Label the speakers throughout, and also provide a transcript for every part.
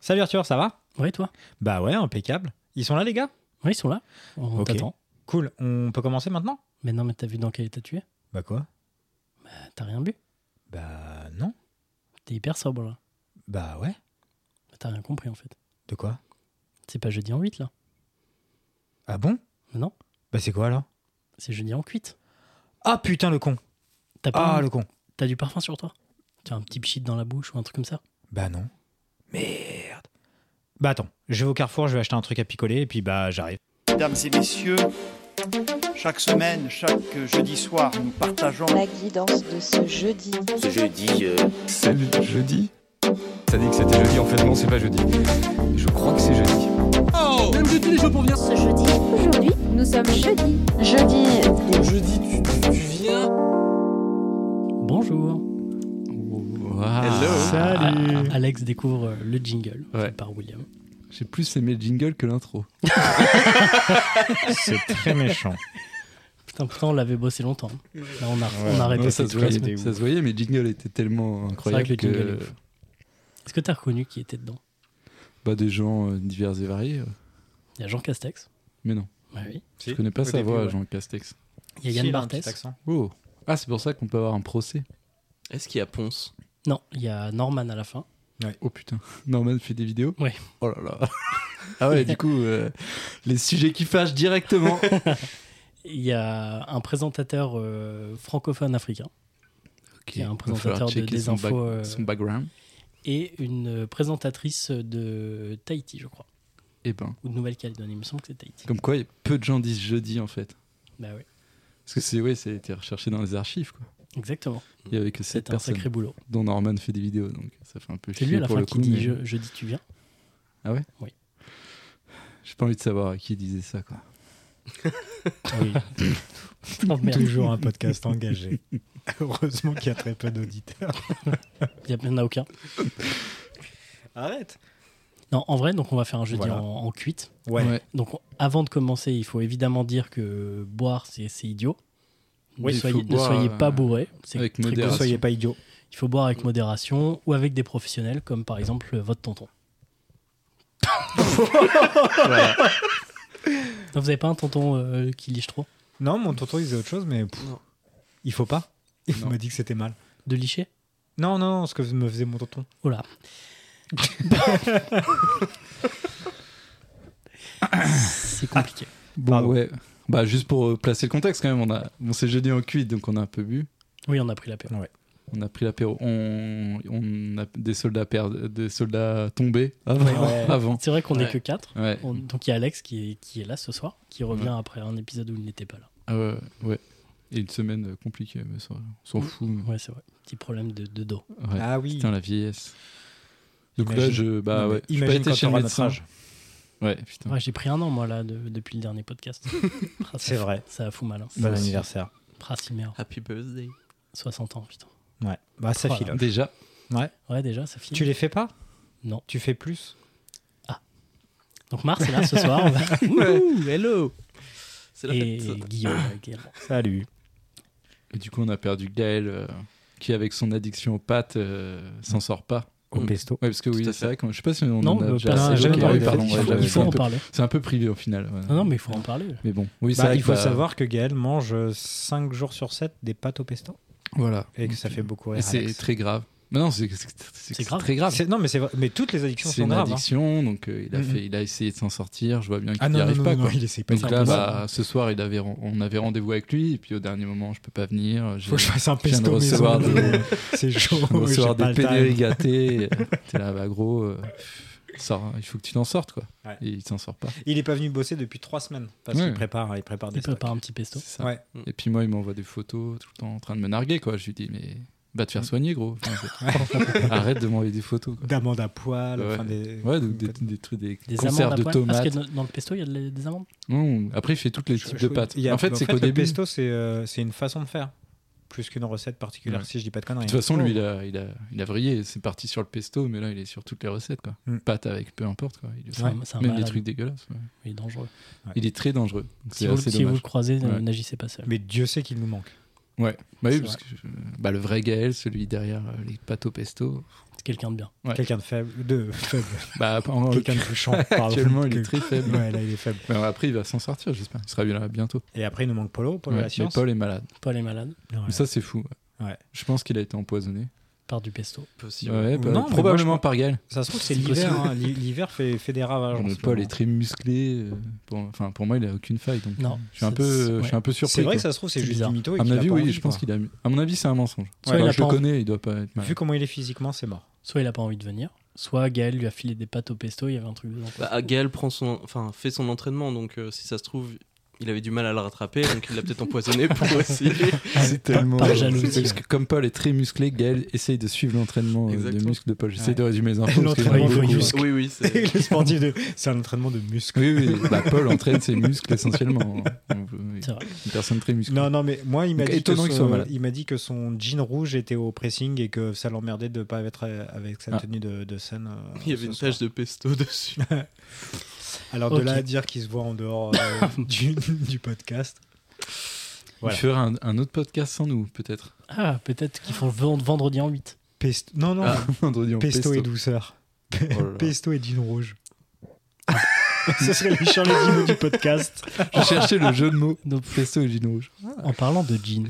Speaker 1: Salut Arthur, ça va
Speaker 2: Ouais, toi
Speaker 1: Bah ouais, impeccable. Ils sont là les gars
Speaker 2: Ouais, ils sont là. On
Speaker 1: Ok.
Speaker 2: t'attend.
Speaker 1: Cool, on peut commencer maintenant
Speaker 2: Mais non, mais t'as vu dans quel état tu es
Speaker 1: Bah quoi
Speaker 2: Euh, T'as rien bu
Speaker 1: Bah non.
Speaker 2: T'es hyper sobre là.
Speaker 1: Bah ouais.
Speaker 2: T'as rien compris en fait.
Speaker 1: De quoi
Speaker 2: C'est pas jeudi en 8 là.
Speaker 1: Ah bon
Speaker 2: Non,
Speaker 1: Bah c'est quoi alors
Speaker 2: c'est jeudi en 8.
Speaker 1: Ah putain le con
Speaker 2: T'as pas-
Speaker 1: Ah le con
Speaker 2: t'as du parfum sur toi T'as un petit pchit dans la bouche ou un truc comme ça
Speaker 1: Bah non. Merde. Bah attends, je vais au carrefour, je vais acheter un truc à picoler et puis bah j'arrive.
Speaker 3: Mesdames et messieurs, chaque semaine, chaque jeudi soir, nous partageons
Speaker 4: La guidance de ce jeudi.
Speaker 5: Ce jeudi, euh,
Speaker 6: C'est le jeudi Ça dit que c'était jeudi, en fait non c'est pas jeudi. Je crois que c'est jeudi.
Speaker 7: Ce jeudi, aujourd'hui, nous sommes jeudi.
Speaker 4: Jeudi,
Speaker 2: Bonjour
Speaker 6: Mmh. Ah, Salut
Speaker 2: A- Alex découvre euh, le jingle fait
Speaker 6: Ouais.
Speaker 2: par William.
Speaker 6: J'ai plus aimé le jingle que l'intro.
Speaker 1: C'est très méchant.
Speaker 2: Putain, pourtant on l'avait bossé longtemps. Là on a, on a
Speaker 6: Ouais,
Speaker 2: répété
Speaker 6: ça, se
Speaker 2: toute la
Speaker 6: voyait,
Speaker 2: semaine.
Speaker 6: ça se voyait, mais le jingle était tellement incroyable
Speaker 2: C'est vrai que le jingle
Speaker 6: que,
Speaker 2: est fou. Est-ce que t'as reconnu qui était dedans
Speaker 6: bah, des gens euh, divers et variés. euh,
Speaker 2: Il y a Jean Castex.
Speaker 6: Mais non,
Speaker 2: Bah oui.
Speaker 6: je connais pas
Speaker 1: Au
Speaker 6: sa
Speaker 1: début,
Speaker 6: voix,
Speaker 1: ouais.
Speaker 6: Jean Castex.
Speaker 2: Il y a
Speaker 1: Si,
Speaker 2: Yann
Speaker 1: a un
Speaker 2: Barthès.
Speaker 1: petit accent.
Speaker 6: Oh. Ah, c'est pour ça qu'on peut avoir un procès.
Speaker 8: Est-ce qu'il y a Ponce
Speaker 2: Non, il y a Norman à la fin.
Speaker 6: Oh putain, Norman fait des vidéos
Speaker 2: Ouais.
Speaker 6: Oh là là. ah ouais, du coup, euh, les sujets qui fâchent directement.
Speaker 2: Il y a un présentateur euh, francophone africain Qui est un
Speaker 6: Il va falloir
Speaker 2: présentateur de-
Speaker 6: checker
Speaker 2: des
Speaker 6: son back-
Speaker 2: infos, euh,
Speaker 6: Son background.
Speaker 2: et une euh, présentatrice de Tahiti, je crois,
Speaker 6: Eh ben,
Speaker 2: ou de Nouvelle-Calédonie. Il me semble que c'est Tahiti.
Speaker 6: comme quoi, peu de gens disent jeudi en fait.
Speaker 2: Bah oui,
Speaker 6: Parce que c'est ouais, ça a été recherché dans les archives quoi.
Speaker 2: exactement.
Speaker 6: Il y avait que
Speaker 2: C'est
Speaker 6: cette
Speaker 2: un
Speaker 6: personne
Speaker 2: sacré boulot.
Speaker 6: dont Norman fait des vidéos donc ça fait un peu
Speaker 2: C'est
Speaker 6: chier
Speaker 2: lui à la
Speaker 6: pour
Speaker 2: fin
Speaker 6: le
Speaker 2: qui
Speaker 6: coup,
Speaker 2: dit
Speaker 6: mais
Speaker 2: je, jeudi tu viens.
Speaker 6: j'ai pas envie de savoir à qui disait ça quoi.
Speaker 2: Oui. oh merde,
Speaker 1: Toujours un podcast engagé. Heureusement qu'il y a très peu d'auditeurs.
Speaker 2: il n'y en a aucun.
Speaker 1: Arrête.
Speaker 2: Non, en vrai, donc on va faire un jeudi
Speaker 1: Voilà.
Speaker 2: en, en cuite.
Speaker 1: Ouais.
Speaker 2: Donc on- avant de commencer, il faut évidemment dire que boire, c'est c'est idiot. ne
Speaker 6: Oui, il faut
Speaker 2: soyez, ne
Speaker 6: boire,
Speaker 2: soyez
Speaker 6: euh,
Speaker 2: pas bourré. C'est
Speaker 6: avec
Speaker 2: très
Speaker 1: Ne
Speaker 6: modération.
Speaker 2: cool.
Speaker 1: soyez pas idiots.
Speaker 2: Il faut boire avec modération ou avec des professionnels comme par exemple euh, votre tonton. Non, vous n'avez pas un tonton euh, qui liche trop
Speaker 1: Non, mon tonton il disait autre chose, mais pff,
Speaker 8: Non.
Speaker 1: il faut pas. Il
Speaker 6: Non.
Speaker 1: m'a dit que c'était mal.
Speaker 2: De licher
Speaker 1: Non, non, non, ce que me faisait mon tonton.
Speaker 2: Oh là. C'est compliqué.
Speaker 6: Bon
Speaker 1: Pardon.
Speaker 6: ouais. Bah juste pour euh, placer le contexte quand même, on a bon c'est jeudi en cuite donc on a un peu bu,
Speaker 1: Ah.
Speaker 2: Oui, on a pris la paix.
Speaker 6: on a pris l'apéro, on, on a des soldats perd... des soldats tombés avant. avant.
Speaker 2: C'est vrai qu'on n'est
Speaker 8: Ouais.
Speaker 2: que 4.
Speaker 6: Ouais.
Speaker 2: Donc il y a Alex qui est, qui est là ce soir,
Speaker 1: Mm.
Speaker 2: qui revient
Speaker 6: Ouais.
Speaker 2: après un épisode où il n'était pas là.
Speaker 6: Ah ouais, ouais. Et une semaine euh, compliquée mais ça on s'en
Speaker 2: Oui.
Speaker 6: fout. mais-
Speaker 1: Mm.
Speaker 2: Ouais, c'est vrai. Petit problème de, de dos.
Speaker 6: Ouais.
Speaker 1: Ah oui.
Speaker 6: Putain la vieillesse. Donc là
Speaker 1: Imagine-
Speaker 6: je bah
Speaker 1: Non, mais
Speaker 6: ouais, je suis pas
Speaker 1: Imagine
Speaker 6: été
Speaker 1: quand
Speaker 6: chez le
Speaker 1: t'auras notre
Speaker 6: médecin.
Speaker 1: âge.
Speaker 6: Ouais, putain.
Speaker 1: Mm.
Speaker 2: Ouais, J'ai pris un an, moi, là, de- depuis le dernier podcast. Ah, ça
Speaker 1: C'est
Speaker 2: fout-
Speaker 1: vrai.
Speaker 2: Ça fout mal. Hein.
Speaker 1: Bon anniversaire.
Speaker 2: Ah, si, merde.
Speaker 8: Happy birthday.
Speaker 2: 60 ans, putain.
Speaker 1: Ouais. Bah ça
Speaker 2: Voilà.
Speaker 1: file.
Speaker 6: Déjà,
Speaker 2: Ouais, déjà, ça finit.
Speaker 1: Tu les fais pas
Speaker 2: Non.
Speaker 1: Tu fais plus
Speaker 2: Donc Mars est là ce soir. on va-
Speaker 8: Ouh, hello C'est la
Speaker 2: et
Speaker 8: fête.
Speaker 2: Guillaume également.
Speaker 1: Salut.
Speaker 6: Et du coup, on a perdu Gaël, euh, qui avec son addiction aux pâtes euh, s'en sort pas.
Speaker 1: Au pesto.
Speaker 6: Ouais, parce que
Speaker 8: Tout
Speaker 6: oui,
Speaker 8: à
Speaker 6: c'est
Speaker 8: fait.
Speaker 6: vrai qu'on- je sais pas si on
Speaker 2: Non,
Speaker 6: en a
Speaker 1: euh,
Speaker 2: bah,
Speaker 6: déjà
Speaker 2: pas-
Speaker 6: assez
Speaker 2: j'en ai
Speaker 6: évoqué.
Speaker 2: parlé,
Speaker 6: Oui, pardon,
Speaker 2: il
Speaker 1: faut-
Speaker 6: ouais,
Speaker 1: faut
Speaker 6: j'avais
Speaker 2: Il faut
Speaker 6: un
Speaker 2: en
Speaker 6: peu-
Speaker 2: parler.
Speaker 6: C'est un peu privé au final. ouais.
Speaker 2: Non, non, mais il faut en parler. là.
Speaker 6: Mais bon, oui, c'est
Speaker 1: Bah,
Speaker 6: vrai
Speaker 1: il
Speaker 6: que,
Speaker 1: faut
Speaker 6: bah,
Speaker 1: savoir que Gaël mange 5 jours sur 7 des pâtes au pesto
Speaker 6: Voilà.
Speaker 1: et que ça fait beaucoup
Speaker 6: Et
Speaker 1: rire.
Speaker 6: Mm. c'est
Speaker 1: Alex.
Speaker 6: très grave. Mais non, c'est c'est- c'est- c'est
Speaker 2: grave.
Speaker 6: très grave.
Speaker 1: C'est- Non, mais c'est vrai- mais toutes les addictions
Speaker 6: C'est
Speaker 1: sont
Speaker 6: une
Speaker 1: graves. hein.
Speaker 6: addiction, donc euh, il, a
Speaker 1: Mm,
Speaker 6: fait, il a essayé de s'en sortir. Je vois bien qu'il
Speaker 1: Ah
Speaker 6: n'y
Speaker 1: non, non,
Speaker 6: arrive
Speaker 1: non,
Speaker 6: pas.
Speaker 1: non,
Speaker 6: quoi.
Speaker 1: il essaie pas.
Speaker 6: Donc
Speaker 1: C'est
Speaker 6: là,
Speaker 1: impossible.
Speaker 6: bah, ce soir, il avait, ren- on avait rendez-vous avec lui, et puis au dernier moment, je peux pas venir. j'ai-
Speaker 1: faut que je fasse un
Speaker 6: je viens de
Speaker 1: pesto
Speaker 6: recevoir
Speaker 1: maison.
Speaker 6: des-
Speaker 1: C'est chaud.
Speaker 6: On va recevoir
Speaker 1: j'ai pas
Speaker 6: des
Speaker 1: le time.
Speaker 6: pénuries gâtées. euh, T'es là, bah gros, euh, sors, hein, il faut que tu t'en sortes, quoi.
Speaker 1: Ouais.
Speaker 6: Et il s'en sort pas.
Speaker 1: Il est pas venu bosser depuis 3 semaines parce
Speaker 6: Ouais.
Speaker 1: qu'il prépare, il prépare des
Speaker 2: Il
Speaker 1: stocks.
Speaker 2: prépare un petit pesto.
Speaker 6: C'est ça.
Speaker 1: Ouais.
Speaker 6: Et puis moi, il m'envoie des photos tout le temps en train de me narguer, quoi. Je lui dis, mais va
Speaker 2: Mm.
Speaker 6: te faire soigner, gros. Enfin, c'est- Arrête de m'envoyer des photos, quoi.
Speaker 1: D'amande à poil,
Speaker 6: Ouais.
Speaker 1: enfin des.
Speaker 6: Ouais, donc des, des trucs, des,
Speaker 2: Des
Speaker 6: conserves
Speaker 2: amandes
Speaker 6: de
Speaker 2: à poil. Parce
Speaker 6: tomates.
Speaker 2: que dans- dans le pesto, il y a de- des amandes.
Speaker 6: Non, Après, il fait tous les types de pâtes.
Speaker 1: Il y a-
Speaker 6: En fait, c'est qu'au
Speaker 1: le
Speaker 6: début. De
Speaker 1: pesto, c'est euh, c'est une façon de faire plus qu'une recette particulière.
Speaker 6: Ouais.
Speaker 1: Si je dis pas de conneries.
Speaker 6: toute
Speaker 2: Oh.
Speaker 6: façon, lui, il a, il, a, il a vrillé. C'est parti sur le pesto, mais là, il est sur toutes les recettes, quoi.
Speaker 1: Mm.
Speaker 6: Pâtes avec peu importe, quoi. Il le fait.
Speaker 2: C'est un- c'est un
Speaker 6: Même les
Speaker 2: malade.
Speaker 6: trucs dégueulasses. ouais.
Speaker 2: Il est dangereux.
Speaker 1: Ouais.
Speaker 6: Il est très dangereux. Donc,
Speaker 2: Si
Speaker 6: C'est
Speaker 2: vous,
Speaker 6: assez
Speaker 2: si vous
Speaker 6: dommage.
Speaker 2: le croisez, ne-
Speaker 6: Ouais.
Speaker 2: n'agissez pas seul.
Speaker 1: Mais Dieu sait qu'il nous manque.
Speaker 6: Ouais. Bah oui,
Speaker 2: C'est
Speaker 6: parce que euh, bah, le vrai Gaël, celui derrière euh, les pâteaux pesto.
Speaker 2: C'est quelqu'un de bien.
Speaker 6: Ouais.
Speaker 1: Quelqu'un de faible. De faible.
Speaker 6: Bah, en-
Speaker 1: Quelqu'un de touchant. pardon.
Speaker 6: actuellement, il est très faible.
Speaker 1: Ouais, là, il est faible.
Speaker 6: Mais après, il va s'en sortir, j'espère. Il sera bien là bientôt.
Speaker 1: Et après, il nous manque Polo, Polo
Speaker 6: Ouais,
Speaker 1: la
Speaker 6: mais
Speaker 1: science.
Speaker 6: Paul est malade.
Speaker 2: Paul est malade
Speaker 1: Ouais.
Speaker 6: Mais ça, c'est fou.
Speaker 1: Ouais.
Speaker 6: Je pense qu'il a été empoisonné.
Speaker 2: par du pesto.
Speaker 8: Possible.
Speaker 6: Ouais,
Speaker 1: Ou
Speaker 6: bah,
Speaker 1: non, mais
Speaker 6: probablement
Speaker 1: moi, je-
Speaker 6: par Gaël.
Speaker 1: Ça se trouve, c'est
Speaker 2: C'est
Speaker 1: l'hiver.
Speaker 2: possible.
Speaker 1: hein. L'hi- L'hiver fait, fait des ravages. en
Speaker 6: Mais
Speaker 1: ce
Speaker 6: Paul
Speaker 1: moment.
Speaker 6: est très musclé. euh, pour- Enfin, pour moi, il a aucune faille. Donc,
Speaker 2: Non,
Speaker 6: euh, je suis un
Speaker 2: c'est-
Speaker 6: peu,
Speaker 2: c'est-
Speaker 6: euh, je suis un peu surpris.
Speaker 1: C'est vrai
Speaker 6: quoi.
Speaker 1: que ça se trouve, c'est
Speaker 2: C'est
Speaker 1: juste du
Speaker 2: bizarre.
Speaker 1: mytho. et
Speaker 6: À
Speaker 1: qu'il
Speaker 6: ma
Speaker 1: a
Speaker 6: avis,
Speaker 1: pas
Speaker 6: oui,
Speaker 1: envie,
Speaker 6: je pense
Speaker 1: quoi.
Speaker 6: qu'il a. À mon avis, c'est un mensonge.
Speaker 2: Soit il
Speaker 6: Enfin,
Speaker 2: a
Speaker 6: je
Speaker 2: pas
Speaker 6: le
Speaker 2: envie-
Speaker 6: connais, il doit pas être malade.
Speaker 1: Vu comment il est physiquement, c'est mort.
Speaker 2: Soit il a pas envie de venir, soit Gaël lui a filé des pâtes au pesto, il y avait un truc dedans. quoi.
Speaker 8: Bah, Gaël prend son, enfin, fait son entraînement, donc euh, si ça se trouve, il avait du mal à le rattraper, donc il l'a peut-être empoisonné pour essayer.
Speaker 6: C'est tellement.
Speaker 2: par jalousie.
Speaker 6: Parce que comme Paul est très musclé, Gaël essaye de suivre l'entraînement euh, de
Speaker 8: Exactement.
Speaker 6: muscle de Paul. J'essaie
Speaker 1: Ouais.
Speaker 6: de résumer les infos. parce que
Speaker 1: L'entraînement
Speaker 6: j'aime
Speaker 1: de
Speaker 6: beaucoup. hein.
Speaker 1: muscle.
Speaker 8: Oui, oui, c'est.
Speaker 1: le sportif, de... c'est un entraînement de muscles.
Speaker 6: Oui, oui. Bah, Paul entraîne ses muscles essentiellement. On veut-
Speaker 2: C'est vrai.
Speaker 6: Une personne très musclée.
Speaker 1: Non, non, mais moi, il m'a
Speaker 6: Donc,
Speaker 1: dit, que
Speaker 6: étonnant qu'il soit
Speaker 1: son-
Speaker 6: malade.
Speaker 1: il m'a dit que son jean rouge était au pressing et que ça l'emmerdait de pas être euh, avec sa
Speaker 6: Ah.
Speaker 1: tenue de, de scène. euh,
Speaker 8: Il y avait
Speaker 1: ce
Speaker 8: une
Speaker 1: soir.
Speaker 8: tache de pesto dessus.
Speaker 1: Alors, de
Speaker 2: Ok.
Speaker 1: là à dire qu'il se voit en dehors euh, du, du podcast. Voilà.
Speaker 6: Il fera un, un autre podcast sans nous, peut-être.
Speaker 2: Ah, peut-être qu'ils font le vend- vendredi en 8.
Speaker 1: Pesto... Non, non,
Speaker 6: Ah, vendredi en
Speaker 1: pesto, et douceur.
Speaker 6: Oh là Ah. là.
Speaker 1: Pesto et jean rouge. Ce serait les Charles Dino du podcast.
Speaker 6: Je cherchais le jeu de mots.
Speaker 2: Donc,
Speaker 6: Pesto et gin rouge.
Speaker 2: en parlant de gin,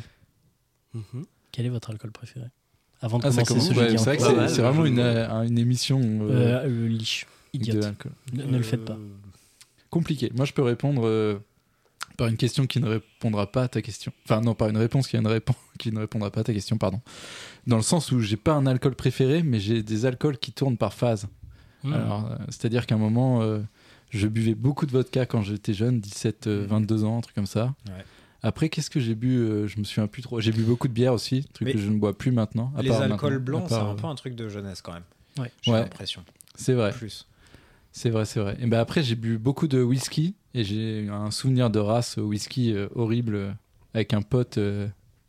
Speaker 8: Mhm.
Speaker 2: quel est votre alcool préféré Avant de
Speaker 6: Ah, ça
Speaker 2: commencer
Speaker 6: commence.
Speaker 2: ce
Speaker 6: Ouais,
Speaker 2: jeudi hein.
Speaker 6: c'est vrai que
Speaker 8: encore.
Speaker 6: c'est
Speaker 8: Ouais,
Speaker 6: c'est
Speaker 8: ouais,
Speaker 6: vraiment
Speaker 8: le jeu
Speaker 6: une,
Speaker 8: de mots.
Speaker 6: euh, une émission euh,
Speaker 2: Euh, le lich,
Speaker 6: avec de
Speaker 2: idiote.
Speaker 6: l'alcool.
Speaker 2: Ne, ne le faites pas.
Speaker 1: Euh,
Speaker 6: Compliqué. Moi, je peux répondre euh, par une question qui ne répondra pas à ta question. Enfin, non, par une réponse qui, a une réponse qui ne répondra pas à ta question, pardon. Dans le sens où j'ai pas un alcool préféré, mais j'ai des alcools qui tournent par phase.
Speaker 2: Hmm.
Speaker 6: Alors, euh, c'est-à-dire qu'à un moment, euh, je buvais beaucoup de vodka quand j'étais jeune, 17, euh, 22 ans, un truc comme ça.
Speaker 1: Mm. Ouais.
Speaker 6: Après, qu'est-ce que j'ai bu euh, Je me souviens plus trop. J'ai bu beaucoup de bière aussi, truc
Speaker 1: Mais
Speaker 6: que je ne bois plus maintenant. à
Speaker 1: Les
Speaker 6: part
Speaker 1: alcools
Speaker 6: maintenant, à
Speaker 1: blancs, c'est
Speaker 6: part,
Speaker 1: un
Speaker 6: euh,
Speaker 1: peu un truc de jeunesse quand même.
Speaker 2: Ouais.
Speaker 1: J'ai
Speaker 6: Ouais.
Speaker 1: l'impression.
Speaker 6: C'est vrai,
Speaker 1: Plus.
Speaker 6: c'est vrai, c'est vrai. Et ben après, j'ai bu beaucoup de whisky et j'ai eu un souvenir de race au whisky euh, horrible euh, avec un pote, euh,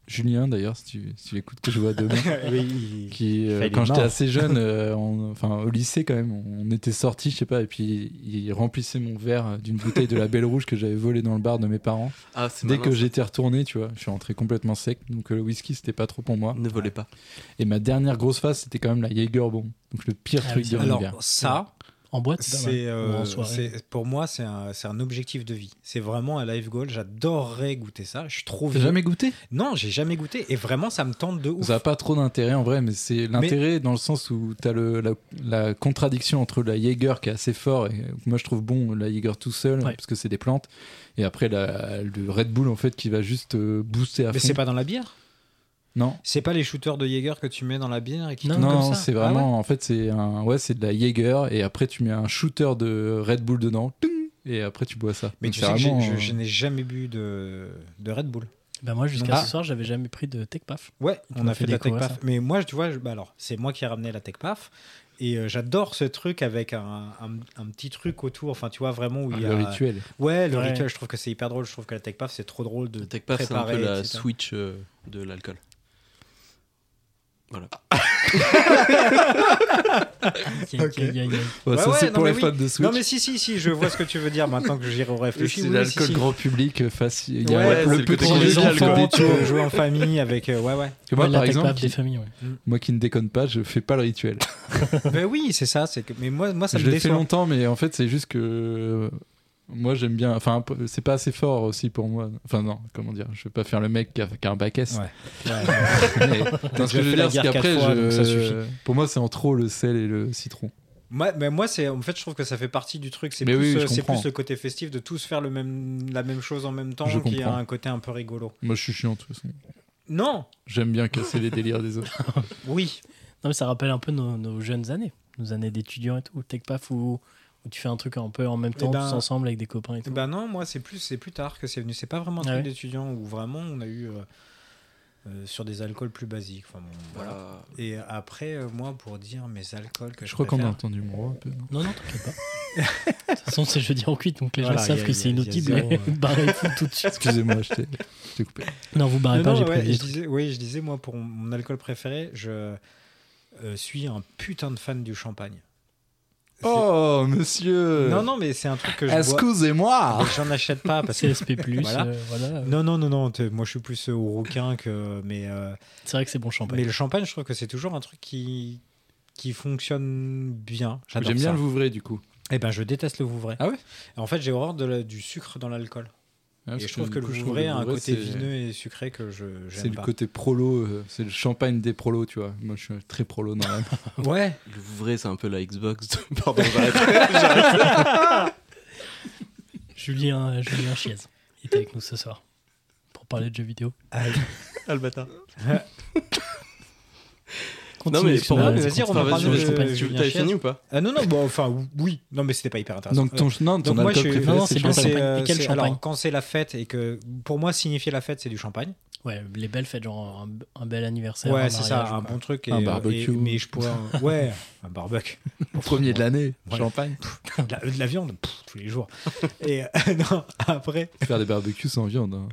Speaker 6: Julien d'ailleurs, si tu, si tu l'écoutes, que je vois demain.
Speaker 1: oui,
Speaker 6: qui euh,
Speaker 1: Enfin, il est
Speaker 6: quand j'étais
Speaker 1: mort.
Speaker 6: assez jeune euh, on- enfin au lycée quand même on était sortis je sais pas et puis il remplissait mon verre d'une bouteille de la Belle Rouge que j'avais volée dans le bar de mes parents
Speaker 8: Ah, c'est
Speaker 6: dès
Speaker 8: malin.
Speaker 6: que j'étais retourné tu vois je suis rentré complètement sec donc euh, le whisky c'était pas trop pour moi
Speaker 8: Ne volez pas.
Speaker 6: et ma dernière grosse phase c'était quand même la Jägerbomb donc le pire
Speaker 2: Ah
Speaker 6: truc
Speaker 2: oui,
Speaker 6: de
Speaker 1: Alors,
Speaker 6: l'univers
Speaker 1: ça,
Speaker 2: En boîte
Speaker 1: c'est
Speaker 2: Ou hein. en
Speaker 1: euh,
Speaker 2: soirée.
Speaker 1: c'est- pour moi, c'est un, c'est un objectif de vie. C'est vraiment un life goal. J'adorerais goûter ça. Je suis trop
Speaker 6: t'as
Speaker 1: vieux.
Speaker 6: jamais goûté
Speaker 1: Non, j'ai jamais goûté. Et vraiment, ça me tente de ouf.
Speaker 6: ça n'a pas trop d'intérêt en vrai, mais c'est l'intérêt dans le sens où tu as la, la contradiction entre la Jaeger qui est assez fort, et que moi je trouve bon la Jaeger tout seul,
Speaker 2: Ouais.
Speaker 6: parce que c'est des plantes, et après la- le Red Bull en fait qui va juste euh, booster à
Speaker 1: Mais
Speaker 6: fond.
Speaker 1: c'est pas dans la bière
Speaker 6: Non,
Speaker 1: C'est pas les shooters de Jaeger que tu mets dans la bière et qui
Speaker 2: Non,
Speaker 1: tournent
Speaker 6: non,
Speaker 1: comme ça
Speaker 6: c'est
Speaker 1: Ah ouais
Speaker 6: vraiment en fait c'est un ouais c'est de la Jaeger et après tu mets un shooter de Red Bull dedans, ting, et après tu bois ça.
Speaker 1: Mais
Speaker 6: Donc
Speaker 1: tu
Speaker 6: c'est
Speaker 1: sais que j'ai-
Speaker 6: vraiment,
Speaker 1: je,
Speaker 6: euh,
Speaker 1: je n'ai jamais bu de, de Red Bull.
Speaker 2: Bah moi, jusqu'à
Speaker 1: Ah.
Speaker 2: ce soir, j'avais jamais pris de tech paf.
Speaker 1: Ouais,
Speaker 2: Tu
Speaker 1: on
Speaker 2: m'as
Speaker 1: a
Speaker 2: fait
Speaker 1: fait de la tech
Speaker 2: découvrir
Speaker 1: paf.
Speaker 2: ça.
Speaker 1: Mais moi, je- tu vois, je- bah alors, c'est moi qui ai ramené la tech paf. Et euh, j'adore ce truc avec un, un- un petit truc autour. Enfin, tu vois, vraiment où il y
Speaker 6: Ah, le
Speaker 1: a.
Speaker 6: rituel.
Speaker 1: Ouais, le
Speaker 2: Ouais.
Speaker 1: rituel, je trouve que c'est hyper drôle. Je trouve que la tech paf, c'est trop drôle de
Speaker 8: Le tech paf, c'est un
Speaker 1: préparer.
Speaker 8: peu la
Speaker 1: etc.
Speaker 8: switch euh, de l'alcool. Voilà.
Speaker 2: Aïe, aïe, aïe, aïe.
Speaker 6: Ouais,
Speaker 1: Ouais,
Speaker 6: ça
Speaker 1: ouais,
Speaker 6: c'est
Speaker 1: non,
Speaker 6: pour
Speaker 1: mais
Speaker 6: les
Speaker 1: oui.
Speaker 6: fans de Switch.
Speaker 1: Non, mais si, si, si, je vois ce que tu veux dire maintenant que j'y réfléchis.
Speaker 6: c'est
Speaker 1: oui, si,
Speaker 6: l'alcool
Speaker 1: si.
Speaker 6: grand public euh, facile. Il y a
Speaker 1: Ouais, c'est
Speaker 6: le
Speaker 8: le
Speaker 6: petit
Speaker 8: côté
Speaker 6: jeu
Speaker 8: convivial, quoi.
Speaker 6: d'enfant,
Speaker 1: enfants,
Speaker 6: tu
Speaker 1: tu
Speaker 6: vois.
Speaker 1: peux jouer en famille avec. euh, ouais, ouais.
Speaker 6: Parce que moi,
Speaker 2: Ouais, la
Speaker 6: par
Speaker 2: tech
Speaker 6: exemple,
Speaker 2: paf des
Speaker 6: qui-
Speaker 2: familles, ouais.
Speaker 6: moi qui ne déconne pas, je fais pas le rituel.
Speaker 1: ben oui, c'est ça. c'est Que... Mais moi, moi ça
Speaker 6: je
Speaker 1: me
Speaker 6: l'ai fait
Speaker 1: déçoit.
Speaker 6: longtemps, mais en fait, c'est juste que euh, moi, j'aime bien. Enfin, un peu- c'est pas assez fort aussi pour moi. Enfin, non, comment dire, je vais pas faire le mec qui a, qui a un bac S.
Speaker 1: Ouais.
Speaker 6: Mais
Speaker 1: déjà
Speaker 6: dans ce que je
Speaker 1: fait
Speaker 6: veux
Speaker 1: la
Speaker 6: dire, c'est
Speaker 1: guerre
Speaker 6: qu'après,
Speaker 1: quatre fois,
Speaker 6: je-
Speaker 1: donc ça suffit.
Speaker 6: pour moi, c'est en trop le sel et le citron.
Speaker 1: Moi, mais moi, c'est en fait, je trouve que ça fait partie du truc. C'est
Speaker 6: Mais
Speaker 1: plus,
Speaker 6: oui,
Speaker 1: euh,
Speaker 6: je
Speaker 1: c'est
Speaker 6: comprends.
Speaker 1: plus le côté festif de tous faire le même, la même chose en même temps,
Speaker 6: Je
Speaker 1: qui a
Speaker 6: comprends.
Speaker 1: un côté un peu rigolo.
Speaker 6: Moi, je suis chiant, de toute façon.
Speaker 1: Non,
Speaker 6: J'aime bien casser les délires des autres.
Speaker 1: oui,
Speaker 2: Non, mais ça rappelle un peu nos, nos jeunes années, nos années d'étudiants et tout, tech paf où, où tu fais un truc un peu en même temps,
Speaker 1: ben-
Speaker 2: tous ensemble avec des copains et tout.
Speaker 1: bah non, moi, c'est plus, c'est plus tard que c'est venu. C'est pas vraiment un truc
Speaker 2: Ah ouais.
Speaker 1: d'étudiant où vraiment on a eu euh, euh, sur des alcools plus basiques. Enfin, bon, voilà.
Speaker 8: Voilà.
Speaker 1: Et après, euh, moi, pour dire mes alcools que je,
Speaker 6: je crois qu'on a
Speaker 1: préfère-
Speaker 6: entendu mon roi un peu.
Speaker 1: euh,
Speaker 6: non
Speaker 2: Non, non, t'inquiète pas. De toute façon, c'est jeudi en cuite, donc les
Speaker 1: Voilà,
Speaker 2: gens
Speaker 1: y
Speaker 2: savent
Speaker 1: a-
Speaker 2: que c'est
Speaker 1: y a- y a
Speaker 2: inaudible.
Speaker 1: zéro,
Speaker 2: et
Speaker 1: euh.
Speaker 2: vous barrez-vous tout de suite.
Speaker 6: Excusez-moi, je t'ai je t'ai coupé.
Speaker 2: Non, vous barrez
Speaker 1: Non,
Speaker 2: pas,
Speaker 1: non,
Speaker 2: j'ai
Speaker 1: ouais,
Speaker 2: prévu.
Speaker 1: je disais, oui, je disais, moi, pour mon- mon alcool préféré, je euh, suis un putain de fan du champagne. C'est-
Speaker 6: Oh, Oh, monsieur
Speaker 1: Non, non, mais c'est un truc que je vois.
Speaker 6: Excusez-moi
Speaker 1: mais J'en achète pas parce que.
Speaker 2: CSP+, euh,
Speaker 1: Voilà.
Speaker 2: voilà.
Speaker 1: Non, non, non, non. t'es- Moi, je suis plus euh, au rouquin que. Mais, euh,
Speaker 2: C'est vrai que c'est bon
Speaker 1: mais
Speaker 2: champagne.
Speaker 1: le champagne, je trouve que c'est toujours un truc qui qui fonctionne bien. J'adore
Speaker 6: J'aime bien
Speaker 1: ça.
Speaker 6: le Vouvray, du coup.
Speaker 1: Eh ben, je déteste le vouvray.
Speaker 6: Ah ouais
Speaker 1: En fait, j'ai horreur de la- du sucre dans l'alcool.
Speaker 6: Ah, parce
Speaker 1: et je trouve que,
Speaker 6: du coup,
Speaker 1: le
Speaker 6: je
Speaker 1: Vouvray a un
Speaker 6: Vouvray,
Speaker 1: côté
Speaker 6: c'est-
Speaker 1: vineux et sucré que je
Speaker 6: C'est
Speaker 1: j'aime
Speaker 6: le
Speaker 1: pas.
Speaker 6: côté prolo, euh, c'est le champagne des prolos, tu vois. Moi, je suis très prolo normalement.
Speaker 1: Ouais.
Speaker 8: Le vrai, c'est un peu la Xbox. de- Pardon, j'arrête.
Speaker 2: Julien, euh, Julien Chiez est avec nous ce soir pour parler de jeux vidéo.
Speaker 1: Albata.
Speaker 8: non, mais pour
Speaker 1: Non,
Speaker 8: moi,
Speaker 1: mais
Speaker 8: mais
Speaker 1: vas-y, on
Speaker 8: on
Speaker 1: va parler de
Speaker 8: champagne. Tu
Speaker 1: Julien
Speaker 8: t'avais
Speaker 1: Chiez.
Speaker 8: fini ou pas
Speaker 1: Ah non non bon enfin oui non mais c'était pas hyper intéressant.
Speaker 6: donc, ton, non, ton
Speaker 1: Donc moi,
Speaker 6: alcool
Speaker 1: je-
Speaker 6: préféré,
Speaker 2: non,
Speaker 6: c'est
Speaker 2: c'est
Speaker 6: le
Speaker 2: bien
Speaker 6: champagne.
Speaker 2: ça. champagne. Mais quel
Speaker 1: c'est-
Speaker 2: champagne
Speaker 1: Alors, quand c'est la fête et que pour moi, signifier la fête, c'est du champagne.
Speaker 2: Ouais, les belles fêtes, genre un, un bel anniversaire.
Speaker 1: Ouais,
Speaker 2: un
Speaker 1: c'est
Speaker 2: mariage
Speaker 1: ça,
Speaker 2: ou
Speaker 1: un
Speaker 2: quoi.
Speaker 1: bon truc. Et,
Speaker 6: Un
Speaker 1: euh,
Speaker 6: barbecue.
Speaker 1: et- mais je pourrais. Ouais, un barbecue.
Speaker 6: Premier de l'année,
Speaker 1: Ouais.
Speaker 6: champagne.
Speaker 1: De la, de la viande, pff, tous les jours. Et euh, non, après.
Speaker 6: Faire des barbecues sans viande. hein.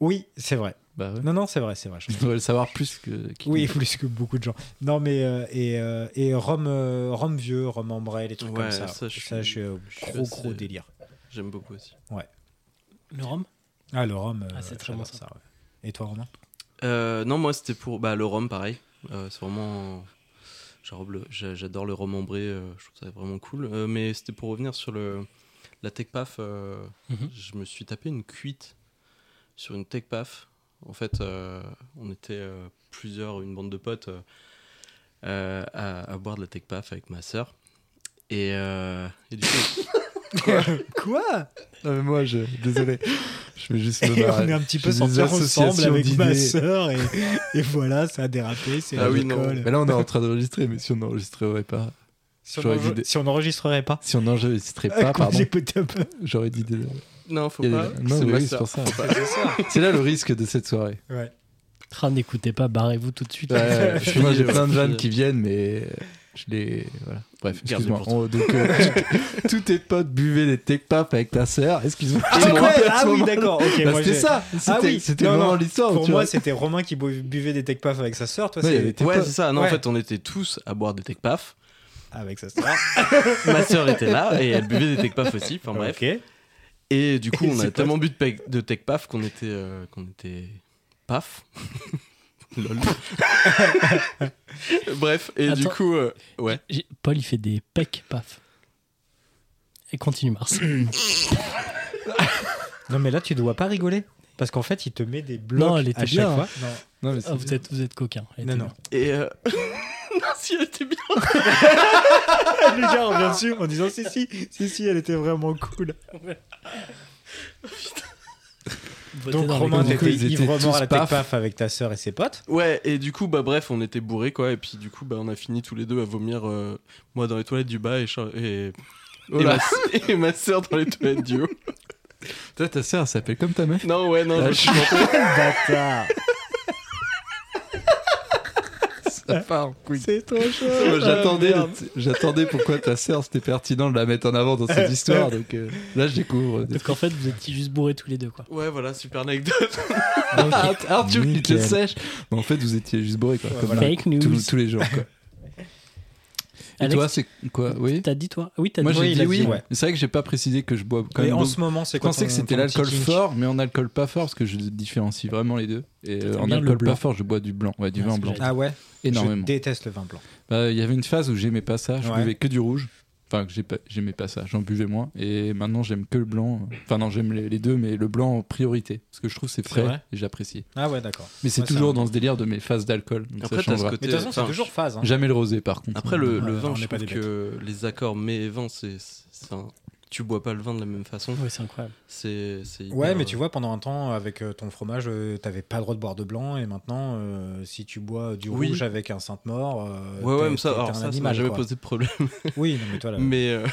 Speaker 1: Oui, c'est vrai.
Speaker 6: Bah ouais.
Speaker 1: Non, non, c'est vrai, c'est vrai. je-
Speaker 6: Je devrais le savoir plus que. qui-
Speaker 1: Oui, plus que beaucoup de gens. Non, mais. euh, et, euh, et Rome, euh, Rome vieux, Rome ambré, les trucs
Speaker 8: Ouais,
Speaker 1: comme ça.
Speaker 8: ça, je
Speaker 1: ça, je
Speaker 8: suis-
Speaker 1: suis euh,
Speaker 8: je suis
Speaker 1: gros,
Speaker 8: assez-
Speaker 1: gros délire.
Speaker 8: J'aime beaucoup aussi.
Speaker 2: Le rhum
Speaker 1: Ah, le Rome.
Speaker 2: Ah, c'est très bon, ça.
Speaker 1: ouais. Et toi, Romain
Speaker 8: Euh, non, moi, c'était pour bah, le rhum, pareil. Euh, c'est vraiment. genre le- j'a- J'adore le rhum ambré, euh, je trouve ça vraiment cool. Euh, mais c'était pour revenir sur le, la tech paf. euh,
Speaker 2: Mhm.
Speaker 8: Je me suis tapé une cuite sur une tech paf. En fait, euh, on était euh, plusieurs, une bande de potes, euh, euh, à, à boire de la tech paf avec ma sœur. Et, euh, et du coup,
Speaker 1: Quoi
Speaker 6: Non, mais moi, je. Désolé. Je vais juste me
Speaker 1: Et on
Speaker 6: marrer.
Speaker 1: est un petit
Speaker 6: Je
Speaker 1: peu
Speaker 6: fais
Speaker 1: sortis
Speaker 6: des
Speaker 1: ensemble
Speaker 6: associations
Speaker 1: avec ma
Speaker 6: d'idées.
Speaker 1: sœur et, et voilà, ça a dérapé, c'est
Speaker 8: Ah oui,
Speaker 1: l'alcool.
Speaker 6: Mais là, on est en train d'enregistrer, mais si on n'enregistrerait pas.
Speaker 1: Si on
Speaker 6: j'aurais
Speaker 1: enre-
Speaker 6: dit des-
Speaker 1: Si on n'enregistrerait pas,
Speaker 6: Si on n'enregistrait pas,
Speaker 1: Coupe
Speaker 6: pardon,
Speaker 1: les potes up.
Speaker 6: j'aurais dit. des-
Speaker 8: non, faut
Speaker 6: Il y a
Speaker 8: pas.
Speaker 6: des- Non,
Speaker 8: c'est
Speaker 6: mais
Speaker 8: ma
Speaker 6: oui, c'est
Speaker 8: sœur.
Speaker 6: pour ça. C'est là le risque de cette soirée.
Speaker 1: Ouais.
Speaker 2: Ah, n'écoutez pas, barrez-vous tout de suite.
Speaker 6: Ouais, parce que moi j'ai
Speaker 8: Fini,
Speaker 6: plein de
Speaker 8: ouais.
Speaker 6: vannes qui viennent, mais je les. Voilà. Bref,
Speaker 8: Garde-les
Speaker 6: excuse-moi.
Speaker 8: pour
Speaker 6: On- Donc, euh, tout- tous tes potes buvaient des tech paf avec ta sœur. Excuse-moi.
Speaker 1: Ah,
Speaker 6: je me
Speaker 1: ouais,
Speaker 6: rappelle à
Speaker 1: ah
Speaker 6: ce
Speaker 1: oui,
Speaker 6: moment.
Speaker 1: d'accord. ok,
Speaker 6: Bah,
Speaker 1: moi,
Speaker 6: c'était
Speaker 1: j'ai-
Speaker 6: ça.
Speaker 1: Ah
Speaker 6: C'était
Speaker 1: oui.
Speaker 6: c'était
Speaker 1: Non,
Speaker 6: vraiment
Speaker 1: non.
Speaker 6: l'histoire.
Speaker 1: Pour
Speaker 6: tu
Speaker 1: moi,
Speaker 6: vois.
Speaker 1: c'était Romain qui bu- buvait des tech paf avec sa sœur. Toi,
Speaker 6: Ouais, il y
Speaker 1: c'est
Speaker 6: avait tes
Speaker 8: Ouais,
Speaker 6: potes.
Speaker 8: c'est ça. Non,
Speaker 1: Ouais.
Speaker 8: en fait, on était tous à boire des tech paf.
Speaker 1: avec sa sœur.
Speaker 6: Ah,
Speaker 8: Ma sœur était là et elle buvait des tech paf aussi. Enfin bref.
Speaker 1: Ok.
Speaker 8: Et du coup,
Speaker 1: Et
Speaker 8: on
Speaker 1: c'est
Speaker 8: a
Speaker 1: pas
Speaker 8: tellement bu de, pe- de tech paf qu'on était, euh, qu'on était paf. Lol. Bref, et du
Speaker 2: Attends.
Speaker 8: coup, euh, ouais.
Speaker 2: J'ai- Paul, il fait des pecs, paf. Et continue, Mars.
Speaker 1: Non, mais là, tu dois pas rigoler. Parce qu'en fait, il te met des blocs
Speaker 2: Non, elle était
Speaker 1: à chaque
Speaker 2: bien.
Speaker 1: fois.
Speaker 6: Non, mais c'est-
Speaker 2: Ah, vous êtes, vous êtes coquin. Elle
Speaker 1: Non,
Speaker 2: était
Speaker 1: non.
Speaker 2: bien.
Speaker 8: Et euh, non, si elle était bien.
Speaker 1: Le gars revient dessus en disant si, si, si, si, elle était vraiment cool.
Speaker 2: Votez
Speaker 1: Donc,
Speaker 2: dans les
Speaker 1: Romain,
Speaker 2: commentaires.
Speaker 6: t'es-
Speaker 1: t'étais
Speaker 6: ils étaient
Speaker 1: ivre mort à la
Speaker 6: tous
Speaker 1: tech
Speaker 6: paf.
Speaker 1: paf avec ta sœur et ses potes.
Speaker 8: Ouais, et du coup, bah bref, on était bourrés quoi. Et puis du coup, bah on a fini tous les deux à vomir. euh, moi dans les toilettes du bas et Char- et,
Speaker 6: Oh
Speaker 8: et
Speaker 6: là.
Speaker 8: ma, et ma sœur dans les toilettes du haut.
Speaker 6: Toi, ta sœur elle s'appelle comme ta meuf.
Speaker 8: Non, ouais, non,
Speaker 6: Ah,
Speaker 8: je me suis planté.
Speaker 1: Bâtard.
Speaker 6: Ça part en couille.
Speaker 1: C'est trop chaud.
Speaker 6: Ah, J'attendais, j'attendais pourquoi ta sœur c'était pertinent de la mettre en avant dans cette histoire. Donc euh, là, je découvre.
Speaker 2: Donc, en fait, vous étiez juste bourrés tous les deux, quoi.
Speaker 8: Ouais, voilà, super anecdote.
Speaker 6: Ah, Arthur, il te
Speaker 1: Nickel.
Speaker 6: sèche. Mais en fait, vous étiez juste bourré quoi.
Speaker 1: Ouais,
Speaker 6: comme
Speaker 1: voilà.
Speaker 2: Fake news.
Speaker 6: tous, tous les jours. Quoi. Et
Speaker 2: Alex,
Speaker 6: toi, c'est quoi Oui.
Speaker 2: T'as dit, toi Ah Oui, t'as
Speaker 6: Moi,
Speaker 2: dit.
Speaker 1: Oui,
Speaker 6: j'ai
Speaker 1: il a
Speaker 6: dit oui.
Speaker 1: dit, ouais.
Speaker 6: C'est vrai que j'ai pas précisé que je bois quand
Speaker 1: Mais
Speaker 6: même.
Speaker 1: en
Speaker 6: beaucoup.
Speaker 1: ce moment, c'est
Speaker 6: Je
Speaker 1: quoi
Speaker 6: pensais
Speaker 1: ton-
Speaker 6: que c'était
Speaker 1: ton petit
Speaker 6: l'alcool
Speaker 1: kink
Speaker 6: fort, mais en alcool pas fort, parce que je différencie vraiment les deux. Et euh,
Speaker 2: T'aimes
Speaker 6: en
Speaker 2: bien le
Speaker 6: alcool pas
Speaker 2: blanc.
Speaker 6: fort, je bois du blanc, ouais, du
Speaker 2: Ah,
Speaker 6: vin
Speaker 2: c'est
Speaker 6: blanc,
Speaker 2: vrai.
Speaker 1: Ah ouais Je
Speaker 6: énormément. Bah,
Speaker 1: déteste le vin blanc.
Speaker 6: Il y avait une phase où j'aimais pas ça, je
Speaker 1: Ouais.
Speaker 6: buvais que du rouge. Enfin, que j'ai pas- j'aimais pas ça, j'en buvais moins. Et maintenant, j'aime que le blanc. Enfin, non, j'aime les, les deux, mais le blanc en priorité. Parce que je trouve que c'est frais
Speaker 1: vrai
Speaker 6: et j'apprécie.
Speaker 1: Ah ouais, d'accord.
Speaker 6: Mais c'est
Speaker 1: Ouais, ça
Speaker 6: toujours
Speaker 1: va.
Speaker 6: dans ce délire de mes phases d'alcool. donc
Speaker 8: Après,
Speaker 6: ça
Speaker 8: t'as ce
Speaker 6: changera.
Speaker 8: côté-
Speaker 1: Mais de toute façon,
Speaker 8: Enfin,
Speaker 1: c'est toujours phase. hein.
Speaker 6: Jamais le rosé, par contre.
Speaker 8: Après, le, le
Speaker 1: Ouais, on
Speaker 8: vin, je
Speaker 1: n'est pas
Speaker 8: trouve
Speaker 1: des bêtes.
Speaker 8: que les accords mets et vin, c'est. c'est- c'est un- Tu bois pas le vin de la même façon.
Speaker 2: Oui, c'est incroyable.
Speaker 8: C'est. c'est hyper,
Speaker 1: Ouais, mais tu
Speaker 8: euh,
Speaker 1: vois, pendant un temps, avec euh, ton fromage, euh, t'avais pas le droit de boire de blanc, et maintenant, euh, si tu bois du
Speaker 8: Oui.
Speaker 1: rouge avec un Sainte-Mort, euh,
Speaker 8: Ouais,
Speaker 1: t'es-
Speaker 8: ouais, mais ça,
Speaker 1: t'es
Speaker 8: alors
Speaker 1: un
Speaker 8: ça, ça m'a
Speaker 1: animal,
Speaker 8: jamais
Speaker 1: quoi.
Speaker 8: posé de problème.
Speaker 1: Oui, non, mais toi, là,
Speaker 8: Mais. euh,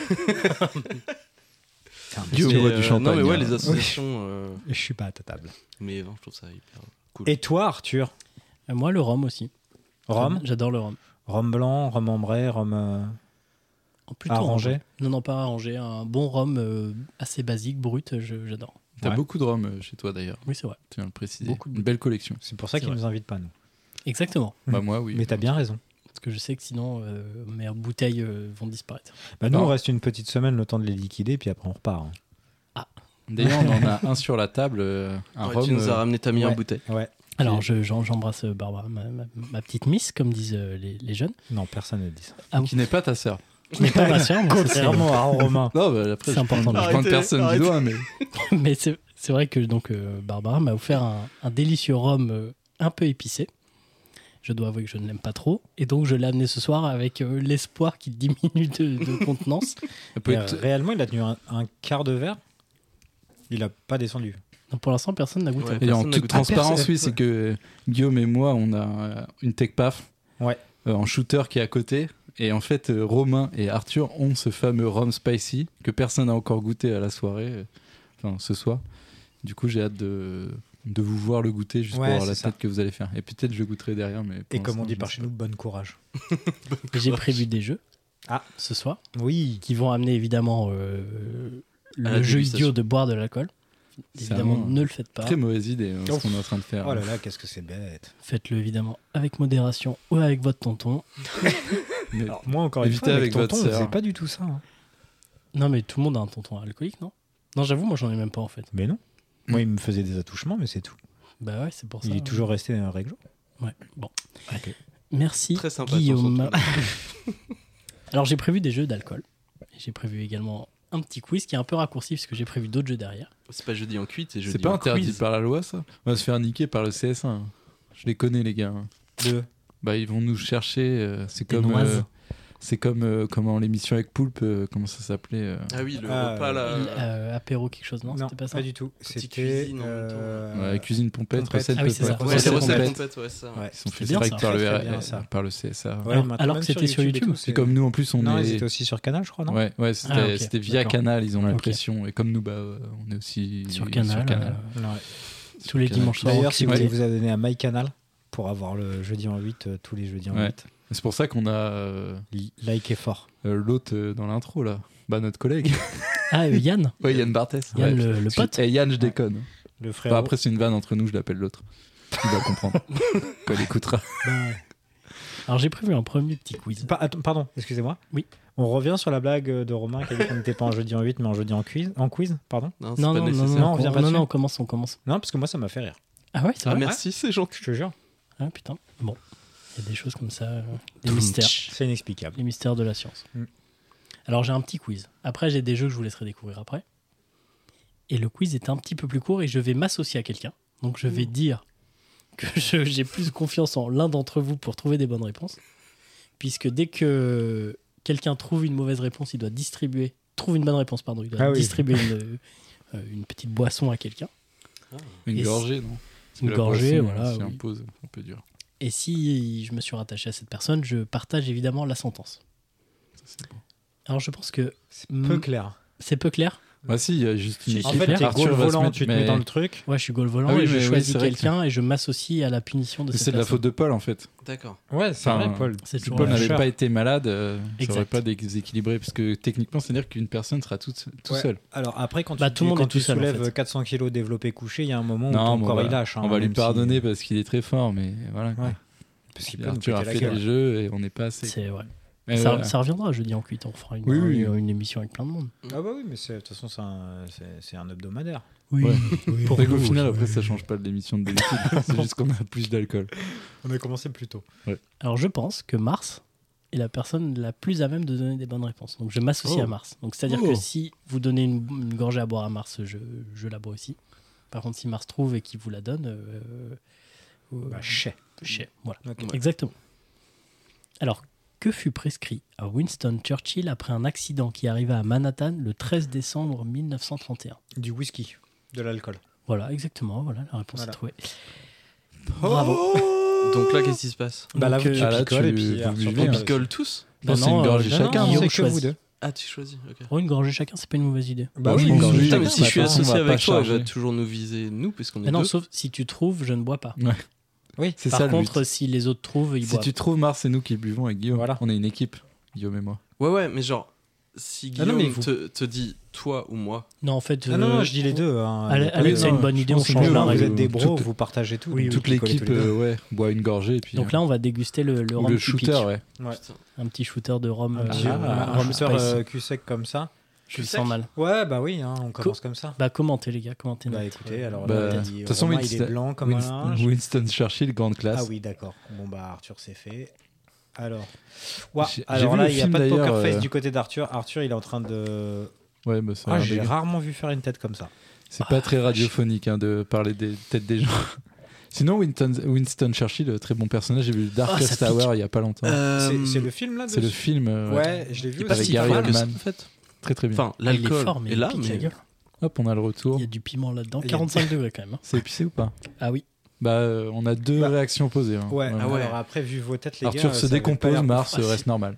Speaker 1: t'es un
Speaker 6: Guillaume
Speaker 8: mais,
Speaker 6: boit
Speaker 8: euh,
Speaker 6: du champagne.
Speaker 8: Non, mais ouais,
Speaker 6: hein.
Speaker 8: les associations. euh,
Speaker 1: Je suis pas à ta table.
Speaker 8: mets et vin, je trouve ça hyper.
Speaker 1: Et toi, Arthur
Speaker 2: Euh, Moi, le rhum aussi.
Speaker 1: Rhum
Speaker 2: J'adore le rhum.
Speaker 1: Rhum blanc, rhum ambré, rhum euh,
Speaker 2: En plus,
Speaker 6: Ah,
Speaker 1: arrangé
Speaker 2: Oh, Non, non, pas arrangé. Un bon rhum euh, assez basique, brut, je- j'adore.
Speaker 6: T'as
Speaker 1: Ouais. beaucoup.
Speaker 6: beaucoup de rhum euh, chez toi, d'ailleurs.
Speaker 2: Oui, c'est vrai.
Speaker 6: Tu viens de le préciser.
Speaker 2: Beaucoup de-
Speaker 6: Une belle collection.
Speaker 1: C'est pour ça
Speaker 2: C'est
Speaker 1: qu'ils
Speaker 2: vrai.
Speaker 1: nous invitent pas, nous.
Speaker 2: Exactement.
Speaker 6: Bah, moi, oui.
Speaker 1: Mais t'as bien raison.
Speaker 2: Parce que je sais que sinon, euh, mes bouteilles euh, vont disparaître.
Speaker 1: Bah, nous,
Speaker 6: Non.
Speaker 1: on reste une petite semaine le temps de les liquider, puis après, on repart. hein.
Speaker 6: D'ailleurs, on en a un sur la table, euh, un
Speaker 8: Ouais,
Speaker 6: rhum.
Speaker 8: Ah, tu nous as
Speaker 6: euh,
Speaker 8: ramené ta meilleure
Speaker 1: ouais.
Speaker 8: bouteille.
Speaker 1: Ouais.
Speaker 2: Alors, je- j'en- j'embrasse euh, Barbara, ma, ma- ma petite miss, comme disent euh, les, les jeunes.
Speaker 1: Non, personne ne dit ça.
Speaker 6: Qui n'est pas ta sœur.
Speaker 2: Qui n'est pas ma sœur, mais ça, c'est-
Speaker 1: Contrairement à Romain.
Speaker 6: Non, bah, après,
Speaker 2: C'est
Speaker 6: je prends-
Speaker 2: important.
Speaker 6: je prends
Speaker 8: Arrêtez,
Speaker 6: personne
Speaker 8: arrêtez.
Speaker 6: du doigt, mais.
Speaker 2: Mais c'est c'est vrai que donc euh, Barbara m'a offert un, un délicieux rhum euh, un peu épicé. Je dois avouer que je ne l'aime pas trop. Et donc, je l'ai amené ce soir avec euh, l'espoir qu'il diminue de, de contenance.
Speaker 6: Ça peut
Speaker 1: Mais, euh,
Speaker 6: être-
Speaker 1: réellement, il a tenu un, un quart de verre. Il a pas descendu.
Speaker 2: Donc, pour l'instant, personne n'a goûté.
Speaker 8: Ouais.
Speaker 6: Et en
Speaker 8: Personne n'a
Speaker 6: toute
Speaker 8: goûté.
Speaker 6: transparence,
Speaker 1: Personne-
Speaker 6: oui, c'est que Guillaume et moi, on a euh, une tech paf
Speaker 1: Ouais.
Speaker 6: euh, en shooter qui est à côté. Et en fait, euh, Romain et Arthur ont ce fameux rhum spicy que personne n'a encore goûté à la soirée, euh, enfin ce soir. Du coup, j'ai hâte de, de vous voir le goûter juste
Speaker 1: Ouais,
Speaker 6: pour voir
Speaker 1: c'est
Speaker 6: la
Speaker 1: ça.
Speaker 6: tête que vous allez faire. Et peut-être je goûterai derrière. Mais pour
Speaker 1: Et comme on
Speaker 6: l'instant,
Speaker 1: dit
Speaker 6: je
Speaker 1: par
Speaker 6: sais
Speaker 1: chez nous, bon courage.
Speaker 2: J'ai prévu des jeux
Speaker 1: Ah.
Speaker 2: ce soir.
Speaker 1: Oui.
Speaker 2: qui vont amener évidemment euh,
Speaker 8: À la
Speaker 2: le jeu
Speaker 8: dégustation.
Speaker 2: idiot de boire de l'alcool.
Speaker 6: C'est
Speaker 2: Évidemment,
Speaker 6: vraiment
Speaker 2: ne le faites pas.
Speaker 6: pas. Très mauvaise idée euh, ce
Speaker 1: hein. Ouf.
Speaker 6: qu'on est en train de faire.
Speaker 1: Oh là là, qu'est-ce que c'est bête.
Speaker 2: Faites-le évidemment avec modération ou avec votre tonton.
Speaker 6: Mais-
Speaker 1: Alors, moi, encore une
Speaker 6: Évitez
Speaker 1: fois,
Speaker 6: avec
Speaker 1: avec,
Speaker 6: votre
Speaker 1: tonton, on
Speaker 6: sœur.
Speaker 1: faisait pas du tout ça. hein.
Speaker 2: Non, mais tout le monde a un tonton alcoolique, non Non, j'avoue, moi j'en ai même pas en fait.
Speaker 1: Mais non. Moi, il me faisait des attouchements, mais c'est tout.
Speaker 2: Bah ouais, c'est pour ça.
Speaker 1: Il
Speaker 2: ouais.
Speaker 1: est toujours resté dans la règle.
Speaker 2: Ouais, bon.
Speaker 1: Ok.
Speaker 2: Merci
Speaker 8: Très sympa.
Speaker 2: Guillaume.
Speaker 8: ton hein. sentiment.
Speaker 2: Alors j'ai prévu des jeux d'alcool. J'ai prévu également un petit quiz qui est un peu raccourci parce que j'ai prévu d'autres jeux derrière.
Speaker 8: C'est pas jeudi en cuite, c'est jeudi
Speaker 6: C'est pas
Speaker 8: en
Speaker 6: interdit
Speaker 8: quiz.
Speaker 6: par la loi, ça On va se faire niquer par le CS1. hein. Je les connais, les gars. hein.
Speaker 1: Deux.
Speaker 6: Bah, ils vont nous chercher. euh, c'est
Speaker 2: Des
Speaker 6: comme.
Speaker 2: noises.
Speaker 6: euh, c'est comme euh, comment l'émission avec Poulpe, euh, comment ça s'appelait euh,
Speaker 8: Ah oui, le
Speaker 1: Ah,
Speaker 8: repas là.
Speaker 2: Il- euh, apéro quelque chose, non,
Speaker 1: Non,
Speaker 2: C'était pas ça
Speaker 1: du tout.
Speaker 8: Petite
Speaker 1: C'était.
Speaker 8: cuisine en même temps.
Speaker 1: euh,
Speaker 6: ouais, Cuisine Pompette,
Speaker 1: Pompette.
Speaker 6: recette
Speaker 2: Ah oui, c'est
Speaker 6: Pompette.
Speaker 2: ça.
Speaker 8: Ouais, c'est
Speaker 2: Recette
Speaker 8: recette
Speaker 2: Pompette.
Speaker 8: complète, ouais, ça.
Speaker 1: Ouais.
Speaker 6: Ils sont
Speaker 2: C'est
Speaker 6: faits
Speaker 2: bien,
Speaker 6: direct
Speaker 2: ça.
Speaker 6: par le,
Speaker 1: Très, très
Speaker 6: RR,
Speaker 1: bien, ça.
Speaker 6: par le CSA.
Speaker 1: Ouais,
Speaker 2: Alors-
Speaker 1: maintenant,
Speaker 2: alors
Speaker 1: même
Speaker 2: que
Speaker 1: sur
Speaker 2: c'était sur
Speaker 1: et
Speaker 2: YouTube,
Speaker 1: tout,
Speaker 6: C'est comme nous en plus, on
Speaker 1: Non, ils
Speaker 6: est.
Speaker 1: étaient aussi sur Canal, je crois, non
Speaker 6: Ouais, ouais, c'était
Speaker 2: Ah, ok,
Speaker 6: c'était via
Speaker 2: d'accord.
Speaker 6: Canal, ils ont
Speaker 2: Ok.
Speaker 6: l'impression. Et comme nous, bah, euh, on est aussi
Speaker 2: Sur Canal. euh,
Speaker 1: Ouais.
Speaker 2: tous les
Speaker 6: Canal.
Speaker 2: dimanches soirs.
Speaker 1: D'ailleurs, si vous
Speaker 2: Ouais.
Speaker 1: voulez vous abonner à My Canal pour avoir le jeudi en 8, euh, tous les jeudis en
Speaker 6: Ouais.
Speaker 1: 8,
Speaker 6: C'est pour ça qu'on a euh,
Speaker 1: li- likez fort.
Speaker 6: euh, l'hôte euh, dans l'intro, là. Bah, notre collègue.
Speaker 2: Ah, euh, Yann,
Speaker 6: ouais, Yann Barthès.
Speaker 2: Yann
Speaker 6: Ouais.
Speaker 2: le, le pote.
Speaker 6: Eh, Yann, je déconne.
Speaker 1: Le frère.
Speaker 6: Enfin, après, c'est une vanne entre nous, je l'appelle l'autre. Il va comprendre quand il écoutera.
Speaker 2: Alors j'ai prévu un premier petit quiz.
Speaker 1: Pa- attends, pardon, excusez-moi.
Speaker 2: Oui.
Speaker 1: On revient sur la blague de Romain qui a dit qu'on n'était pas en jeudi en 8, mais en jeudi en quiz. En quiz pardon.
Speaker 8: Non, c'est
Speaker 2: Non,
Speaker 8: pas
Speaker 2: non, non,
Speaker 8: nécessaire.
Speaker 2: non,
Speaker 1: Non, on
Speaker 2: on-
Speaker 1: revient pas
Speaker 2: non,
Speaker 1: dessus.
Speaker 2: non, on commence, on commence.
Speaker 1: Non, parce que moi, ça m'a fait rire.
Speaker 2: Ah ouais, c'est
Speaker 8: Ah,
Speaker 2: vrai.
Speaker 8: merci, c'est gentil.
Speaker 1: Je te jure.
Speaker 2: Ah, putain. Bon, il y a des choses comme ça, euh, des mystères,
Speaker 1: C'est inexplicable.
Speaker 2: les mystères de la science.
Speaker 1: Mm.
Speaker 2: Alors j'ai un petit quiz. Après j'ai des jeux que je vous laisserai découvrir après. Et le quiz est un petit peu plus court et je vais m'associer à quelqu'un. Donc je vais dire que je- j'ai plus confiance en l'un d'entre vous pour trouver des bonnes réponses, puisque dès que quelqu'un trouve une mauvaise réponse, il doit distribuer trouve une bonne réponse pardon, il doit
Speaker 1: Ah oui.
Speaker 2: distribuer une, euh, une petite boisson à quelqu'un.
Speaker 6: Une
Speaker 2: Et
Speaker 6: gorgée, non Parce que
Speaker 2: une
Speaker 6: la
Speaker 2: gorgée,
Speaker 6: boisson,
Speaker 2: voilà,
Speaker 6: Si on
Speaker 2: oui.
Speaker 6: pose, c'est un peu dur.
Speaker 2: Et si je me suis rattaché à cette personne, je partage évidemment la sentence.
Speaker 6: Ça, c'est bon.
Speaker 2: Alors je pense que
Speaker 1: C'est peu
Speaker 2: Mm.
Speaker 1: clair.
Speaker 2: c'est peu clair.
Speaker 6: Bah, si, il y a juste une
Speaker 2: Si,
Speaker 1: En
Speaker 2: si.
Speaker 6: équipe.
Speaker 1: fait,
Speaker 2: clair.
Speaker 1: t'es
Speaker 6: Arthur
Speaker 1: goal
Speaker 6: va se
Speaker 1: volant,
Speaker 6: mettre,
Speaker 1: tu te
Speaker 6: mais-
Speaker 1: mets dans le truc.
Speaker 2: Ouais, je suis goal volant
Speaker 6: Ah oui,
Speaker 2: et je
Speaker 6: mais oui,
Speaker 2: choisis
Speaker 6: c'est vrai que
Speaker 2: quelqu'un et je m'associe à la punition de
Speaker 6: Mais
Speaker 2: cette
Speaker 6: C'est de la
Speaker 2: personne.
Speaker 6: faute de Paul, en fait.
Speaker 8: D'accord.
Speaker 1: Ouais, c'est
Speaker 6: Enfin,
Speaker 1: vrai, Paul.
Speaker 2: C'est
Speaker 6: Si
Speaker 2: toujours
Speaker 6: Paul
Speaker 2: la
Speaker 6: n'avait
Speaker 1: lâcheur.
Speaker 6: pas été malade, euh, ça
Speaker 2: Exact.
Speaker 6: aurait pas déséquilibré. Parce que techniquement, c'est-à-dire qu'une personne sera toute, tout
Speaker 1: Ouais.
Speaker 6: seule.
Speaker 1: Alors après, quand
Speaker 2: Bah,
Speaker 1: tu,
Speaker 2: tout le monde
Speaker 1: quand
Speaker 2: est tout
Speaker 1: tu
Speaker 2: seul, en
Speaker 1: soulèves
Speaker 2: fait.
Speaker 1: 400 kilos développé couché, il y a un moment
Speaker 6: Non,
Speaker 1: où
Speaker 6: mais
Speaker 1: ton corps
Speaker 6: on va-
Speaker 1: il lâche. hein,
Speaker 6: on va lui
Speaker 1: même si-
Speaker 6: pardonner parce qu'il est très fort, mais voilà. quoi.
Speaker 1: Ouais. parce qu'il peut nous
Speaker 6: Arthur a
Speaker 1: péter la
Speaker 6: fait
Speaker 1: gueule.
Speaker 6: des jeux et on n'est pas assez.
Speaker 2: C'est vrai.
Speaker 6: Mais
Speaker 2: ça,
Speaker 6: voilà.
Speaker 2: ça reviendra jeudi en cuite. On fera une,
Speaker 6: Oui, oui.
Speaker 2: une- une émission avec plein de monde.
Speaker 1: Ah bah oui, mais c'est- de toute façon, c'est un, c'est- c'est un hebdomadaire.
Speaker 2: Oui.
Speaker 6: Ouais.
Speaker 2: Pour
Speaker 6: Au
Speaker 2: nous,
Speaker 6: final,
Speaker 2: oui.
Speaker 6: après, ça change pas de l'émission de d'habitude. c'est juste qu'on a plus d'alcool.
Speaker 1: On a commencé plus tôt.
Speaker 2: Alors je pense que Mars est la personne la plus à même de donner des bonnes réponses. Donc je m'associe
Speaker 6: Oh.
Speaker 2: à Mars. Donc c'est-à-dire
Speaker 6: Oh.
Speaker 2: que si vous donnez une, une gorgée à boire à Mars, je, je la bois aussi. Par contre, si Mars trouve et qu'il vous la donne, euh, euh,
Speaker 1: Bah, chais.
Speaker 2: Chez- Voilà.
Speaker 1: Ok.
Speaker 8: Ouais.
Speaker 2: Exactement. Alors, que fut prescrit à Winston Churchill après un accident qui arriva à Manhattan le 13 décembre 1931
Speaker 1: Du whisky, de l'alcool.
Speaker 2: Voilà, exactement. Voilà, la réponse
Speaker 1: Voilà.
Speaker 2: est trouvée. Bravo.
Speaker 8: Donc là, qu'est-ce qui se passe
Speaker 1: Bah là,
Speaker 2: Donc, euh,
Speaker 1: tu
Speaker 6: ah là,
Speaker 1: picoles
Speaker 6: tu-
Speaker 1: et puis
Speaker 6: vous
Speaker 1: Arthur,
Speaker 6: buvez,
Speaker 1: on
Speaker 6: hein.
Speaker 1: picole.
Speaker 8: Picole tous
Speaker 2: Bah
Speaker 6: c'est une gorgée
Speaker 2: euh,
Speaker 6: chacun, hein.
Speaker 1: Non,
Speaker 2: Guillaume
Speaker 1: c'est que vous
Speaker 2: choisit.
Speaker 1: deux.
Speaker 8: Ah, tu choisis, ok.
Speaker 2: Oh, une gorgée chacun, c'est pas une mauvaise idée.
Speaker 1: Bah oui,
Speaker 6: oui, je pense
Speaker 1: mais
Speaker 6: oui.
Speaker 8: Putain,
Speaker 1: chacun,
Speaker 8: Ah mais si je suis
Speaker 6: on va
Speaker 8: associé
Speaker 6: pas
Speaker 8: avec toi, elle va
Speaker 6: charger.
Speaker 8: toujours nous viser, nous, puisqu'on est
Speaker 2: Mais Ah non,
Speaker 8: deux.
Speaker 2: sauf si tu trouves, je ne bois pas.
Speaker 6: C'est
Speaker 2: Par
Speaker 6: ça
Speaker 2: contre,
Speaker 6: le but.
Speaker 2: si les autres trouvent, ils
Speaker 6: Si
Speaker 2: boivent.
Speaker 6: tu trouves Mars, c'est nous qui buvons avec Guillaume.
Speaker 1: Voilà.
Speaker 6: On est une équipe, Guillaume et moi.
Speaker 8: Ouais, ouais, mais genre, si
Speaker 1: Ah non,
Speaker 8: Guillaume
Speaker 1: mais vous-
Speaker 8: te, te dit toi ou moi,
Speaker 2: Non, en fait.
Speaker 1: Ah non,
Speaker 2: euh,
Speaker 1: non, je dis les deux. hein.
Speaker 2: Ale-
Speaker 1: Y a pas
Speaker 2: Alex
Speaker 1: de-
Speaker 2: a une
Speaker 6: non,
Speaker 2: bonne
Speaker 6: je
Speaker 2: idée, on
Speaker 6: pense que
Speaker 1: Mieux,
Speaker 2: change la
Speaker 1: vous
Speaker 6: mieux,
Speaker 2: règle.
Speaker 1: êtes des
Speaker 6: Toute-
Speaker 1: bros, vous partagez tout.
Speaker 2: Oui,
Speaker 1: donc
Speaker 6: Toute
Speaker 1: vous collez
Speaker 6: l'équipe
Speaker 1: tous les deux.
Speaker 6: euh, ouais, boit une gorgée et puis hein.
Speaker 2: Donc là, on va déguster le, le
Speaker 6: ou
Speaker 2: rhum
Speaker 6: le
Speaker 2: qui pique.
Speaker 6: shooter, ouais.
Speaker 1: Ouais.
Speaker 8: putain,
Speaker 2: Un petit shooter de rhum.
Speaker 1: Ah,
Speaker 2: euh,
Speaker 1: ah,
Speaker 2: rhum
Speaker 1: un shooter
Speaker 2: spice.
Speaker 1: euh, cul sec comme ça.
Speaker 2: Je le
Speaker 8: sec.
Speaker 2: sens mal.
Speaker 1: Ouais, bah oui, hein, on commence comme ça.
Speaker 2: Bah, commentez, les gars, commentez.
Speaker 1: Bah
Speaker 2: notre-
Speaker 1: écoutez, alors
Speaker 6: Bah,
Speaker 1: là, t'as
Speaker 6: de
Speaker 1: dit,
Speaker 6: toute façon,
Speaker 1: Romain, il
Speaker 6: Winston-
Speaker 1: est blanc comme un
Speaker 6: Winston,
Speaker 1: linge.
Speaker 6: Winston Churchill, grande classe.
Speaker 1: Ah oui, d'accord. Bon, bah Arthur, c'est fait. Alors, Ouah,
Speaker 6: J'ai- j'ai
Speaker 1: alors
Speaker 6: vu
Speaker 1: là,
Speaker 6: le
Speaker 1: il n'y a
Speaker 6: film,
Speaker 1: pas de
Speaker 6: d'ailleurs,
Speaker 1: poker face
Speaker 6: euh,
Speaker 1: du côté d'Arthur. Arthur, il est en train de.
Speaker 6: Ouais, bah, c'est
Speaker 1: Ah,
Speaker 6: un
Speaker 1: j'ai
Speaker 6: délire.
Speaker 1: rarement vu faire une tête comme ça.
Speaker 6: C'est pas très radiophonique hein, de parler des têtes des gens. Sinon, Winston, Winston Churchill, très bon personnage. J'ai vu
Speaker 2: ça
Speaker 6: Darkest
Speaker 2: pique.
Speaker 6: Hour il y a pas longtemps.
Speaker 1: C'est
Speaker 8: Euh,
Speaker 1: c'est le film là
Speaker 6: c'est le
Speaker 1: dessus
Speaker 6: film. euh,
Speaker 1: Ouais, je l'ai vu
Speaker 8: il est pas
Speaker 6: avec
Speaker 8: si
Speaker 1: aussi.
Speaker 6: Gary
Speaker 8: mal que ça,
Speaker 6: Oldman.
Speaker 8: en fait.
Speaker 6: Très très bien.
Speaker 8: Enfin,
Speaker 2: Il est
Speaker 8: l'alcool
Speaker 2: fort, mais
Speaker 8: est
Speaker 2: il
Speaker 8: là,
Speaker 2: pique la
Speaker 8: mais
Speaker 2: gueule.
Speaker 6: Hop, on a le retour.
Speaker 2: Il y a du piment là-dedans.
Speaker 1: Il y a-
Speaker 2: 45 degrés quand même. hein.
Speaker 6: C'est épicé ou pas
Speaker 2: Ah oui.
Speaker 6: Bah, euh, on a deux
Speaker 1: Bah.
Speaker 6: réactions opposées. hein.
Speaker 1: Ouais,
Speaker 6: Voilà.
Speaker 8: Ah ouais.
Speaker 1: alors après, vu vos têtes, les gars.
Speaker 6: Arthur se
Speaker 1: ça avait pas
Speaker 6: décompose,
Speaker 1: l'air de-
Speaker 6: Mars
Speaker 2: Ah,
Speaker 6: reste normal.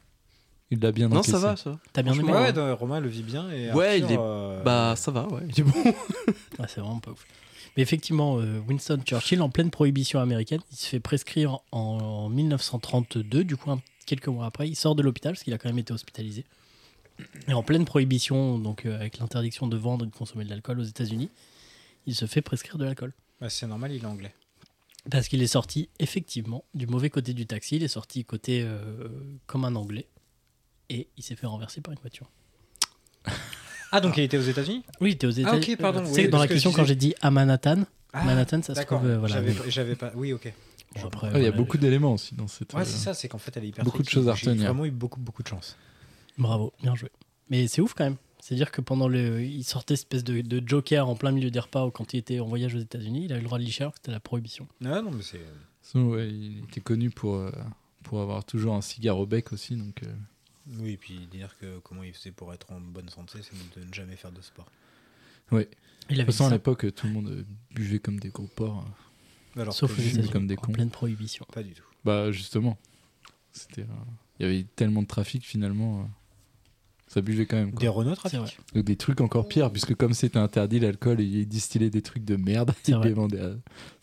Speaker 6: Il l'a bien
Speaker 8: Non,
Speaker 6: encaissé.
Speaker 8: ça va, ça. va.
Speaker 2: T'as bien aimé
Speaker 8: Franchement,
Speaker 2: hein
Speaker 1: Ouais, non, Romain le vit bien. Et
Speaker 8: Ouais,
Speaker 1: Arthur,
Speaker 8: il est-
Speaker 1: euh,
Speaker 8: Bah, ça va, ouais.
Speaker 2: Ouais, Ah, c'est vraiment pas ouf. Mais effectivement, euh, Winston Churchill, en pleine prohibition américaine, il se fait prescrire en, en 1932, du coup, un- quelques mois après, il sort de l'hôpital, parce qu'il a quand même été hospitalisé. Et en pleine prohibition, donc euh, avec l'interdiction de vendre et de consommer de l'alcool aux États-Unis, il se fait prescrire de l'alcool.
Speaker 1: bah, c'est normal, il est anglais.
Speaker 2: Parce qu'il est sorti, effectivement, du mauvais côté du taxi, il est sorti côté euh, comme un Anglais, et il s'est fait renverser par une voiture.
Speaker 1: Ah, donc il était aux États-Unis
Speaker 2: Oui, il était aux
Speaker 1: Ah,
Speaker 2: États-Unis.
Speaker 1: ok, pardon,
Speaker 2: Tu sais,
Speaker 1: oui,
Speaker 2: dans
Speaker 1: parce
Speaker 2: la
Speaker 1: que
Speaker 2: question,
Speaker 1: je
Speaker 2: quand
Speaker 1: disais-
Speaker 2: j'ai dit à Manhattan,
Speaker 1: Ah,
Speaker 2: Manhattan, ça se
Speaker 1: D'accord.
Speaker 2: trouve. euh, voilà,
Speaker 1: J'avais
Speaker 2: mais-
Speaker 1: pas- J'avais pas. Oui, ok.
Speaker 2: Bon, après,
Speaker 6: Ah, il y a
Speaker 2: voilà,
Speaker 6: beaucoup d'éléments aussi dans cette.
Speaker 1: Ouais,
Speaker 6: euh,
Speaker 1: c'est ça, c'est qu'en fait, elle est hyper
Speaker 6: beaucoup de
Speaker 1: tricky.
Speaker 6: choses à
Speaker 1: J'ai
Speaker 6: retenir.
Speaker 1: vraiment eu beaucoup, beaucoup de chance.
Speaker 2: Bravo, bien joué. Mais c'est ouf quand même. C'est-à-dire que pendant le. Il sortait cette espèce de, de joker en plein milieu des repas ou quand il était en voyage aux États-Unis, il a eu le droit de licher alors que c'était la prohibition.
Speaker 1: Ah, Non, non, mais c'est.
Speaker 6: sinon, ouais, il était connu pour, euh, pour avoir toujours un cigare au bec aussi. Donc, euh,
Speaker 1: Oui, et puis dire que comment il faisait pour être en bonne santé, c'est de ne jamais faire de sport.
Speaker 6: ouais.
Speaker 2: Il
Speaker 6: De
Speaker 2: avait
Speaker 6: toute façon, à
Speaker 2: dit ça,
Speaker 6: l'époque, tout le monde euh, buvait comme des gros porcs.
Speaker 1: Alors
Speaker 2: sauf
Speaker 1: que
Speaker 2: aux
Speaker 1: lui,
Speaker 6: États-Unis.
Speaker 2: États-Unis,
Speaker 6: comme des
Speaker 2: en
Speaker 6: cons.
Speaker 2: pleine prohibition.
Speaker 1: Pas du tout.
Speaker 6: Bah, justement. C'était. euh, Il y avait tellement de trafic finalement. euh, Ça buvait quand même. quoi.
Speaker 1: Des Renault trafic
Speaker 2: C'est vrai.
Speaker 6: Donc, des trucs encore pires, puisque comme c'était interdit, l'alcool, il distillait des trucs de merde.
Speaker 2: C'est
Speaker 6: Il
Speaker 2: vrai.
Speaker 6: les vendait à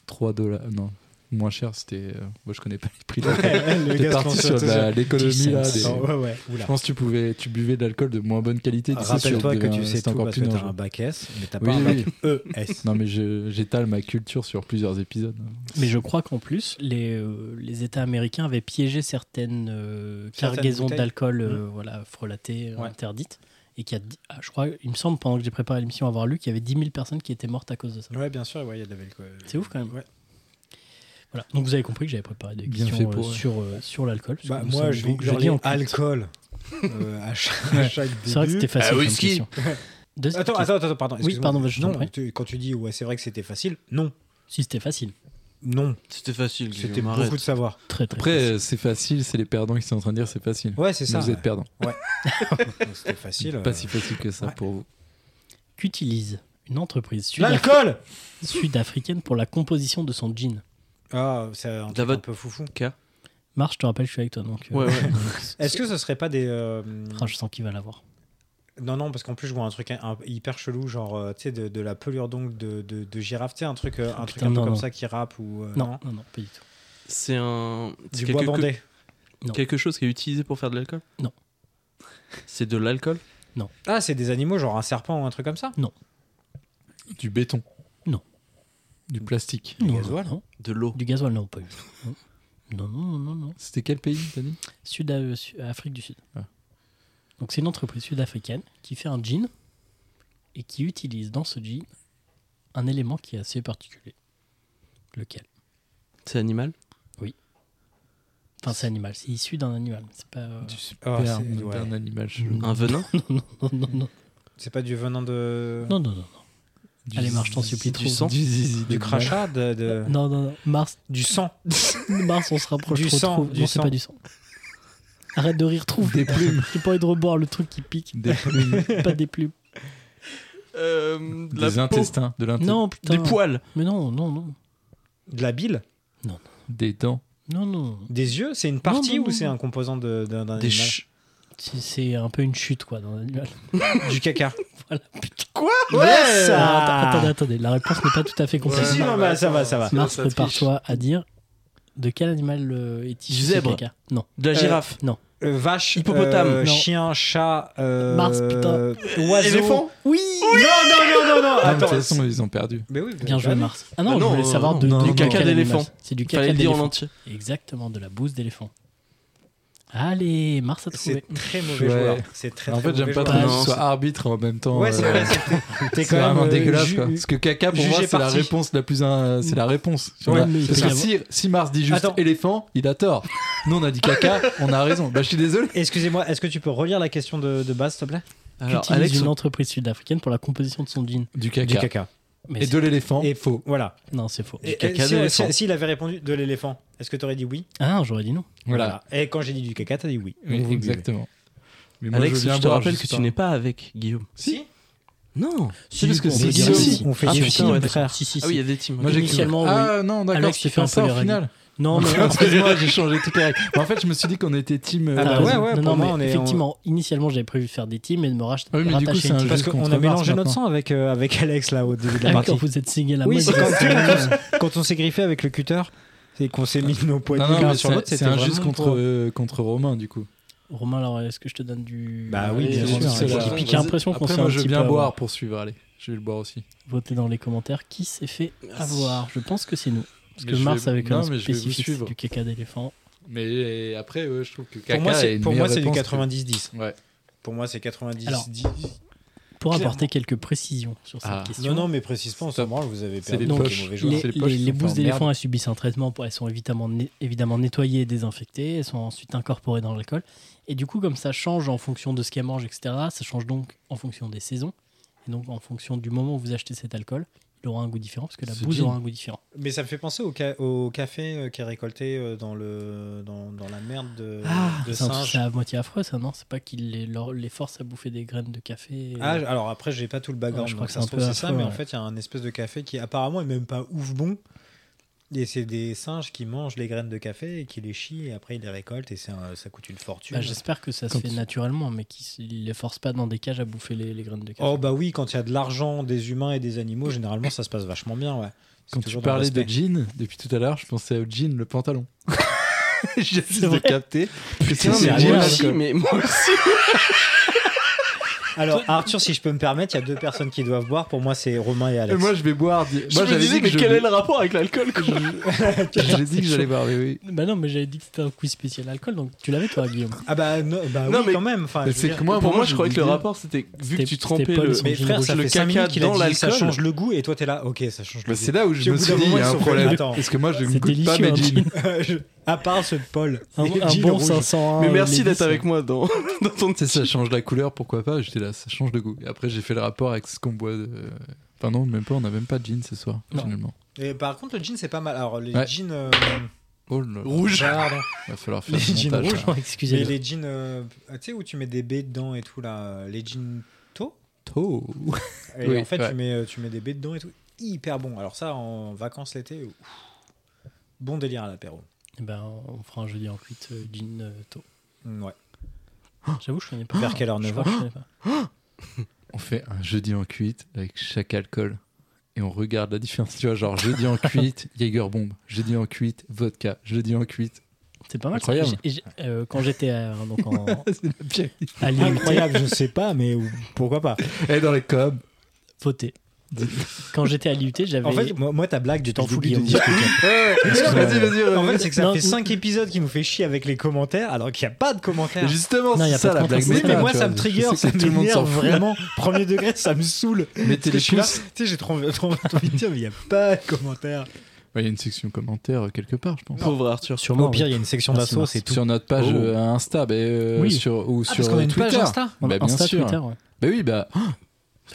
Speaker 6: 3 dollars. Non, moins cher, c'était. euh, Moi, je connais pas les prix.
Speaker 1: Le
Speaker 6: T'es
Speaker 1: gars se
Speaker 6: parti
Speaker 1: lance
Speaker 6: sur de
Speaker 1: tout
Speaker 6: la-
Speaker 1: seul.
Speaker 6: l'économie là.
Speaker 2: Dix
Speaker 6: des-
Speaker 2: cents.
Speaker 1: Attends, Ah Ouais, ouais.
Speaker 6: Je
Speaker 1: Oula.
Speaker 6: pense que tu, pouvais, tu buvais de l'alcool de moins bonne qualité. tu sais,
Speaker 1: Rappelle-toi
Speaker 6: sur
Speaker 1: que
Speaker 6: des-
Speaker 1: tu sais
Speaker 6: c'était
Speaker 1: tout
Speaker 6: encore
Speaker 1: parce que
Speaker 6: plus
Speaker 1: t'as
Speaker 6: dangereux.
Speaker 1: un bac S, mais t'as pas
Speaker 6: Oui,
Speaker 1: un bac
Speaker 6: oui.
Speaker 1: ES.
Speaker 6: Non, mais je- j'étale ma culture sur plusieurs épisodes.
Speaker 2: Mais je crois qu'en plus, les, euh, les États américains avaient piégé certaines euh,
Speaker 1: Certaines
Speaker 2: cargaisons
Speaker 1: bouteilles. Mmh.
Speaker 2: d'alcool euh, voilà, frelatées, euh,
Speaker 1: Ouais.
Speaker 2: interdites. Et qu'il y a, dix- ah, je crois, il me semble, pendant que j'ai préparé l'émission, avoir lu qu'il y avait 10 000 personnes qui étaient mortes à cause de ça.
Speaker 1: Ouais, bien sûr, ouais, il y a de la belle quoi.
Speaker 2: C'est ouf, quand même.
Speaker 1: Ouais.
Speaker 2: Voilà. Donc vous avez compris que j'avais préparé des
Speaker 6: Bien
Speaker 2: questions
Speaker 6: fait pour,
Speaker 2: euh,
Speaker 6: ouais.
Speaker 2: sur, euh, sur l'alcool. parce
Speaker 1: Bah,
Speaker 2: que nous
Speaker 1: moi,
Speaker 2: sommes
Speaker 1: je vais
Speaker 2: donc jeudi
Speaker 1: hurler
Speaker 2: en culte.
Speaker 1: alcool euh, à chaque à chaque
Speaker 2: C'est vrai que c'était
Speaker 1: début.
Speaker 2: facile. comme
Speaker 8: whisky.
Speaker 2: question. Deuxième
Speaker 1: Attends,
Speaker 2: question.
Speaker 1: attends, attends, pardon.
Speaker 2: Oui,
Speaker 1: excuse-moi.
Speaker 2: pardon, je t'en
Speaker 1: Non,
Speaker 2: prie.
Speaker 1: tu- quand tu dis ouais, c'est vrai que c'était facile, non,
Speaker 2: Si c'était facile,
Speaker 1: non,
Speaker 8: C'était facile, Guillaume,
Speaker 1: c'était
Speaker 8: arrête.
Speaker 1: beaucoup de savoir.
Speaker 2: très très
Speaker 6: Après,
Speaker 2: facile.
Speaker 6: euh, c'est facile, c'est les perdants qui sont en train de dire c'est facile.
Speaker 1: Ouais, c'est
Speaker 6: Mais
Speaker 1: ça.
Speaker 6: vous êtes perdants.
Speaker 1: Donc, C'était facile.
Speaker 6: Pas
Speaker 1: euh.
Speaker 6: si facile que ça
Speaker 1: ouais.
Speaker 6: pour vous.
Speaker 2: Qu'utilise une entreprise sud-
Speaker 1: L'alcool
Speaker 2: sud-africaine pour la composition de son jean
Speaker 1: Ah, c'est un, truc
Speaker 8: la
Speaker 1: un
Speaker 8: vote.
Speaker 1: peu foufou.
Speaker 2: Marche, je te rappelle, je suis avec toi donc. euh,
Speaker 8: Ouais, ouais.
Speaker 1: Est-ce que ce serait pas des. euh,
Speaker 2: ah, je sens qu'il va l'avoir.
Speaker 1: Non, non, parce qu'en plus, je vois un truc un- un- hyper chelou, genre, euh, tu sais, de, de la pelure d'ongle de, de, de girafe, tu sais, un truc, euh, un, truc
Speaker 2: putain,
Speaker 1: un peu
Speaker 2: non,
Speaker 1: comme
Speaker 2: non.
Speaker 1: ça qui rappe ou. euh,
Speaker 2: Non, non, non, pas du tout.
Speaker 8: C'est un. c'est
Speaker 1: Du bois
Speaker 8: quelque-
Speaker 1: bandé.
Speaker 2: Non.
Speaker 8: Quelque chose qui est utilisé pour faire de l'alcool
Speaker 2: Non.
Speaker 8: C'est de l'alcool
Speaker 1: Ah, c'est des animaux, genre un serpent ou un truc comme ça
Speaker 6: Du béton.
Speaker 2: Non.
Speaker 6: Du plastique.
Speaker 1: Du
Speaker 2: Non,
Speaker 1: gasoil
Speaker 2: non.
Speaker 8: De l'eau
Speaker 2: Du gasoil, non, pas du tout. Non, non, non, non. non.
Speaker 6: C'était quel pays, t'as dit
Speaker 2: Sud, euh, Su- Afrique du Sud.
Speaker 6: Ah.
Speaker 2: Donc c'est une entreprise sud-africaine qui fait un jean et qui utilise dans ce jean un élément qui est assez particulier. Lequel
Speaker 8: C'est animal
Speaker 2: Enfin, c'est animal. C'est issu d'un animal. C'est pas. euh,
Speaker 6: Du
Speaker 1: Ah,
Speaker 6: sperme
Speaker 1: c'est- ouais.
Speaker 6: d'un animal chelou.
Speaker 8: Un venin
Speaker 2: Non, non, non,
Speaker 1: C'est pas du venin de.
Speaker 2: non, non, non.
Speaker 6: Du
Speaker 2: Allez, marche, t'en
Speaker 6: zizi-
Speaker 2: supplie,
Speaker 6: Du
Speaker 2: trouve.
Speaker 6: sang. Du zizi
Speaker 1: Du
Speaker 6: d'animal.
Speaker 1: crachat de, de-
Speaker 2: Non, non, non. Mars,
Speaker 1: Du sang
Speaker 2: Mars, on se rapproche
Speaker 1: Du
Speaker 2: trop.
Speaker 1: sang,
Speaker 2: trop.
Speaker 1: du
Speaker 2: non, c'est
Speaker 1: sang.
Speaker 2: pas du sang. Arrête de rire, trouve.
Speaker 6: Des plumes.
Speaker 2: J'ai pas envie de reboire le truc qui pique.
Speaker 6: Des plumes.
Speaker 2: pas des plumes.
Speaker 8: Euh, de la
Speaker 6: Des
Speaker 8: peau.
Speaker 6: intestins. De l'intestin.
Speaker 2: Non, putain.
Speaker 8: Des poils
Speaker 2: Mais non, non, non.
Speaker 1: De la bile
Speaker 6: Des dents.
Speaker 2: Non, non.
Speaker 1: Des yeux C'est une partie
Speaker 2: non,
Speaker 1: ou
Speaker 2: non,
Speaker 1: c'est
Speaker 2: non.
Speaker 1: un composant de- d'un d'un
Speaker 8: Des
Speaker 1: animal
Speaker 8: ch-
Speaker 2: C'est- C'est un peu une chute, quoi, dans l'animal.
Speaker 1: Du caca.
Speaker 2: Voilà, putain.
Speaker 1: Quoi
Speaker 2: Alors, atta- Ah, attendez,
Speaker 1: Attendez,
Speaker 2: attendez, la réponse n'est pas tout à fait complète.
Speaker 1: Si, si, non, bah, ça va, ça va.
Speaker 2: Mars,
Speaker 8: ça triche.
Speaker 2: prépare-toi à dire de quel animal euh, est issu
Speaker 8: Zèbre.
Speaker 2: ce caca. Non,
Speaker 8: De la
Speaker 1: Euh,
Speaker 8: girafe
Speaker 2: non,
Speaker 1: Euh, vache,
Speaker 8: Hippopotame.
Speaker 1: euh,
Speaker 2: Non.
Speaker 1: chien, chat, euh,
Speaker 2: Mars, putain.
Speaker 1: oiseau.
Speaker 5: Éléphant
Speaker 1: oui, Non, non, non, non, non.
Speaker 6: Ah, mais de toute
Speaker 1: Attends.
Speaker 6: façon, ils ont perdu.
Speaker 1: Mais oui, vous
Speaker 2: Bien
Speaker 1: avez
Speaker 2: joué,
Speaker 1: pas
Speaker 2: Mars. Ah non,
Speaker 8: Bah non,
Speaker 2: je voulais
Speaker 8: euh,
Speaker 2: savoir de,
Speaker 8: non,
Speaker 2: de
Speaker 8: non,
Speaker 2: quelle
Speaker 8: caca d'éléphant.
Speaker 2: animation. C'est du caca
Speaker 8: Fallait le dire en
Speaker 2: d'éléphant.
Speaker 8: entier.
Speaker 2: Exactement, de la bouse d'éléphant. Allez, Mars a
Speaker 1: vu. C'est
Speaker 2: trouvé.
Speaker 1: très mauvais
Speaker 6: Ouais.
Speaker 1: joueur. C'est très,
Speaker 6: en
Speaker 1: très
Speaker 6: fait, j'aime
Speaker 1: mauvais
Speaker 6: pas
Speaker 1: joueur.
Speaker 6: trop
Speaker 2: joueur.
Speaker 6: que
Speaker 8: Non,
Speaker 6: tu sois
Speaker 8: c'est-
Speaker 6: arbitre en même temps.
Speaker 1: Ouais, c'est
Speaker 6: euh,
Speaker 1: vrai. c'était- T'es
Speaker 6: C'est
Speaker 1: quand même
Speaker 6: vraiment
Speaker 1: euh,
Speaker 6: dégueulasse
Speaker 1: ju-
Speaker 6: quoi. Parce que caca pour
Speaker 1: jugé
Speaker 6: moi c'est la
Speaker 1: parti.
Speaker 6: réponse la plus in- c'est la réponse. tu
Speaker 2: Ouais,
Speaker 6: vois.
Speaker 2: mais il
Speaker 6: Parce
Speaker 2: peut
Speaker 6: que
Speaker 2: y
Speaker 6: si, si Mars dit juste
Speaker 1: Attends.
Speaker 6: éléphant, il a tort. Nous on a dit caca, on a raison. Bah je suis désolé.
Speaker 1: Excusez-moi, est-ce que tu peux relire la question de, de base, s'il te plaît
Speaker 8: Alors,
Speaker 2: Qu'utilise
Speaker 8: Alex,
Speaker 2: une entreprise sud-africaine pour la composition de son jean
Speaker 6: Du caca.
Speaker 1: Du caca.
Speaker 2: Mais
Speaker 6: Et
Speaker 2: c'est-
Speaker 6: de l'éléphant.
Speaker 1: Et faux. Voilà.
Speaker 2: Non, c'est faux.
Speaker 1: Et- et
Speaker 8: caca
Speaker 1: si-
Speaker 8: d'éléphant.
Speaker 1: si- S'il avait répondu de l'éléphant, est-ce que t'aurais dit oui
Speaker 2: Ah non, j'aurais dit non.
Speaker 6: Voilà.
Speaker 1: Et quand j'ai dit du caca, t'as dit oui.
Speaker 6: Oui,
Speaker 1: Donc, vous
Speaker 6: exactement. Mais moi,
Speaker 8: Alex,
Speaker 6: veux bien
Speaker 8: je te
Speaker 6: voir
Speaker 8: rappelle
Speaker 6: juste
Speaker 8: que tu
Speaker 6: un-
Speaker 8: n'es pas avec Guillaume.
Speaker 1: Si.
Speaker 8: Non.
Speaker 2: Si,
Speaker 8: parce que
Speaker 2: on peut
Speaker 8: c'est
Speaker 2: dire
Speaker 8: Guillaume.
Speaker 2: si.
Speaker 1: On fait
Speaker 8: Ah,
Speaker 1: des
Speaker 8: putain,
Speaker 1: films,
Speaker 8: ouais,
Speaker 1: frère.
Speaker 2: Si, si,
Speaker 8: Ah
Speaker 2: si.
Speaker 8: oui, il y a des teams.
Speaker 6: Moi j'ai cru-
Speaker 1: Oh,
Speaker 2: Initialement, oui.
Speaker 6: Ah non, d'accord,
Speaker 2: Alex, tu
Speaker 6: c'était
Speaker 2: fais un
Speaker 6: pas ça
Speaker 2: peu les
Speaker 6: au
Speaker 2: règles.
Speaker 6: final.
Speaker 2: Non, mais
Speaker 6: Excuse-moi, j'ai changé toutes les règles. Mais En fait, je me suis dit qu'on était team.
Speaker 1: Ah
Speaker 6: euh,
Speaker 1: bah
Speaker 2: T'as
Speaker 1: ouais,
Speaker 2: raison.
Speaker 1: ouais,
Speaker 2: non,
Speaker 1: pour
Speaker 2: non,
Speaker 1: moi,
Speaker 2: mais
Speaker 1: on est-
Speaker 2: effectivement, initialement, j'avais prévu faire des teams et de me rach-
Speaker 6: Ah oui, mais du
Speaker 2: rattacher
Speaker 6: coup, c'est
Speaker 2: une
Speaker 6: un
Speaker 2: team.
Speaker 6: jeu.
Speaker 1: Parce
Speaker 6: Juste
Speaker 1: qu'on
Speaker 6: contre
Speaker 1: a
Speaker 6: Mars,
Speaker 1: mélangé notre
Speaker 6: maintenant.
Speaker 1: sang avec, euh, avec Alex là au début de la
Speaker 2: Ah oui,
Speaker 1: partie.
Speaker 2: Quand vous êtes signé la
Speaker 1: Oui,
Speaker 2: mode,
Speaker 1: c'est
Speaker 2: vous êtes
Speaker 1: quand,
Speaker 2: signé la mode.
Speaker 1: quand- quand on s'est griffé avec le cutter et qu'on s'est mis nos poignets
Speaker 6: Non, non,
Speaker 1: l'un
Speaker 6: mais
Speaker 1: sur l'autre,
Speaker 6: c'est
Speaker 1: c'était
Speaker 6: c'est un juste
Speaker 1: vraiment
Speaker 6: contre
Speaker 1: pour-
Speaker 6: euh, contre Romain du coup.
Speaker 2: Romain, alors est-ce que je te donne du.
Speaker 1: Bah oui,
Speaker 2: Allez,
Speaker 1: bien
Speaker 2: euh,
Speaker 1: sûr,
Speaker 2: c'est-
Speaker 1: c'est la-
Speaker 2: J'ai piqué l'impression qu'on
Speaker 6: Après,
Speaker 2: s'est un
Speaker 6: moi, je
Speaker 2: petit
Speaker 6: veux
Speaker 2: peu
Speaker 6: bien
Speaker 2: avoir.
Speaker 6: boire pour suivre. Allez, je vais le boire aussi.
Speaker 2: Votez dans les commentaires qui s'est fait
Speaker 8: Merci.
Speaker 2: avoir. Je pense que c'est nous. Parce
Speaker 6: Mais
Speaker 2: que
Speaker 6: je
Speaker 2: Mars
Speaker 6: vais-
Speaker 2: avait quand
Speaker 6: non,
Speaker 2: même
Speaker 6: mais je vais vous
Speaker 2: spécifique
Speaker 6: suivre.
Speaker 2: du caca d'éléphant.
Speaker 6: Mais après, ouais, je trouve que caca
Speaker 1: Pour moi,
Speaker 6: est
Speaker 1: c'est
Speaker 6: une
Speaker 1: pour moi,
Speaker 6: meilleure
Speaker 1: c'est du
Speaker 6: réponse que-
Speaker 1: 90-10.
Speaker 6: Ouais.
Speaker 1: Pour moi, c'est 90-10.
Speaker 2: Alors, Pour apporter quelques précisions sur cette
Speaker 6: Ah.
Speaker 2: question.
Speaker 1: non, non, mais précise pas, on s'en
Speaker 6: Stop.
Speaker 1: branle, vous avez
Speaker 6: C'est
Speaker 1: perdu
Speaker 6: les
Speaker 1: donc,
Speaker 6: poches.
Speaker 1: mauvais joueurs.
Speaker 2: Les,
Speaker 6: C'est les
Speaker 2: les-
Speaker 6: poches qui
Speaker 2: les
Speaker 6: sont
Speaker 2: bousses
Speaker 6: en
Speaker 2: d'éléphant, elles subissent un traitement. pour- Elles sont évidemment, né- évidemment nettoyées et désinfectées. Elles sont ensuite incorporées dans l'alcool. Et du coup, comme ça change en fonction de ce qu'elles mangent, etc., ça change donc en fonction des saisons. Et donc, en fonction du moment où vous achetez cet alcool, il aura un goût différent parce que la
Speaker 6: C'est
Speaker 2: bouse
Speaker 6: bien.
Speaker 2: aura un goût différent.
Speaker 1: Mais ça me fait penser au, ca- au café euh, qui est récolté euh, dans, le, dans, dans la merde de,
Speaker 6: Ah.
Speaker 1: de
Speaker 2: C'est un truc,
Speaker 1: singe.
Speaker 2: c'est à moitié affreux, ça, non C'est pas qu'il les, leur- les force à bouffer des graines de café. et-
Speaker 1: Ah, j- alors après, j'ai pas tout le background,
Speaker 2: Ouais, je crois
Speaker 1: donc
Speaker 2: que
Speaker 1: ça
Speaker 2: c'est
Speaker 1: se
Speaker 2: un
Speaker 1: trouve,
Speaker 2: peu
Speaker 1: c'est ça,
Speaker 2: affreux,
Speaker 1: mais en
Speaker 2: ouais.
Speaker 1: fait, il y a un espèce de café qui apparemment est même pas ouf bon. Et c'est des singes qui mangent les graines de café et qui les chient, et après ils les récoltent, et c'est un- ça coûte une fortune.
Speaker 2: Bah, J'espère que ça se
Speaker 6: Quand-
Speaker 2: fait naturellement, mais qu'ils ne les forcent pas dans des cages à bouffer les, les graines de café.
Speaker 1: oh, bah oui, quand il y a de l'argent des humains et des animaux, généralement ça se passe vachement bien, ouais. C'est
Speaker 6: Quand tu
Speaker 1: toujours dans le
Speaker 6: parlais de
Speaker 1: respect.
Speaker 6: jean, depuis tout à l'heure, je pensais au jean, le pantalon. J'essaie de
Speaker 2: vrai.
Speaker 6: capter.
Speaker 8: Putain,
Speaker 1: c'est
Speaker 8: mais
Speaker 1: génial,
Speaker 8: moi aussi,
Speaker 6: quoi.
Speaker 8: mais moi aussi.
Speaker 1: Alors, Arthur, si je peux me permettre, il y a deux personnes qui doivent boire. Pour moi, c'est Romain et
Speaker 6: Et
Speaker 1: Alex.
Speaker 6: moi, je vais boire. di-
Speaker 8: Je
Speaker 6: Moi,
Speaker 8: me
Speaker 6: j'avais
Speaker 8: disais,
Speaker 6: dit que
Speaker 8: mais
Speaker 6: je
Speaker 8: quel
Speaker 6: vais-
Speaker 8: est le rapport avec l'alcool quoi
Speaker 6: J'ai dit que j'allais boire, mais oui.
Speaker 2: Bah non, mais j'avais dit que c'était un quiz spécial alcool, donc tu l'avais toi, Guillaume.
Speaker 1: Ah bah, non, bah
Speaker 8: Non,
Speaker 1: oui,
Speaker 8: mais-
Speaker 1: quand même. Enfin,
Speaker 6: Mais
Speaker 1: je veux
Speaker 6: c'est
Speaker 1: dire-
Speaker 6: que moi,
Speaker 8: Pour
Speaker 6: moi,
Speaker 8: moi, je croyais que le rapport, c'était vu que
Speaker 2: C'était-
Speaker 8: tu trempais
Speaker 2: c'était pas
Speaker 8: le.
Speaker 2: le-
Speaker 1: Mais frère, ça
Speaker 8: le
Speaker 1: fait 5
Speaker 8: caca
Speaker 1: minutes qu'il a
Speaker 8: dans
Speaker 1: dit ça
Speaker 8: l'alcool.
Speaker 1: change le goût, et toi t'es là, ok, ça change le goût.
Speaker 6: Bah, c'est là où je
Speaker 1: Puis au
Speaker 6: me
Speaker 1: bout
Speaker 6: suis
Speaker 1: d'un
Speaker 6: dit, il y
Speaker 1: moment,
Speaker 6: a
Speaker 1: ils
Speaker 6: un
Speaker 1: sont
Speaker 6: problème.
Speaker 1: fait, attends.
Speaker 6: Parce que moi, je ne
Speaker 2: C'est
Speaker 6: goûte pas
Speaker 2: délicieux.
Speaker 6: mes
Speaker 2: un jean.
Speaker 6: jeans.
Speaker 1: Je- à part ce Paul.
Speaker 2: Un,
Speaker 1: Et
Speaker 2: un
Speaker 1: Jean
Speaker 2: bon
Speaker 1: rouge.
Speaker 2: 501.
Speaker 8: Mais merci
Speaker 2: Levi's,
Speaker 8: d'être
Speaker 2: euh,
Speaker 8: avec moi dans dans ton.
Speaker 6: Tu sais, ça change la couleur, pourquoi pas J'étais là, ça change de goût. Et après, j'ai fait le rapport avec ce qu'on boit. de- Enfin, non, même pas, on n'a même pas de jean ce soir,
Speaker 2: Non.
Speaker 6: finalement.
Speaker 1: Et par contre, le jean, c'est pas mal. Alors, les
Speaker 6: Ouais.
Speaker 1: jeans. euh,
Speaker 6: Oh là là,
Speaker 8: Rouge.
Speaker 1: pardon.
Speaker 6: il va falloir faire
Speaker 1: Les
Speaker 6: le
Speaker 1: jeans
Speaker 6: montage.
Speaker 1: rouges.
Speaker 6: là.
Speaker 2: Pardon,
Speaker 1: Mais
Speaker 2: Excusez-le.
Speaker 1: les jeans. euh, tu sais, où tu mets des baies dedans et tout, là. euh, Les jeans tôt.
Speaker 6: Oh.
Speaker 1: Et
Speaker 6: Oui,
Speaker 1: en fait,
Speaker 6: ouais.
Speaker 1: tu, mets, euh, tu mets des baies dedans et tout. Hyper bon. Alors, ça, en vacances l'été, ouf. bon délire à l'apéro.
Speaker 2: Eh Ben, on fera un jeudi en cuite euh, jean euh, tôt.
Speaker 1: Mm, Ouais. Oh.
Speaker 2: J'avoue, je connais pas.
Speaker 1: Vers quelle heure,
Speaker 2: Je
Speaker 1: neuf
Speaker 2: crois que je connais pas.
Speaker 6: On fait un jeudi en cuite avec chaque alcool et on regarde la différence. Tu vois, genre jeudi en cuite, Jägerbomb. Jeudi en cuite, vodka. Jeudi en cuite.
Speaker 2: C'est pas mal. ça.
Speaker 6: Incroyable.
Speaker 2: J'ai- j'ai- euh, quand j'étais à, donc en,
Speaker 6: C'est la pire.
Speaker 2: à l'IUT,
Speaker 1: Incroyable, je sais pas, mais pourquoi pas.
Speaker 6: Et dans les coms.
Speaker 2: voter. Quand j'étais à l'IUT, j'avais.
Speaker 1: En fait, moi, moi, ta blague,
Speaker 2: Tu
Speaker 1: tu
Speaker 2: t'en
Speaker 1: t'en
Speaker 2: fous,
Speaker 1: fous
Speaker 2: Guillaume.
Speaker 6: Vas-y, vas-y.
Speaker 1: En fait, c'est que ça
Speaker 2: Non,
Speaker 1: fait
Speaker 2: non.
Speaker 1: 5 épisodes qui nous fait chier avec les commentaires, alors qu'il n'y a pas de commentaires.
Speaker 6: Mais Justement,
Speaker 2: Non, y
Speaker 6: c'est
Speaker 2: a
Speaker 6: ça
Speaker 2: pas
Speaker 6: la
Speaker 2: de
Speaker 6: blague.
Speaker 2: contre-
Speaker 1: Oui, mais
Speaker 2: Ah,
Speaker 1: moi,
Speaker 6: tu
Speaker 1: ça
Speaker 6: vois,
Speaker 1: me
Speaker 6: je
Speaker 1: trigger,
Speaker 6: sais
Speaker 1: ça
Speaker 6: que tout le monde s'en
Speaker 1: m'énerve
Speaker 6: fout.
Speaker 1: vraiment. Premier degré, ça me saoule. Parce que
Speaker 6: Mettez les
Speaker 1: je suis là,
Speaker 6: pouces.
Speaker 1: Tu sais, j'ai trop trop- trop envie de dire, mais il n'y a pas de commentaires.
Speaker 6: Ouais, Il y a une section commentaire euh, quelque part, je pense.
Speaker 8: Pauvre Arthur.
Speaker 2: Sûrement,
Speaker 1: Au pire, il y a une section
Speaker 2: Merci,
Speaker 1: d'assaut,
Speaker 2: Marc.
Speaker 1: Ah, c'est tout.
Speaker 6: Sur notre page
Speaker 1: Oh.
Speaker 6: euh, Insta, bah, euh,
Speaker 2: Oui.
Speaker 6: sur, ou sur
Speaker 1: parce qu'on a une page
Speaker 6: Twitter.
Speaker 1: Insta.
Speaker 6: Bah, bien
Speaker 2: Insta,
Speaker 6: sûr.
Speaker 2: Twitter, ouais.
Speaker 6: Bah oui, bah.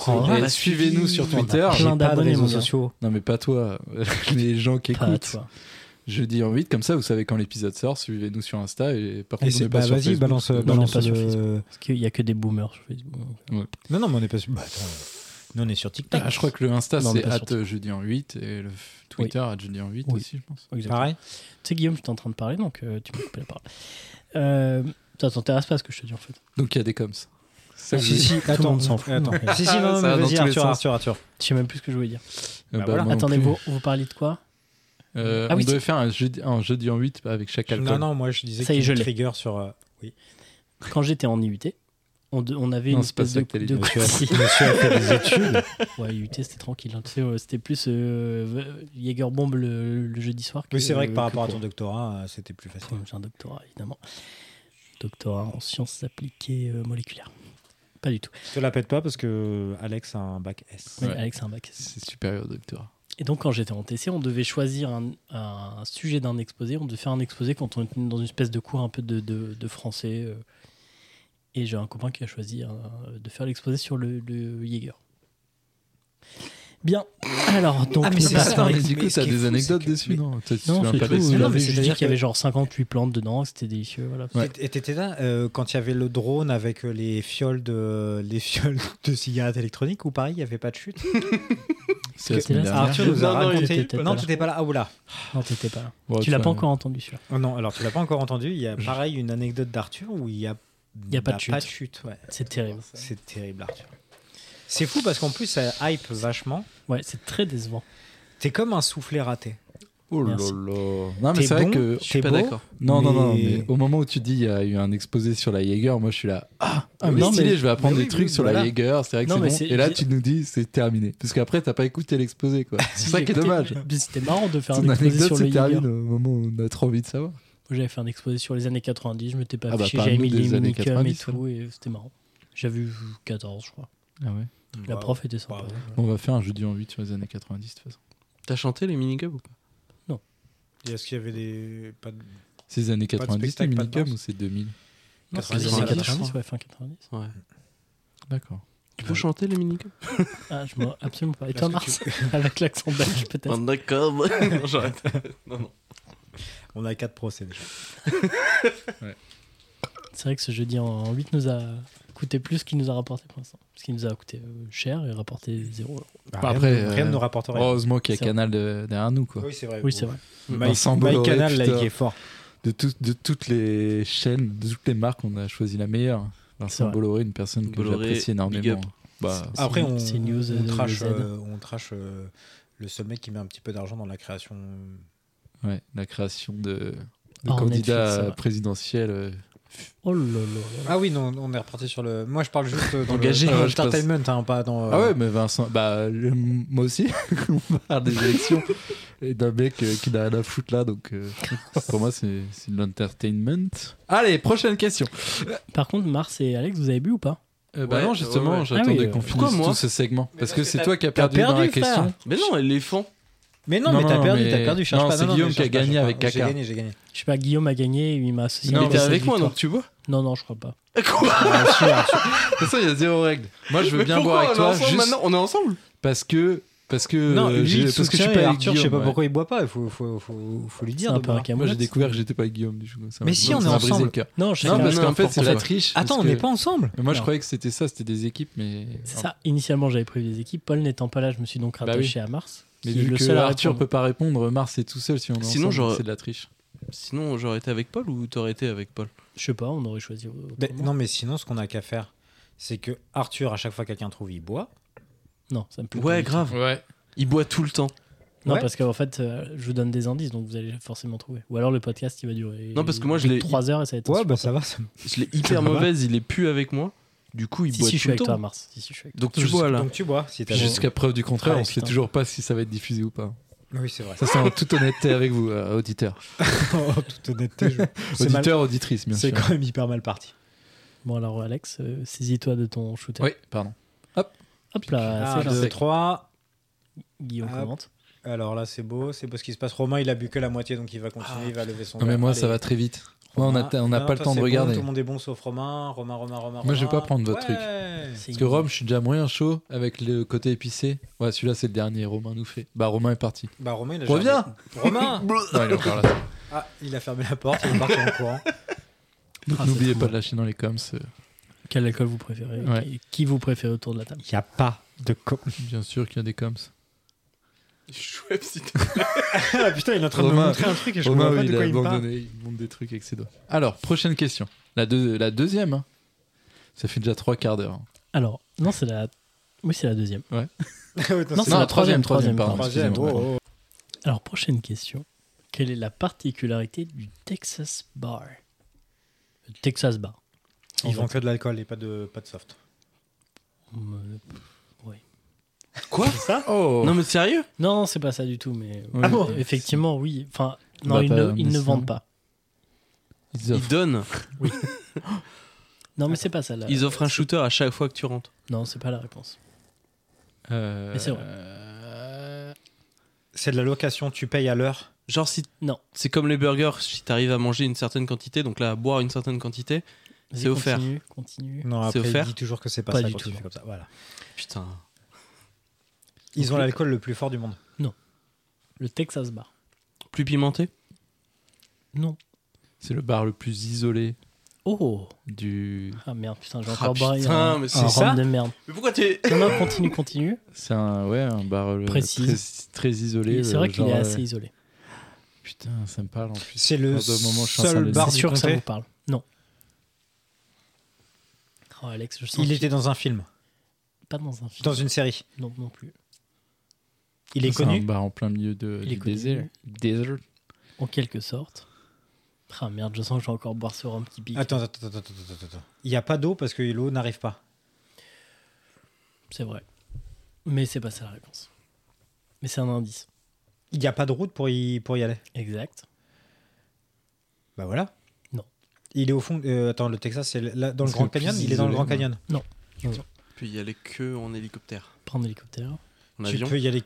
Speaker 2: Oh,
Speaker 6: eh,
Speaker 2: bah,
Speaker 6: Suivez-nous sur
Speaker 2: on a
Speaker 6: Twitter.
Speaker 2: plein
Speaker 1: J'ai pas de
Speaker 2: d'abonnés,
Speaker 1: réseaux
Speaker 2: mon gars.
Speaker 1: sociaux.
Speaker 6: Non, mais pas toi. les gens qui
Speaker 2: Pas à
Speaker 6: écoutent.
Speaker 2: toi.
Speaker 6: Jeudi en 8, comme ça vous savez quand l'épisode sort, suivez-nous sur Insta et par
Speaker 1: Et
Speaker 6: contre on
Speaker 1: c'est
Speaker 6: n'est pas
Speaker 1: bah,
Speaker 6: sur
Speaker 1: vas-y,
Speaker 6: Facebook.
Speaker 1: balance,
Speaker 6: Non, on n'est
Speaker 1: balance
Speaker 6: pas sur Facebook.
Speaker 1: le.
Speaker 2: Parce qu'il y a que des boomers sur Facebook.
Speaker 1: Non, non, mais on n'est pas sur. Bah, attends. Nous, on est sur TikTok.
Speaker 6: Ah, je crois que le Insta
Speaker 2: Non, on n'est
Speaker 6: c'est
Speaker 2: pas sur
Speaker 6: at euh, jeudi en 8 et le f- Twitter at jeudi en 8
Speaker 2: Oui.
Speaker 6: aussi je pense.
Speaker 2: Exactement.
Speaker 1: Pareil.
Speaker 2: Tu sais, Guillaume, je suis en train de parler, donc euh, tu peux couper la parole. Euh, ça t'intéresse pas ce que je te dis en fait.
Speaker 6: Donc il y a des coms. Ah, Ça, je-
Speaker 1: Ah, Si, si,
Speaker 2: Tout le
Speaker 1: attends.
Speaker 2: monde s'en fout.
Speaker 1: attends.
Speaker 2: Non.
Speaker 1: Si, si,
Speaker 6: Ça
Speaker 1: non, mais
Speaker 6: va dans tous
Speaker 1: vas-y,
Speaker 6: les
Speaker 1: Arthur,
Speaker 6: sens.
Speaker 1: Arthur, Arthur.
Speaker 2: Je sais même plus ce que je voulais dire.
Speaker 6: Euh, bah,
Speaker 1: voilà.
Speaker 6: moi non
Speaker 2: Attendez,
Speaker 6: plus.
Speaker 2: vous, vous parliez de quoi
Speaker 6: Euh,
Speaker 2: Ah
Speaker 6: on
Speaker 2: oui,
Speaker 6: devait faire un jeudi, un jeudi en 8 avec chaque alcool.
Speaker 1: Non, non, moi, je disais
Speaker 2: Ça y est,
Speaker 1: qu'il
Speaker 2: je
Speaker 1: me
Speaker 2: l'ai.
Speaker 1: trigger sur. euh,
Speaker 2: oui. Quand j'étais en IUT, on, de- on avait
Speaker 6: Non,
Speaker 2: une
Speaker 6: c'est pas
Speaker 2: espèce
Speaker 6: ça
Speaker 2: de,
Speaker 6: que t'as dit.
Speaker 2: de
Speaker 1: Monsieur a,
Speaker 2: Si.
Speaker 1: monsieur a fait des études.
Speaker 2: Ouais, IUT, c'était tranquille. hein. Tu sais, euh, c'était plus euh, Jägerbomb le, le jeudi soir.
Speaker 1: Oui, c'est vrai que par rapport à
Speaker 2: pour-
Speaker 1: ton doctorat, euh, c'était plus facile.
Speaker 2: J'ai un doctorat, évidemment. Doctorat en sciences appliquées euh, moléculaires. Pas du tout.
Speaker 1: Je te la pète pas parce que Alex a un bac S.
Speaker 2: Oui,
Speaker 6: Ouais.
Speaker 2: Alex a un bac.
Speaker 6: C'est supérieur au doctorat.
Speaker 2: Et donc, quand j'étais en TC, on devait choisir un, un sujet d'un exposé. On devait faire un exposé quand on était dans une espèce de cours un peu de, de- de français. euh. Et j'ai un copain qui a choisi euh, de faire l'exposé sur le, le Jaeger. Bien. Alors, donc,
Speaker 1: Ah, mais
Speaker 2: nous
Speaker 1: c'est
Speaker 2: passons
Speaker 1: ça,
Speaker 2: à-
Speaker 1: mais-
Speaker 6: du
Speaker 1: mais
Speaker 6: coup,
Speaker 1: ce
Speaker 6: t'as
Speaker 1: qui est
Speaker 6: des
Speaker 1: fou,
Speaker 6: anecdotes
Speaker 1: c'est que-
Speaker 6: dessus,
Speaker 1: mais-
Speaker 6: non T'as- tu
Speaker 2: Non,
Speaker 6: l'as
Speaker 2: c'est
Speaker 6: pas
Speaker 2: tout.
Speaker 6: passé.
Speaker 2: Il
Speaker 1: Non,
Speaker 2: avait
Speaker 1: mais
Speaker 2: juste dit
Speaker 1: c'est-à-dire
Speaker 2: qu'il y avait
Speaker 1: que-
Speaker 2: genre 58 plantes dedans, que c'était délicieux. Voilà.
Speaker 6: Ouais.
Speaker 1: Et t'étais là euh, quand il y avait le drone avec les fioles de, les fioles de cigarettes électroniques où Paris, il n'y avait pas de chute
Speaker 6: C'est la
Speaker 2: C'était
Speaker 6: semaine
Speaker 2: là,
Speaker 6: dernière.
Speaker 1: Arthur nous a
Speaker 8: Non, non, il
Speaker 1: raconté.
Speaker 2: était pas
Speaker 1: non,
Speaker 2: là. Oh,
Speaker 1: tu n'étais pas là. Ah, oula.
Speaker 2: Non, t'étais pas là.
Speaker 6: Ouais,
Speaker 2: tu l'as
Speaker 6: vois,
Speaker 2: pas encore entendu, celui-là.
Speaker 1: Oh non, alors tu l'as pas encore entendu. Il y a pareil une anecdote d'Arthur où il n'y a, bah,
Speaker 2: y a pas de
Speaker 1: n'a
Speaker 2: chute.
Speaker 1: ouais.
Speaker 2: C'est terrible.
Speaker 1: C'est terrible, Arthur. C'est fou parce qu'en plus, ça hype vachement.
Speaker 2: Ouais, c'est très décevant.
Speaker 1: T'es comme un soufflet raté.
Speaker 6: Oh là là.
Speaker 2: Merci.
Speaker 6: Non, mais
Speaker 1: T'es
Speaker 6: c'est vrai
Speaker 1: bon,
Speaker 6: que.
Speaker 8: Je suis
Speaker 1: T'es
Speaker 8: pas
Speaker 1: beau
Speaker 8: d'accord.
Speaker 6: Non, non, non,
Speaker 1: mais-
Speaker 6: mais au moment où tu dis il y a eu un exposé sur la Jaeger, moi je suis là. Ah, ah, mais
Speaker 2: Non,
Speaker 6: stylé,
Speaker 2: mais-
Speaker 6: je vais apprendre
Speaker 1: mais
Speaker 6: des
Speaker 1: oui,
Speaker 6: trucs
Speaker 1: oui,
Speaker 6: sur la
Speaker 1: voilà.
Speaker 6: Jaeger, c'est vrai que
Speaker 2: Non, mais
Speaker 6: c'est
Speaker 2: c'est-
Speaker 6: bon. Et là
Speaker 2: j'ai-
Speaker 6: tu nous dis c'est terminé. Parce qu'après t'as pas écouté l'exposé quoi. C'est ça qui est
Speaker 2: J'ai écouté-
Speaker 6: dommage.
Speaker 2: Mais C'était marrant de faire un
Speaker 6: Ton
Speaker 2: exposé
Speaker 6: anecdote
Speaker 2: sur
Speaker 6: se
Speaker 2: le Jaeger.
Speaker 6: termine au moment où on a trop envie de savoir.
Speaker 2: Moi, J'avais fait un exposé sur les années 90, je m'étais pas
Speaker 6: Ah bah,
Speaker 2: affiché, j'avais
Speaker 6: parle-nous
Speaker 2: mis
Speaker 6: des
Speaker 2: les
Speaker 6: années
Speaker 2: minicums et
Speaker 6: 90,
Speaker 2: tout, et c'était marrant. J'avais eu 14, je crois. La prof était sympa.
Speaker 6: On va faire un jeudi en 8 sur les années 90 de toute façon.
Speaker 8: T'as chanté les minicubs ou pas
Speaker 1: Est-ce qu'il y avait des. Pas de...
Speaker 6: C'est les années
Speaker 1: de
Speaker 6: 90 les
Speaker 1: spectacle, pas de
Speaker 6: minicums
Speaker 1: danse.
Speaker 6: ou c'est 2000
Speaker 2: Non, c'était les
Speaker 8: 90,
Speaker 2: années
Speaker 8: je
Speaker 2: 90,
Speaker 8: crois.
Speaker 2: ouais, fin 90.
Speaker 8: Ouais.
Speaker 6: D'accord.
Speaker 8: Tu peux chanter les minicubs
Speaker 2: Ah, je vois absolument pas. Et
Speaker 1: Parce
Speaker 2: toi,
Speaker 1: que
Speaker 2: Mars Avec l'accent belge, peut-être.
Speaker 8: D'accord. non, j'arrête. Non, non.
Speaker 1: On a quatre procès déjà.
Speaker 2: C'est vrai que ce jeudi en 8 nous a coûté plus qu'il nous a rapporté pour l'instant. Parce qu'il nous a coûté euh, cher et rapporté 0 euros.
Speaker 1: Bah,
Speaker 6: Bah,
Speaker 1: rien
Speaker 6: après,
Speaker 1: ne-
Speaker 6: euh,
Speaker 1: rien ne nous rapporte rien.
Speaker 6: Heureusement qu'il y a
Speaker 2: C'est
Speaker 6: Canal de- derrière nous quoi.
Speaker 1: oui, c'est vrai.
Speaker 2: Oui, c'est vrai.
Speaker 1: Mike,
Speaker 6: Vincent
Speaker 1: Mike
Speaker 6: Bolloré,
Speaker 1: Canal, là,
Speaker 6: putain.
Speaker 1: il est fort.
Speaker 6: De, tout- de toutes les chaînes, de toutes les marques, on a choisi la meilleure.
Speaker 2: C'est
Speaker 6: Vincent
Speaker 2: vrai.
Speaker 6: Bolloré, une personne que
Speaker 8: Bolloré,
Speaker 6: j'apprécie
Speaker 8: big
Speaker 6: énormément.
Speaker 8: up.
Speaker 6: Bah,
Speaker 2: C'est-
Speaker 1: Après, on,
Speaker 2: c'est news,
Speaker 1: on
Speaker 2: euh,
Speaker 1: trash,
Speaker 2: Z.
Speaker 1: euh, on trash euh, le seul mec qui met un petit peu d'argent dans la création.
Speaker 6: ouais, la création de, de
Speaker 2: Hors Netflix,
Speaker 6: candidats
Speaker 2: c'est vrai.
Speaker 6: présidentiels. euh,
Speaker 2: Oh là là là.
Speaker 1: Ah oui, non, on est reparti sur le. Moi, je parle juste euh, dans
Speaker 6: Engagé,
Speaker 1: le dans
Speaker 6: ouais, je passe.
Speaker 1: l'entertainment, hein, pas dans. euh,
Speaker 6: Ah ouais, mais Vincent, bah, le- moi aussi, on parle des élections et d'un mec euh, qui n'a rien à foutre là, donc euh, pour moi, c'est c'est de l'entertainment. Allez, prochaine question.
Speaker 2: Par contre, Mars et Alex, vous avez bu ou pas
Speaker 6: Euh, bah
Speaker 8: Ouais,
Speaker 6: non, justement,
Speaker 8: ouais, ouais.
Speaker 2: Ah oui,
Speaker 6: j'attendais
Speaker 2: euh,
Speaker 6: qu'on
Speaker 8: pourquoi
Speaker 6: finisse
Speaker 8: moi
Speaker 6: tout ce segment parce que c'est toi qui as
Speaker 1: t'as
Speaker 6: perdu, dans la
Speaker 1: perdu, frère.
Speaker 6: question.
Speaker 8: Mais non, éléphant.
Speaker 1: Mais non,
Speaker 6: Non,
Speaker 1: mais t'as
Speaker 6: non,
Speaker 1: perdu,
Speaker 6: mais-
Speaker 1: t'as perdu. Cherche
Speaker 6: Non,
Speaker 1: pas.
Speaker 6: c'est Guillaume
Speaker 1: mais
Speaker 6: qui a
Speaker 1: cherche pas,
Speaker 6: gagné
Speaker 1: cherche
Speaker 6: avec
Speaker 1: pas.
Speaker 6: Kaka.
Speaker 1: J'ai gagné, j'ai gagné.
Speaker 2: Je sais pas, Guillaume a gagné, il m'a associé.
Speaker 6: Non,
Speaker 2: à
Speaker 6: mais
Speaker 8: Mais
Speaker 2: la
Speaker 8: t'es
Speaker 2: cette
Speaker 8: avec moi,
Speaker 2: victoire.
Speaker 8: donc tu vois.
Speaker 2: Non, non, je crois pas.
Speaker 6: C'est ça, il y a zéro règle. Moi, je veux
Speaker 8: Mais
Speaker 6: bien
Speaker 8: pourquoi
Speaker 6: boire avec
Speaker 8: on est
Speaker 6: toi
Speaker 8: ensemble
Speaker 6: juste
Speaker 8: maintenant On est ensemble
Speaker 6: parce que. Parce que.
Speaker 1: Non,
Speaker 6: euh, j'ai-
Speaker 1: lui,
Speaker 6: parce que je suis
Speaker 1: pas
Speaker 6: pas avec
Speaker 1: Arthur, je sais pas
Speaker 6: Guillaume, ouais.
Speaker 1: pourquoi il boit pas. Il faut, faut, faut, faut lui
Speaker 2: C'est
Speaker 1: dire.
Speaker 2: un
Speaker 1: de
Speaker 2: peu un
Speaker 1: boire.
Speaker 6: Moi,
Speaker 2: camelot.
Speaker 6: j'ai découvert que j'étais pas avec Guillaume, du coup. ça m'a-
Speaker 1: Mais si,
Speaker 6: ça
Speaker 1: on est
Speaker 6: m'a brisé le
Speaker 1: ensemble.
Speaker 6: cœur.
Speaker 2: Non, chacun
Speaker 6: Non,
Speaker 2: a-
Speaker 6: parce qu'en fait,
Speaker 8: n'importe
Speaker 6: c'est de la
Speaker 8: quoi.
Speaker 6: triche. parce
Speaker 1: Attends, on n'est
Speaker 6: que-
Speaker 1: pas ensemble.
Speaker 6: Mais Moi, je
Speaker 2: Non.
Speaker 6: croyais que c'était ça, c'était des équipes, mais.
Speaker 8: Hein.
Speaker 2: C'est ça. Initialement, j'avais prévu des équipes. Paul n'étant pas là, je me suis donc
Speaker 6: Bah
Speaker 2: rattaché à Mars.
Speaker 6: Mais
Speaker 2: qui est
Speaker 6: vu
Speaker 2: le
Speaker 6: que
Speaker 2: seul à
Speaker 6: Arthur
Speaker 2: répondre.
Speaker 6: peut pas répondre, Mars est tout seul si on est
Speaker 8: Sinon,
Speaker 6: ensemble,
Speaker 8: j'aurais-
Speaker 6: c'est de la triche.
Speaker 8: Sinon, j'aurais été avec Paul ou t'aurais été avec Paul
Speaker 2: Je sais pas, on aurait choisi. autrement.
Speaker 1: Mais Ben, non, mais sinon, ce qu'on a qu'à faire, c'est que Arthur, à chaque fois que quelqu'un trouve, il boit.
Speaker 2: Non, ça me plaît. pas
Speaker 8: Ouais,
Speaker 2: du
Speaker 8: grave.
Speaker 6: Ouais.
Speaker 8: Il boit tout le temps.
Speaker 2: tout. Non,
Speaker 1: Ouais.
Speaker 2: parce qu'en fait, euh, je vous donne des indices, donc vous allez forcément trouver. Ou alors le podcast, il va durer.
Speaker 8: Non, parce que moi, je l'ai-
Speaker 2: 3 heures et ça va être.
Speaker 1: Ouais, bah
Speaker 2: insupportable.
Speaker 1: ça va. ça me-
Speaker 8: Je l'ai hyper
Speaker 1: va.
Speaker 8: mauvaise, il est plus avec moi. Du coup, bah, il
Speaker 2: Si,
Speaker 8: boit
Speaker 2: si, je
Speaker 8: tout
Speaker 2: suis
Speaker 8: le
Speaker 2: avec toi,
Speaker 8: temps.
Speaker 2: Mars. Si, si, je suis avec toi.
Speaker 8: Donc tu bois là.
Speaker 1: Donc tu bois si t'as.
Speaker 6: Puis jusqu'à preuve du contraire,
Speaker 2: Ah,
Speaker 6: on se fait
Speaker 2: putain.
Speaker 6: toujours pas si ça va être diffusé ou pas.
Speaker 1: Oui, c'est vrai.
Speaker 6: Ça, c'est en toute honnêteté avec vous, euh, auditeur. Oh,
Speaker 1: En toute honnêteté, je- c'est mal-
Speaker 6: Auditeur, auditrice, bien
Speaker 1: c'est
Speaker 6: sûr.
Speaker 1: quand même hyper mal parti.
Speaker 2: Bon, alors, Alex, euh, saisis-toi de ton shooter.
Speaker 6: Oui, pardon.
Speaker 2: Hop là,
Speaker 8: Ah,
Speaker 6: Ah,
Speaker 1: Un,
Speaker 2: c'est
Speaker 1: deux,
Speaker 2: parti.
Speaker 1: trois.
Speaker 2: Guillaume
Speaker 1: Hop.
Speaker 2: commente.
Speaker 1: Alors là, c'est beau, c'est beau ce qui se passe. Romain, il a bu que la moitié, donc il va continuer, il va lever son.
Speaker 6: Ah. Non, mais
Speaker 1: verre.
Speaker 6: moi,
Speaker 1: Allez.
Speaker 6: ça va très vite. Moi, on n'a
Speaker 1: Romain.
Speaker 6: on n'a
Speaker 1: Non,
Speaker 6: pas le
Speaker 1: toi,
Speaker 6: temps de
Speaker 1: c'est bon,
Speaker 6: regarder.
Speaker 1: Tout le monde est bon sauf Romain. Romain, Romain, Romain.
Speaker 6: Moi, je vais
Speaker 1: Romain.
Speaker 6: pas prendre votre truc.
Speaker 1: Ouais.
Speaker 2: C'est
Speaker 6: Parce que
Speaker 2: Guillaume.
Speaker 6: Rome, je suis déjà moyen chaud avec le côté épicé. Ouais, celui-là, c'est le dernier. Romain nous fait. Bah, Romain est parti.
Speaker 1: Bah, Romain, il a
Speaker 6: Reviens
Speaker 1: jamais- Romain
Speaker 6: Non, il est encore là.
Speaker 1: Ah, il a fermé la porte, il est parti en courant.
Speaker 6: Donc,
Speaker 2: Ah, c'est
Speaker 6: n'oubliez
Speaker 2: trop
Speaker 6: pas
Speaker 2: bon.
Speaker 6: de lâcher dans les coms, euh,
Speaker 2: Quel alcool vous préférez
Speaker 6: Ouais.
Speaker 2: Qui- Qui vous préférez autour de la table
Speaker 1: Il n'y a pas de co.
Speaker 6: bien sûr qu'il y a des coms.
Speaker 8: Chouette, si t'es-
Speaker 1: ah putain, il est en train de
Speaker 6: Romain-
Speaker 1: me montrer un truc et je ne
Speaker 6: Romain,
Speaker 1: vois pas
Speaker 6: oui,
Speaker 1: de
Speaker 6: il
Speaker 1: quoi
Speaker 6: a
Speaker 1: il me parle.
Speaker 6: abandonné, il monte des trucs avec ses doigts. Alors, prochaine question. La, deux- la deuxième. hein. Ça fait déjà trois quarts d'heure. hein.
Speaker 2: Alors, non, c'est la. Oui, c'est la deuxième.
Speaker 1: Attends, c'est
Speaker 2: Non, c'est
Speaker 1: la
Speaker 2: la troisième, troisième,
Speaker 6: pardon,
Speaker 1: troisième.
Speaker 6: excusez-moi.
Speaker 1: Oh, oh, oh.
Speaker 2: Alors, prochaine question. Quelle est la particularité du Texas Bar Texas Bar.
Speaker 1: Ils vendent oh. que de l'alcool et pas de, pas de soft.
Speaker 2: Euh,
Speaker 8: Quoi
Speaker 1: ça
Speaker 6: Oh
Speaker 8: Non mais sérieux
Speaker 2: Non, non, c'est pas ça du tout, mais
Speaker 6: Oui.
Speaker 1: Ah bon
Speaker 2: Euh, effectivement, oui. Enfin,
Speaker 6: On
Speaker 2: non,
Speaker 6: va
Speaker 2: ils,
Speaker 6: pas
Speaker 2: ne, ils ne
Speaker 6: nécessairement.
Speaker 2: vendent pas.
Speaker 6: Ils
Speaker 8: Ils
Speaker 6: offrent.
Speaker 8: donnent,
Speaker 2: Non, mais c'est pas ça là.
Speaker 8: ils offrent un shooter à chaque fois que tu rentres.
Speaker 2: Non, c'est pas la réponse.
Speaker 6: Euh,
Speaker 2: Mais c'est vrai.
Speaker 1: C'est de la location, tu payes à l'heure.
Speaker 8: Genre si
Speaker 2: Non.
Speaker 8: c'est comme les burgers, si t'arrives à manger une certaine quantité, donc là à boire une certaine quantité.
Speaker 2: Vas-y,
Speaker 8: C'est offert.
Speaker 2: Continue, continue.
Speaker 1: Non,
Speaker 8: C'est
Speaker 1: après, il
Speaker 8: offert
Speaker 1: dit toujours que c'est pas,
Speaker 2: Pas
Speaker 1: ça
Speaker 2: du
Speaker 1: quand
Speaker 2: tout.
Speaker 1: tu fais comme ça. Voilà.
Speaker 8: Putain.
Speaker 1: Ils ont l'alcool le plus fort du monde.
Speaker 2: Le Texas Bar.
Speaker 8: Plus pimenté
Speaker 2: Non.
Speaker 6: C'est le bar le plus isolé
Speaker 2: Oh
Speaker 6: du.
Speaker 2: Ah merde, putain, j'ai
Speaker 8: Ah,
Speaker 2: encore braillé.
Speaker 8: putain,
Speaker 2: un,
Speaker 8: mais c'est
Speaker 2: un rhum
Speaker 8: ça
Speaker 2: de merde.
Speaker 8: Mais pourquoi t'es
Speaker 2: Non, non, continue, continue.
Speaker 6: C'est un, ouais, un bar euh,
Speaker 2: Précise.
Speaker 6: Très, très isolé.
Speaker 2: c'est
Speaker 6: euh,
Speaker 2: vrai qu'il est
Speaker 6: genre,
Speaker 2: assez
Speaker 6: euh,
Speaker 2: isolé.
Speaker 6: Putain, ça me parle en plus.
Speaker 1: C'est le
Speaker 6: Lors de moment, je suis en train de
Speaker 1: seul
Speaker 6: le
Speaker 1: bar
Speaker 2: C'est
Speaker 1: du
Speaker 2: sûr que ça
Speaker 1: comté.
Speaker 2: vous parle. Non. Oh, Alex, je sens
Speaker 1: Il
Speaker 2: qu'il
Speaker 1: était dans un film,
Speaker 2: est pas dans un film.
Speaker 1: dans une série.
Speaker 2: Non, non plus.
Speaker 1: Il est
Speaker 6: C'est un
Speaker 1: connu.
Speaker 6: bar en plein milieu de,
Speaker 2: Il
Speaker 6: du
Speaker 2: est connu.
Speaker 6: désert. Desert.
Speaker 2: En quelque sorte. Ah merde, je sens que je vais encore boire ce rhum qui pique.
Speaker 1: Attends, attends, attends, attends, attends, attends. Il n'y a pas d'eau parce que l'eau n'arrive pas.
Speaker 2: C'est vrai. Mais c'est pas ça la réponse. Mais c'est un indice.
Speaker 1: Il n'y a pas de route pour y, pour y aller.
Speaker 2: Exact.
Speaker 1: Bah voilà.
Speaker 2: Non.
Speaker 1: Il est au fond. euh, attends, le Texas, c'est là- dans le
Speaker 6: C'est
Speaker 1: Grand
Speaker 6: le plus
Speaker 1: Canyon. Il est dans le
Speaker 6: isolé,
Speaker 1: Grand
Speaker 6: ouais.
Speaker 1: Canyon.
Speaker 8: Puis y aller que en hélicoptère,
Speaker 2: Prendre l'hélicoptère.
Speaker 8: en
Speaker 1: Tu
Speaker 8: avion,
Speaker 1: peux y aller.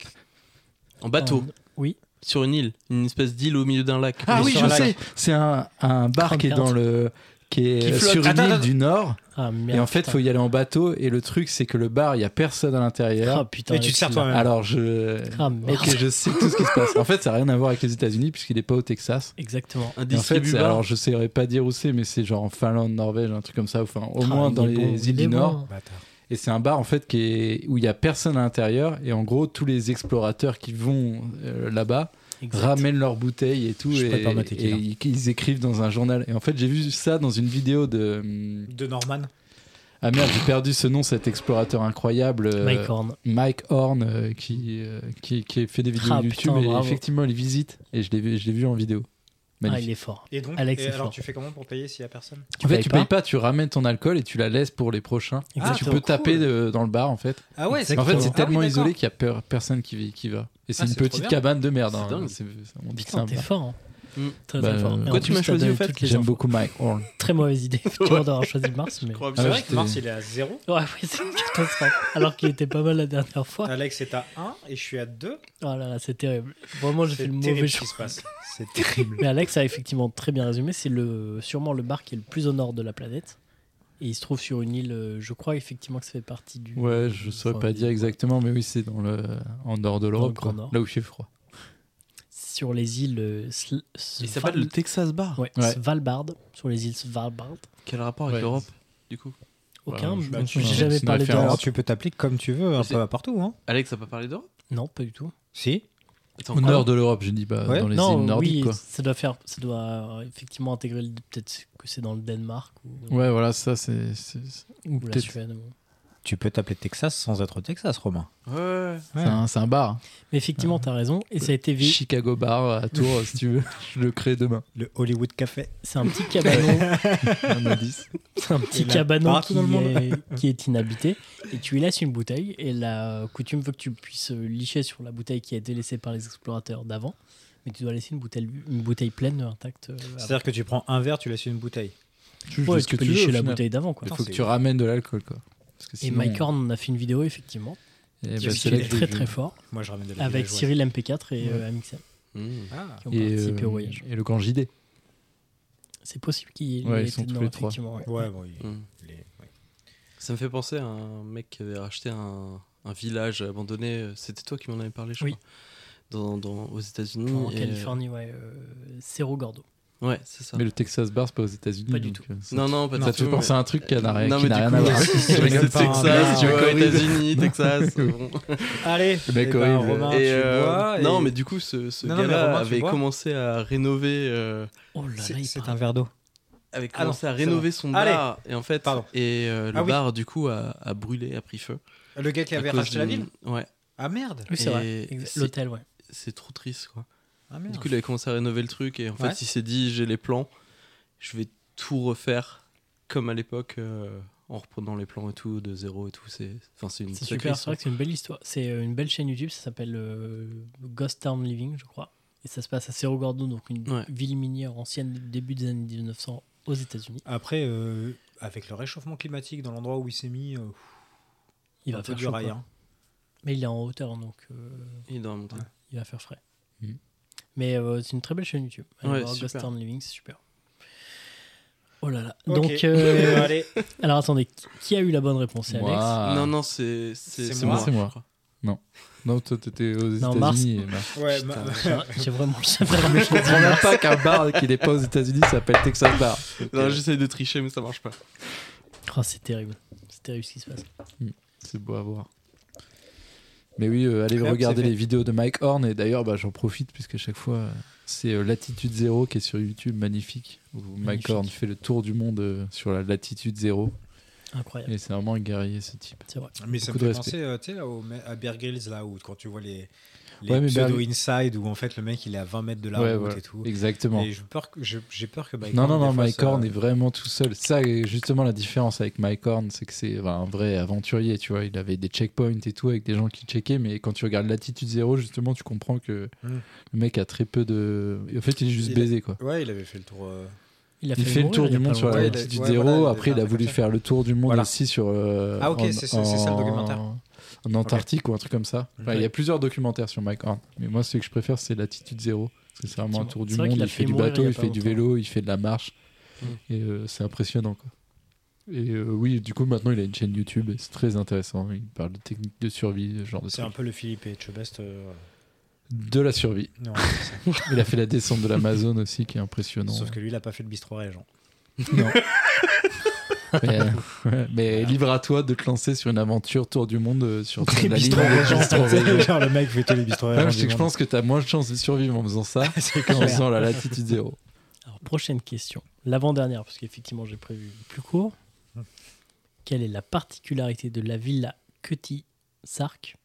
Speaker 8: en bateau,
Speaker 2: En- Oui.
Speaker 8: sur une île, une espèce d'île au milieu d'un lac.
Speaker 6: Ah
Speaker 1: Il est
Speaker 6: oui,
Speaker 1: sur
Speaker 6: je
Speaker 1: un lac.
Speaker 6: sais. C'est un, un bar qui est dans le qui est
Speaker 1: Qui flotte.
Speaker 6: sur une
Speaker 1: Attends,
Speaker 6: île
Speaker 1: attends.
Speaker 6: du nord.
Speaker 2: Ah merde.
Speaker 6: Et en fait, faut y aller en bateau. Et le truc, c'est que le bar, il y a personne à
Speaker 2: Ah
Speaker 6: l'intérieur.
Speaker 2: putain.
Speaker 1: Mais tu te
Speaker 2: Alex,
Speaker 1: sers
Speaker 2: il a-
Speaker 1: toi-même.
Speaker 6: Alors je.
Speaker 2: Ah merde.
Speaker 6: Ok, je sais tout ce qui se passe. En fait, ça n'a rien à voir avec les États-Unis puisqu'il n'est pas au Texas.
Speaker 2: Exactement.
Speaker 8: Un
Speaker 6: Et en fait,
Speaker 8: distribu
Speaker 6: c'est- alors je saurais pas dire où c'est, mais c'est genre en Finlande, Norvège, un truc comme ça, enfin au
Speaker 2: Ah,
Speaker 6: moins
Speaker 2: il
Speaker 6: dans
Speaker 2: est
Speaker 6: les
Speaker 2: bon, il
Speaker 6: îles
Speaker 2: est
Speaker 6: du
Speaker 2: bon.
Speaker 6: Nord. Et c'est un bar en fait qui est où il y a personne à l'intérieur et en gros tous les explorateurs qui vont euh, là-bas
Speaker 2: Exact.
Speaker 6: ramènent leurs bouteilles et tout
Speaker 1: Je
Speaker 6: et,
Speaker 1: prépare ma tequila.
Speaker 6: et ils, ils écrivent dans un journal. Et en fait, j'ai vu ça dans une vidéo de hum,
Speaker 1: De Norman.
Speaker 6: ah merde, j'ai perdu ce nom, cet explorateur incroyable. euh,
Speaker 2: Mike Horn.
Speaker 6: Mike Horn euh, qui, euh, qui, qui fait des vidéos
Speaker 2: Ah,
Speaker 6: YouTube
Speaker 2: putain,
Speaker 6: et
Speaker 2: bravo.
Speaker 6: effectivement il visite et je l'ai vu- je l'ai vu en vidéo.
Speaker 2: Ah,
Speaker 6: Magnifique.
Speaker 2: il est fort.
Speaker 1: Et donc,
Speaker 2: Alex
Speaker 1: et
Speaker 2: est
Speaker 1: alors
Speaker 2: fort.
Speaker 1: tu fais comment pour payer s'il n'y a personne
Speaker 6: en fait,
Speaker 2: payes
Speaker 6: tu
Speaker 2: pas Ah,
Speaker 6: payes pas, tu ramènes ton alcool et tu la laisses pour les prochains.
Speaker 2: Exactement.
Speaker 6: Ah, tu peux taper de- dans le bar en fait.
Speaker 1: Ah ouais,
Speaker 6: en fait, c'est tellement
Speaker 1: Ah oui,
Speaker 6: isolé
Speaker 1: d'accord.
Speaker 6: qu'il y a per- personne qui, vi- qui va. Et c'est
Speaker 1: Ah,
Speaker 6: une
Speaker 1: c'est trop
Speaker 6: petite
Speaker 1: bien.
Speaker 6: cabane de merde.
Speaker 8: C'est
Speaker 6: hein.
Speaker 8: dingue.
Speaker 6: C'est- On dit que c'est
Speaker 2: Putain,
Speaker 6: un
Speaker 2: t'es
Speaker 6: bar.
Speaker 2: fort. hein.
Speaker 8: Mm.
Speaker 2: Très,
Speaker 6: Bah,
Speaker 2: très fort. Et en
Speaker 6: pourquoi
Speaker 2: plus,
Speaker 8: tu m'as
Speaker 2: t'as
Speaker 8: choisi,
Speaker 2: donné
Speaker 8: au fait
Speaker 2: toutes les
Speaker 6: J'aime
Speaker 2: infos.
Speaker 6: beaucoup Mike Horn.
Speaker 2: Très mauvaise idée. Tu vois d'avoir choisi Mars, mais.
Speaker 8: Incroyable.
Speaker 1: C'est
Speaker 6: Ah,
Speaker 1: vrai que
Speaker 6: j'étais-
Speaker 1: Mars, il est à 0.
Speaker 2: Ouais, ouais, c'est une catastrophe. Alors qu'il était pas mal la dernière fois.
Speaker 1: Alex est à 1 et je suis à 2.
Speaker 2: Oh là là, c'est terrible. Vraiment, j'ai
Speaker 1: C'est
Speaker 2: fait le
Speaker 1: terrible
Speaker 2: mauvais
Speaker 1: ce qui
Speaker 2: choix.
Speaker 1: se passe. C'est terrible.
Speaker 2: Mais Alex a effectivement très bien résumé. C'est le, sûrement le bar qui est le plus au nord de la planète. Et il se trouve sur une île, euh, je crois effectivement que ça fait partie du.
Speaker 6: Ouais, je saurais
Speaker 2: Enfin,
Speaker 6: pas
Speaker 2: il-
Speaker 6: dire exactement, mais oui, c'est dans le en dehors de
Speaker 2: le
Speaker 6: l'Europe,
Speaker 2: Grand
Speaker 6: quoi.
Speaker 2: Nord.
Speaker 6: là où il fait froid.
Speaker 2: Sur les îles. euh, Sl-
Speaker 8: Il
Speaker 2: Sval-
Speaker 8: s'appelle le Texas Bar.
Speaker 2: Ouais,
Speaker 6: Ouais.
Speaker 2: Svalbard. Sur les îles Svalbard.
Speaker 8: Quel rapport avec
Speaker 6: Ouais.
Speaker 8: l'Europe du coup
Speaker 2: Aucun,
Speaker 6: Ouais,
Speaker 2: je
Speaker 1: bah,
Speaker 2: n'ai
Speaker 1: tu-
Speaker 2: jamais
Speaker 6: c'est une
Speaker 2: parlé de
Speaker 6: référence.
Speaker 1: Alors,
Speaker 2: l'Europe.
Speaker 1: tu peux t'appliquer comme tu veux, un
Speaker 8: C'est-
Speaker 1: peu partout. Hein.
Speaker 8: Alex, t'as pas parlé d'Europe
Speaker 2: Non, pas du tout.
Speaker 1: Si.
Speaker 8: Attends,
Speaker 6: Au
Speaker 8: quoi
Speaker 6: nord de l'Europe, je dis, bah,
Speaker 1: Ouais.
Speaker 6: dans les îles
Speaker 2: non,
Speaker 6: nordiques,
Speaker 2: oui,
Speaker 6: quoi.
Speaker 2: ça doit faire, ça doit euh, effectivement intégrer le- peut-être que c'est dans le Danemark ou,
Speaker 6: Ouais, voilà, ça, c'est. c'est- c'est-
Speaker 2: ou la
Speaker 6: peut-être.
Speaker 2: Suède. ou-
Speaker 1: Tu peux t'appeler Texas sans être au Texas, Romain.
Speaker 8: Ouais, ouais.
Speaker 6: c'est un, c'est un bar.
Speaker 2: Mais effectivement, t'as raison. Et ça a été vé-
Speaker 6: Chicago Bar à Tours, si tu veux. Je le crée demain.
Speaker 1: Le Hollywood Café.
Speaker 2: C'est un petit cabanon
Speaker 6: Un indice.
Speaker 2: C'est un petit
Speaker 1: Il a
Speaker 2: cabanon
Speaker 1: partout
Speaker 2: qui
Speaker 1: dans le monde.
Speaker 2: est, qui est inhabité. Et tu y laisses une bouteille. Et la euh, coutume veut que tu puisses euh, licher sur la bouteille qui a été laissée par les explorateurs d'avant. Mais tu dois laisser une bouteille, une bouteille pleine, euh, intacte. euh, avant.
Speaker 1: C'est-à-dire que tu prends un verre, tu laisses une bouteille.
Speaker 6: Tu joues
Speaker 2: Ouais,
Speaker 6: ce
Speaker 2: tu
Speaker 6: que
Speaker 2: peux
Speaker 6: veux,
Speaker 2: licher
Speaker 6: au
Speaker 2: la
Speaker 6: final.
Speaker 2: bouteille d'avant. quoi.
Speaker 6: Il
Speaker 1: Putain,
Speaker 6: faut que
Speaker 1: c'est-
Speaker 6: tu ramènes de l'alcool, quoi. Parce que
Speaker 2: Et
Speaker 6: sinon,
Speaker 2: Mike Horn en a fait une vidéo, effectivement.
Speaker 6: eh ben,
Speaker 2: qui
Speaker 6: c'est
Speaker 2: est
Speaker 6: là que
Speaker 2: très
Speaker 6: j'ai
Speaker 2: très
Speaker 6: vu.
Speaker 2: fort.
Speaker 1: Moi, je ramène de la
Speaker 2: Avec
Speaker 1: villageoise.
Speaker 2: Cyril MP4 et euh, Amixem,
Speaker 8: Mmh.
Speaker 1: Ah.
Speaker 2: qui ont
Speaker 6: Et,
Speaker 2: participé
Speaker 6: euh,
Speaker 2: au voyage. Ah.
Speaker 6: et le grand JD.
Speaker 2: C'est possible qu'il
Speaker 6: Ouais,
Speaker 2: ait
Speaker 6: ils
Speaker 2: été
Speaker 6: sont tous
Speaker 2: dedans,
Speaker 6: les trois.
Speaker 2: effectivement, ouais.
Speaker 1: Ouais, bon, il-
Speaker 8: Mmh.
Speaker 1: il est- ouais.
Speaker 8: Ça me fait penser à un mec qui avait racheté un, un village abandonné. C'était toi qui m'en avais parlé, je
Speaker 2: Oui.
Speaker 8: crois. Dans, dans- aux États-Unis.
Speaker 2: En
Speaker 8: et- euh,
Speaker 2: Californie, ouais. euh, Cerro Gordo.
Speaker 8: Ouais, c'est ça.
Speaker 6: Mais le Texas Bar, c'est pas aux États-Unis.
Speaker 2: Pas du
Speaker 6: donc, euh, ça-
Speaker 8: Non, non, pas
Speaker 6: Ça
Speaker 8: du
Speaker 6: te fait
Speaker 8: tout,
Speaker 6: penser à un truc qui n'a
Speaker 8: mais-
Speaker 6: rien
Speaker 8: Non,
Speaker 6: qui
Speaker 8: mais
Speaker 6: n'a
Speaker 8: du
Speaker 6: rien
Speaker 8: coup,
Speaker 2: euh,
Speaker 6: à voir.
Speaker 8: c'est
Speaker 1: Je rigole pas, hein.
Speaker 8: Texas, tu
Speaker 1: Non.
Speaker 8: vois, États-Unis, Texas. bon.
Speaker 1: Allez,
Speaker 6: mec
Speaker 1: eh ben,
Speaker 6: horrible.
Speaker 1: Romain,
Speaker 8: Et,
Speaker 1: tu
Speaker 8: euh,
Speaker 1: bois. et-
Speaker 8: Non, mais du coup, ce, ce
Speaker 1: Non, non, mais
Speaker 8: gars-là
Speaker 1: Romain, tu
Speaker 8: avait
Speaker 1: bois
Speaker 8: commencé à rénover. euh,
Speaker 2: Oh là là,
Speaker 1: C'est
Speaker 2: il
Speaker 1: c'est
Speaker 2: parle.
Speaker 1: un verre d'eau.
Speaker 8: avait
Speaker 1: Ah non,
Speaker 8: commencé à
Speaker 1: c'est
Speaker 8: rénover son
Speaker 1: Allez.
Speaker 8: bar et en fait
Speaker 1: Pardon.
Speaker 8: et euh, le
Speaker 1: Ah oui.
Speaker 8: bar du coup a, a brûlé a pris feu
Speaker 1: Le gars qui
Speaker 8: à
Speaker 1: avait
Speaker 8: cause
Speaker 1: racheté la
Speaker 8: d'une-
Speaker 1: ville
Speaker 8: ouais
Speaker 1: Ah merde
Speaker 2: Oui, c'est
Speaker 8: Et
Speaker 2: vrai. Exact.
Speaker 8: c'est-
Speaker 2: L'hôtel, ouais.
Speaker 8: c'est trop triste quoi
Speaker 1: Ah merde
Speaker 8: du coup il avait commencé à rénover le truc et en fait
Speaker 1: Ouais.
Speaker 8: il s'est dit j'ai les plans je vais tout refaire comme à l'époque euh, en reprenant les plans et tout de zéro et tout. C'est enfin,
Speaker 6: Mm,
Speaker 8: c'est une
Speaker 2: C'est
Speaker 8: sacrée
Speaker 2: super, c'est
Speaker 8: histoire.
Speaker 2: vrai
Speaker 6: hein.
Speaker 2: que c'est une belle histoire. C'est euh, une belle chaîne YouTube, ça s'appelle euh, Ghost Town Living, je crois. Et ça se passe à Cerro Gordo, donc une
Speaker 8: Ouais.
Speaker 2: ville minière ancienne du début des années 1900 aux États-Unis.
Speaker 1: Après, euh, avec le réchauffement climatique dans l'endroit où il s'est mis, euh,
Speaker 2: Il va
Speaker 1: un peu
Speaker 2: faire
Speaker 1: dur
Speaker 2: chaud,
Speaker 1: à
Speaker 2: quoi.
Speaker 1: dire.
Speaker 2: Mais il est en hauteur, donc euh,
Speaker 8: Il est dans la montagne.
Speaker 2: il va faire frais.
Speaker 6: Mhm.
Speaker 2: Mais euh, c'est une très belle chaîne YouTube. Allez
Speaker 8: Ouais,
Speaker 2: voir Ghost
Speaker 8: super.
Speaker 2: Town Living, c'est super. Oh là là.
Speaker 1: Ok.
Speaker 2: Donc, euh,
Speaker 1: Allez,
Speaker 2: alors attendez, qui- qui a eu la bonne réponse C'est Alex.
Speaker 6: Moi.
Speaker 8: Non, non, c'est c'est-
Speaker 1: C'est
Speaker 8: c'est
Speaker 1: moi.
Speaker 8: moi.
Speaker 6: Ah. C'est moi.
Speaker 8: je crois.
Speaker 6: Non, toi, t'étais aux
Speaker 2: Non, Mars.
Speaker 6: États-Unis. et Mars.
Speaker 1: ouais,
Speaker 8: Putain.
Speaker 1: ma-
Speaker 2: J'ai- Ah, J'ai vraiment, j'ai vraiment le
Speaker 6: Je comprends même pas qu'un bar qui n'est pas aux États-Unis s'appelle Texas Bar.
Speaker 8: Non, j'essaye de tricher, mais ça marche pas.
Speaker 2: Oh, c'est terrible. C'est terrible ce qui se passe.
Speaker 6: C'est beau à voir. Mais oui, euh, allez
Speaker 1: Hop,
Speaker 6: regarder
Speaker 1: c'est fait.
Speaker 6: les vidéos de Mike Horn. Et d'ailleurs, bah, j'en profite puisque à chaque fois, euh, c'est euh, Latitude Zéro qui est sur YouTube, magnifique. Où Mike
Speaker 2: Magnifique.
Speaker 6: Horn fait le tour du monde euh, sur la Latitude Zéro.
Speaker 2: Incroyable.
Speaker 6: Et c'est vraiment un guerrier ce type.
Speaker 2: C'est vrai.
Speaker 1: Mais ça me
Speaker 6: Beaucoup de
Speaker 1: fait
Speaker 6: respect.
Speaker 1: penser euh, tu sais, là, au- à Bear Grylls, là, où quand tu vois les, les
Speaker 6: Ouais, mais Bear-
Speaker 1: pseudo-inside, où en fait le mec il est à 20 mètres de la
Speaker 6: Ouais,
Speaker 1: route
Speaker 6: voilà.
Speaker 1: et tout.
Speaker 6: Exactement.
Speaker 1: Et j'ai peur, que- je- j'ai peur que Mike
Speaker 6: non,
Speaker 1: Horn, euh,
Speaker 6: non,
Speaker 1: des
Speaker 6: non,
Speaker 1: fois,
Speaker 6: Mike
Speaker 1: ça-
Speaker 6: Horn est vraiment tout seul. Ça, et justement, la différence avec Mike Horn, c'est que c'est bah, un vrai aventurier, tu vois. Il avait des checkpoints et tout avec des gens qui checkaient, mais quand tu regardes Latitude Zéro, justement, tu comprends que
Speaker 1: Mm.
Speaker 6: le mec a très peu de. En fait, il est juste
Speaker 1: Il a-
Speaker 6: baisé, quoi.
Speaker 1: Ouais, il avait fait le tour. euh,
Speaker 2: Il a
Speaker 6: Il fait le
Speaker 2: mourir
Speaker 6: tour
Speaker 2: il y a
Speaker 6: du
Speaker 2: pas
Speaker 6: monde sur la
Speaker 1: longtemps.
Speaker 6: Latitude
Speaker 1: Ouais, il a- ouais,
Speaker 6: Zéro.
Speaker 1: voilà, il a
Speaker 6: Après,
Speaker 1: fait
Speaker 6: il a
Speaker 1: un truc
Speaker 6: voulu
Speaker 1: comme ça.
Speaker 6: faire le tour du monde
Speaker 1: Voilà.
Speaker 6: aussi sur. euh,
Speaker 1: Ah, ok,
Speaker 6: en-
Speaker 1: c'est- c'est- c'est ça, le
Speaker 6: en-
Speaker 1: documentaire.
Speaker 6: En Antarctique ou un truc comme ça. Enfin, Il y a
Speaker 1: Ouais.
Speaker 6: plusieurs documentaires sur Mike Horn, mais moi, celui que je préfère, c'est Latitude Zéro. Parce que c'est vraiment un
Speaker 2: Effectivement.
Speaker 6: tour du
Speaker 2: C'est vrai
Speaker 6: monde.
Speaker 2: qu'il a
Speaker 6: Il fait
Speaker 2: fait
Speaker 6: du
Speaker 2: mourir il y
Speaker 6: bateau,
Speaker 2: a
Speaker 6: il
Speaker 2: pas
Speaker 6: fait du
Speaker 2: longtemps. Mm.
Speaker 6: vélo, il fait de la marche. Et euh, c'est impressionnant, quoi. Et euh, oui, du coup, maintenant, il a une chaîne YouTube. et C'est très intéressant. Il parle de techniques de survie, ce genre de
Speaker 1: C'est un
Speaker 6: trucs.
Speaker 1: peu le Philippe et Chebest. euh,
Speaker 6: De la survie.
Speaker 1: non, c'est ça.
Speaker 6: Il a fait la descente de l'Amazon aussi, qui est impressionnant.
Speaker 1: Sauf que lui, il a pas fait le bistrot régent.
Speaker 6: Non. mais ouais, mais libre à toi de te lancer sur une aventure tour du monde euh, sur la ligne
Speaker 1: Bistrot
Speaker 6: des
Speaker 1: régent,
Speaker 6: bistrots régents.
Speaker 1: genre le mec fait tous les bistrots
Speaker 6: Ouais,
Speaker 1: régents.
Speaker 6: je, sais que
Speaker 1: du
Speaker 6: je
Speaker 1: monde.
Speaker 6: pense que t'as moins de chances de survivre en faisant ça qu'en faisant la latitude zéro.
Speaker 2: Alors, prochaine question. L'avant-dernière, parce qu'effectivement, j'ai prévu plus court.
Speaker 1: Hum.
Speaker 2: Quelle est la particularité de la villa Cutty Sark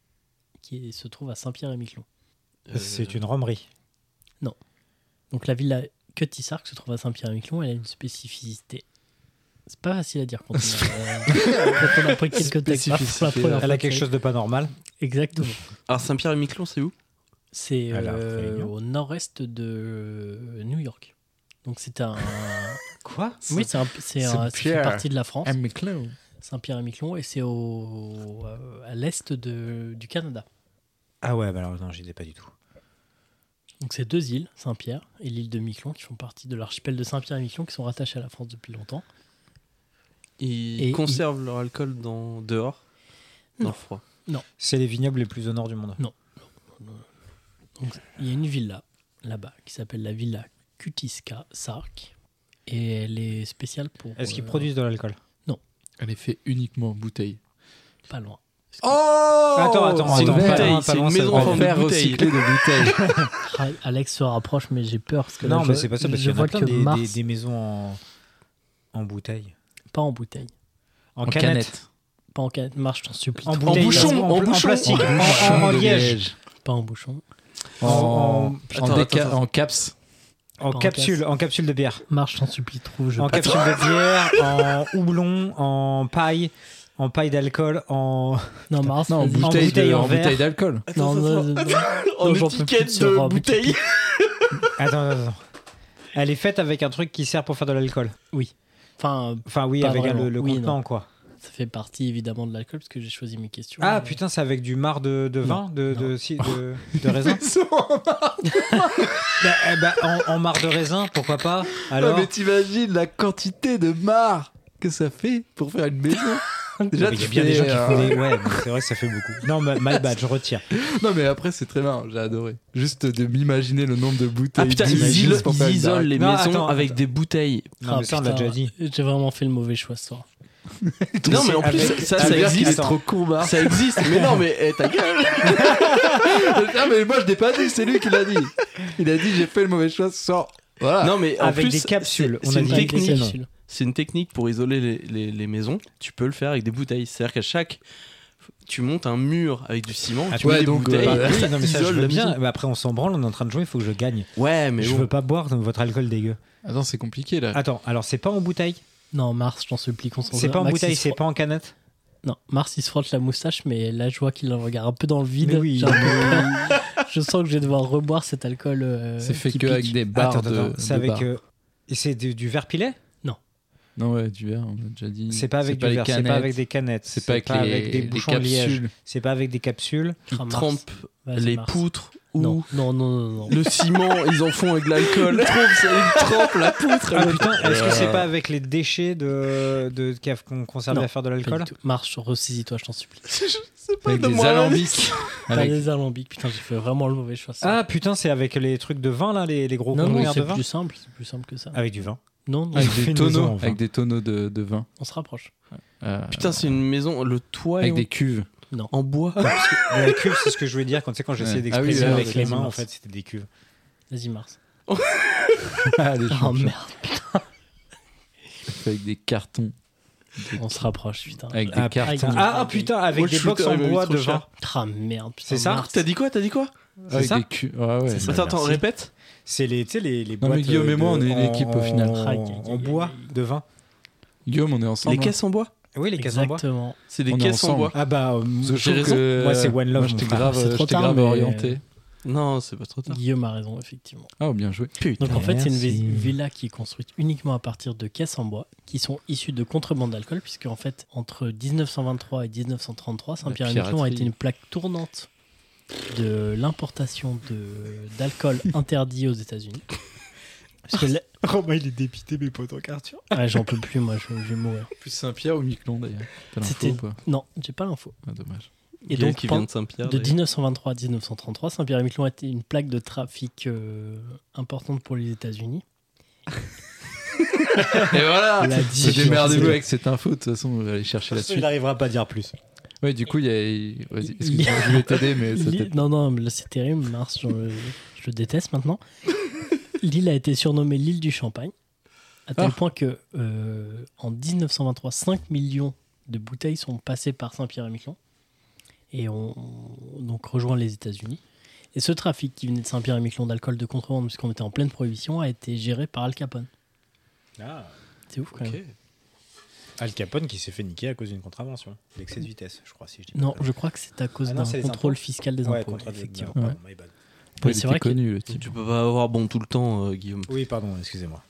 Speaker 2: qui est- se trouve à Saint-Pierre-et-Miquelon
Speaker 8: Euh,
Speaker 1: Ah, C'est une romerie.
Speaker 2: Donc, la villa Cutty Sark se trouve à Saint-Pierre-et-Miquelon. Elle a une spécificité. C'est pas facile à dire quand on a, euh, quand on a pris quelques textes.
Speaker 6: Spécificité.
Speaker 1: Elle a quelque chose de pas normal.
Speaker 2: Exactement.
Speaker 8: Alors, Saint-Pierre-et-Miquelon, c'est où
Speaker 2: C'est
Speaker 1: À La
Speaker 2: euh,
Speaker 1: Réunion.
Speaker 2: au nord-est de euh, New York. Donc, c'est un.
Speaker 1: Quoi
Speaker 2: oui, c'est un. C'est un. Ça fait
Speaker 6: Saint-Pierre.
Speaker 2: partie de la France.
Speaker 6: McLeod.
Speaker 2: Saint-Pierre-et-Miquelon et c'est au, euh, à l'est de- du Canada.
Speaker 1: Ah ouais, bah alors non, j'y étais pas du tout.
Speaker 2: Donc c'est deux îles, Saint-Pierre et l'île de Miquelon, qui font partie de l'archipel de Saint-Pierre-et-Miquelon, qui sont rattachées à la France depuis longtemps.
Speaker 8: Ils
Speaker 2: Et
Speaker 8: conservent leur alcool dans, dehors, dans
Speaker 2: Non.
Speaker 8: le froid.
Speaker 1: C'est les vignobles les plus au nord du monde.
Speaker 2: Donc il y a une villa là-bas qui s'appelle la villa Kutiska Sark et elle est spéciale pour.
Speaker 1: Est-ce qu'ils
Speaker 2: euh,
Speaker 1: produisent de l'alcool
Speaker 6: Elle est faite uniquement en bouteille.
Speaker 2: Pas loin.
Speaker 6: Oh
Speaker 1: Attends, attends,
Speaker 8: C'est une
Speaker 1: attends. pas
Speaker 8: bouteille,
Speaker 1: loin,
Speaker 8: c'est
Speaker 1: pas
Speaker 8: une
Speaker 1: loin, ça
Speaker 8: maison
Speaker 1: doit
Speaker 8: en forme de
Speaker 6: verre
Speaker 8: bouteille.
Speaker 6: recyclé de bouteille.
Speaker 2: Ah, Alex se rapproche, mais j'ai peur parce que là,
Speaker 1: Non,
Speaker 2: je,
Speaker 1: mais c'est pas ça, parce qu'il
Speaker 2: je
Speaker 1: y en a
Speaker 2: vois
Speaker 1: plein
Speaker 2: que
Speaker 1: des, des-
Speaker 2: Mars
Speaker 1: des maisons en, en bouteille.
Speaker 2: pas en bouteille,
Speaker 1: En, canette.
Speaker 2: pas en canette. Mars, je t'en supplie.
Speaker 1: En
Speaker 2: trop.
Speaker 1: bouteille.
Speaker 8: bouchon,
Speaker 1: en,
Speaker 8: en
Speaker 1: pla-
Speaker 8: bouchon.
Speaker 1: plastique.
Speaker 8: En
Speaker 1: En, en- en liège.
Speaker 2: pas en bouchon.
Speaker 6: En,
Speaker 1: En-
Speaker 6: en,
Speaker 8: attends, attends,
Speaker 6: déca-
Speaker 8: attends.
Speaker 6: en caps.
Speaker 1: En
Speaker 2: Pas en
Speaker 1: capsule, en capsule de bière.
Speaker 2: Mars, je t'en supplie, trouve. Je
Speaker 1: en
Speaker 2: peux-
Speaker 1: capsule de bière, en houblon, en paille, en paille d'alcool, en.
Speaker 2: Non, Mars,
Speaker 6: Non, en
Speaker 2: vas-y.
Speaker 6: bouteille,
Speaker 1: bouteille,
Speaker 6: de-
Speaker 1: en
Speaker 6: en
Speaker 1: verre.
Speaker 6: bouteille d'alcool.
Speaker 2: Non, non, non, non.
Speaker 8: en
Speaker 2: Non, j'en peux
Speaker 8: étiquette
Speaker 2: plus Oh, de ce
Speaker 8: de
Speaker 2: rhum.
Speaker 8: bouteille.
Speaker 1: Attends, attends, attends. Elle est faite avec un truc qui sert pour faire de l'alcool.
Speaker 2: Enfin,
Speaker 1: Enfin, oui,
Speaker 2: Pas
Speaker 1: avec
Speaker 2: vraiment.
Speaker 1: le, le
Speaker 2: Oui,
Speaker 1: contenant, quoi.
Speaker 2: ça fait partie évidemment de l'alcool parce que j'ai choisi mes questions.
Speaker 1: Ah
Speaker 2: Euh,
Speaker 1: putain, c'est avec du mar de, de vin, de, de,
Speaker 2: non.
Speaker 1: si- de, de raisin Bah, eh bah, en, en marc de raisin, pourquoi pas Alors,
Speaker 6: Ah, mais t'imagines la quantité de marre que ça fait pour faire une maison Déjà,
Speaker 1: il y
Speaker 6: tu
Speaker 1: a bien des
Speaker 6: fais,
Speaker 1: gens qui font
Speaker 6: euh,
Speaker 1: des. Ouais, mais c'est vrai que ça fait beaucoup. Non, ma- my bad, je retire.
Speaker 6: Non, mais après, c'est très marrant, j'ai adoré. Juste de m'imaginer le nombre de bouteilles.
Speaker 8: Ah putain,
Speaker 6: d'huile
Speaker 8: ils,
Speaker 6: juste
Speaker 8: isolent-
Speaker 6: pour faire
Speaker 8: ils
Speaker 6: une
Speaker 8: isolent
Speaker 6: baraque.
Speaker 8: les
Speaker 1: Non,
Speaker 8: maisons
Speaker 1: attends,
Speaker 8: avec
Speaker 1: attends.
Speaker 8: des bouteilles.
Speaker 1: Non,
Speaker 2: ah,
Speaker 1: mais ça, on l'a
Speaker 2: putain,
Speaker 1: déjà dit.
Speaker 2: J'ai vraiment fait le mauvais choix ce soir.
Speaker 8: Non, mais en
Speaker 1: avec-
Speaker 8: plus, ça,
Speaker 1: avec-
Speaker 8: ça
Speaker 6: C'est-à-dire qu'il Ah, est
Speaker 8: existe.
Speaker 1: Attends.
Speaker 6: trop con, Marc.
Speaker 8: Ça existe, mais non, mais eh, ta gueule.
Speaker 6: ah, mais moi, je l'ai pas dit, c'est lui qui l'a dit. Il a dit, j'ai fait le mauvais choix ce soir. Voilà.
Speaker 8: Non, mais en
Speaker 1: Ah, Avec des
Speaker 8: plus,
Speaker 1: capsules,
Speaker 8: c'est-
Speaker 1: on
Speaker 8: C'est
Speaker 1: a
Speaker 8: une
Speaker 1: dit.
Speaker 2: Avec des
Speaker 8: technique.
Speaker 2: capsules.
Speaker 8: C'est une technique pour isoler les, les- les maisons. Tu peux le faire avec des bouteilles. C'est-à-dire qu'à chaque tu montes un mur avec du ciment,
Speaker 1: Ah,
Speaker 8: tu
Speaker 1: ouais,
Speaker 8: mets des
Speaker 6: donc,
Speaker 8: bouteilles,
Speaker 6: euh,
Speaker 1: Oui, non, mais ça, je
Speaker 8: t'isoles
Speaker 1: veux
Speaker 8: la
Speaker 1: bien.
Speaker 8: maison.
Speaker 1: Mais après, on s'en branle, on est en train de jouer, il faut que je gagne.
Speaker 8: Ouais, mais oh,
Speaker 1: je
Speaker 8: bon.
Speaker 1: veux pas boire dans votre alcool dégueu.
Speaker 6: Attends, c'est compliqué là.
Speaker 1: Attends, alors c'est pas en bouteille
Speaker 2: Non, Mars, je t'en supplie, qu'on s'en
Speaker 1: C'est pas en
Speaker 2: Max, il
Speaker 1: bouteille,
Speaker 2: se
Speaker 1: c'est
Speaker 2: frotte-
Speaker 1: pas en canette
Speaker 2: Non, Mars, il se frotte la moustache, mais là, je vois qu'il en regarde un peu dans le vide.
Speaker 1: Mais oui.
Speaker 2: J'ai un peu peur. je sens que je vais devoir reboire cet alcool. euh,
Speaker 6: c'est fait
Speaker 2: qui
Speaker 6: que avec
Speaker 2: pique.
Speaker 6: des barres
Speaker 1: Attends,
Speaker 6: de.
Speaker 1: attends, c'est
Speaker 6: de
Speaker 1: avec.
Speaker 6: barres.
Speaker 1: euh, et c'est du, du verre pilet
Speaker 6: Non, ouais, du verre, on a déjà dit.
Speaker 1: C'est pas avec du
Speaker 6: les
Speaker 1: verre, c'est pas
Speaker 6: canettes,
Speaker 1: avec des canettes,
Speaker 6: C'est pas avec, les,
Speaker 1: avec des
Speaker 6: les
Speaker 1: bouchons de liège,
Speaker 6: capsules.
Speaker 1: c'est pas avec des capsules.
Speaker 8: Ils
Speaker 2: Ah, Mars.
Speaker 8: trempent
Speaker 2: Vas-y,
Speaker 8: les
Speaker 2: Mars.
Speaker 8: poutres ou
Speaker 2: Non, non, non, non, non.
Speaker 8: le ciment, ils en font avec de l'alcool. Ils trempent- ils trempent la poutre.
Speaker 1: Ah putain, est-ce que c'est
Speaker 6: Euh.
Speaker 1: pas avec les déchets de, de qu'a- qu'on conserve
Speaker 2: Non,
Speaker 1: à faire de
Speaker 2: Pas
Speaker 1: l'alcool
Speaker 2: du tout. Mars, ressaisis-toi, je t'en supplie.
Speaker 8: C'est pas
Speaker 6: Avec
Speaker 8: de
Speaker 6: des
Speaker 8: moi.
Speaker 6: alambics.
Speaker 2: Pas
Speaker 6: Avec-
Speaker 2: des alambics, putain, j'ai fait vraiment le mauvais choix. ça.
Speaker 1: Ah putain, c'est avec les trucs de vin là, les, les gros
Speaker 2: non, non,
Speaker 1: conteneurs de
Speaker 2: c'est
Speaker 1: vin
Speaker 2: plus simple, c'est plus simple que ça.
Speaker 1: Avec du vin.
Speaker 2: Non, non,
Speaker 6: Avec
Speaker 1: Fais
Speaker 6: des
Speaker 1: une maison
Speaker 6: tonneaux,
Speaker 1: en vin.
Speaker 6: avec des tonneaux de, de vin.
Speaker 2: on se rapproche.
Speaker 6: Euh,
Speaker 8: Putain, c'est une maison, le toit est
Speaker 6: avec
Speaker 8: en,
Speaker 6: des cuves.
Speaker 8: en bois.
Speaker 1: Mais la cuve, c'est ce que je voulais dire quand, tu sais, quand j'essayais
Speaker 6: Ouais. Ah oui,
Speaker 1: d'exprimer
Speaker 6: ouais,
Speaker 1: avec
Speaker 2: ouais,
Speaker 1: les
Speaker 2: vas-y,
Speaker 1: mains, en
Speaker 2: Mars.
Speaker 1: fait, c'était des cuves.
Speaker 2: Vas-y, Mars.
Speaker 6: Ah, des
Speaker 2: Oh
Speaker 6: champions.
Speaker 2: merde,
Speaker 6: Avec des cartons. Des-
Speaker 2: on se rapproche, putain.
Speaker 6: Avec des
Speaker 1: Ah
Speaker 6: cartes.
Speaker 1: putain, ah, ah, putain, avec
Speaker 8: Oh, le
Speaker 1: des box
Speaker 8: shooter,
Speaker 1: en
Speaker 8: il m'a mis
Speaker 1: bois
Speaker 8: trop
Speaker 1: de
Speaker 8: cher.
Speaker 1: vin.
Speaker 2: Ah merde, putain.
Speaker 1: C'est ça
Speaker 2: Mars.
Speaker 8: T'as dit quoi T'as dit quoi
Speaker 1: C'est
Speaker 6: avec
Speaker 1: ça
Speaker 6: des cuves. Ouais, ouais.
Speaker 2: C'est ça.
Speaker 8: Attends, attends,
Speaker 2: merci.
Speaker 8: répète.
Speaker 1: C'est les, tu sais, les, les
Speaker 6: Non, mais
Speaker 1: boîtes. euh,
Speaker 6: Guillaume et
Speaker 1: de-
Speaker 6: moi, on est une
Speaker 1: en-
Speaker 6: équipe, au final.
Speaker 1: en-
Speaker 2: Aïe, aïe, aïe,
Speaker 1: En
Speaker 2: aïe,
Speaker 1: bois
Speaker 2: aïe.
Speaker 1: de vin.
Speaker 6: Guillaume, on est ensemble.
Speaker 8: Les
Speaker 6: hein.
Speaker 8: caisses en bois
Speaker 1: Oui, les caisses en bois.
Speaker 2: Exactement.
Speaker 8: C'est des
Speaker 6: On est
Speaker 8: caisses en
Speaker 6: ensemble.
Speaker 8: bois.
Speaker 1: Ah bah, euh,
Speaker 6: Parce que je
Speaker 8: J'ai
Speaker 6: trouve que-
Speaker 1: Moi, c'est One Love,
Speaker 6: Moi, j'étais
Speaker 1: mon frère.
Speaker 6: grave,
Speaker 2: C'est trop
Speaker 6: j'étais
Speaker 2: tard,
Speaker 6: grave
Speaker 2: mais-
Speaker 6: orienté.
Speaker 8: Non, c'est pas trop tard.
Speaker 2: Guillaume a raison, effectivement.
Speaker 6: Ah, bien joué.
Speaker 2: Donc en fait, c'est une
Speaker 1: Merci.
Speaker 2: vi- villa qui est construite uniquement à partir de caisses en bois qui sont issues de contrebande d'alcool, puisque en fait, entre 1923 et 1933, Saint-Pierre-et-Miquelon a
Speaker 6: piraterie.
Speaker 2: été une plaque tournante de l'importation de- d'alcool interdit aux États-Unis. Parce que là-
Speaker 1: Ah, Romain, il est dépité, mais pas autant qu'Arthur.
Speaker 2: Ouais, j'en peux plus, moi, je, je vais mourir.
Speaker 6: Plus Saint-Pierre ou Miquelon d'ailleurs T'as l'info
Speaker 2: C'était-
Speaker 6: ou pas
Speaker 2: Non, j'ai pas l'info.
Speaker 6: Ah, Dommage.
Speaker 2: Et
Speaker 8: Gaël
Speaker 2: donc,
Speaker 8: qui
Speaker 2: pen-
Speaker 8: vient de Saint-Pierre.
Speaker 2: De
Speaker 8: d'ailleurs.
Speaker 2: 1923 à 1933, Saint-Pierre-et-Miquelon a été une plaque de trafic euh, importante pour les États-Unis.
Speaker 6: Et voilà
Speaker 2: La
Speaker 6: C'est
Speaker 2: digitalisation.
Speaker 6: démerdez-vous avec cette info, de toute façon, on va aller chercher la
Speaker 1: Il
Speaker 6: suite.
Speaker 1: n'arrivera pas à dire plus.
Speaker 6: Ouais, du coup, il y a. Vas-y, excuse-moi, je voulais t'aider, mais ça
Speaker 2: L'île-
Speaker 6: t'aide.
Speaker 2: Non, non, mais là, c'est terrible, Mars, je, je le déteste maintenant. L'île a été surnommée l'île du Champagne, à tel
Speaker 6: Ah.
Speaker 2: point que euh, en 1923, 5 millions de bouteilles sont passées par Saint-Pierre-et-Miquelon et ont ont donc rejoint les États-Unis. Et ce trafic qui venait de Saint-Pierre-et-Miquelon d'alcool de contrebande, puisqu'on était en pleine prohibition, a été géré par Al Capone. C'est ouf quand même.
Speaker 8: Ok.
Speaker 1: Ah, Al Capone qui s'est fait niquer à cause d'une contravention. L'excès de vitesse, je crois, si je dis
Speaker 2: Non,
Speaker 1: pas de
Speaker 2: je crois que c'est à cause
Speaker 1: Ah non,
Speaker 2: d'un
Speaker 1: c'est les
Speaker 2: contrôle
Speaker 1: impôts.
Speaker 2: fiscal des
Speaker 1: conneries. Ouais,
Speaker 2: impôts.
Speaker 1: contre-
Speaker 2: effectivement.
Speaker 1: pardon, my bad.
Speaker 6: Il
Speaker 2: c'est
Speaker 6: était
Speaker 2: vrai que-
Speaker 6: connu, le type.
Speaker 8: Tu peux pas avoir bon tout le temps, euh, Guillaume.
Speaker 1: Oui, pardon, excusez-moi.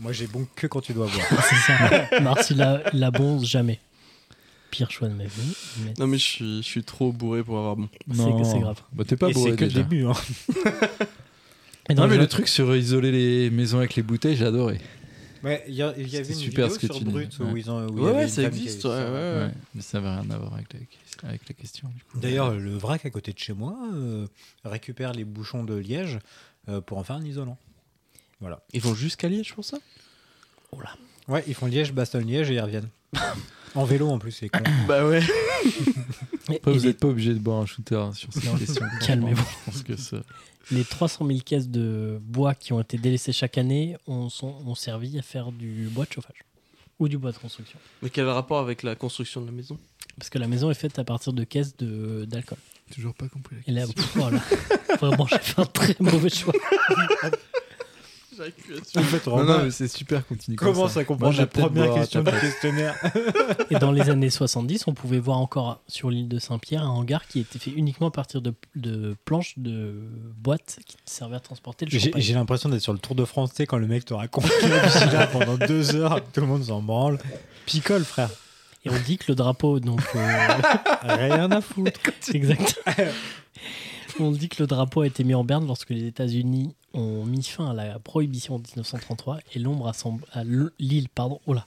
Speaker 1: Moi, j'ai bon que quand tu dois boire.
Speaker 2: C'est ça. Mars, il a, il a bon jamais. Pire choix de ma vie. mais
Speaker 8: Non, mais je suis, je suis trop bourré pour avoir bon.
Speaker 2: c'est c'est grave.
Speaker 6: Bah, t'es pas
Speaker 1: Et c'est
Speaker 6: bourré
Speaker 1: que
Speaker 6: déjà.
Speaker 1: le début. Hein.
Speaker 2: Et dans
Speaker 6: Non,
Speaker 2: le
Speaker 6: mais
Speaker 2: jeu-
Speaker 6: le truc sur isoler les maisons avec les bouteilles, j'ai adoré.
Speaker 1: Ouais, il y, a- il y
Speaker 6: C'était
Speaker 1: avait une
Speaker 6: super
Speaker 1: vidéo
Speaker 6: ce que
Speaker 1: sur
Speaker 6: tu dis.
Speaker 1: Brut où
Speaker 6: Ouais.
Speaker 1: ils ont. où il y
Speaker 8: Ouais,
Speaker 1: avait
Speaker 8: ouais,
Speaker 1: une
Speaker 8: ça
Speaker 1: femme qui
Speaker 8: existe.
Speaker 1: avait
Speaker 8: ouais,
Speaker 1: fait ça.
Speaker 8: ouais, ouais.
Speaker 6: Ouais, mais ça avait rien à voir avec la, avec la question. du coup.
Speaker 1: D'ailleurs, le vrac à côté de chez moi euh, récupère les bouchons de liège euh, pour en faire un isolant.
Speaker 8: Ils vont jusqu'à Liège pour ça
Speaker 1: Ouais, ils font liège, bastogne liège et ils reviennent. en vélo en plus, c'est con.
Speaker 8: Bah ouais.
Speaker 6: Après,
Speaker 2: et
Speaker 6: vous
Speaker 2: les,
Speaker 6: n'êtes pas obligé de boire un shooter hein, sur cette question.
Speaker 2: calmez-vous.
Speaker 6: Je pense que ça.
Speaker 2: les 300 000 caisses de bois qui ont été délaissées chaque année ont, sont- ont servi à faire du bois de chauffage ou du bois de construction.
Speaker 8: Mais quel rapport avec la construction de la maison
Speaker 2: Parce que la maison est faite à partir de caisses de- d'alcool.
Speaker 6: Toujours pas compris la
Speaker 2: Et là, pff, voilà. Vraiment, j'ai fait un très mauvais choix.
Speaker 1: en fait,
Speaker 6: Non, non, mais c'est super, continue. comme
Speaker 1: commence à comprendre
Speaker 6: Moi, je
Speaker 1: la
Speaker 6: vais peut-être
Speaker 1: première
Speaker 6: boire à
Speaker 1: question
Speaker 6: ta
Speaker 1: du
Speaker 6: place.
Speaker 1: questionnaire.
Speaker 2: Et dans les années 70, on pouvait voir encore sur l'île de Saint-Pierre un hangar qui était fait uniquement à partir de, de planches de boîtes qui servaient à transporter le
Speaker 1: J'ai
Speaker 2: champagne.
Speaker 1: j'ai l'impression d'être sur le Tour de France, tu sais, quand le mec te raconte la vie là pendant deux heures, tout le monde s'en branle. Picole, frère.
Speaker 2: Et on dit que le drapeau, donc euh,
Speaker 1: Rien à foutre.
Speaker 2: exact. on dit que le drapeau a été mis en berne lorsque les États-Unis ont mis fin à la prohibition en 1933 et l'ombre a somb- à l- l'île, pardon, oh là,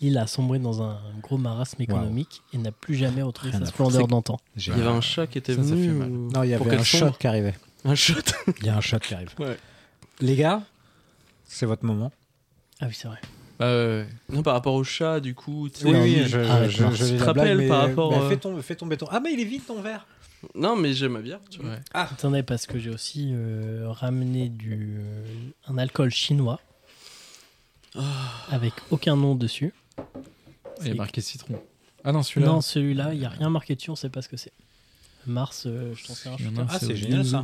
Speaker 2: l'île a sombré dans un gros marasme économique et n'a plus jamais retrouvé
Speaker 1: Rien
Speaker 2: sa
Speaker 1: à foutre.
Speaker 2: splendeur d'antan.
Speaker 1: J'ai-
Speaker 8: Il y avait un chat qui était
Speaker 6: Ça, ça
Speaker 8: venu.
Speaker 6: fait mal.
Speaker 8: ou-
Speaker 1: Non, il y
Speaker 8: pour
Speaker 1: avait un
Speaker 8: qu'elle
Speaker 1: shot
Speaker 8: sombre
Speaker 1: qui arrivait.
Speaker 8: Un shot.
Speaker 1: Il y a un shot qui arrive.
Speaker 8: Ouais.
Speaker 1: Les gars, c'est votre moment.
Speaker 2: Ah oui, c'est vrai.
Speaker 6: Ah, ouais, ouais.
Speaker 8: Non, par rapport au chat, du coup. tu sais, euh,
Speaker 1: Oui,
Speaker 8: non,
Speaker 1: oui,
Speaker 8: mais-
Speaker 1: je,
Speaker 2: arrête,
Speaker 1: Euh, je,
Speaker 2: Mars.
Speaker 1: je
Speaker 8: Tu
Speaker 1: l'ai
Speaker 8: te
Speaker 1: la
Speaker 8: rappelles
Speaker 1: blague,
Speaker 8: par
Speaker 1: mais-
Speaker 8: rapport,
Speaker 1: mais
Speaker 8: euh,
Speaker 1: fais, tomber, fais tomber ton. Ah, mais il est vide ton verre.
Speaker 8: Non, mais j'aime ma bière. tu vois.
Speaker 6: Ouais.
Speaker 2: Ah. Attendez, parce que j'ai aussi euh, ramené du, euh, un alcool chinois avec aucun nom dessus.
Speaker 6: Il y
Speaker 2: C'est-
Speaker 6: a marqué citron. Ah non, celui-là.
Speaker 2: Non, celui-là, il n'y a rien marqué dessus, on sait pas ce que c'est. Mars, euh, je t'en sais rien. je
Speaker 6: Il y en
Speaker 2: te-
Speaker 6: a un,
Speaker 1: Ah, c'est
Speaker 6: au
Speaker 1: génial
Speaker 6: Yuzu.
Speaker 1: ça.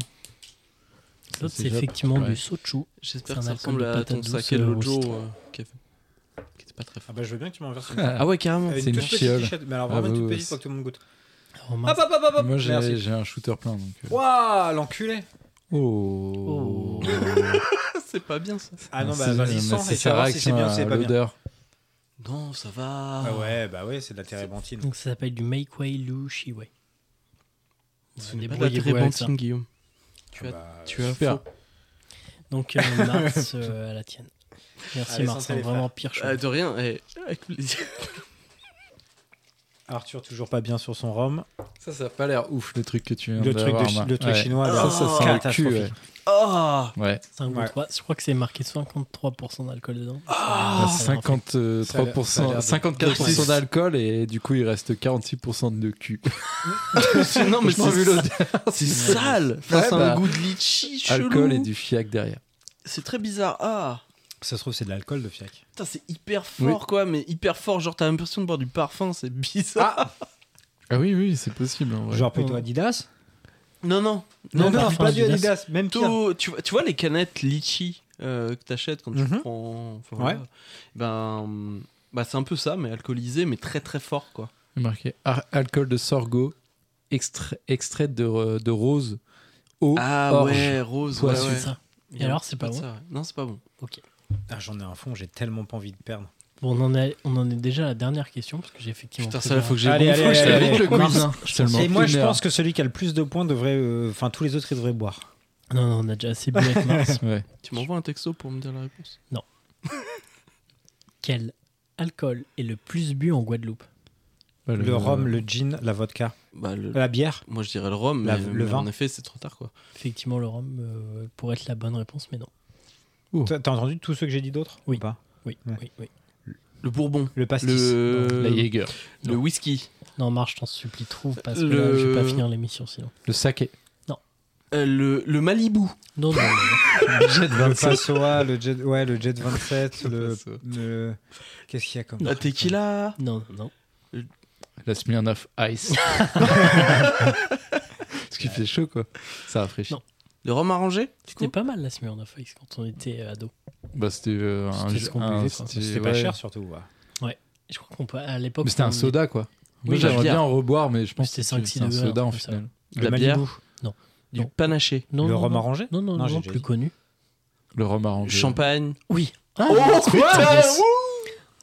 Speaker 2: L'autre,
Speaker 6: c'est
Speaker 2: c'est
Speaker 6: Jap,
Speaker 2: effectivement
Speaker 6: ouais.
Speaker 2: du sochu.
Speaker 8: J'espère
Speaker 2: C'est
Speaker 8: que
Speaker 2: un
Speaker 8: ça
Speaker 2: alcool de
Speaker 8: ressemble à
Speaker 2: patate
Speaker 8: ton
Speaker 2: douce,
Speaker 8: saké
Speaker 2: euh,
Speaker 8: de
Speaker 2: au
Speaker 8: l'autre jour,
Speaker 2: citron.
Speaker 8: euh, qui a fait- qui était pas très
Speaker 1: Ah
Speaker 8: fort.
Speaker 1: bah je veux bien que tu m'en verses une. bah,
Speaker 6: Ah,
Speaker 8: Ah ouais, carrément.
Speaker 1: Avec
Speaker 6: c'est une
Speaker 1: toute petite
Speaker 6: fiole.
Speaker 1: fichette, Mais alors
Speaker 6: Ah,
Speaker 1: vraiment une
Speaker 6: vous,
Speaker 1: toute
Speaker 6: ouais,
Speaker 1: petite pour que tout le monde goûte.
Speaker 8: Ah
Speaker 1: Ah,
Speaker 2: Oh, mince.
Speaker 1: Hop
Speaker 8: bah.
Speaker 1: hop hop hop hop
Speaker 6: Moi, j'ai
Speaker 1: Merci.
Speaker 6: j'ai un shooter plein. Donc, euh.
Speaker 1: Waouh, l'enculé
Speaker 6: Oh.
Speaker 2: Oh.
Speaker 8: c'est pas bien ça.
Speaker 1: Ah non,
Speaker 6: C'est-
Speaker 1: bah vas-y,
Speaker 6: mais
Speaker 1: sens
Speaker 6: c'est
Speaker 1: et tu
Speaker 6: sa
Speaker 1: vas voir si c'est
Speaker 6: réaction
Speaker 1: bien ou
Speaker 6: à
Speaker 1: si c'est pas bien.
Speaker 6: l'odeur.
Speaker 8: Non, ça va.
Speaker 1: Ah ouais, bah ouais, c'est de la térébenthine.
Speaker 2: Donc ça s'appelle du Meikwai Lu Shiwei.
Speaker 8: Ce
Speaker 2: Ouais,
Speaker 8: n'est pas de la
Speaker 2: débrouillez-vous avec ça.
Speaker 8: térébenthine, Guillaume. Tu as,
Speaker 1: Bah,
Speaker 8: tu as
Speaker 6: super.
Speaker 8: faux.
Speaker 2: Donc euh, Mars, euh, à la tienne. Merci
Speaker 1: Allez,
Speaker 2: Mars,
Speaker 1: sentez
Speaker 2: hein,
Speaker 1: les
Speaker 2: vraiment pire chose.
Speaker 8: Ah, de rien. eh, avec plaisir.
Speaker 1: Arthur toujours pas bien sur son rhum.
Speaker 6: Ça, ça a pas l'air ouf le truc que tu viens
Speaker 1: Le
Speaker 6: de
Speaker 1: truc, de
Speaker 6: avoir,
Speaker 1: chi-
Speaker 6: Marc.
Speaker 1: le truc
Speaker 6: Ouais.
Speaker 1: chinois,
Speaker 6: Ça,
Speaker 1: là.
Speaker 6: ça sent le cul. Ouais.
Speaker 1: Catastrophique.
Speaker 8: Ah
Speaker 6: Ouais.
Speaker 2: 53. Je crois que c'est marqué 53% d'alcool dedans.
Speaker 8: oh.
Speaker 1: Ah,
Speaker 8: Ah,
Speaker 2: Ah,
Speaker 6: À
Speaker 2: Ça a l'air fait.
Speaker 6: 53%,
Speaker 1: Ça a l'air- ça a l'air de-
Speaker 6: 54% d'alcool et du coup il reste 46% de cul.
Speaker 8: Non, mais
Speaker 6: Franchement, vu
Speaker 8: c'est
Speaker 6: l'odeur,
Speaker 8: c'est sale. Enfin,
Speaker 6: Ouais,
Speaker 8: c'est
Speaker 6: bah,
Speaker 8: un goût de litchi chelou.
Speaker 6: alcool et du fiac derrière.
Speaker 8: C'est très bizarre. Ah
Speaker 1: Ça se trouve, c'est de l'alcool de fiac.
Speaker 8: Putain, c'est hyper fort quoi, mais hyper fort. Genre, t'as l'impression de boire du parfum, c'est bizarre.
Speaker 6: Ah oui, oui, c'est possible en vrai.
Speaker 1: Genre plutôt Adidas
Speaker 8: Non, non.
Speaker 2: Non,
Speaker 1: Non,
Speaker 2: pas
Speaker 1: non,
Speaker 2: enfin,
Speaker 1: pas du
Speaker 2: Adidas.
Speaker 1: Adidas, même pire.
Speaker 8: Plutôt, tu, vois- tu vois les canettes litchi euh, que t'achètes quand tu
Speaker 1: Mhm.
Speaker 8: prends. enfin, voilà.
Speaker 1: Ouais.
Speaker 8: Ben. hum, Bah, c'est un peu ça, mais alcoolisé, mais très très fort quoi.
Speaker 6: Marqué ar- alcool de sorgho, extra- extrait de, re- de rose, eau,
Speaker 8: Ah
Speaker 6: orge.
Speaker 8: ouais, rose.
Speaker 6: Poisson.
Speaker 8: ouais, ouais.
Speaker 2: C'est ça. Et alors, c'est pas
Speaker 8: de
Speaker 2: bon
Speaker 8: ça, ouais. Non, c'est pas bon.
Speaker 1: Ah, j'en ai un fond, j'ai tellement pas envie de perdre.
Speaker 2: Bon, on en, est, on en est déjà à la dernière question parce que j'ai effectivement.
Speaker 8: Putain,
Speaker 2: très
Speaker 8: ça, là,
Speaker 2: bien-
Speaker 8: faut que j'ai
Speaker 1: Allez,
Speaker 8: bon.
Speaker 1: allez,
Speaker 8: Faut que je
Speaker 1: allez,
Speaker 8: l'avais.
Speaker 1: allez.
Speaker 6: Avec le
Speaker 2: Mars,
Speaker 6: quiz, hein,
Speaker 2: je
Speaker 6: seulement.
Speaker 2: pensais-
Speaker 1: Et moi, je
Speaker 6: Une heure.
Speaker 1: pense que celui qui a le plus de points devrait. euh, Enfin, tous les autres, ils devraient boire.
Speaker 2: Non, non, on a déjà assez bu avec Mars.
Speaker 6: Ouais.
Speaker 8: Tu m'envoies un texto pour me dire la réponse
Speaker 2: Quel alcool est le plus bu en Guadeloupe
Speaker 6: Ouais,
Speaker 1: Le rhum, le gin, la vodka,
Speaker 8: Bah, le-
Speaker 1: la bière.
Speaker 8: moi je dirais le rhum,
Speaker 1: Euh, La-
Speaker 8: mais,
Speaker 1: le
Speaker 8: mais
Speaker 1: vin.
Speaker 8: en effet c'est trop tard quoi.
Speaker 2: Effectivement, le rhum euh, pourrait être la bonne réponse, mais non.
Speaker 6: Oh.
Speaker 1: T'as t'as entendu tous ceux que j'ai dit d'autres
Speaker 2: Oui.
Speaker 1: Ou pas
Speaker 2: Oui,
Speaker 1: Ouais.
Speaker 2: oui, oui.
Speaker 8: Le bourbon,
Speaker 1: Le pastis.
Speaker 8: le,
Speaker 6: la Jaeger.
Speaker 8: le whisky,
Speaker 2: Non, Marc, je t'en supplie, trouve parce que là,
Speaker 8: Le-
Speaker 2: je vais pas finir l'émission sinon.
Speaker 6: Le saké.
Speaker 8: euh, le, le Malibu.
Speaker 2: Non, non, non, non.
Speaker 1: jet 27. Le Passoa, le jet, ouais, le jet 27, le.
Speaker 6: Passoa.
Speaker 1: le- Qu'est-ce qu'il y a comme.
Speaker 8: La tequila.
Speaker 2: non, non, non.
Speaker 6: La Smirnoff Ice. Parce qu'il fait chaud quoi. Ça rafraîchit.
Speaker 2: Non.
Speaker 8: Le rhum arrangé du
Speaker 2: C'était
Speaker 8: coup
Speaker 2: pas mal la Smirnoff Ice quand on était euh, ado.
Speaker 6: Bah c'était euh, un
Speaker 2: C'était
Speaker 6: jeu-
Speaker 2: ce qu'on
Speaker 6: un-
Speaker 2: buvait, quoi.
Speaker 1: C'était pas
Speaker 6: ouais.
Speaker 1: cher surtout. ouais.
Speaker 2: Je crois qu'on peut à l'époque.
Speaker 6: Mais c'était
Speaker 2: on
Speaker 6: un
Speaker 2: est-
Speaker 6: soda quoi. Moi
Speaker 8: Oui,
Speaker 6: j'aimerais
Speaker 8: la bière.
Speaker 6: bien en reboire, mais je pense
Speaker 2: C'était
Speaker 6: que
Speaker 2: 5-6
Speaker 6: c'est un
Speaker 2: degrés,
Speaker 6: soda en
Speaker 2: comme ça.
Speaker 6: finale.
Speaker 8: De la bière,
Speaker 2: Non.
Speaker 8: du
Speaker 2: Non.
Speaker 8: panaché,
Speaker 2: Non,
Speaker 1: le
Speaker 2: non,
Speaker 1: rhum
Speaker 2: non.
Speaker 1: arrangé
Speaker 2: Non, non,
Speaker 1: Non,
Speaker 2: non,
Speaker 1: j'ai déjà
Speaker 2: plus
Speaker 1: dit.
Speaker 2: connu.
Speaker 6: Le rhum arrangé.
Speaker 8: champagne.
Speaker 2: Oui. Ah,
Speaker 6: Oh putain
Speaker 2: yes.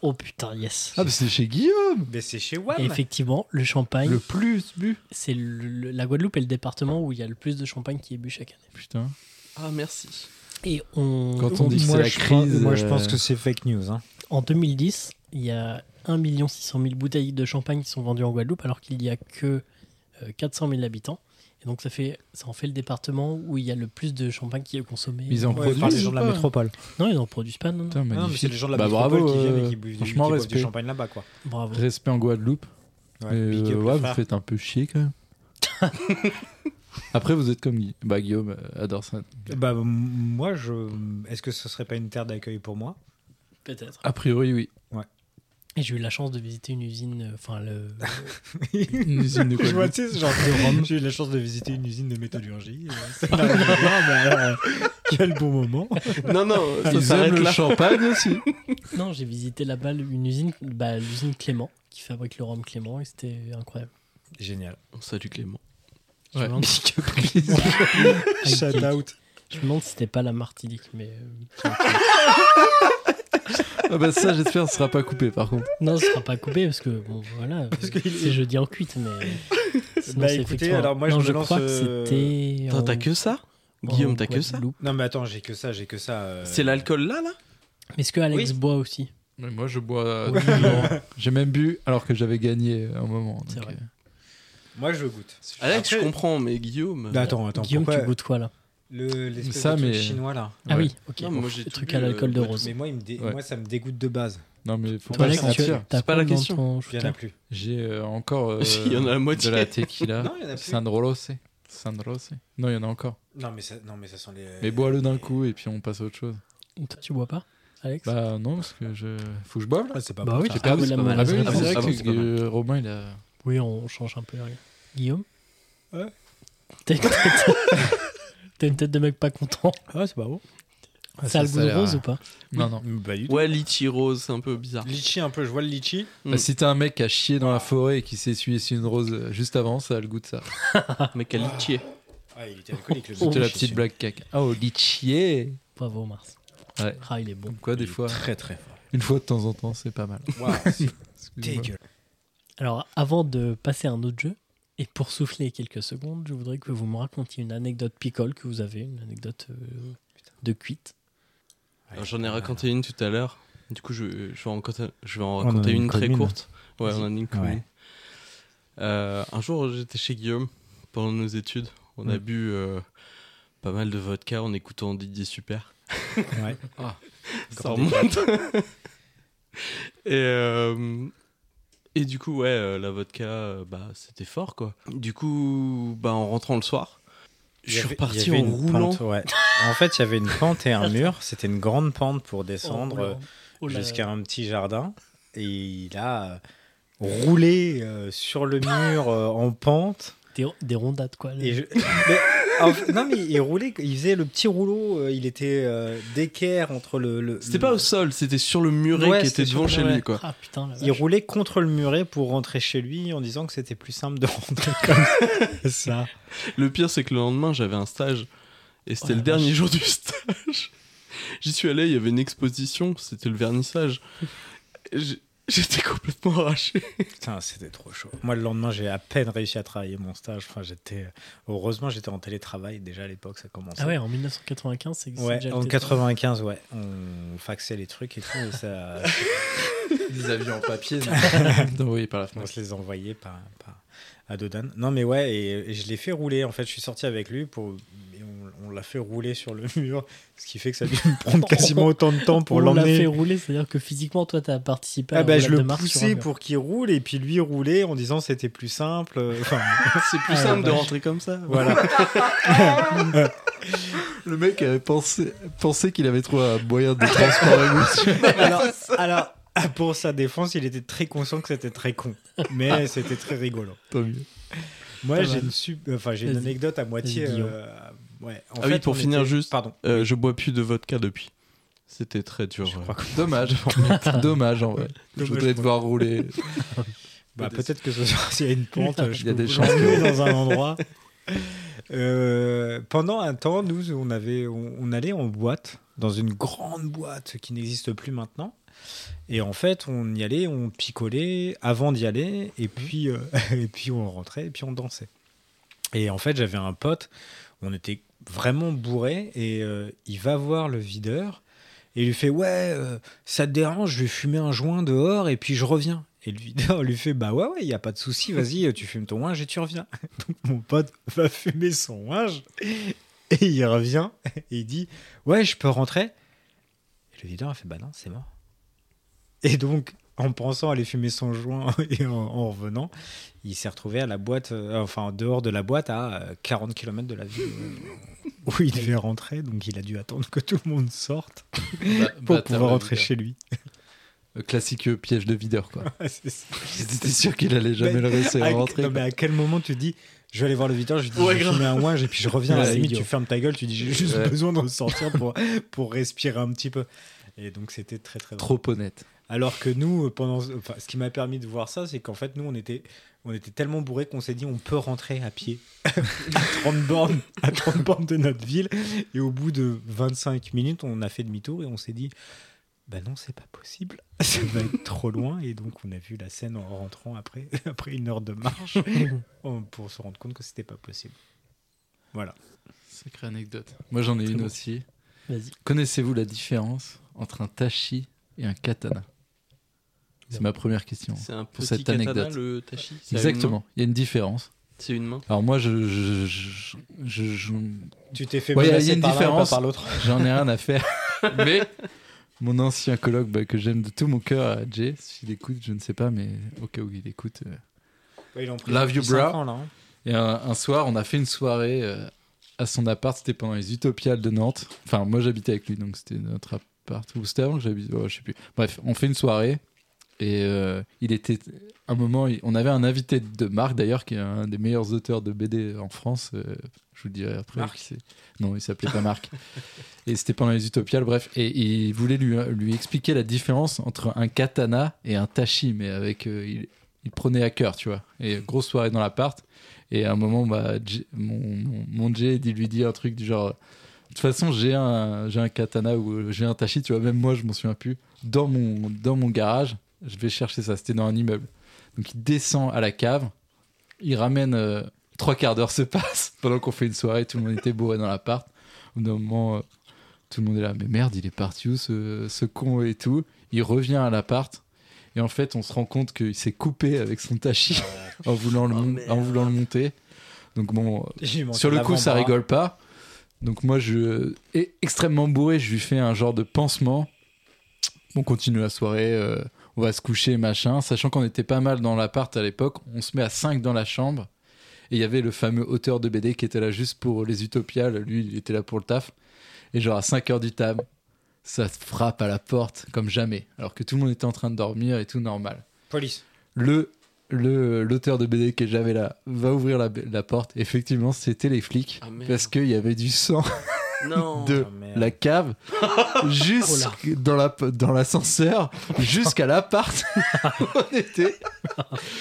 Speaker 2: Oh putain, yes.
Speaker 6: Ah bah c'est chez Guillaume
Speaker 1: Mais c'est chez
Speaker 2: Et
Speaker 1: WAM.
Speaker 2: effectivement, le champagne,
Speaker 6: Le plus bu
Speaker 2: c'est le- le- la Guadeloupe est le département où il y a le plus de champagne qui est bu chaque année.
Speaker 6: Putain.
Speaker 8: Ah merci.
Speaker 2: Et on,
Speaker 6: Quand on dit que c'est
Speaker 1: Moi,
Speaker 6: la
Speaker 1: je pense-
Speaker 6: crise.
Speaker 1: Moi, je pense
Speaker 6: euh,
Speaker 1: que c'est fake news. hein.
Speaker 2: en 2010, il y a 1 600 000 bouteilles de champagne qui sont vendues en Guadeloupe alors qu'il n'y a que euh, 400 000 habitants. Et donc ça, fait, ça en fait le département où il y a le plus de champagne qui est consommé.
Speaker 6: Ils en
Speaker 1: Ouais,
Speaker 6: produisent.
Speaker 1: par les gens de la
Speaker 6: ou pas
Speaker 1: métropole.
Speaker 2: Non, ils n'en produisent pas, non, non.
Speaker 6: Putain,
Speaker 1: Non, mais c'est
Speaker 6: magnifique.
Speaker 1: les gens de la
Speaker 6: Bah,
Speaker 1: métropole
Speaker 6: bravo,
Speaker 1: qui viennent
Speaker 6: euh,
Speaker 1: et qui buvent, du- qui
Speaker 6: franchement,
Speaker 1: boivent
Speaker 6: respect.
Speaker 1: du champagne là-bas. quoi.
Speaker 2: Bravo.
Speaker 6: Respect en Guadeloupe.
Speaker 1: Ouais,
Speaker 6: Mais,
Speaker 1: big
Speaker 6: euh,
Speaker 1: up, les
Speaker 6: ouais, vous
Speaker 1: frères.
Speaker 6: faites un peu chier quand même. Après, vous êtes comme Guillaume. Bah, Guillaume euh, adore ça.
Speaker 1: Bah, m- moi, je. Est-ce que ce serait pas une terre d'accueil pour moi
Speaker 2: Peut-être.
Speaker 6: A priori, oui.
Speaker 2: Et j'ai eu la chance de visiter une usine, euh, enfin le,
Speaker 6: Une usine de
Speaker 1: Je vois,
Speaker 6: Guadeloupe.
Speaker 1: tu sais, ce genre de rhum. J'ai eu la chance de visiter une usine de métallurgie. euh, ça n'a rien à
Speaker 2: Ah,
Speaker 1: voir, mais alors, euh, Quel bon moment.
Speaker 8: non non, ça
Speaker 6: Ils aiment
Speaker 8: s'arrête
Speaker 6: le
Speaker 8: là.
Speaker 6: champagne aussi.
Speaker 2: Non, j'ai visité là-bas une usine, bah, l'usine Clément, qui fabrique le rhum Clément, et c'était incroyable.
Speaker 1: Génial.
Speaker 8: On salue Oh, Clément.
Speaker 2: Je, me
Speaker 6: Ouais.
Speaker 2: demande,
Speaker 1: Shout out.
Speaker 2: je me demande si c'était pas la Martinique, mais. euh,
Speaker 6: Ah bah ça, j'espère, ce sera pas coupé par contre.
Speaker 2: Non, ce sera pas coupé, parce que, bon, voilà, parce
Speaker 1: qu'il est-
Speaker 2: c'est jeudi en cuite, mais. sinon,
Speaker 1: Bah,
Speaker 2: c'est
Speaker 1: écoutez,
Speaker 2: effectivement-
Speaker 1: alors moi, je
Speaker 2: non,
Speaker 1: me
Speaker 2: je
Speaker 1: lance,
Speaker 2: crois que
Speaker 1: euh,
Speaker 2: c'était.
Speaker 8: Attends,
Speaker 2: en-
Speaker 8: t'as que ça
Speaker 2: en
Speaker 8: Guillaume, t'as que ça
Speaker 2: Guadeloupe.
Speaker 1: Non, mais attends, j'ai que ça, j'ai que ça. euh,
Speaker 8: C'est l'alcool là là
Speaker 2: Mais est-ce que Alex
Speaker 1: Oui.
Speaker 2: boit aussi
Speaker 6: Mais moi, je
Speaker 8: Ah,
Speaker 6: bois.
Speaker 2: Oui.
Speaker 6: J'ai même bu alors que j'avais gagné un moment.
Speaker 2: C'est
Speaker 6: donc,
Speaker 2: vrai.
Speaker 6: euh,
Speaker 1: Moi, je goûte.
Speaker 8: Alex,
Speaker 1: Après-
Speaker 8: je comprends, mais Euh, Guillaume.
Speaker 1: Bah, Attends, attends.
Speaker 2: Guillaume,
Speaker 1: pourquoi
Speaker 2: tu goûtes quoi là
Speaker 1: le, l'espèce
Speaker 6: Ça,
Speaker 1: de truc
Speaker 6: mais-
Speaker 1: chinois là.
Speaker 2: Ah
Speaker 6: ouais.
Speaker 2: oui, ok.
Speaker 8: Non, mais moi, j'ai
Speaker 2: le
Speaker 8: tout
Speaker 2: truc
Speaker 8: bu,
Speaker 2: à l'alcool
Speaker 8: euh,
Speaker 2: de
Speaker 8: pote,
Speaker 2: rose.
Speaker 1: Mais moi, il me dé-
Speaker 6: Ouais.
Speaker 1: moi, ça me dégoûte de base.
Speaker 6: Non, mais faut
Speaker 2: Toi,
Speaker 6: pas
Speaker 2: Alex,
Speaker 6: se
Speaker 2: tu
Speaker 6: mentir.
Speaker 2: t'as
Speaker 8: C'est pas la
Speaker 2: quoi dans
Speaker 8: question.
Speaker 2: ton
Speaker 1: Il y en
Speaker 2: shooter
Speaker 1: a plus.
Speaker 6: J'ai euh, encore. euh,
Speaker 8: Il y en a la moitié.
Speaker 6: De la tequila.
Speaker 1: Non, il y en a plus.
Speaker 6: San Rolose. San Rolose. Non, il y en a encore.
Speaker 1: Non, mais ça, non, mais ça sent les.
Speaker 6: Mais bois-le d'un coup et puis on passe à autre chose.
Speaker 2: Toi, tu bois pas Alex
Speaker 6: Bah non, parce que je. Faut que je boive là.
Speaker 1: Ouais, c'est pas
Speaker 2: Bah
Speaker 1: bon,
Speaker 2: oui,
Speaker 1: ça.
Speaker 2: j'ai
Speaker 6: Ah,
Speaker 2: perdu,
Speaker 6: oui,
Speaker 2: c'est
Speaker 6: c'est
Speaker 2: pas mal.
Speaker 6: ah, oui, c'est
Speaker 8: Ah bon,
Speaker 6: vrai
Speaker 8: ah bon, c'est
Speaker 6: que
Speaker 8: pas mal.
Speaker 6: euh, Romain, il a.
Speaker 2: Oui, on change un peu. regarde. Guillaume
Speaker 1: Ouais.
Speaker 2: T'as une, tête... T'as une tête de mec pas content.
Speaker 1: Ouais, Ah, c'est pas bon.
Speaker 2: ça a le
Speaker 6: ça,
Speaker 2: goût
Speaker 6: ça a
Speaker 2: de
Speaker 6: l'air,
Speaker 2: rose
Speaker 6: ouais.
Speaker 2: ou pas
Speaker 6: Non, non.
Speaker 1: Bah, du tout.
Speaker 8: Ouais, litchi rose, c'est un peu bizarre.
Speaker 1: Litchi un peu, je vois le litchi.
Speaker 6: Bah, si t'es un mec qui a chié dans la forêt et qui s'est essuyé sur une rose euh, juste avant, ça a le goût de ça.
Speaker 8: Mec à litchier.
Speaker 1: Ah, il était alcoolique le
Speaker 6: C'était la petite blague caca. Oh, litchier
Speaker 2: Bravo, Mars.
Speaker 6: Ouais.
Speaker 2: Ah, il est bon.
Speaker 6: Comme quoi, des fois,
Speaker 1: Très très fort.
Speaker 6: une fois de temps en temps, c'est pas mal. Excusez-moi.
Speaker 1: dégueulasse.
Speaker 2: Alors, avant de passer à un autre jeu, et pour souffler quelques secondes, je voudrais que vous me racontiez une anecdote picole que vous avez, une anecdote euh, de cuite.
Speaker 1: Ah,
Speaker 8: Alors, J'en ai
Speaker 1: hein.
Speaker 8: raconté une tout à l'heure. Du coup, je, je vais en raconter, je vais en
Speaker 1: en
Speaker 8: raconter
Speaker 1: a
Speaker 8: une,
Speaker 1: une
Speaker 8: très
Speaker 1: commune.
Speaker 8: courte. Ouais, on en a une commune.
Speaker 1: Ouais.
Speaker 8: Euh, un jour, j'étais chez Guillaume pendant nos études. On a
Speaker 1: Ouais.
Speaker 8: bu euh, pas mal de vodka en écoutant Didier Super.
Speaker 1: Ouais.
Speaker 8: Ça remonte. et, euh, et du coup, ouais, euh, la vodka, euh, bah, c'était fort, quoi. Du coup, bah, en rentrant le soir,
Speaker 1: Il
Speaker 8: je
Speaker 1: y
Speaker 8: suis
Speaker 1: avait- il
Speaker 8: reparti
Speaker 1: y avait
Speaker 8: en
Speaker 1: une
Speaker 8: roulant.
Speaker 1: pente, ouais. En fait, il y avait une pente et un mur. C'était une grande pente pour descendre
Speaker 2: Oh,
Speaker 1: euh, jusqu'à un petit jardin. Et il a euh, roulé euh, sur le mur euh, en pente.
Speaker 2: Des, des rondades, quoi. là.
Speaker 1: Et je- Mais, en fait- non, mais il roulait, il faisait le petit rouleau. euh, il était euh, d'équerre entre le. le-
Speaker 8: C'était
Speaker 1: le-
Speaker 8: pas au sol, c'était sur le muret
Speaker 1: Ouais,
Speaker 8: qui
Speaker 1: c'était
Speaker 8: était
Speaker 1: sur
Speaker 8: devant
Speaker 1: le
Speaker 8: chez
Speaker 1: muret.
Speaker 8: lui, quoi.
Speaker 2: Ah putain, la
Speaker 1: Il
Speaker 2: vache.
Speaker 1: roulait contre le muret pour rentrer chez lui en disant que c'était plus simple de rentrer comme ça.
Speaker 8: Le pire, c'est que le lendemain, j'avais un stage. Et c'était
Speaker 2: Oh la
Speaker 8: le dernier jour du stage. J'y suis allé, il y avait une exposition, c'était le vernissage. Et j'- J'étais complètement arraché.
Speaker 1: Putain, c'était trop chaud. Moi, le lendemain, j'ai à peine réussi à travailler mon stage. Enfin, j'étais heureusement, j'étais en télétravail déjà à l'époque, ça commençait.
Speaker 2: Ah ouais, en 1995, c'est c'est
Speaker 1: Ouais,
Speaker 2: déjà le
Speaker 1: en
Speaker 2: téléphone.
Speaker 1: 95, ouais, on faxait les trucs et tout, et ça,
Speaker 6: Des avions en papier. Envoyés par la
Speaker 1: on
Speaker 6: France.
Speaker 1: se les envoyait par, par- à Dodane. Non, mais ouais, et, et je l'ai fait rouler. En fait, je suis sorti avec lui pour, et on, on l'a fait rouler sur le mur, ce qui fait que ça a dû me prendre quasiment autant de temps pour
Speaker 2: On l'a fait
Speaker 1: l'emmener.
Speaker 2: rouler, c'est-à-dire que physiquement, toi, t'as participé à
Speaker 1: Ah
Speaker 2: la
Speaker 1: bah,
Speaker 2: roulade
Speaker 1: je
Speaker 2: de
Speaker 1: le
Speaker 2: Mars sur un
Speaker 1: poussais
Speaker 2: mur.
Speaker 1: pour qu'il roule et puis lui roulait en disant c'était plus simple. euh, Enfin,
Speaker 8: C'est plus
Speaker 2: Ah,
Speaker 8: simple de
Speaker 2: vache.
Speaker 8: rentrer comme ça.
Speaker 1: voilà.
Speaker 6: Le mec avait pensé, pensé qu'il avait trouvé un moyen de transport émotionnel.
Speaker 1: alors, alors, pour sa défense, il était très conscient que c'était très con, mais c'était très rigolo.
Speaker 6: Tant mieux.
Speaker 1: Moi,
Speaker 2: Pas
Speaker 1: j'ai
Speaker 2: Ah. mal.
Speaker 1: une, sup- enfin, j'ai une
Speaker 2: Vas-y.
Speaker 1: anecdote à moitié.
Speaker 2: Vas-y, Guillaume.
Speaker 1: euh, ouais. En
Speaker 8: Ah oui, pour
Speaker 1: on
Speaker 8: finir juste-
Speaker 1: Pardon.
Speaker 8: Euh, je bois plus de vodka depuis. C'était très dur.
Speaker 1: Je
Speaker 8: ouais.
Speaker 1: crois que-
Speaker 6: Dommage. Dommage en vrai.
Speaker 1: Dommage
Speaker 6: je voudrais te
Speaker 1: pour-
Speaker 6: voir rouler.
Speaker 1: Bah, peut-être que ce soir, s'il y a une pente, je
Speaker 6: Il y a
Speaker 1: peux
Speaker 6: des
Speaker 1: vous
Speaker 6: chances que-
Speaker 1: l'emmener dans un endroit. Euh, pendant un temps, nous, on, avait, on, on allait en boîte, dans une grande boîte qui n'existe plus maintenant. Et en fait, on y allait, on picolait avant d'y aller,
Speaker 6: Mhm.
Speaker 1: et puis, euh, et puis on rentrait, et puis on dansait. Et en fait, j'avais un pote, on était vraiment bourré, et euh, il va voir le videur, et il lui fait Ouais, euh, ça te dérange, je vais fumer un joint dehors, et puis je reviens. Et le videur lui fait Bah ouais, ouais, il n'y a pas de souci, vas-y, tu fumes ton linge et tu reviens. Donc mon pote va fumer son linge, et il revient, et il dit Ouais, je peux rentrer. Et le videur a fait Bah non, c'est mort. Et donc, en pensant aller fumer son joint et en, en revenant, il s'est retrouvé à la boîte, euh, enfin dehors de la boîte, à euh, 40 km de la ville euh, où il devait rentrer. Donc, il a dû attendre que tout le monde sorte pour pouvoir rentrer chez lui.
Speaker 6: Le Classique euh, piège de videur quoi.
Speaker 1: Ah, c'est ça.
Speaker 6: J'étais sûr qu'il allait jamais le réussir
Speaker 1: À-
Speaker 6: à rentrer.
Speaker 1: non, mais à quel moment tu dis je vais aller voir le videur, je lui dis
Speaker 8: Ouais,
Speaker 1: je vais
Speaker 8: grave.
Speaker 1: fumer un ouinge et puis je reviens. à
Speaker 2: Ouais,
Speaker 1: la
Speaker 2: c'est
Speaker 1: limite,
Speaker 2: idiot.
Speaker 1: tu fermes ta gueule, tu dis j'ai juste
Speaker 6: Ouais.
Speaker 1: besoin de ressortir pour, pour respirer un petit peu. Et donc, c'était très très drôle.
Speaker 6: Trop honnête.
Speaker 1: Alors que nous, pendant, enfin, ce qui m'a permis de voir ça, c'est qu'en fait, nous, on était, on était tellement bourrés qu'on s'est dit, on peut rentrer à pied à 30 bornes, à 30 bornes de notre ville. Et au bout de 25 minutes, on a fait demi-tour et on s'est dit, bah non, c'est pas possible, ça va être trop loin. Et donc, on a vu la scène en rentrant après, après une heure de marche en- pour se rendre compte que c'était pas possible. Voilà.
Speaker 6: Sacrée anecdote. Moi j'en ai une
Speaker 2: bon.
Speaker 6: aussi.
Speaker 2: Vas-y.
Speaker 6: Connaissez-vous la différence entre un tachi et un katana C'est
Speaker 2: Non.
Speaker 6: ma première question.
Speaker 8: C'est un petit
Speaker 6: cette
Speaker 8: katana,
Speaker 6: anecdote.
Speaker 8: le tachi. C'est à une main.
Speaker 6: Exactement. Il y a une différence.
Speaker 8: C'est une main.
Speaker 6: Alors moi, je, je- je- je- je-
Speaker 1: Tu t'es fait
Speaker 6: Ouais,
Speaker 1: menacer
Speaker 6: il y a une
Speaker 1: par l'un et pas
Speaker 6: différence.
Speaker 1: par l'autre.
Speaker 6: j'en ai rien à faire. mais mon ancien colloque bah, que j'aime de tout mon cœur, euh, Jay, s'il écoute, je ne sais pas, mais au cas où il écoute. euh.
Speaker 1: Ouais, ils l'ont pris
Speaker 6: Love you,
Speaker 1: depuis cinq
Speaker 6: bro.
Speaker 1: ans, là, hein.
Speaker 6: Et un, un soir, on a fait une soirée euh, à son appart. C'était pendant les Utopiales de Nantes. Enfin, moi j'habitais avec lui, donc c'était notre app- partout. C'était avant que j'habite. ouais, je sais plus. Bref, on fait une soirée. Et euh, il était. Un moment, il- on avait un invité de Marc, d'ailleurs, qui est un des meilleurs auteurs de BD en France. euh, je vous le dirai après.
Speaker 8: Marc
Speaker 6: qui c'est. Non, il s'appelait pas Marc. et c'était pendant les Utopiales, bref. Et il voulait lui, lui expliquer la différence entre un katana et un tachi, mais avec. euh, il, il prenait à cœur, tu vois. Et grosse soirée dans l'appart. Et à un moment, bah, J- mon, mon, mon Jay dit- lui dit un truc du genre. De toute façon, j'ai un, j'ai un katana ou euh, j'ai un tachi, tu vois, même moi, je m'en souviens plus. Dans mon, dans mon garage, je vais chercher ça. C'était dans un immeuble. Donc, il descend à la cave, il ramène. euh, trois quarts d'heure se passent pendant qu'on fait une soirée, tout le monde était bourré dans l'appart. Au bout d'un moment, euh, tout le monde est là, mais merde, il est parti où ce, ce con et tout. Il revient à l'appart. Et en fait, on se rend compte qu'il s'est coupé avec son tachi en, voulant le,
Speaker 8: Oh,
Speaker 6: mon- en
Speaker 8: merde.
Speaker 6: voulant le monter. Donc bon, euh,
Speaker 1: J'ai manqué
Speaker 6: sur le coup, ça
Speaker 1: l'avant-bras.
Speaker 6: rigole pas. Donc moi, je est extrêmement bourré, je lui fais un genre de pansement. On continue la soirée, euh, on va se coucher, machin. Sachant qu'on était pas mal dans l'appart à l'époque, on se met à 5 dans la chambre. Et il y avait le fameux auteur de BD qui était là juste pour les utopiales. Lui, il était là pour le taf. Et genre à 5 heures du table, ça frappe à la porte comme jamais. Alors que tout le monde était en train de dormir et tout normal
Speaker 1: Police.
Speaker 6: le le l'auteur de BD que j'avais là va ouvrir la, la porte. Effectivement, c'était les flics
Speaker 8: Ah, merde.
Speaker 6: parce qu'il y avait du sang
Speaker 8: Non.
Speaker 6: de
Speaker 1: Oh, merde.
Speaker 6: la cave jusque dans la dans l'ascenseur jusqu'à l'appart. On était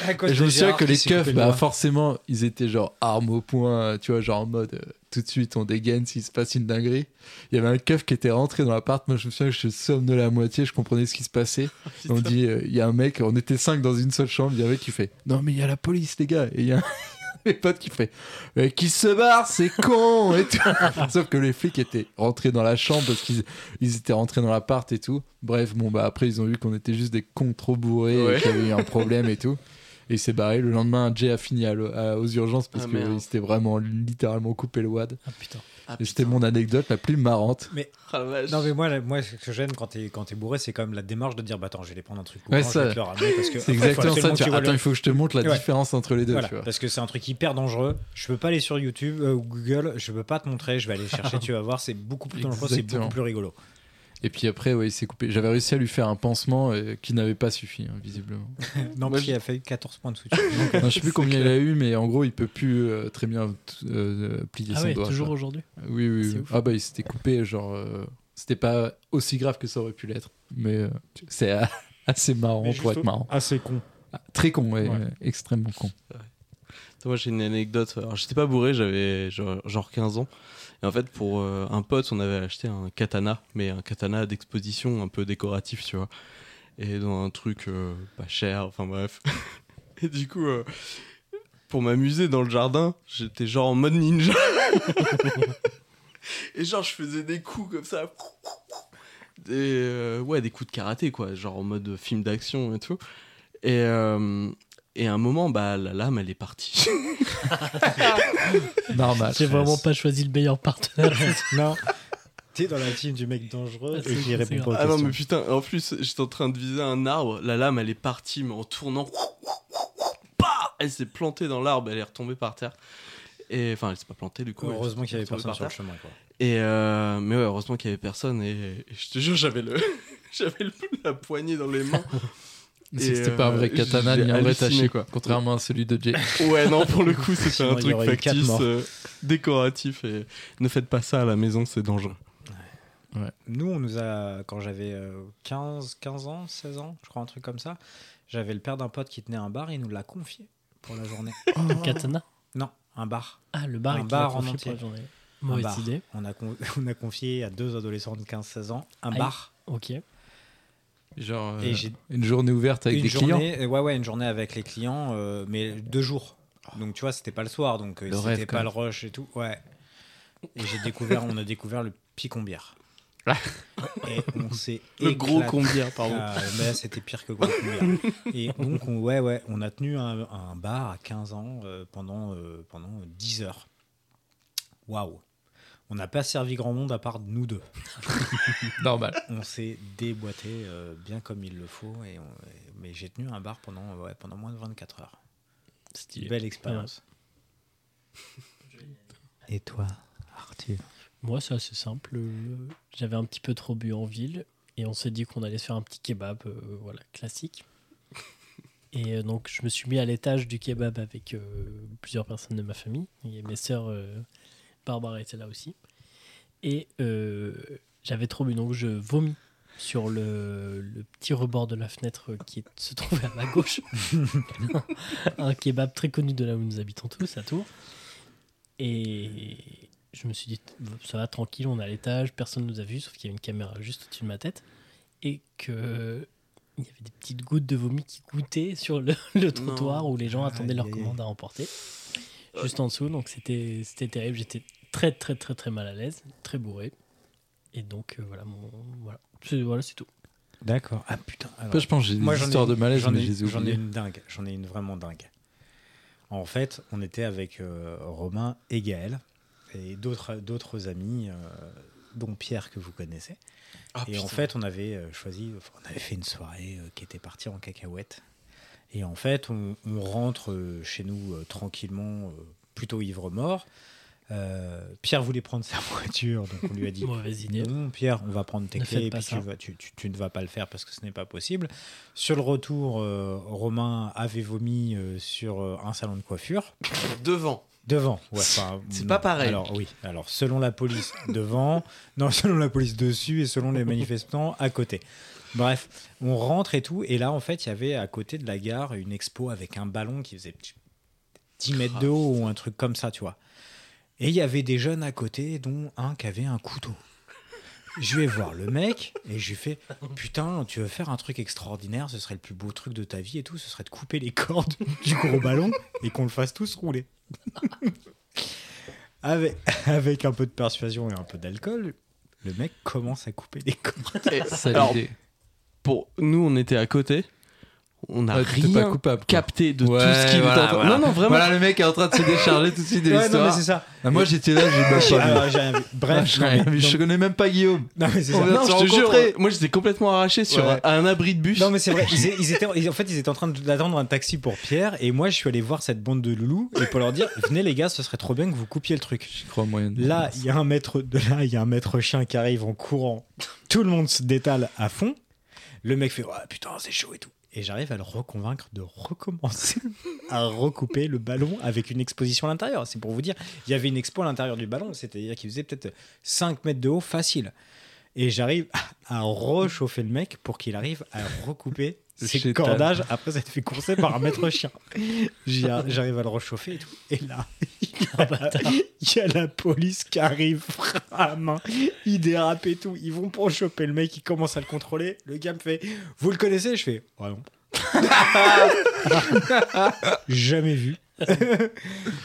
Speaker 1: À cause
Speaker 6: et je
Speaker 1: de
Speaker 6: me souviens
Speaker 1: Gérard
Speaker 6: que
Speaker 1: qui
Speaker 6: les
Speaker 1: s'est coupé
Speaker 6: keufs,
Speaker 1: le hein.
Speaker 6: bah,
Speaker 1: doigt.
Speaker 6: forcément, ils étaient genre armes au point, tu vois, genre en mode euh, tout de suite on dégaine s'il se passe une dinguerie. Il y avait un keuf qui était rentré dans l'appart. Moi, je me souviens que je somnolais à moitié, je comprenais ce qui se passait. Et on dit, euh, il y a un mec, on était cinq dans une seule chambre, il y avait qui fait Non, mais il y a la police, les gars. Et il y a un mes potes qui fait Mais qui se barre, c'est con et tout. Sauf que les flics étaient rentrés dans la chambre parce qu'ils ils étaient rentrés dans l'appart et tout. Bref, bon, bah après, ils ont vu qu'on était juste des cons trop bourrés et
Speaker 8: Ouais.
Speaker 6: qu'il y avait eu un problème et tout. Et il s'est barré. Le lendemain, Jay a fini à l'o- à- aux urgences parce
Speaker 8: Ah, merde.
Speaker 6: qu'il s'était vraiment littéralement coupé le wad.
Speaker 2: Ah putain.
Speaker 8: Ah,
Speaker 6: Et c'était
Speaker 8: putain.
Speaker 6: mon anecdote la plus marrante.
Speaker 8: Ah, la vache.
Speaker 1: Non, mais moi, la- moi, ce que j'aime quand t'es quand t'es bourré, c'est quand même la démarche de dire bah attends, je vais les prendre un truc.
Speaker 6: Ouais,
Speaker 1: courant, je
Speaker 6: ça-
Speaker 1: vais te le ramener parce que
Speaker 6: C'est
Speaker 1: après, faut
Speaker 6: exactement ça.
Speaker 1: absolument
Speaker 6: tu
Speaker 1: qu'ils
Speaker 6: vois,
Speaker 1: voient le-
Speaker 6: Attends, il faut que je te montre la
Speaker 1: Ouais.
Speaker 6: différence entre les deux.
Speaker 1: Voilà,
Speaker 6: tu vois.
Speaker 1: parce que c'est un truc hyper dangereux. Je peux pas aller sur YouTube euh, ou Google, je peux pas te montrer, je vais aller chercher, tu vas voir, c'est beaucoup plus dangereux, c'est
Speaker 6: Exactement.
Speaker 1: beaucoup plus rigolo.
Speaker 6: Et puis après, ouais, il s'est coupé. J'avais réussi à lui faire un pansement euh, qui n'avait pas suffi, hein, visiblement.
Speaker 1: Non,
Speaker 6: Moi,
Speaker 1: qui a fait 14 points de suture.
Speaker 6: Non, je sais plus combien il a eu, mais en gros, il peut plus euh, très bien t- euh, plier
Speaker 2: Ah
Speaker 6: son
Speaker 2: ouais,
Speaker 6: doigt.
Speaker 2: toujours
Speaker 6: quoi.
Speaker 2: aujourd'hui.
Speaker 6: Oui, oui.
Speaker 2: C'est
Speaker 6: oui.
Speaker 2: ouf.
Speaker 6: Ah bah, il s'était coupé, genre. euh, C'était pas aussi grave que ça aurait pu l'être. Mais euh, c'est euh, assez marrant pour être marrant.
Speaker 1: Ah, c'est con.
Speaker 6: Ah, très con, ouais,
Speaker 1: Ouais.
Speaker 6: euh, extrêmement con.
Speaker 8: Attends, Moi, j'ai une anecdote. Alors, j'étais pas bourré, j'avais genre genre 15 ans. Et en fait, pour euh, un pote, on avait acheté un katana, mais un katana d'exposition un peu décoratif, tu vois. Et dans un truc euh, pas cher, enfin bref. Et du coup, euh, pour m'amuser dans le jardin, j'étais genre en mode ninja. Et genre, je faisais des coups comme ça. Des, euh, ouais, des coups de karaté, quoi. Genre en mode film d'action et tout. Et, euh, et à un moment, bah, la lame, elle est partie.
Speaker 6: Normal.
Speaker 2: J'ai vraiment pas choisi le meilleur partenaire.
Speaker 1: Non. T'es dans la team du mec dangereux
Speaker 2: Ah,
Speaker 1: et
Speaker 2: c'est-
Speaker 1: qui répond
Speaker 2: c'est
Speaker 1: pas aux
Speaker 8: Ah non,
Speaker 1: questions.
Speaker 8: mais putain, en plus, j'étais en train de viser un arbre. La lame, elle est partie, mais en tournant. Bah elle s'est plantée dans l'arbre, elle est retombée par terre. Et enfin, elle s'est pas plantée du coup. elle
Speaker 1: Heureusement
Speaker 8: est
Speaker 1: qu'il y avait
Speaker 8: retombée
Speaker 1: personne
Speaker 8: par
Speaker 1: sur le chemin.
Speaker 8: terre.
Speaker 1: Quoi.
Speaker 8: Et euh, mais ouais, heureusement qu'il y avait personne. Et, et je te jure, j'avais le, j'avais le- la poignée dans les mains.
Speaker 6: C'est-
Speaker 8: Et,
Speaker 6: C'était pas un vrai
Speaker 8: euh,
Speaker 6: katana
Speaker 8: j'ai
Speaker 6: ni un vrai
Speaker 8: halluciné,
Speaker 6: tachi,
Speaker 8: quoi.
Speaker 6: Contrairement à celui de Jay.
Speaker 8: Ouais, non, pour le coup, c'était
Speaker 1: Sinon,
Speaker 8: un
Speaker 1: il y
Speaker 8: truc
Speaker 1: aurait eu quatre
Speaker 8: factice,
Speaker 1: morts.
Speaker 8: euh, décoratif. Et ne faites pas ça à la maison, c'est dangereux.
Speaker 1: Nous, on nous a, quand j'avais euh, 15, 15 ans, 16 ans, je crois, un truc comme ça, j'avais le père d'un pote qui tenait un bar et il nous l'a confié pour la journée.
Speaker 2: Le katana.
Speaker 1: non, un bar.
Speaker 2: Ah, le bar.
Speaker 1: Un
Speaker 2: est
Speaker 1: bar en
Speaker 2: pour la
Speaker 1: entier.
Speaker 2: journée.
Speaker 1: Un
Speaker 2: Mauvaise
Speaker 1: bar.
Speaker 2: idée.
Speaker 1: On a, con- on a confié à deux adolescents de 15-16 ans un
Speaker 2: Aïe.
Speaker 1: bar.
Speaker 2: Ok.
Speaker 6: Genre, euh,
Speaker 1: Et j'ai
Speaker 6: une journée ouverte avec
Speaker 1: une
Speaker 6: des clients.
Speaker 1: journée, euh, Ouais, ouais, une journée avec les clients, euh, mais deux jours. Donc tu vois, c'était pas le soir, donc euh,
Speaker 6: Le rêve,
Speaker 1: c'était
Speaker 6: quand
Speaker 1: pas
Speaker 6: même.
Speaker 1: le rush et tout. Ouais. Et j'ai découvert, on a découvert le picombière.
Speaker 6: Ah.
Speaker 1: et on s'est
Speaker 8: Le gros
Speaker 1: éclaté.
Speaker 8: combien, pardon.
Speaker 1: Ah, mais c'était pire que gros combien. Et donc, on, ouais, ouais, on a tenu un, un bar à 15 ans euh, pendant, euh, pendant 10 heures. Waouh! On n'a pas servi grand monde à part nous deux.
Speaker 6: Normal.
Speaker 1: On s'est déboîté euh, bien comme il le faut. Et on- et- mais j'ai tenu un bar pendant, ouais, pendant moins de 24 heures.
Speaker 2: Stylé.
Speaker 1: Belle expérience. Et toi, Arthur
Speaker 2: Moi, c'est assez simple. Euh, J'avais un petit peu trop bu en ville Et on s'est dit qu'on allait se faire un petit kebab, euh, voilà, classique. Et euh, donc, je me suis mis à l'étage du kebab avec euh, plusieurs personnes de ma famille. Il y a mes sœurs, euh, Barbara était là aussi. Et euh, j'avais trop bu, donc je vomis sur le, le petit rebord de la fenêtre qui est- se trouvait à ma gauche. un kebab très connu de là où nous habitons tous, à Tours. Et je me suis dit, ça va tranquille, on est à l'étage, personne ne nous a vus, sauf qu'il y a une caméra juste au-dessus de ma tête. Et que il y avait des petites gouttes de vomi qui goûtaient sur le, le trottoir où les gens attendaient leur
Speaker 1: Aïe.
Speaker 2: commande à emporter. Juste en dessous, donc c'était c'était terrible. J'étais très, très, très, très mal à l'aise, très bourré. Et donc, euh, voilà, mon, voilà. C'est voilà, c'est tout.
Speaker 1: D'accord. Ah putain. alors,
Speaker 6: Après, je pense que j'ai des
Speaker 1: Moi, j'en ai-
Speaker 6: histoires de malaise,
Speaker 1: J'en
Speaker 6: mais
Speaker 1: ai,
Speaker 6: je les ai
Speaker 1: j'en ai
Speaker 6: oubliées.
Speaker 1: une dingue, j'en ai une vraiment dingue. En fait, on était avec euh, Romain et Gaël et d'autres d'autres amis, euh, dont Pierre que vous connaissez.
Speaker 8: Ah,
Speaker 1: et en
Speaker 8: putain.
Speaker 1: fait, on avait euh, choisi, enfin, on avait fait une soirée euh, qui était partie en cacahuète. Et en fait, on, on rentre euh, chez nous euh, tranquillement, euh, plutôt ivre-mort. Euh, Pierre voulait prendre sa voiture, donc on lui a dit
Speaker 2: Mauvaise idée.
Speaker 1: non, Hum, Pierre, on va prendre tes
Speaker 2: Ne
Speaker 1: clés
Speaker 2: faites
Speaker 1: et
Speaker 2: pas
Speaker 1: puis tu,
Speaker 2: ça.
Speaker 1: vas- tu- tu- tu ne vas pas le faire parce que ce n'est pas possible. Sur le retour, euh, Romain avait vomi euh, sur euh, un salon de coiffure.
Speaker 8: Devant.
Speaker 1: Devant. Ouais, enfin,
Speaker 8: C'est
Speaker 1: non.
Speaker 8: pas pareil.
Speaker 1: Alors, oui. Alors, selon la police, devant. Non, selon la police, dessus. Et selon les manifestants, à côté. Bref, on rentre et tout. Et là, en fait, il y avait à côté de la gare une expo avec un ballon qui faisait 10 mètres de haut ou un truc comme ça, tu vois. Et il y avait des jeunes à côté, dont un qui avait un couteau. Je vais voir le mec et je lui fais Putain, tu veux faire un truc extraordinaire, ce serait le plus beau truc de ta vie et tout, ce serait de couper les cordes du gros ballon et qu'on le fasse tous rouler. Avec, avec un peu de persuasion et un peu d'alcool, le mec commence à couper les cordes.
Speaker 8: Et-
Speaker 6: Ça,
Speaker 8: alors,
Speaker 6: l'idée.
Speaker 8: pour nous, on était à côté. On n'a
Speaker 6: Ah, t'es
Speaker 8: rien
Speaker 6: pas coupable. quoi.
Speaker 8: capté de tout
Speaker 6: Ouais,
Speaker 8: ce qu'il était
Speaker 6: voilà,
Speaker 8: en train.
Speaker 6: voilà.
Speaker 8: Non, non, vraiment.
Speaker 6: Voilà, le mec est en train de se décharger tout de suite de
Speaker 1: Ouais, non, mais
Speaker 6: l'histoire.
Speaker 1: c'est ça.
Speaker 6: Ah, moi, j'étais là, j'ai pas
Speaker 1: J'ai-
Speaker 6: pas vu.
Speaker 1: alors, j'ai un-
Speaker 6: Ah,
Speaker 1: Bref,
Speaker 6: je,
Speaker 1: non, mais-
Speaker 6: je connais même pas Guillaume.
Speaker 1: non, mais c'est
Speaker 6: On
Speaker 1: ça.
Speaker 6: vient de
Speaker 8: Non,
Speaker 6: se
Speaker 8: je te jure,
Speaker 6: rencontrer.
Speaker 8: moi j'étais complètement arraché sur
Speaker 6: Ouais.
Speaker 8: un, un abri de bus.
Speaker 1: Non, mais c'est vrai, ils, ils étaient, ils- en fait, ils étaient en train d'attendre un taxi pour Pierre, et moi, je suis allé voir cette bande de loulous, et pour leur dire, venez les gars, ce serait trop bien que vous coupiez le truc.
Speaker 6: J'y crois moyenne.
Speaker 1: Là, il y a un maître de là, il y a un maître chien qui arrive en courant. Tout le monde se détale à fond. Le mec fait ouais, putain, c'est chaud et tout. Et j'arrive à le reconvaincre de recommencer à recouper le ballon avec une exposition à l'intérieur. C'est pour vous dire, il y avait une expo à l'intérieur du ballon, c'est-à-dire qu'il faisait peut-être 5 mètres de haut facile. Et j'arrive à rechauffer le mec pour qu'il arrive à recouper
Speaker 6: Le
Speaker 1: ses
Speaker 6: chétal.
Speaker 1: cordages après s'être fait courser par un maître chien. J'y a- J'arrive à le rechauffer et tout. Et là, il y a la police qui arrive, frein à main, ils dérapent et tout, ils vont pour choper le mec, ils commencent à le contrôler, le gars me fait « Vous le connaissez ?» Je fais « Ouais, non. » Jamais vu.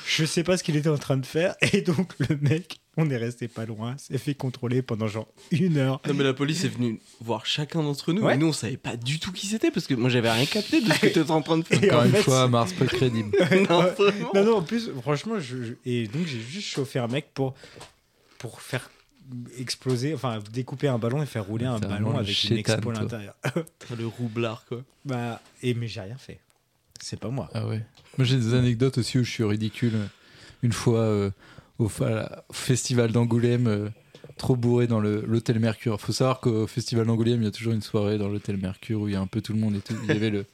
Speaker 1: je sais pas ce qu'il était en train de faire, et donc le mec, on est resté pas loin, s'est fait contrôler pendant genre une heure.
Speaker 8: Non, mais la police est venue voir chacun d'entre nous.
Speaker 1: Ouais.
Speaker 8: Et nous, on savait pas du tout qui c'était parce que moi j'avais rien capté de ce que tu étais en train de faire.
Speaker 1: Et
Speaker 6: Encore
Speaker 1: en
Speaker 6: une
Speaker 1: fait,
Speaker 6: fois, Mars peu crédible.
Speaker 8: Non,
Speaker 1: Ouais.
Speaker 8: vraiment.
Speaker 1: Non, non, en plus, franchement, je, je- et donc j'ai juste chauffé un mec pour, pour faire exploser, enfin découper un ballon et faire rouler un
Speaker 6: T'es
Speaker 1: ballon
Speaker 6: vraiment le
Speaker 1: avec une
Speaker 6: chétan,
Speaker 1: expo à
Speaker 6: toi.
Speaker 1: l'intérieur.
Speaker 8: Le roublard, quoi.
Speaker 1: bah, et mais j'ai rien fait. C'est pas moi.
Speaker 6: Ah ouais. Moi, j'ai des anecdotes aussi où je suis ridicule. Une fois euh, au, fa- au festival d'Angoulême, euh, trop bourré dans le- l'hôtel Mercure. Faut savoir qu'au festival d'Angoulême, il y a toujours une soirée dans l'hôtel Mercure où il y a un peu tout le monde et tout. Il y avait le-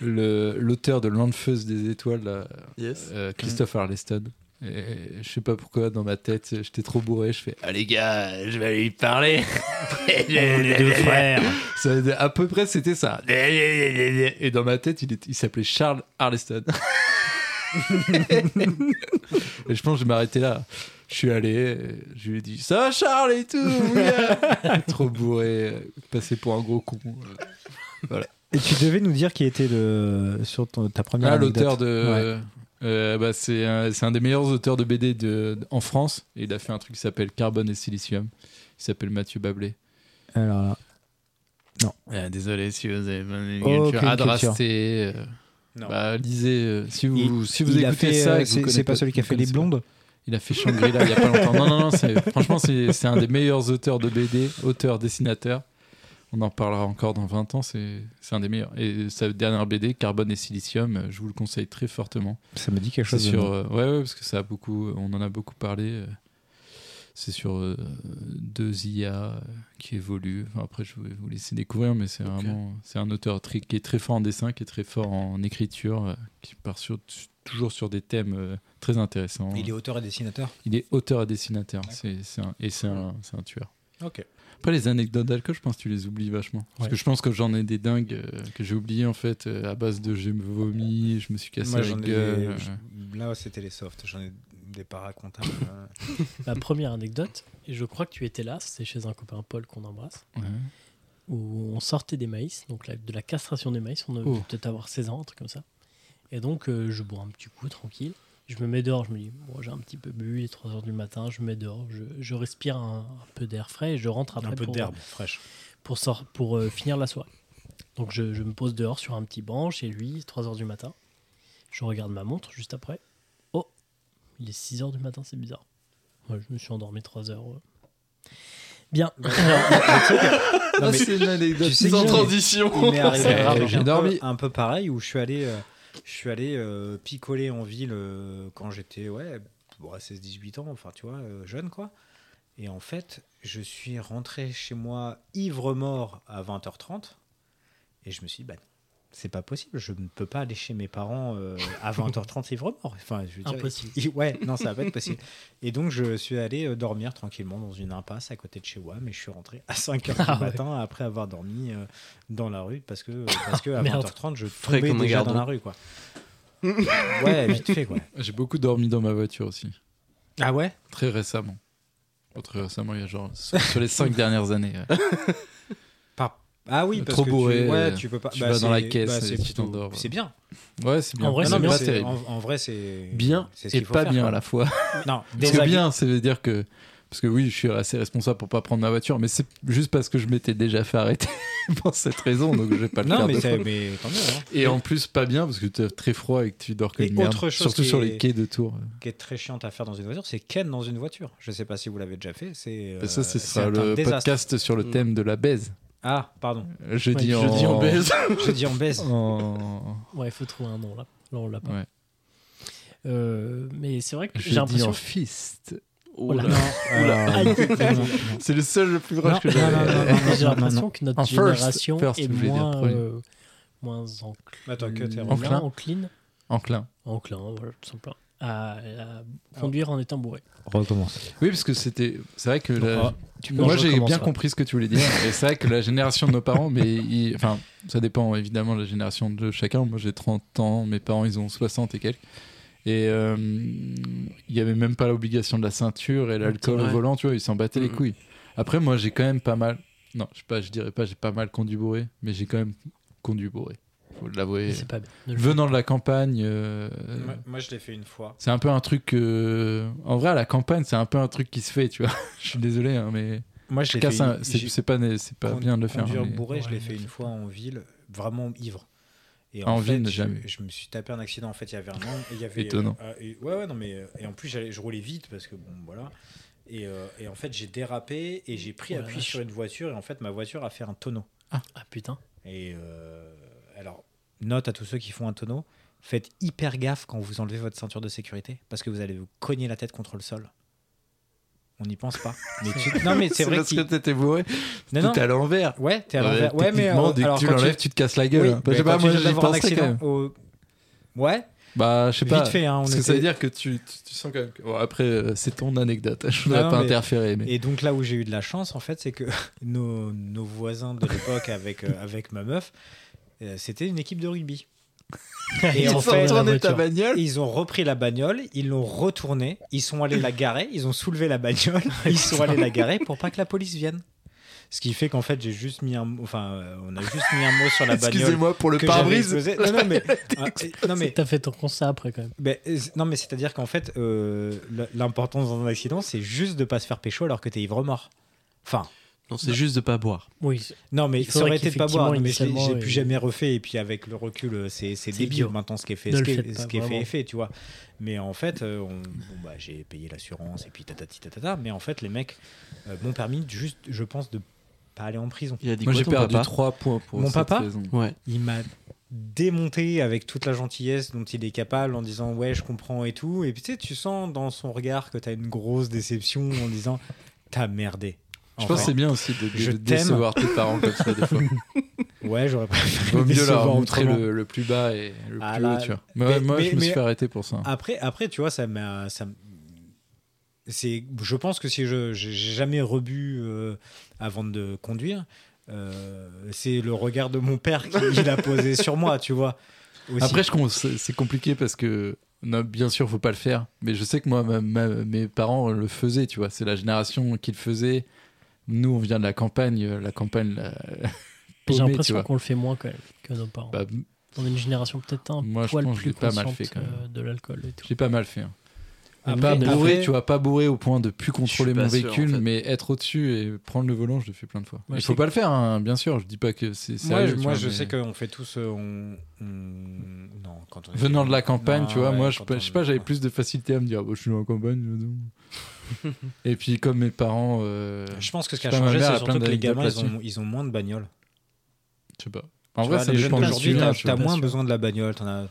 Speaker 6: le l'auteur de L'Enfeuse des étoiles, là,
Speaker 8: Yes.
Speaker 6: euh, Christophe Arleston. Et je sais pas pourquoi, dans ma tête, j'étais trop bourré. Je fais Ah les gars, je vais aller lui parler.
Speaker 2: Les deux frères.
Speaker 6: Ça, à peu près, c'était ça. Et dans ma tête, il, est- il s'appelait Charles Arleston. et je pense que je vais m'arrêter là. Je suis allé, je lui ai dit Ça va, Charles et tout yeah. Trop bourré, passé pour un gros con.
Speaker 2: Ah,
Speaker 1: Et tu devais nous dire qui était le, sur ton- ta première
Speaker 6: Ah,
Speaker 1: anecdote.
Speaker 6: l'auteur de.
Speaker 1: Ouais.
Speaker 6: euh, bah, c'est un, c'est un des meilleurs auteurs de BD de, en France. Et il a fait un truc qui s'appelle Carbone et Silicium. Il s'appelle Mathieu Bablé.
Speaker 1: Alors là.
Speaker 6: Euh, désolé si vous avez pas aimé
Speaker 1: Aucune
Speaker 6: culture. Adrasté, euh,
Speaker 1: Non.
Speaker 6: bah, lisez. euh, si vous,
Speaker 1: Il-
Speaker 6: si vous
Speaker 1: il
Speaker 6: écoutez
Speaker 1: a fait, euh,
Speaker 6: ça, et que vous
Speaker 1: c'est
Speaker 6: connaissez
Speaker 1: c'est pas celui qui a
Speaker 6: vous
Speaker 1: fait les
Speaker 6: connaissez
Speaker 1: blondes.
Speaker 6: pas. Il a fait Shangri-La il y a pas longtemps. Non, non, non. c'est- Franchement, c'est c'est un des meilleurs auteurs de BD, auteur, dessinateur. On en parlera encore dans 20 ans. C'est c'est un des meilleurs. Et sa dernière BD, Carbone et Silicium, euh, je vous le conseille très fortement.
Speaker 1: Ça me dit quelque
Speaker 6: C'est
Speaker 1: chose.
Speaker 6: euh, sur. euh, ouais, ouais, parce que ça a beaucoup. On en a beaucoup parlé. euh, C'est sur euh, deux IA euh, qui évoluent. Enfin, après, je vais vous laisser découvrir, mais c'est
Speaker 8: Ok.
Speaker 6: vraiment c'est un auteur très- qui est très fort en dessin, qui est très fort en écriture, euh, qui part sur, toujours sur des thèmes euh, très intéressants.
Speaker 1: Il est auteur et dessinateur.
Speaker 6: Il est auteur et dessinateur, c'est c'est un- et c'est un, c'est un tueur.
Speaker 1: Ok.
Speaker 6: Après, les anecdotes d'alcool, je pense que tu les oublies vachement. Parce
Speaker 2: Ouais.
Speaker 6: que je pense que j'en ai des dingues euh, que j'ai oubliées en fait euh, à base de j'ai vomi, je me suis cassé
Speaker 1: Moi,
Speaker 6: la
Speaker 1: j'en ai.
Speaker 6: gueule. euh.
Speaker 1: je- Là, c'était les softs. J'en ai des pas racontables. hein.
Speaker 2: La première anecdote, et je crois que tu étais là, c'est chez un copain Paul qu'on embrasse,
Speaker 6: Ouais.
Speaker 2: où on sortait des maïs, donc la- de la castration des maïs, on devait
Speaker 6: Oh.
Speaker 2: peut-être avoir 16 ans, un truc comme ça. Et donc euh, je bois un petit coup tranquille, je me mets dehors, je me dis, bon, j'ai un petit peu bu, il est 3 heures du matin, je me mets dehors, je, je respire un, un peu d'air frais et je
Speaker 6: Ah,
Speaker 2: rentre après
Speaker 1: un peu
Speaker 2: pour-
Speaker 1: d'herbe fraîche.
Speaker 2: pour, sor- pour euh, finir la soirée. Donc je, je me pose dehors sur un petit banc chez lui, 3h du matin. Je regarde ma montre juste après. Oh, il est 6h du matin, c'est bizarre. Moi, je me suis endormi 3h. Bien. Alors,
Speaker 1: Non, mais
Speaker 6: Ah, bah, c'est une anecdote
Speaker 1: tu sais
Speaker 6: sans
Speaker 1: que-
Speaker 6: transition.
Speaker 1: il m'est arrivé
Speaker 6: C'est
Speaker 1: un
Speaker 6: grave.
Speaker 1: truc
Speaker 6: J'ai
Speaker 1: un peu-
Speaker 6: dormi.
Speaker 1: Un peu pareil où je suis allé, euh, je suis allé euh, picoler en ville euh, quand j'étais ouais, bon, à 16-18 ans, enfin tu vois, euh, jeune quoi. Et en fait, je suis rentré chez moi ivre-mort à 20h30 et je me suis dit, bah, c'est pas possible, je ne peux pas aller chez mes parents euh, à 20h30 ivre-mort. Enfin, je veux dire,
Speaker 2: Impossible.
Speaker 1: il- ouais, non, ça va pas être possible. Et donc, je suis allé euh, dormir tranquillement dans une impasse à côté de chez moi, mais je suis rentré à 5h
Speaker 2: Ah
Speaker 1: du
Speaker 2: ouais.
Speaker 1: matin après avoir dormi euh, dans la rue parce que, parce que à
Speaker 2: Merde.
Speaker 1: 20h30, je
Speaker 8: Frais
Speaker 1: tombais
Speaker 8: comme un
Speaker 1: déjà
Speaker 8: gardon.
Speaker 1: dans la rue, quoi. ouais, vite fait, quoi.
Speaker 6: J'ai beaucoup dormi dans ma voiture aussi,
Speaker 1: Ah ouais
Speaker 6: très récemment. Bon, très récemment, il y a genre sur sur les cinq dernières années. ouais.
Speaker 1: Par- Ah oui, parce
Speaker 6: Trop
Speaker 1: que
Speaker 6: bourré,
Speaker 1: tu, ouais,
Speaker 6: euh,
Speaker 1: tu peux pas.
Speaker 6: tu vas dans
Speaker 1: c'est-
Speaker 6: la caisse
Speaker 1: bah,
Speaker 6: et
Speaker 1: c'est
Speaker 6: tu
Speaker 1: plutôt-
Speaker 6: t'endors.
Speaker 1: C'est bien.
Speaker 6: Ouais, c'est bien. Ah
Speaker 2: En vrai,
Speaker 6: Non,
Speaker 2: c'est
Speaker 6: non,
Speaker 1: mais
Speaker 2: bien.
Speaker 6: mais pas terrible.
Speaker 1: En, en vrai, c'est
Speaker 6: Bien
Speaker 1: c'est ce
Speaker 6: et
Speaker 1: qu'il faut
Speaker 6: pas
Speaker 1: faire,
Speaker 6: bien
Speaker 1: quoi.
Speaker 6: à la fois.
Speaker 1: Non,
Speaker 6: Parce que
Speaker 1: désagré-
Speaker 6: bien, ça veut dire que. Parce que oui, je suis assez responsable pour pas prendre ma voiture, mais c'est juste parce que je m'étais déjà fait arrêter pour cette raison, donc je vais pas le
Speaker 1: Non,
Speaker 6: faire.
Speaker 1: mais,
Speaker 6: deux
Speaker 1: c'est-
Speaker 6: fois.
Speaker 1: mais tant mieux. hein.
Speaker 6: Et en plus, pas bien parce que tu as très froid et que tu dors que
Speaker 1: Et
Speaker 6: de merde.
Speaker 1: autre chose
Speaker 6: Surtout
Speaker 1: qui
Speaker 6: sur
Speaker 1: est-
Speaker 6: les quais de Tours.
Speaker 1: Ce qui est très chiant à faire dans une voiture, c'est ken dans une voiture. Je sais pas si vous l'avez déjà fait. C'est
Speaker 6: ça,
Speaker 1: euh,
Speaker 6: ce
Speaker 1: c'est
Speaker 6: sera
Speaker 1: un
Speaker 6: le
Speaker 1: désastre.
Speaker 6: podcast sur le
Speaker 8: Mm.
Speaker 6: thème de la baise.
Speaker 1: Ah, pardon.
Speaker 6: Euh, Jeudi
Speaker 2: Ouais,
Speaker 6: en.
Speaker 8: Jeudi on baise.
Speaker 1: Je dis en baisse.
Speaker 6: en-
Speaker 2: ouais, il faut trouver un nom là. Là, on l'a pas.
Speaker 6: Ouais.
Speaker 2: Euh, mais c'est vrai que j'ai
Speaker 6: Jeudi en
Speaker 2: l'impression.
Speaker 6: fist.
Speaker 8: Oh
Speaker 2: Voilà. Ah,
Speaker 8: là.
Speaker 1: Voilà.
Speaker 2: Aïe.
Speaker 6: C'est le seul le plus proche que
Speaker 1: Non, non, non,
Speaker 6: j'avais.
Speaker 1: non, non,
Speaker 2: J'ai
Speaker 1: non, non,
Speaker 2: l'impression que notre
Speaker 6: En first,
Speaker 2: génération
Speaker 6: first,
Speaker 2: est
Speaker 6: je voulais dire
Speaker 2: moins,
Speaker 6: premier.
Speaker 2: euh, moins enclin.
Speaker 1: Attends, que t'es
Speaker 6: En- Enclin.
Speaker 2: encline.
Speaker 6: Enclin.
Speaker 2: Enclin, voilà, tout simplement. À, à conduire en étant bourré.
Speaker 1: Recommence.
Speaker 6: Oui, parce que c'était. C'est vrai que. la-
Speaker 2: Ah, peux-
Speaker 6: Moi,
Speaker 2: je
Speaker 6: j'ai
Speaker 2: recommence,
Speaker 6: bien
Speaker 2: ouais.
Speaker 6: compris ce que tu voulais dire. Et c'est vrai que la génération de nos parents, mais ils- enfin, ça dépend évidemment de la génération de chacun. Moi, j'ai 30 ans, mes parents, ils ont 60 et quelques. Et euh, il n'y avait même pas l'obligation de la ceinture et l'alcool au
Speaker 8: Ouais.
Speaker 6: volant, tu vois, ils s'en battaient les
Speaker 8: Mhm.
Speaker 6: couilles. Après, moi, j'ai quand même pas mal. Non, je sais pas, je dirais pas, j'ai pas mal conduit bourré, mais j'ai quand même conduit bourré. Faut l'avouer.
Speaker 2: Mais c'est pas bien. Ne le fais
Speaker 6: Venant de la campagne, euh,
Speaker 1: Moi, moi, je l'ai fait une fois.
Speaker 6: c'est un peu un truc. euh, En vrai, à la campagne, c'est un peu un truc qui se fait, tu vois. je suis désolé, hein, mais.
Speaker 1: Moi, je l'ai
Speaker 6: Car
Speaker 1: fait.
Speaker 6: ça,
Speaker 1: une-
Speaker 6: c'est
Speaker 1: j'ai-
Speaker 6: c'est pas, né- c'est pas
Speaker 1: Con-
Speaker 6: bien de le faire.
Speaker 1: Conduire
Speaker 6: mais-
Speaker 1: bourré, je
Speaker 2: Ouais,
Speaker 1: l'ai
Speaker 2: mais
Speaker 1: fait une
Speaker 2: faut-
Speaker 1: fois en ville, vraiment ivre. Et
Speaker 6: En ville,
Speaker 1: fait, je-
Speaker 6: jamais.
Speaker 1: Je, me suis tapé un accident. En fait, il y avait un homme. et il y avait,
Speaker 6: Étonnant.
Speaker 1: euh, et- ouais, ouais, non, mais euh, et en plus, j'allais- je roulais vite parce que bon, voilà. Et, euh, et en fait, j'ai dérapé et j'ai pris
Speaker 2: Oh la
Speaker 1: appui
Speaker 2: vache.
Speaker 1: sur une voiture. Et en fait, ma voiture a fait un tonneau.
Speaker 2: Ah putain.
Speaker 1: Et euh, alors, note à tous ceux qui font un tonneau, faites hyper gaffe quand vous enlevez votre ceinture de sécurité, parce que vous allez vous cogner la tête contre le sol. On n'y pense pas. Mais tu- Non, mais c'est
Speaker 6: C'est
Speaker 1: vrai
Speaker 6: parce
Speaker 1: que...
Speaker 6: que t'étais bourré,
Speaker 1: Non, non,
Speaker 6: t'es à l'envers.
Speaker 1: ouais, t'es à l'envers. Ouais, mais...
Speaker 6: techniquement,
Speaker 1: euh,
Speaker 6: dès que
Speaker 1: alors,
Speaker 6: tu
Speaker 1: quand
Speaker 6: l'enlèves, tu te casses la gueule.
Speaker 1: Oui,
Speaker 6: hein. Bah, je
Speaker 1: mais
Speaker 6: sais pas,
Speaker 1: quand
Speaker 6: moi
Speaker 1: tu viens
Speaker 6: j'y
Speaker 1: d'avoir un
Speaker 6: pensais quand
Speaker 1: accident
Speaker 6: même.
Speaker 1: au- Ouais,
Speaker 6: Bah, je sais pas.
Speaker 1: vite fait, hein, on
Speaker 6: parce que ça veut
Speaker 1: était-
Speaker 6: dire que tu, tu, tu sens quand même. que- Bon, après, euh, c'est ton anecdote. Je
Speaker 1: Non,
Speaker 6: voudrais
Speaker 1: non,
Speaker 6: pas
Speaker 1: mais-
Speaker 6: interférer. Mais...
Speaker 1: Et donc là où j'ai eu de la chance, en fait, c'est que nos, nos voisins de l'époque avec, euh, avec ma meuf, euh, c'était une équipe de rugby. Et
Speaker 2: Ils
Speaker 1: en
Speaker 2: ont
Speaker 1: fait,
Speaker 2: retourné la voiture.
Speaker 6: bagnole.
Speaker 1: Ils ont repris la bagnole, ils l'ont retournée, ils sont allés la garer, ils ont soulevé la bagnole, ils sont allés la garer pour pas que la police vienne. Ce qui fait qu'en fait, j'ai juste mis un, enfin, euh, on a juste mis un mot sur la bagnole.
Speaker 6: Excusez-moi pour le
Speaker 1: que j'avais
Speaker 6: pare-brise.
Speaker 1: explosé. Non, non, mais, ah, euh, non,
Speaker 2: C'est
Speaker 1: mais,
Speaker 2: que T'as fait ton constat après quand même.
Speaker 1: ben, euh, non, mais c'est-à-dire qu'en fait, euh, l- l'importance dans un accident, c'est juste de pas se faire pécho alors que t'es ivre mort. Enfin,
Speaker 8: Non, c'est juste de pas boire.
Speaker 2: Oui.
Speaker 1: non, mais
Speaker 2: Il
Speaker 1: ça aurait
Speaker 2: faudrait
Speaker 1: été de pas boire.
Speaker 2: qu'effectivement,
Speaker 1: Mais je l'ai- j'ai
Speaker 2: initialement,
Speaker 1: plus
Speaker 2: et-
Speaker 1: jamais refait. Et puis avec le recul, euh, c'est c'est
Speaker 2: C'est
Speaker 1: débile
Speaker 2: idiot.
Speaker 1: maintenant ce qui est fait,
Speaker 2: Ne
Speaker 1: ce
Speaker 2: le
Speaker 1: qui est,
Speaker 2: faites pas,
Speaker 1: ce qui est fait,
Speaker 2: vraiment.
Speaker 1: est fait, tu vois. Mais en fait, euh, on- bon, bah, j'ai payé l'assurance et puis tatati tatata. Mais en fait, les mecs euh, m'ont permis juste, je pense, de pas aller en prison.
Speaker 8: Il a dit
Speaker 6: Moi
Speaker 8: quoi
Speaker 6: j'ai
Speaker 8: ton
Speaker 6: perdu
Speaker 8: papa
Speaker 6: 3 points pour
Speaker 1: Mon
Speaker 2: euh,
Speaker 6: cette
Speaker 1: papa
Speaker 6: raison.
Speaker 8: Ouais.
Speaker 1: Il m'a démonter avec toute la gentillesse dont il est capable en disant ouais je comprends et tout et puis tu sais tu sens dans son regard que t'as une grosse déception en disant t'as merdé
Speaker 6: Je pense que
Speaker 1: Enfin,
Speaker 6: c'est bien aussi de, de-
Speaker 1: Je
Speaker 6: de
Speaker 1: t'aime.
Speaker 6: décevoir tes parents comme ça des fois.
Speaker 1: ouais j'aurais préféré
Speaker 6: Vaut mieux leur
Speaker 1: décevoir
Speaker 6: montrer
Speaker 1: autrement.
Speaker 6: le, le plus bas et le
Speaker 1: Ah
Speaker 6: plus
Speaker 1: là,
Speaker 6: haut, tu vois. Mais ouais,
Speaker 1: mais-
Speaker 6: moi,
Speaker 1: mais-
Speaker 6: je me suis
Speaker 1: mais-
Speaker 6: fait arrêter pour ça.
Speaker 1: Après, après, tu vois, ça m'a. ça m- c'est, je pense que si je j'ai jamais rebu euh, avant de conduire, euh, c'est le regard de mon père qui il a posé sur moi, tu vois. aussi.
Speaker 6: Après, je comprends, c'est c'est compliqué parce que non, bien sûr, faut pas le faire. Mais je sais que moi, ma- ma- mes parents le faisaient, tu vois. C'est la génération qui le faisait. Nous, on vient de la campagne, euh, la campagne. la-
Speaker 2: J'ai
Speaker 6: paumée, tu
Speaker 2: l'impression
Speaker 6: vois.
Speaker 2: qu'on le fait moins quand même que nos parents.
Speaker 6: Bah,
Speaker 2: On est une génération peut-être un
Speaker 6: moi, je
Speaker 2: poil
Speaker 6: pense que
Speaker 2: plus
Speaker 6: j'ai pas mal
Speaker 2: consciente
Speaker 6: fait, quand même.
Speaker 2: euh, de l'alcool et tout.
Speaker 6: j'ai pas mal fait. hein.
Speaker 2: Mais
Speaker 6: Pas
Speaker 1: Après,
Speaker 2: nous, on est-
Speaker 6: bourré,
Speaker 1: après-
Speaker 6: tu vois, pas bourré au point de plus contrôler
Speaker 8: Je
Speaker 6: mon
Speaker 8: suis pas sûr,
Speaker 6: véhicule,
Speaker 8: en fait.
Speaker 6: mais être au-dessus et prendre le volant, je le fais plein de fois.
Speaker 2: Moi,
Speaker 6: Il
Speaker 2: je
Speaker 6: faut
Speaker 2: sais
Speaker 6: pas le faire, hein, bien sûr. Je dis pas que c'est
Speaker 1: moi,
Speaker 6: sérieux.
Speaker 1: je,
Speaker 6: tu
Speaker 1: moi,
Speaker 6: vois,
Speaker 1: je
Speaker 6: mais-
Speaker 1: sais qu'on fait tous. euh, on, on- Non, quand on était-
Speaker 6: Venant de la campagne,
Speaker 1: Non,
Speaker 6: tu vois,
Speaker 1: ouais,
Speaker 6: moi, je,
Speaker 1: quand on-
Speaker 6: je sais pas, j'avais plus de facilité à me dire, Bon, je suis en campagne. je- Et puis, comme mes parents, euh, je
Speaker 1: Je pense que ce qui a
Speaker 6: Je sais pas, ma
Speaker 1: changé,
Speaker 6: mère
Speaker 1: c'est
Speaker 6: a plein
Speaker 1: surtout que les gamins,
Speaker 6: d'anecdotes
Speaker 1: ils ont, ils ont moins de bagnoles.
Speaker 6: sais pas. En
Speaker 1: Tu
Speaker 6: vrai,
Speaker 1: vois,
Speaker 6: ça
Speaker 1: les
Speaker 6: dépend
Speaker 1: jeunes
Speaker 6: du
Speaker 1: d'aujourd'hui,
Speaker 6: village.
Speaker 1: t'as t'as
Speaker 6: je
Speaker 1: moins
Speaker 6: pense.
Speaker 1: besoin de la bagnole. t'en as-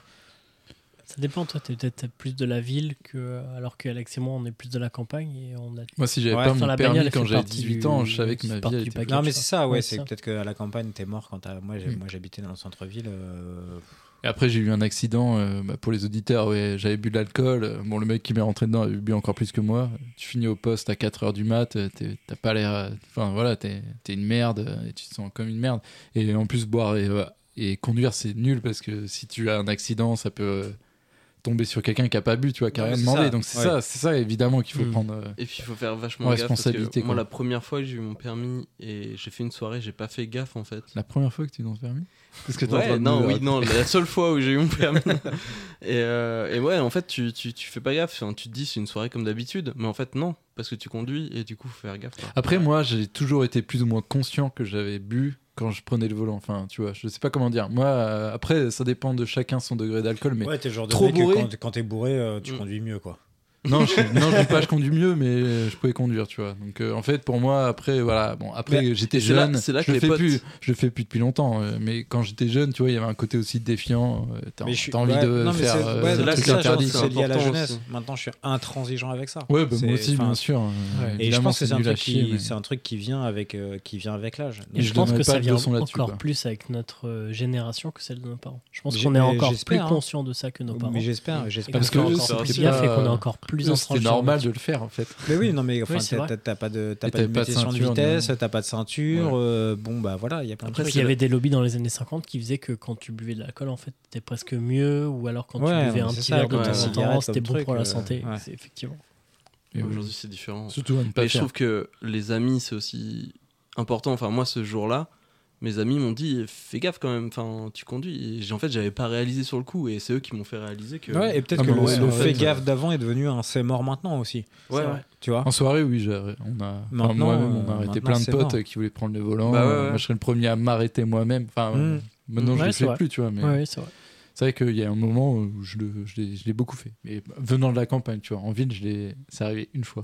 Speaker 2: Ça dépend, toi, t'es peut-être plus de la ville, que, alors qu'Alex et moi, on est plus de la campagne et on a
Speaker 6: Moi, si j'avais
Speaker 1: Ouais,
Speaker 6: pas
Speaker 2: sans
Speaker 6: mon
Speaker 2: la
Speaker 6: permis
Speaker 2: bagnole,
Speaker 6: quand
Speaker 2: elle fait
Speaker 6: j'avais
Speaker 2: partie
Speaker 6: 18
Speaker 2: du-
Speaker 6: ans, je savais que
Speaker 2: c'est
Speaker 6: ma vie
Speaker 2: partie du
Speaker 6: était
Speaker 2: package.
Speaker 6: plus-
Speaker 1: Non,
Speaker 2: tu
Speaker 1: mais
Speaker 2: vois.
Speaker 1: c'est ça, ouais.
Speaker 2: Ouais,
Speaker 1: c'est
Speaker 2: ça.
Speaker 1: peut-être qu'à la campagne, t'es mort quand t'as. Moi, j'ai-
Speaker 6: Hmm.
Speaker 1: moi, j'habitais dans le centre-ville. euh,
Speaker 6: Et après, j'ai eu un accident euh, bah, pour les auditeurs. Ouais, j'avais bu de l'alcool. Euh, Bon, le mec qui m'est rentré dedans avait bu encore plus que moi. Tu finis au poste à 4 heures du mat. euh, t'es- T'as pas l'air. euh, Enfin, voilà, t'es t'es une merde euh, et tu te sens comme une merde. Et en plus, boire et, euh, et conduire, c'est nul parce que si tu as un accident, ça peut euh, tomber sur quelqu'un qui a pas bu, tu vois, qui a
Speaker 1: Non,
Speaker 6: rien
Speaker 1: mais c'est
Speaker 6: demandé.
Speaker 1: ça,
Speaker 6: Donc, c'est
Speaker 1: ouais.
Speaker 6: ça, c'est ça, évidemment, qu'il faut
Speaker 2: Mm.
Speaker 6: prendre. euh,
Speaker 8: Et puis il faut faire vachement
Speaker 6: En
Speaker 8: gaffe. parce que
Speaker 6: responsabilité, quoi.
Speaker 8: moi, la première fois que j'ai eu mon permis et j'ai fait une soirée, j'ai pas fait gaffe en fait.
Speaker 6: la première fois que tu es dans ce permis Parce que t'es en
Speaker 8: Ouais,
Speaker 6: train de
Speaker 8: non,
Speaker 6: nous
Speaker 8: oui,
Speaker 6: raconter.
Speaker 8: non, la seule fois où j'ai eu mon permis. et, euh, et ouais, en fait, tu, tu, tu fais pas gaffe. Enfin, tu te dis c'est une soirée comme d'habitude, mais en fait, non, parce que tu conduis et du coup, faut faire gaffe. quoi.
Speaker 6: Après, moi, j'ai toujours été plus ou moins conscient que j'avais bu quand je prenais le volant. Enfin, tu vois, je sais pas comment dire. Moi, euh, après, ça dépend de chacun son degré d'alcool, mais
Speaker 1: Ouais, t'es le genre de
Speaker 6: Trop
Speaker 1: mec que
Speaker 6: bourré.
Speaker 1: quand, quand t'es bourré, euh, tu
Speaker 8: Mm.
Speaker 1: conduis mieux, quoi.
Speaker 6: non, je, non, je dis pas, je conduis mieux, mais euh, je pouvais conduire, tu vois. Donc, euh, en fait, pour moi, après, voilà, bon, après, j'étais
Speaker 8: c'est là-
Speaker 6: jeune,
Speaker 8: c'est là
Speaker 6: je
Speaker 8: que
Speaker 6: le
Speaker 8: les
Speaker 6: fais
Speaker 8: potes-
Speaker 6: plus, je le fais plus depuis longtemps. euh, mais quand j'étais jeune, tu vois, il y avait un côté aussi défiant. euh, T'as
Speaker 1: Mais je suis-
Speaker 6: t'as envie
Speaker 1: ouais,
Speaker 6: de
Speaker 1: non, mais
Speaker 6: faire
Speaker 1: c'est-
Speaker 6: euh,
Speaker 1: ouais,
Speaker 6: des
Speaker 1: là,
Speaker 6: trucs
Speaker 1: c'est ça,
Speaker 6: interdits.
Speaker 1: genre, C'est lié à la
Speaker 8: important
Speaker 1: jeunesse.
Speaker 8: aussi.
Speaker 1: Maintenant, je suis intransigeant avec ça.
Speaker 6: Ouais, bah,
Speaker 1: C'est-
Speaker 6: moi aussi,
Speaker 1: enfin,
Speaker 6: bien sûr. euh,
Speaker 1: Et je
Speaker 6: évidemment,
Speaker 1: pense que c'est un
Speaker 6: nul à
Speaker 1: truc
Speaker 6: chier,
Speaker 1: qui,
Speaker 6: mais-
Speaker 1: c'est un truc qui vient avec, euh, qui vient avec l'âge.
Speaker 2: Et
Speaker 6: Je
Speaker 2: je, pense
Speaker 6: donnerai
Speaker 2: que
Speaker 6: pas
Speaker 2: ça
Speaker 6: de
Speaker 2: vient
Speaker 6: leçon là-dessus,
Speaker 2: encore
Speaker 6: quoi.
Speaker 2: plus avec notre euh, génération que celle de nos parents. Je pense
Speaker 1: Mais
Speaker 2: qu'on est
Speaker 1: j'ai-
Speaker 2: encore plus
Speaker 1: j'espère, hein.
Speaker 2: conscients de ça que nos parents.
Speaker 1: Mais j'espère, j'espère.
Speaker 2: parce
Speaker 6: Parce que
Speaker 2: que
Speaker 6: eux,
Speaker 2: encore
Speaker 8: c'était
Speaker 2: plus gaffe et
Speaker 6: pas-
Speaker 2: qu'on est encore plus
Speaker 6: Eux,
Speaker 2: intransigeant.
Speaker 6: C'était normal de le faire, en fait.
Speaker 1: Mais oui, non, mais enfin,
Speaker 2: c'est
Speaker 1: t'as-
Speaker 2: vrai.
Speaker 1: t'as t'as pas de, t'as
Speaker 6: Et
Speaker 1: pas de
Speaker 6: t'avais pas de
Speaker 1: limitation de
Speaker 6: ceinture,
Speaker 1: vitesse,
Speaker 6: non.
Speaker 1: t'as pas de ceinture. euh, bon, bah voilà, il y a plein de
Speaker 2: Après,
Speaker 1: trucs.
Speaker 2: il y avait des lobbies dans les années 50 qui faisaient que quand tu buvais de l'alcool, en fait, t'étais presque mieux, ou alors quand
Speaker 1: Ouais,
Speaker 2: tu buvais
Speaker 1: mais
Speaker 2: un
Speaker 1: c'est
Speaker 2: petit
Speaker 1: ça,
Speaker 2: verre de
Speaker 8: quand
Speaker 2: temps
Speaker 8: t'as
Speaker 2: en
Speaker 8: une
Speaker 2: temps,
Speaker 1: cigarette
Speaker 2: c'était
Speaker 1: comme
Speaker 2: bon pour
Speaker 1: truc,
Speaker 2: la
Speaker 1: euh,
Speaker 2: santé.
Speaker 1: ouais.
Speaker 2: C'est effectivement.
Speaker 6: Et oui.
Speaker 8: Aujourd'hui, c'est différent.
Speaker 6: euh, Surtout à ne pas
Speaker 8: Mais je
Speaker 6: faire.
Speaker 8: trouve que les amis, c'est aussi important. Enfin, moi, ce jour-là, mes amis m'ont dit fais gaffe quand même, enfin, tu conduis. Et j'- en fait, j'avais pas réalisé sur le coup, et c'est eux qui m'ont fait réaliser que.
Speaker 1: Ouais, et peut-être
Speaker 6: Ah,
Speaker 1: que
Speaker 6: mais
Speaker 1: le,
Speaker 6: ouais,
Speaker 1: le
Speaker 6: en
Speaker 1: fait
Speaker 6: fait,
Speaker 1: gaffe d'avant est devenu un c'est mort maintenant aussi.
Speaker 8: Ouais, ouais.
Speaker 1: Tu vois
Speaker 6: En soirée, oui, j'ai arrêt- on a, enfin,
Speaker 1: Maintenant,
Speaker 6: moi-même, on
Speaker 1: euh,
Speaker 6: a arrêté
Speaker 1: maintenant,
Speaker 6: plein de
Speaker 1: c'est
Speaker 6: potes
Speaker 1: mort.
Speaker 6: euh, qui voulaient prendre le volant.
Speaker 8: Bah ouais,
Speaker 6: Euh,
Speaker 8: ouais.
Speaker 6: Moi, je serais le premier à m'arrêter moi-même. Enfin, euh,
Speaker 1: Mm.
Speaker 6: maintenant, je
Speaker 2: Ouais,
Speaker 6: le
Speaker 2: c'est
Speaker 6: fais
Speaker 2: vrai.
Speaker 6: plus, tu vois. Mais
Speaker 2: Ouais, ouais, c'est vrai.
Speaker 6: c'est vrai qu'il y a un moment où je, le- je l'ai, je l'ai beaucoup fait. Mais venant de la campagne, tu vois, en ville, je l'ai, c'est arrivé une fois.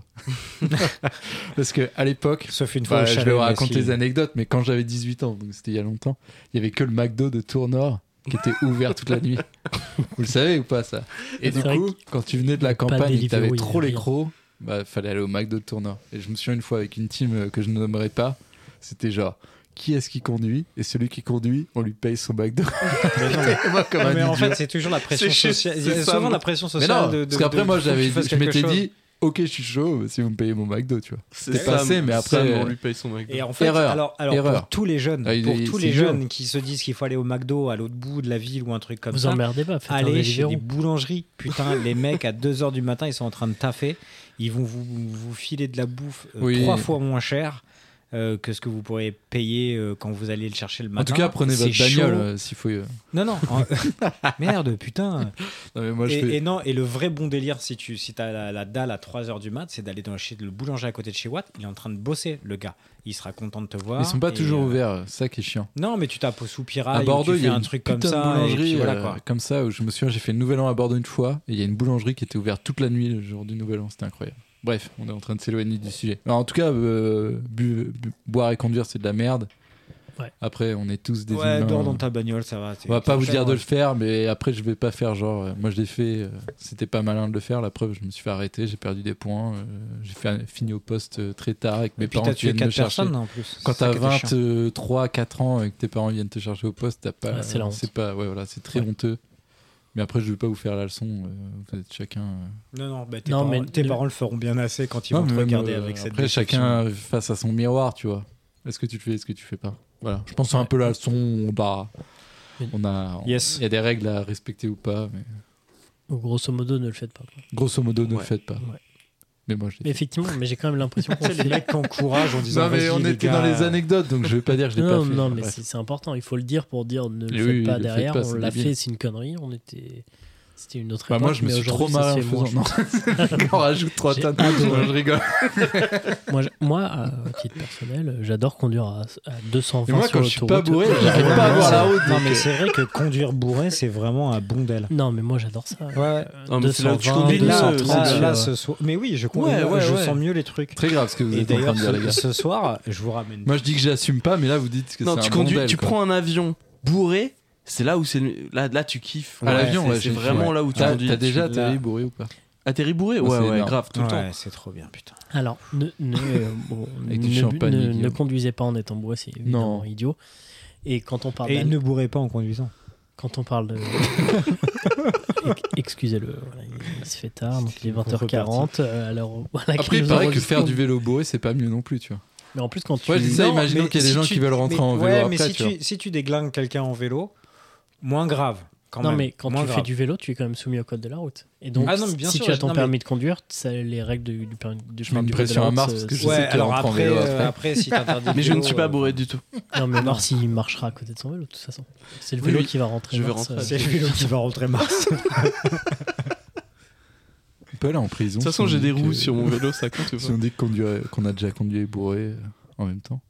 Speaker 6: Parce que à l'époque,
Speaker 1: Sauf une fois
Speaker 6: bah,
Speaker 1: au
Speaker 6: je
Speaker 1: chalet,
Speaker 6: vais vous
Speaker 1: mais
Speaker 6: raconter
Speaker 1: si-
Speaker 6: des anectotes, mais quand j'avais 18 ans, donc c'était il y a longtemps, il y avait que le McDo de Tour Nord qui était ouvert toute la nuit. Vous le savez ou pas ça Et
Speaker 2: C'est
Speaker 6: du
Speaker 2: vrai
Speaker 6: coup, quand tu venais de la
Speaker 2: pas
Speaker 6: campagne et que
Speaker 2: Deliveroo,
Speaker 6: t'avais
Speaker 2: il y
Speaker 6: trop
Speaker 2: avait
Speaker 6: les
Speaker 2: rien.
Speaker 6: crocs, bah fallait aller au McDo de Tour Nord. Et je me souviens une fois avec une team euh, que je ne nommerai pas, c'était genre qui est-ce qui conduit Et celui qui conduit, on lui paye son McDo.
Speaker 1: Mais non,
Speaker 6: Et moi, comme
Speaker 1: mais-
Speaker 6: un
Speaker 1: mais en
Speaker 6: idiot.
Speaker 1: fait, c'est toujours la pression
Speaker 6: C'est chez-
Speaker 1: sociale. Il y
Speaker 6: c'est
Speaker 1: a
Speaker 6: ça,
Speaker 1: souvent
Speaker 6: moi.
Speaker 1: la pression
Speaker 6: Mais
Speaker 1: sociale.
Speaker 6: non,
Speaker 1: de-
Speaker 6: parce
Speaker 1: de-
Speaker 6: qu'après
Speaker 1: de-
Speaker 6: moi
Speaker 1: faut que
Speaker 6: j'avais,
Speaker 1: tu fasses
Speaker 6: je m'étais
Speaker 1: quelque chose.
Speaker 6: dit, ok, je suis chaud si vous me payez mon McDo, tu vois.
Speaker 8: C'est
Speaker 6: T'es passé, mais après,
Speaker 8: Sam,
Speaker 6: euh,
Speaker 8: on lui paye son McDo.
Speaker 1: Et en fait,
Speaker 6: Erreur.
Speaker 1: alors, alors
Speaker 6: Erreur.
Speaker 1: pour tous les jeunes,
Speaker 6: Ah, il
Speaker 1: pour
Speaker 6: est-
Speaker 1: tous
Speaker 6: c'est
Speaker 1: les
Speaker 6: dur.
Speaker 1: jeunes qui se disent qu'il faut aller au McDo à l'autre bout de la ville ou un truc comme
Speaker 2: Vous
Speaker 1: ça,
Speaker 2: emmerdez pas, faites un
Speaker 1: allez chez
Speaker 2: Deliveroo.
Speaker 1: des boulangeries. Putain, les mecs à 2h du matin, ils sont en train de taffer. Ils vont vous, vous filer de la bouffe euh,
Speaker 6: Oui.
Speaker 1: trois fois moins cher. euh, que ce que vous pourrez payer euh, quand vous allez le chercher le matin.
Speaker 6: En tout cas, prenez
Speaker 1: Bah C'est
Speaker 6: votre bagnole
Speaker 1: chaud.
Speaker 6: euh, s'il faut. euh.
Speaker 1: Non, non. en- Merde, putain.
Speaker 6: Non, mais moi, je
Speaker 1: et,
Speaker 6: fais-
Speaker 1: et non, et le vrai bon délire, si tu si as la, la dalle à 3h du mat, c'est d'aller dans chez le boulanger à côté de chez Watt. Il est en train de bosser, le gars. Il sera content de te voir.
Speaker 6: Ils sont pas
Speaker 1: et,
Speaker 6: toujours
Speaker 1: euh,
Speaker 6: ouverts, euh, ça qui est chiant.
Speaker 1: Non, mais tu tapes au soupirail.
Speaker 6: à
Speaker 1: ou
Speaker 6: Bordeaux,
Speaker 1: tu
Speaker 6: il
Speaker 1: fais
Speaker 6: y a
Speaker 1: un
Speaker 6: une
Speaker 1: truc
Speaker 6: putain
Speaker 1: comme
Speaker 6: de
Speaker 1: ça. et
Speaker 6: boulangerie,
Speaker 1: puis voilà,
Speaker 6: euh,
Speaker 1: quoi.
Speaker 6: comme ça, où je me souviens, j'ai fait le Nouvel An à Bordeaux une fois, et il y a une boulangerie qui était ouverte toute la nuit le jour du Nouvel An, c'était incroyable. Bref, on est en train de s'éloigner du sujet. Alors, en tout cas, euh, bu- bu- boire et conduire, c'est de la merde.
Speaker 2: Ouais.
Speaker 6: Après, on est tous des
Speaker 1: Ouais,
Speaker 6: humains.
Speaker 1: dors dans ta bagnole, ça va.
Speaker 6: On va pas vous dire de le faire, mais après, je vais pas faire genre. euh, moi, je l'ai fait. euh, C'était pas malin de le faire. La preuve, je me suis fait arrêter. J'ai perdu des points. euh, j'ai fait- fini au poste euh, très tard avec mes
Speaker 1: Mais puis
Speaker 6: parents
Speaker 1: t'as
Speaker 6: qui
Speaker 1: tué
Speaker 6: viennent me
Speaker 1: 4
Speaker 6: chercher.
Speaker 1: personnes en plus.
Speaker 6: Quand
Speaker 1: C'est ça
Speaker 6: t'as
Speaker 1: qui était chiant. Ah,
Speaker 6: 23, 4 ans et que tes parents viennent te chercher au poste, t'as pas.
Speaker 2: Ouais, c'est la honte.
Speaker 6: c'est pas. Ouais, voilà, c'est très honteux. Mais après, je vais pas vous faire la leçon. euh, vous êtes chacun. euh,
Speaker 1: Non, non, bah, tes,
Speaker 2: Non,
Speaker 1: parents,
Speaker 2: mais
Speaker 1: tes
Speaker 2: le-
Speaker 1: parents le feront bien assez quand ils
Speaker 6: Non,
Speaker 1: vont te
Speaker 6: mais même,
Speaker 1: regarder
Speaker 6: euh,
Speaker 1: avec cette
Speaker 6: Après,
Speaker 1: déception.
Speaker 6: chacun face à son miroir, tu vois. Est-ce que tu le fais, est-ce que tu fais pas Voilà. Je pense que c'est un peu la leçon. On, bah, on a. on-
Speaker 1: Yes.
Speaker 6: Il y a des règles à respecter ou pas. Mais
Speaker 2: Donc, grosso modo, ne le faites pas. quoi.
Speaker 6: grosso modo, ne le
Speaker 8: Ouais.
Speaker 6: faites pas.
Speaker 2: Ouais.
Speaker 6: Mais moi, je l'ai
Speaker 2: Mais effectivement, mais j'ai quand même l'impression qu'on
Speaker 1: C'est les
Speaker 2: fait.
Speaker 1: mecs qui encouragent en
Speaker 6: fait.
Speaker 1: disant.
Speaker 6: Non, mais
Speaker 1: "Vas-y,
Speaker 6: on
Speaker 1: les
Speaker 6: était
Speaker 1: gars,
Speaker 6: dans les anecdotes, donc je vais pas dire que je l'ai
Speaker 2: non,
Speaker 6: pas fait.
Speaker 2: non,
Speaker 6: Enfin,
Speaker 2: mais
Speaker 6: bref.
Speaker 2: c'est c'est important. Il faut le dire pour dire ne le
Speaker 6: Et
Speaker 2: faites
Speaker 6: oui,
Speaker 2: pas
Speaker 6: le faites
Speaker 2: derrière.
Speaker 6: pas,
Speaker 2: on
Speaker 6: c'est
Speaker 2: l'a
Speaker 6: débile.
Speaker 2: fait, c'est une connerie. On était, c'était une autre
Speaker 6: Bah,
Speaker 2: époque.
Speaker 6: moi, je me
Speaker 2: mais
Speaker 6: suis trop
Speaker 2: aujourd'hui, ça
Speaker 6: mal en
Speaker 2: se
Speaker 6: le
Speaker 2: fait moins
Speaker 6: faisant. Non. on rajoute trois
Speaker 2: J'ai
Speaker 6: tas de choses,
Speaker 2: adoré.
Speaker 6: je rigole.
Speaker 2: Moi, je- moi, à titre personnel, j'adore conduire à, à 220
Speaker 6: Et moi,
Speaker 2: sur
Speaker 6: quand je suis pas
Speaker 2: l'autoroute.
Speaker 6: bourré,
Speaker 1: Ah,
Speaker 6: j'arrive
Speaker 1: non,
Speaker 6: pas à
Speaker 1: non,
Speaker 6: voir la
Speaker 1: c'est-
Speaker 6: route.
Speaker 1: Non,
Speaker 6: donc,
Speaker 1: mais
Speaker 6: euh,
Speaker 1: c'est vrai que conduire bourré, c'est vraiment un bondel.
Speaker 2: Non, mais moi, j'adore ça.
Speaker 1: Ouais,
Speaker 8: Non, mais c'est là où tu
Speaker 2: 220,
Speaker 8: conduis
Speaker 1: mais
Speaker 8: mieux,
Speaker 1: là,
Speaker 2: 230,
Speaker 1: là,
Speaker 2: sur-
Speaker 1: là, ce soir. Mais oui, je, comprends.
Speaker 8: Ouais, ouais,
Speaker 1: je
Speaker 8: ouais.
Speaker 1: sens mieux les trucs.
Speaker 6: Très grave ce que vous
Speaker 1: Et
Speaker 6: êtes en
Speaker 1: d'ailleurs,
Speaker 6: train de dire, les
Speaker 1: ce, ce
Speaker 6: gars.
Speaker 1: soir, je vous ramène.
Speaker 6: Moi, je dis que j'assume pas, mais là, vous dites que c'est
Speaker 8: Non,
Speaker 6: un
Speaker 8: tu conduis,
Speaker 6: bordel,
Speaker 8: tu
Speaker 6: quoi.
Speaker 8: prends un avion bourré, c'est là où c'est là là tu kiffes.
Speaker 6: À l'avion,
Speaker 8: c'est-
Speaker 6: ouais,
Speaker 8: c'est
Speaker 6: j'ai-
Speaker 8: vraiment
Speaker 6: ouais.
Speaker 8: là où tu
Speaker 6: T'as
Speaker 8: conduis.
Speaker 6: t'as déjà
Speaker 1: tu-
Speaker 6: atterri
Speaker 1: là.
Speaker 6: bourré ou pas
Speaker 8: atterri bourré,
Speaker 6: Non,
Speaker 8: ouais
Speaker 6: c'est
Speaker 8: ouais,
Speaker 6: énorme.
Speaker 8: grave tout le temps.
Speaker 1: Ouais, c'est trop bien, putain.
Speaker 2: Alors, ne, ne, euh, bon,
Speaker 6: Avec du
Speaker 2: ne-
Speaker 6: champagne,
Speaker 2: ne-
Speaker 6: Guillaume.
Speaker 2: ne conduisez pas en étant bourré, c'est évidemment
Speaker 6: Non.
Speaker 2: idiot. Et quand on parle
Speaker 1: Et
Speaker 2: d'al-
Speaker 1: ne bourrez pas en conduisant.
Speaker 2: quand on parle de... Ex- Excusez-le, voilà, il se fait tard, donc il est 20h40. euh, alors, voilà,
Speaker 6: Après, il
Speaker 2: nous
Speaker 6: paraît que
Speaker 2: enregistrons.
Speaker 6: faire du vélo bourré, c'est pas mieux non plus, tu vois.
Speaker 2: Mais en plus, quand tu...
Speaker 6: Ouais, je dis ça,
Speaker 1: Non,
Speaker 6: imaginons
Speaker 1: mais
Speaker 6: qu'il y a des
Speaker 1: si
Speaker 6: gens
Speaker 1: tu-
Speaker 6: qui veulent rentrer
Speaker 1: mais-
Speaker 6: en vélo
Speaker 1: ouais,
Speaker 6: après,
Speaker 1: mais si
Speaker 6: tu
Speaker 1: tu,
Speaker 6: vois.
Speaker 1: si tu déglingues quelqu'un en vélo, moins grave. Quand
Speaker 2: non,
Speaker 1: même.
Speaker 2: mais quand
Speaker 1: Moins
Speaker 2: tu fais
Speaker 1: grave.
Speaker 2: du vélo, tu es quand même soumis au code de la route. Et donc,
Speaker 1: Ah non, mais bien
Speaker 2: si
Speaker 1: sûr,
Speaker 2: tu as
Speaker 1: je-
Speaker 2: ton
Speaker 1: non, mais-
Speaker 2: permis de conduire, ça, les règles du, du permis du
Speaker 6: Je mets une
Speaker 2: du code de
Speaker 6: pression
Speaker 2: la
Speaker 6: à
Speaker 2: route,
Speaker 6: Mars,
Speaker 2: euh,
Speaker 6: parce que je
Speaker 2: c'est-
Speaker 1: Ouais,
Speaker 6: sais qu'elle
Speaker 1: alors
Speaker 6: rentre en
Speaker 1: après,
Speaker 6: vélo
Speaker 1: euh,
Speaker 6: après.
Speaker 1: après, si t'interdis le
Speaker 8: Mais je ne
Speaker 1: vélo,
Speaker 8: suis pas
Speaker 1: euh,
Speaker 8: bourré du tout.
Speaker 2: Non, mais
Speaker 1: Non.
Speaker 2: Mars, il marchera à côté de son vélo, de toute façon. C'est le
Speaker 8: Oui,
Speaker 2: vélo
Speaker 8: oui.
Speaker 2: qui va rentrer.
Speaker 8: Je vais
Speaker 2: Mars,
Speaker 8: rentrer.
Speaker 2: euh,
Speaker 1: C'est le vélo qui va rentrer Mars.
Speaker 6: On peut aller en prison.
Speaker 8: De toute façon, j'ai des roues sur mon vélo, ça compte ou
Speaker 6: Si
Speaker 8: pas
Speaker 6: on dit qu'on conduit- qu'on a déjà conduit et bourré euh, en même temps.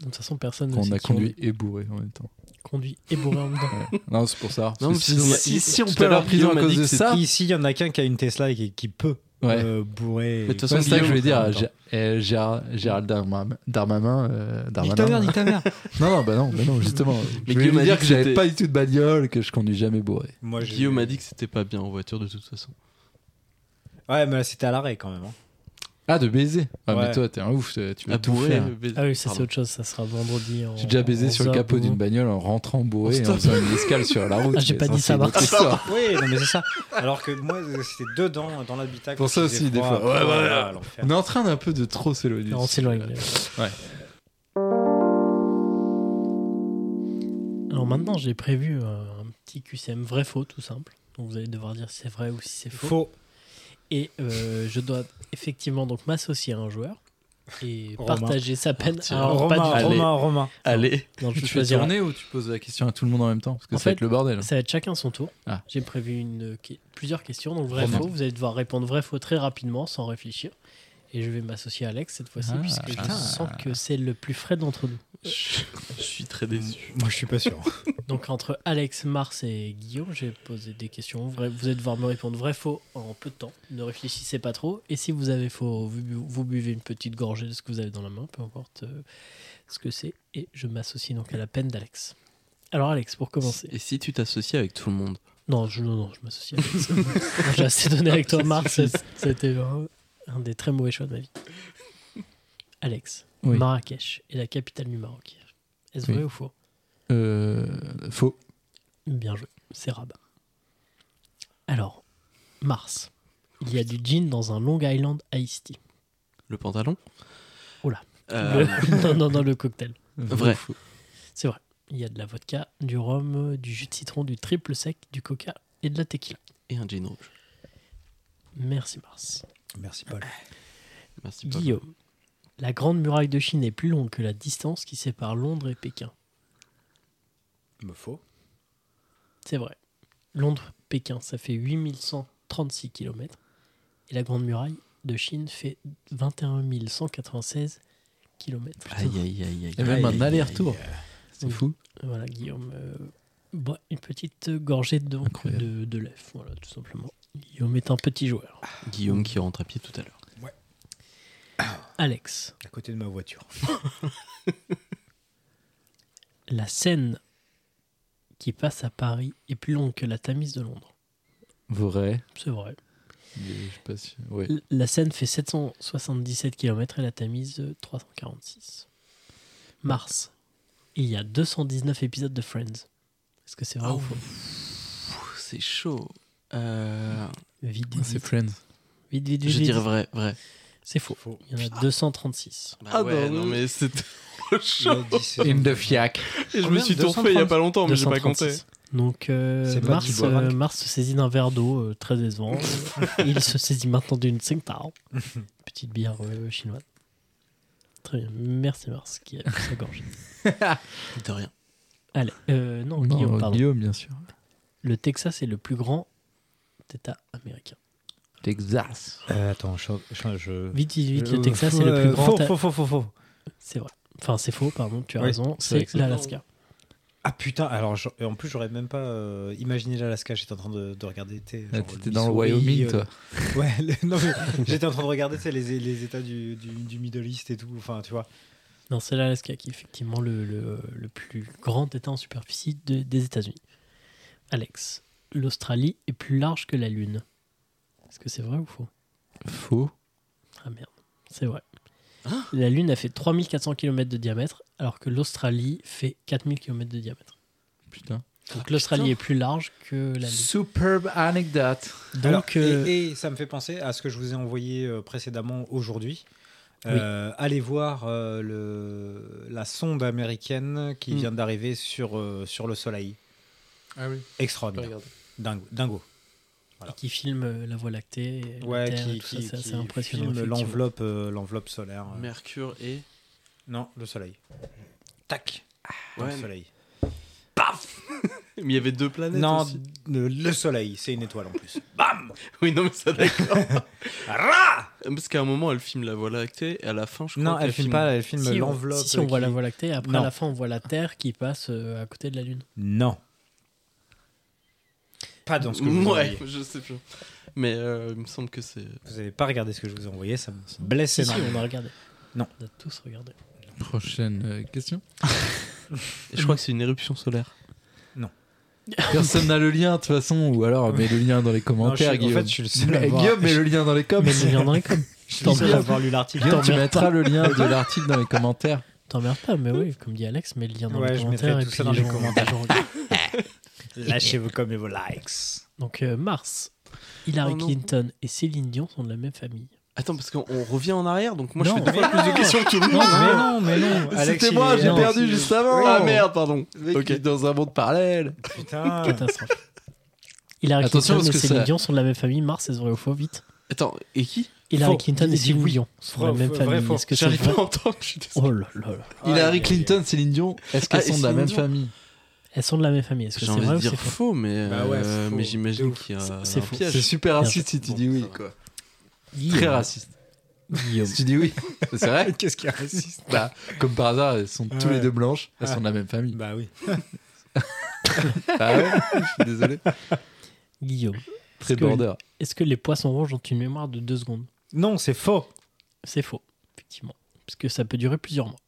Speaker 2: De toute façon, personne ne
Speaker 6: Qu'on
Speaker 2: sait
Speaker 6: a
Speaker 2: qui on
Speaker 6: conduit et bourré en même temps.
Speaker 2: est. conduit et bourré en même temps.
Speaker 6: Ouais. Non, c'est pour ça.
Speaker 8: Non,
Speaker 6: Parce que
Speaker 8: mais
Speaker 6: si,
Speaker 8: sinon,
Speaker 6: si-
Speaker 8: il-
Speaker 6: si on
Speaker 8: tout
Speaker 6: peut
Speaker 8: à
Speaker 6: aller en
Speaker 8: l'heure,
Speaker 6: prison à
Speaker 8: Guillaume m'a
Speaker 6: cause
Speaker 8: dit
Speaker 6: de
Speaker 8: que
Speaker 6: ça, ouais,
Speaker 1: Ici, il y en a qu'un qui a une Tesla et qui, qui peut euh, bourrer.
Speaker 8: Mais de toute façon,
Speaker 6: c'est ça que je voulais dire. à
Speaker 1: Nique
Speaker 6: Gé- euh, Gérard- Gérald Darma- Darmanin. euh,
Speaker 1: ta mère,
Speaker 6: Darmanin.
Speaker 1: nique ta mère.
Speaker 6: Non, non, bah non, bah non, justement.
Speaker 8: Mais
Speaker 6: Je voulais
Speaker 8: Guillaume
Speaker 6: lui
Speaker 8: a
Speaker 6: dire
Speaker 8: dit
Speaker 6: que
Speaker 8: que
Speaker 6: j'avais
Speaker 8: c'était-
Speaker 6: pas du tout de bagnole, que je conduis jamais bourré.
Speaker 1: Moi, j'ai-
Speaker 8: Guillaume m'a dit que c'était pas bien en voiture de toute façon.
Speaker 1: Ouais, mais là, c'était à l'arrêt quand même. hein.
Speaker 6: Ah, de baiser Ah,
Speaker 1: Ouais.
Speaker 6: mais toi, t'es un ouf, t'es- tu vas
Speaker 8: Ah,
Speaker 6: tout
Speaker 8: bourré,
Speaker 6: faire.
Speaker 8: mais-
Speaker 2: Ah oui, ça c'est
Speaker 8: pardon.
Speaker 2: autre chose, ça sera vendredi. en-
Speaker 6: J'ai déjà baisé
Speaker 2: en
Speaker 6: sur le
Speaker 2: Zab
Speaker 6: capot
Speaker 2: ou-
Speaker 6: d'une bagnole en rentrant bourré et en
Speaker 8: Stop.
Speaker 6: faisant une escale sur la route.
Speaker 2: Ah, j'ai
Speaker 6: mais
Speaker 2: pas dit
Speaker 6: c'est
Speaker 2: ça,
Speaker 6: une autre
Speaker 2: Marc.
Speaker 6: histoire.
Speaker 1: Oui, non, mais c'est ça. Alors que moi, c'était dedans, dans l'habitacle.
Speaker 6: Pour ça
Speaker 1: il faisait
Speaker 6: aussi, des
Speaker 1: froid.
Speaker 6: fois. Ouais,
Speaker 1: Oh là
Speaker 6: ouais,
Speaker 1: là,
Speaker 6: ouais.
Speaker 1: l'enfer.
Speaker 6: On est en train d'un peu de trop s'éloigner.
Speaker 2: Non, On s'éloigne.
Speaker 6: Ouais.
Speaker 2: Alors maintenant, j'ai prévu euh, un petit QCM vrai-faux, tout simple. Donc vous allez devoir dire si c'est vrai ou si c'est faux.
Speaker 1: Faux.
Speaker 2: Et euh, je dois effectivement donc m'associer à un joueur et
Speaker 1: Romain.
Speaker 2: partager sa peine à un
Speaker 1: Romain,
Speaker 2: repas du
Speaker 1: Romain,
Speaker 2: jour.
Speaker 1: Romain,
Speaker 8: Allez,
Speaker 2: Non, je
Speaker 6: Tu fais
Speaker 2: choisirai-
Speaker 6: tourner ou tu poses la question à tout le monde en même temps Parce que
Speaker 2: En
Speaker 6: ça va être
Speaker 2: fait,
Speaker 6: le bordel. hein.
Speaker 2: Ça va être chacun son tour.
Speaker 6: Ah.
Speaker 2: J'ai prévu une, que- plusieurs questions, donc vrai
Speaker 6: Romain.
Speaker 2: faux. Vous allez devoir répondre vrai faux très rapidement, sans réfléchir. Et je vais m'associer à Alex cette fois-ci,
Speaker 6: Ah,
Speaker 2: puisque je
Speaker 6: putain.
Speaker 2: sens que c'est le plus frais d'entre nous.
Speaker 8: je je suis très déçu.
Speaker 1: Moi, je suis pas sûr.
Speaker 2: Donc entre Alex, Mars et Guillaume, j'ai posé des questions. Vrai- vous allez devoir me répondre vrai faux en peu de temps. Ne réfléchissez pas trop. Et si vous avez faux, vous, bu- vous buvez une petite gorgée de ce que vous avez dans la main, peu importe euh, ce que c'est. Et je m'associe donc à la peine d'Alex. Alors Alex, pour commencer.
Speaker 8: Et si tu t'associes avec tout le monde
Speaker 2: Non, je, non, non, je m'associe avec ça. Non, J'ai assez donné avec toi, Mars. C'était un, un des très mauvais choix de ma vie. Alex,
Speaker 6: Oui.
Speaker 2: Marrakech est la capitale du Maroc. Est-ce vrai
Speaker 6: Oui.
Speaker 2: ou faux
Speaker 6: Euh, faux.
Speaker 2: Bien joué, c'est Rabat. Alors, Mars, il y a du jean dans un Long Island Iced Tea.
Speaker 8: Le pantalon
Speaker 2: Oula.
Speaker 8: Euh,
Speaker 2: Le- non, non, non, le cocktail.
Speaker 8: Vrai.
Speaker 6: Faux.
Speaker 2: C'est vrai. Il y a de la vodka, du rhum, euh, du jus de citron, du triple sec, du coca et de la tequila.
Speaker 8: Et un jean rouge.
Speaker 2: Merci, Mars.
Speaker 1: Merci, Paul.
Speaker 8: Merci Paul.
Speaker 2: Guillaume, la Grande Muraille de Chine est plus longue que la distance qui sépare Londres et Pékin.
Speaker 1: Me faux.
Speaker 2: C'est vrai. Londres-Pékin, ça fait 8136 km. Et la Grande Muraille de Chine fait 21 196 km.
Speaker 8: Aïe aïe aïe aïe.
Speaker 6: Il y a même un aller-retour. C'est
Speaker 2: Oui.
Speaker 6: fou.
Speaker 2: Voilà, Guillaume. euh, boit une petite gorgée donc
Speaker 6: Incroyable.
Speaker 2: de, de lèvres, voilà, tout simplement. Guillaume est un petit joueur.
Speaker 8: Guillaume qui rentre à pied tout à l'heure.
Speaker 2: Alex,
Speaker 1: À côté de ma voiture.
Speaker 2: la Seine qui passe à Paris est plus longue que la Tamise de Londres.
Speaker 6: Vrai.
Speaker 2: C'est vrai.
Speaker 6: mais Je sais pas si. Ouais.
Speaker 2: L- La Seine fait 777 km et la Tamise euh, 346. Mars. Il y a 219 épisodes de Friends. Est-ce que c'est vrai ou faux
Speaker 8: Pff, C'est chaud. Euh,
Speaker 2: Vite,
Speaker 6: Ah,
Speaker 2: vite,
Speaker 6: C'est
Speaker 2: vite,
Speaker 6: Friends.
Speaker 2: vite, vite,
Speaker 8: je
Speaker 2: vite.
Speaker 8: dirais vrai, Ah. vrai.
Speaker 2: C'est faux. Il y en a 236.
Speaker 8: Bah
Speaker 6: Ah
Speaker 8: ouais,
Speaker 6: bah
Speaker 8: non
Speaker 6: oui.
Speaker 8: mais c'est trop
Speaker 1: Il
Speaker 8: chaud.
Speaker 1: a dit c'est-
Speaker 6: fiac.
Speaker 8: Et je me
Speaker 1: Combien
Speaker 8: suis trompé il y a pas longtemps, mais j'ai pas compté.
Speaker 2: 236. Donc euh,
Speaker 1: C'est pas
Speaker 2: Mars,
Speaker 1: Dubois.
Speaker 2: euh, Mars se saisit d'un verre d'eau euh, très décevant. Il se saisit maintenant d'une Tsingtao, petite bière euh, chinoise. Très bien. Merci Mars qui a pris sa gorge.
Speaker 8: De rien.
Speaker 2: Allez, euh, non,
Speaker 6: Non,
Speaker 2: Guillaume, pardon.
Speaker 6: Oh, Guillaume, bien sûr.
Speaker 2: Le Texas est le plus grand État américain.
Speaker 6: Texas.
Speaker 1: Euh, attends, je. je, je-
Speaker 2: Vite, vite, vite, le
Speaker 1: Euh,
Speaker 2: Texas
Speaker 1: faux,
Speaker 2: est le
Speaker 1: euh,
Speaker 2: plus grand.
Speaker 1: Faux,
Speaker 2: État-
Speaker 1: faux, faux, faux, faux.
Speaker 2: C'est vrai. Enfin, c'est faux, pardon, tu as
Speaker 1: Oui,
Speaker 2: raison.
Speaker 6: c'est vrai
Speaker 2: C'est
Speaker 6: que c'est-
Speaker 2: l'Alaska.
Speaker 1: Ah putain, alors je- en plus j'aurais même pas euh, imaginé l'Alaska, j'étais en train de, de regarder. t'es, genre,
Speaker 6: Ah, T'étais dans le
Speaker 1: Missouri,
Speaker 6: Wyoming,
Speaker 1: euh,
Speaker 6: toi.
Speaker 1: Ouais, le- non, mais j'étais en train de regarder tu sais, les, les états du, du, du Middle East et tout, enfin tu vois.
Speaker 2: Non, c'est l'Alaska qui est effectivement le, le- le plus grand État en superficie de- des États-Unis. Alex, l'Australie est plus large que la Lune. Est-ce que c'est vrai ou faux
Speaker 6: Faux.
Speaker 2: Ah merde, c'est vrai.
Speaker 8: Hein
Speaker 1: Ah.
Speaker 2: la Lune a fait 3400 km de diamètre, alors que l'Australie fait 4000 km de diamètre.
Speaker 6: Putain.
Speaker 1: Ah,
Speaker 2: Donc l'Australie est plus large que la Lune.
Speaker 6: Superbe anecdote.
Speaker 2: Donc,
Speaker 1: Alors,
Speaker 2: euh,
Speaker 1: et, et ça me fait penser à ce que je vous ai envoyé euh, précédemment aujourd'hui.
Speaker 2: Oui.
Speaker 1: Euh, allez voir euh, le, la sonde américaine qui
Speaker 6: Mm.
Speaker 1: vient d'arriver sur, euh, sur le Soleil.
Speaker 6: Ah oui.
Speaker 1: Extraordinaire. Dingo. dingo.
Speaker 2: et qui filme euh, la Voie lactée, et la
Speaker 1: Ouais,
Speaker 2: Terre et
Speaker 1: qui,
Speaker 2: tout ça,
Speaker 1: qui-
Speaker 2: c'est assez
Speaker 1: qui
Speaker 2: impressionnant.
Speaker 1: filme
Speaker 2: effectivement.
Speaker 1: l'enveloppe euh, l'enveloppe solaire. euh.
Speaker 8: Mercure et
Speaker 1: Non, le Soleil. Tac. Dans
Speaker 8: ouais,
Speaker 1: le Soleil.
Speaker 8: mais il y avait deux planètes
Speaker 1: Non,
Speaker 8: aussi.
Speaker 1: le, le Soleil, c'est une étoile en plus.
Speaker 8: Oui, non mais ça d'accord. Euh,
Speaker 1: Rah
Speaker 8: Parce qu'à un moment elle filme la Voie lactée et à la fin je crois
Speaker 1: non, elle
Speaker 8: qu'elle
Speaker 1: filme pas, elle filme
Speaker 2: Si, on-
Speaker 1: l'enveloppe.
Speaker 2: Si, si, on voit
Speaker 1: qui-
Speaker 2: la Voie lactée, après
Speaker 1: Non.
Speaker 2: à la fin on voit la Terre qui passe euh, à côté de la Lune.
Speaker 1: Non. Pas dans ce que je vous ai
Speaker 8: Ouais,
Speaker 1: envoyé.
Speaker 8: je sais plus. Mais euh, il me semble que c'est
Speaker 1: Vous n'avez pas regardé ce que je vous ai envoyé, ça me blesse
Speaker 2: Si, si,
Speaker 1: énormément.
Speaker 2: on a regardé.
Speaker 1: Non.
Speaker 2: On a tous regardé.
Speaker 6: Prochaine euh, question.
Speaker 1: Mm.
Speaker 8: et je crois que c'est une éruption solaire.
Speaker 6: Personne n'a le lien, de toute façon, ou alors mets le lien dans
Speaker 1: Non,
Speaker 6: les
Speaker 1: je suis-
Speaker 6: commentaires,
Speaker 1: en
Speaker 6: Guillaume.
Speaker 1: fait, je suis le seul à
Speaker 6: Mais
Speaker 1: avoir-
Speaker 6: Guillaume, mets le lien dans les
Speaker 2: Mais
Speaker 6: commentaires.
Speaker 2: c'est bien dans les coms.
Speaker 1: je suis
Speaker 2: T'en
Speaker 1: le seul à
Speaker 2: mets-
Speaker 1: avoir lu l'article.
Speaker 6: Guillaume, tu
Speaker 2: t'emmerdes
Speaker 6: mettras le lien de l'article dans les commentaires.
Speaker 2: T'emmerdes pas, mais oui, comme dit Alex, mets le lien dans
Speaker 1: Hmm. Ouais,
Speaker 2: les
Speaker 1: je
Speaker 2: commentaires.
Speaker 1: mettrai
Speaker 2: et
Speaker 1: tout
Speaker 2: puis euh,
Speaker 1: ça dans les
Speaker 2: gens-
Speaker 1: commentaires.
Speaker 2: gens regardent.
Speaker 1: Lâchez vos coms et vos likes.
Speaker 2: Donc euh, Mars, Hillary
Speaker 8: Oh non.
Speaker 2: Clinton et Céline Dion sont de la même famille.
Speaker 8: Attends parce qu'on on revient en arrière donc moi
Speaker 2: Non,
Speaker 8: je fais deux
Speaker 2: mais
Speaker 8: fois plus de questions que tout le
Speaker 1: Non, mais
Speaker 8: monde.
Speaker 1: non, mais non. Alex,
Speaker 6: C'était
Speaker 1: il
Speaker 6: moi,
Speaker 1: est-
Speaker 6: j'ai
Speaker 1: non,
Speaker 6: perdu
Speaker 1: il-
Speaker 6: juste avant.
Speaker 8: Ah merde, pardon.
Speaker 6: Ok,
Speaker 8: Ok.
Speaker 6: dans un monde parallèle.
Speaker 1: Putain.
Speaker 2: Catastrophe. Hillary
Speaker 6: Attention,
Speaker 2: Clinton
Speaker 6: parce
Speaker 2: et
Speaker 6: que
Speaker 2: Céline
Speaker 6: ça-
Speaker 2: Dion sont de la même famille. Mars, c'est vrai ou faux Vite.
Speaker 8: Attends, et qui
Speaker 2: Hillary
Speaker 1: Faux.
Speaker 2: Clinton et
Speaker 1: Il dit
Speaker 2: Céline
Speaker 1: oui.
Speaker 2: Dion sont de la
Speaker 1: Faux,
Speaker 2: même
Speaker 1: faux, vrai,
Speaker 2: famille.
Speaker 1: faux.
Speaker 2: Est-ce que c'est
Speaker 8: J'arrive pas
Speaker 2: vrai
Speaker 8: à entendre, je suis désolé.
Speaker 2: Oh là là là.
Speaker 6: Hillary
Speaker 1: Aïe,
Speaker 6: Clinton, Céline Dion, est-ce qu'elles
Speaker 8: Ah, et
Speaker 6: sont de la
Speaker 8: Céline
Speaker 6: même
Speaker 8: Dion.
Speaker 6: famille
Speaker 2: Elles sont de la même famille. Est-ce que
Speaker 8: J'ai
Speaker 2: c'est
Speaker 8: envie
Speaker 2: vrai
Speaker 8: de
Speaker 2: ou c'est
Speaker 8: dire
Speaker 2: faux
Speaker 8: faux, mais,
Speaker 1: Bah ouais,
Speaker 8: euh,
Speaker 1: c'est
Speaker 8: mais
Speaker 1: faux.
Speaker 8: j'imagine
Speaker 1: De ouf.
Speaker 8: qu'il y a.
Speaker 2: C'est
Speaker 8: un
Speaker 2: faux.
Speaker 8: piège.
Speaker 6: C'est super
Speaker 2: Bien
Speaker 6: raciste si tu dis oui.
Speaker 8: quoi.
Speaker 6: Très raciste.
Speaker 2: Guillaume.
Speaker 6: Si tu dis oui, c'est vrai.
Speaker 1: Qu'est-ce qui raciste
Speaker 6: Bah, comme par hasard, elles sont tous
Speaker 1: Ouais.
Speaker 6: les deux blanches, elles
Speaker 1: Ouais.
Speaker 6: sont de la même famille.
Speaker 1: Bah oui.
Speaker 6: Ah ouais, je suis désolé.
Speaker 2: Guillaume.
Speaker 6: Très
Speaker 2: que-
Speaker 6: border.
Speaker 2: Est-ce que les poissons rouges ont une mémoire de deux secondes
Speaker 1: Non, c'est faux.
Speaker 2: C'est faux, effectivement. Parce que ça peut durer plusieurs mois.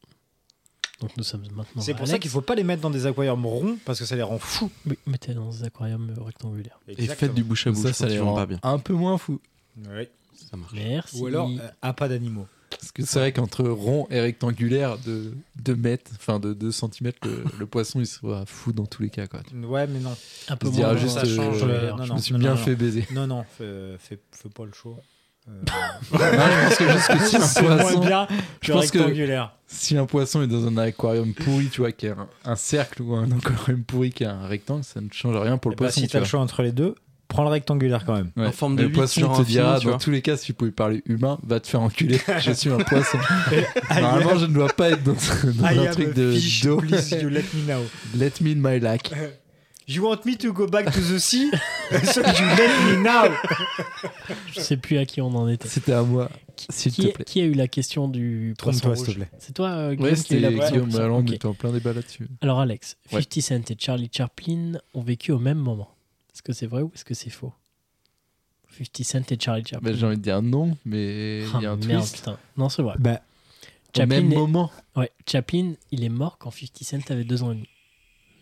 Speaker 2: Donc nous sommes maintenant.
Speaker 1: C'est
Speaker 2: à
Speaker 1: pour ça
Speaker 2: bah, Alex.
Speaker 1: qu'il faut pas les mettre dans des aquariums ronds parce que ça les rend fous.
Speaker 2: Oui, mettez dans des aquariums euh, rectangulaires.
Speaker 8: Et faites du bouche à bouche
Speaker 6: Ça, ça
Speaker 8: quand
Speaker 6: les
Speaker 8: tu
Speaker 6: rend
Speaker 8: vends pas bien.
Speaker 6: un peu moins fous.
Speaker 1: Ouais.
Speaker 8: Ça marche.
Speaker 2: Merci.
Speaker 1: Ou alors, euh, à pas d'animaux.
Speaker 6: Parce que c'est vrai qu'entre rond et rectangulaire de 2 mètres, enfin de 2 cm, le, le poisson il sera fou dans tous les cas. Quoi.
Speaker 1: Ouais, mais non.
Speaker 2: un peu
Speaker 6: se
Speaker 2: moins.
Speaker 6: dira
Speaker 2: dans
Speaker 6: juste,
Speaker 2: un
Speaker 6: euh,
Speaker 2: rectangulaire.
Speaker 1: euh, non,
Speaker 6: je
Speaker 1: non.
Speaker 6: me suis bien
Speaker 1: non.
Speaker 6: fait baiser.
Speaker 1: Non, non, fais, fais- fais pas le show. Euh,
Speaker 6: Non, je pense que juste que si
Speaker 1: c'est
Speaker 6: un
Speaker 1: moins
Speaker 6: poisson.
Speaker 1: bien
Speaker 6: je
Speaker 1: que
Speaker 6: pense que-
Speaker 1: rectangulaire.
Speaker 6: Si un poisson est dans un aquarium pourri, tu vois, qui a un, un cercle ou un aquarium pourri qui a un rectangle, ça ne change rien pour le
Speaker 1: Eh ben,
Speaker 6: poisson.
Speaker 1: si
Speaker 6: tu
Speaker 1: t'as le
Speaker 6: vois.
Speaker 1: choix entre les deux, prends le rectangulaire quand même.
Speaker 6: Ouais.
Speaker 8: En forme
Speaker 6: Mais
Speaker 8: de
Speaker 6: le
Speaker 8: huit,
Speaker 6: poisson
Speaker 8: genre
Speaker 6: te
Speaker 8: infini,
Speaker 6: dira,
Speaker 8: tu
Speaker 6: dans
Speaker 8: vois.
Speaker 6: tous les cas, si tu pouvais parler humain, va te faire enculer. Je suis un poisson. Normalement, je ne dois pas être dans, dans
Speaker 1: I
Speaker 6: un
Speaker 1: am
Speaker 6: truc
Speaker 1: a
Speaker 6: de
Speaker 1: fish,
Speaker 6: d'eau.
Speaker 1: please you let me know.
Speaker 6: Let me in my lac.
Speaker 1: You want me to go back to the sea? so you let me now.
Speaker 2: Je sais plus à qui on en était.
Speaker 6: C'était à moi, s'il
Speaker 2: Qui,
Speaker 6: te
Speaker 2: est-
Speaker 6: plaît.
Speaker 2: qui a eu la question du poisson
Speaker 1: Trompe-toi,
Speaker 2: rouge
Speaker 1: s'il te plaît.
Speaker 2: C'est toi, euh, Guillaume,
Speaker 6: Ouais,
Speaker 2: qui a eu la
Speaker 6: c'était
Speaker 2: question du
Speaker 6: Guillaume
Speaker 2: poisson
Speaker 6: Allende,
Speaker 2: Ok.
Speaker 6: on était en plein débat là-dessus.
Speaker 2: Alors Alex,
Speaker 6: Ouais.
Speaker 2: 50 Cent et Charlie Chaplin ont vécu au même moment. Est-ce que c'est vrai ou est-ce que c'est faux 50 Cent et Charlie Chaplin.
Speaker 1: Ah,
Speaker 6: Bah, J'ai envie de dire non, mais il y a
Speaker 2: Ah,
Speaker 6: un
Speaker 2: merde,
Speaker 6: twist.
Speaker 2: putain. Non, c'est vrai.
Speaker 1: Bah,
Speaker 6: au
Speaker 2: Chaplin
Speaker 6: même
Speaker 2: est-
Speaker 6: moment.
Speaker 2: Ouais, Chaplin, il est mort quand 50 Cent avait deux ans et demi.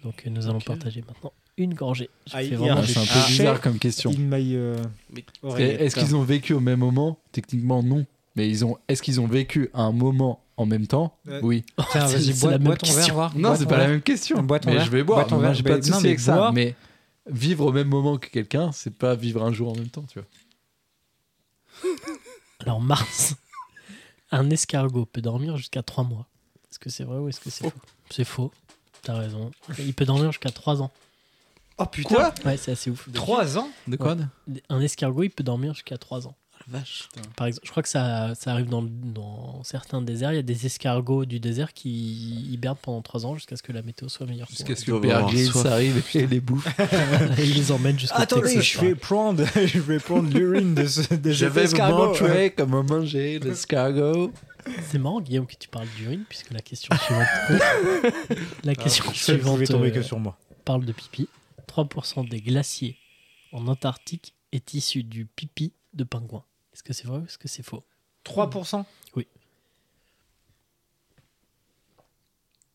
Speaker 2: Donc euh, nous allons partager maintenant une gorgée. Je
Speaker 1: Ah,
Speaker 2: fais
Speaker 1: il y a
Speaker 2: vraiment
Speaker 1: un
Speaker 6: Ah,
Speaker 2: des
Speaker 6: C'est un
Speaker 1: Ah.
Speaker 6: peu bizarre comme question.
Speaker 1: In my, euh,
Speaker 8: Mais-
Speaker 6: Et
Speaker 1: oreillette.
Speaker 6: Est-ce qu'ils ont vécu au même moment Techniquement, non. Mais ils ont. Est-ce qu'ils ont vécu à un moment en même temps
Speaker 1: Ouais.
Speaker 6: Oui.
Speaker 1: Tiens,
Speaker 2: C'est-
Speaker 1: vas-y,
Speaker 2: c'est
Speaker 1: bois,
Speaker 2: la
Speaker 1: bois
Speaker 2: même
Speaker 1: ton
Speaker 2: question.
Speaker 1: verre, voir.
Speaker 6: Euh, Non,
Speaker 1: Bois
Speaker 6: c'est
Speaker 1: ton
Speaker 6: pas la
Speaker 1: verre.
Speaker 6: même question.
Speaker 1: Bois ton
Speaker 6: mais
Speaker 1: verre.
Speaker 6: je vais boire.
Speaker 1: Bois ton
Speaker 6: moi,
Speaker 1: verre.
Speaker 6: J'ai
Speaker 1: Bah,
Speaker 6: pas de
Speaker 1: non,
Speaker 6: souci
Speaker 1: mais
Speaker 6: avec ça.
Speaker 1: bois.
Speaker 6: Mais vivre au même moment que quelqu'un, c'est pas vivre un jour en même temps, tu vois.
Speaker 2: Alors Mars, un escargot peut dormir jusqu'à 3 mois. Est-ce que c'est vrai ou est-ce que c'est faux C'est faux. T'as raison. Il peut dormir jusqu'à 3 ans.
Speaker 1: Oh
Speaker 6: Quoi
Speaker 1: putain,
Speaker 2: Ouais, c'est assez ouf.
Speaker 1: 3 ans
Speaker 6: De
Speaker 2: quoi Un escargot, il peut dormir jusqu'à 3 ans.
Speaker 1: Ah,
Speaker 8: Vache.
Speaker 2: Par exemple, je crois que ça, ça arrive dans, dans certains déserts. Il y a des escargots du désert qui hibernent pendant 3 ans jusqu'à ce que la météo soit meilleure. pour
Speaker 6: Jusqu'à ce
Speaker 8: Ils
Speaker 6: que
Speaker 8: doivent avoir
Speaker 6: Bear Grylls
Speaker 8: soif.
Speaker 6: arrive et les bouffe.
Speaker 2: eux. Et Ils les emmènent jusqu'au Texas.
Speaker 1: Attendez, je
Speaker 2: par
Speaker 1: vais prendre, je vais prendre l'urine de ce de cet escargot.
Speaker 6: comme à manger l'escargot.
Speaker 2: C'est marrant, Guillaume, que tu parles d'urine, puisque la question suivante.
Speaker 6: Ah,
Speaker 2: la question
Speaker 1: Ça ne
Speaker 2: suivante
Speaker 1: pouvait tomber que
Speaker 2: euh,
Speaker 1: sur moi.
Speaker 2: parle de pipi. 3% des glaciers en Antarctique est issu du pipi de pingouin. Est-ce que c'est vrai ou est-ce que c'est faux
Speaker 1: 3%
Speaker 2: Oui.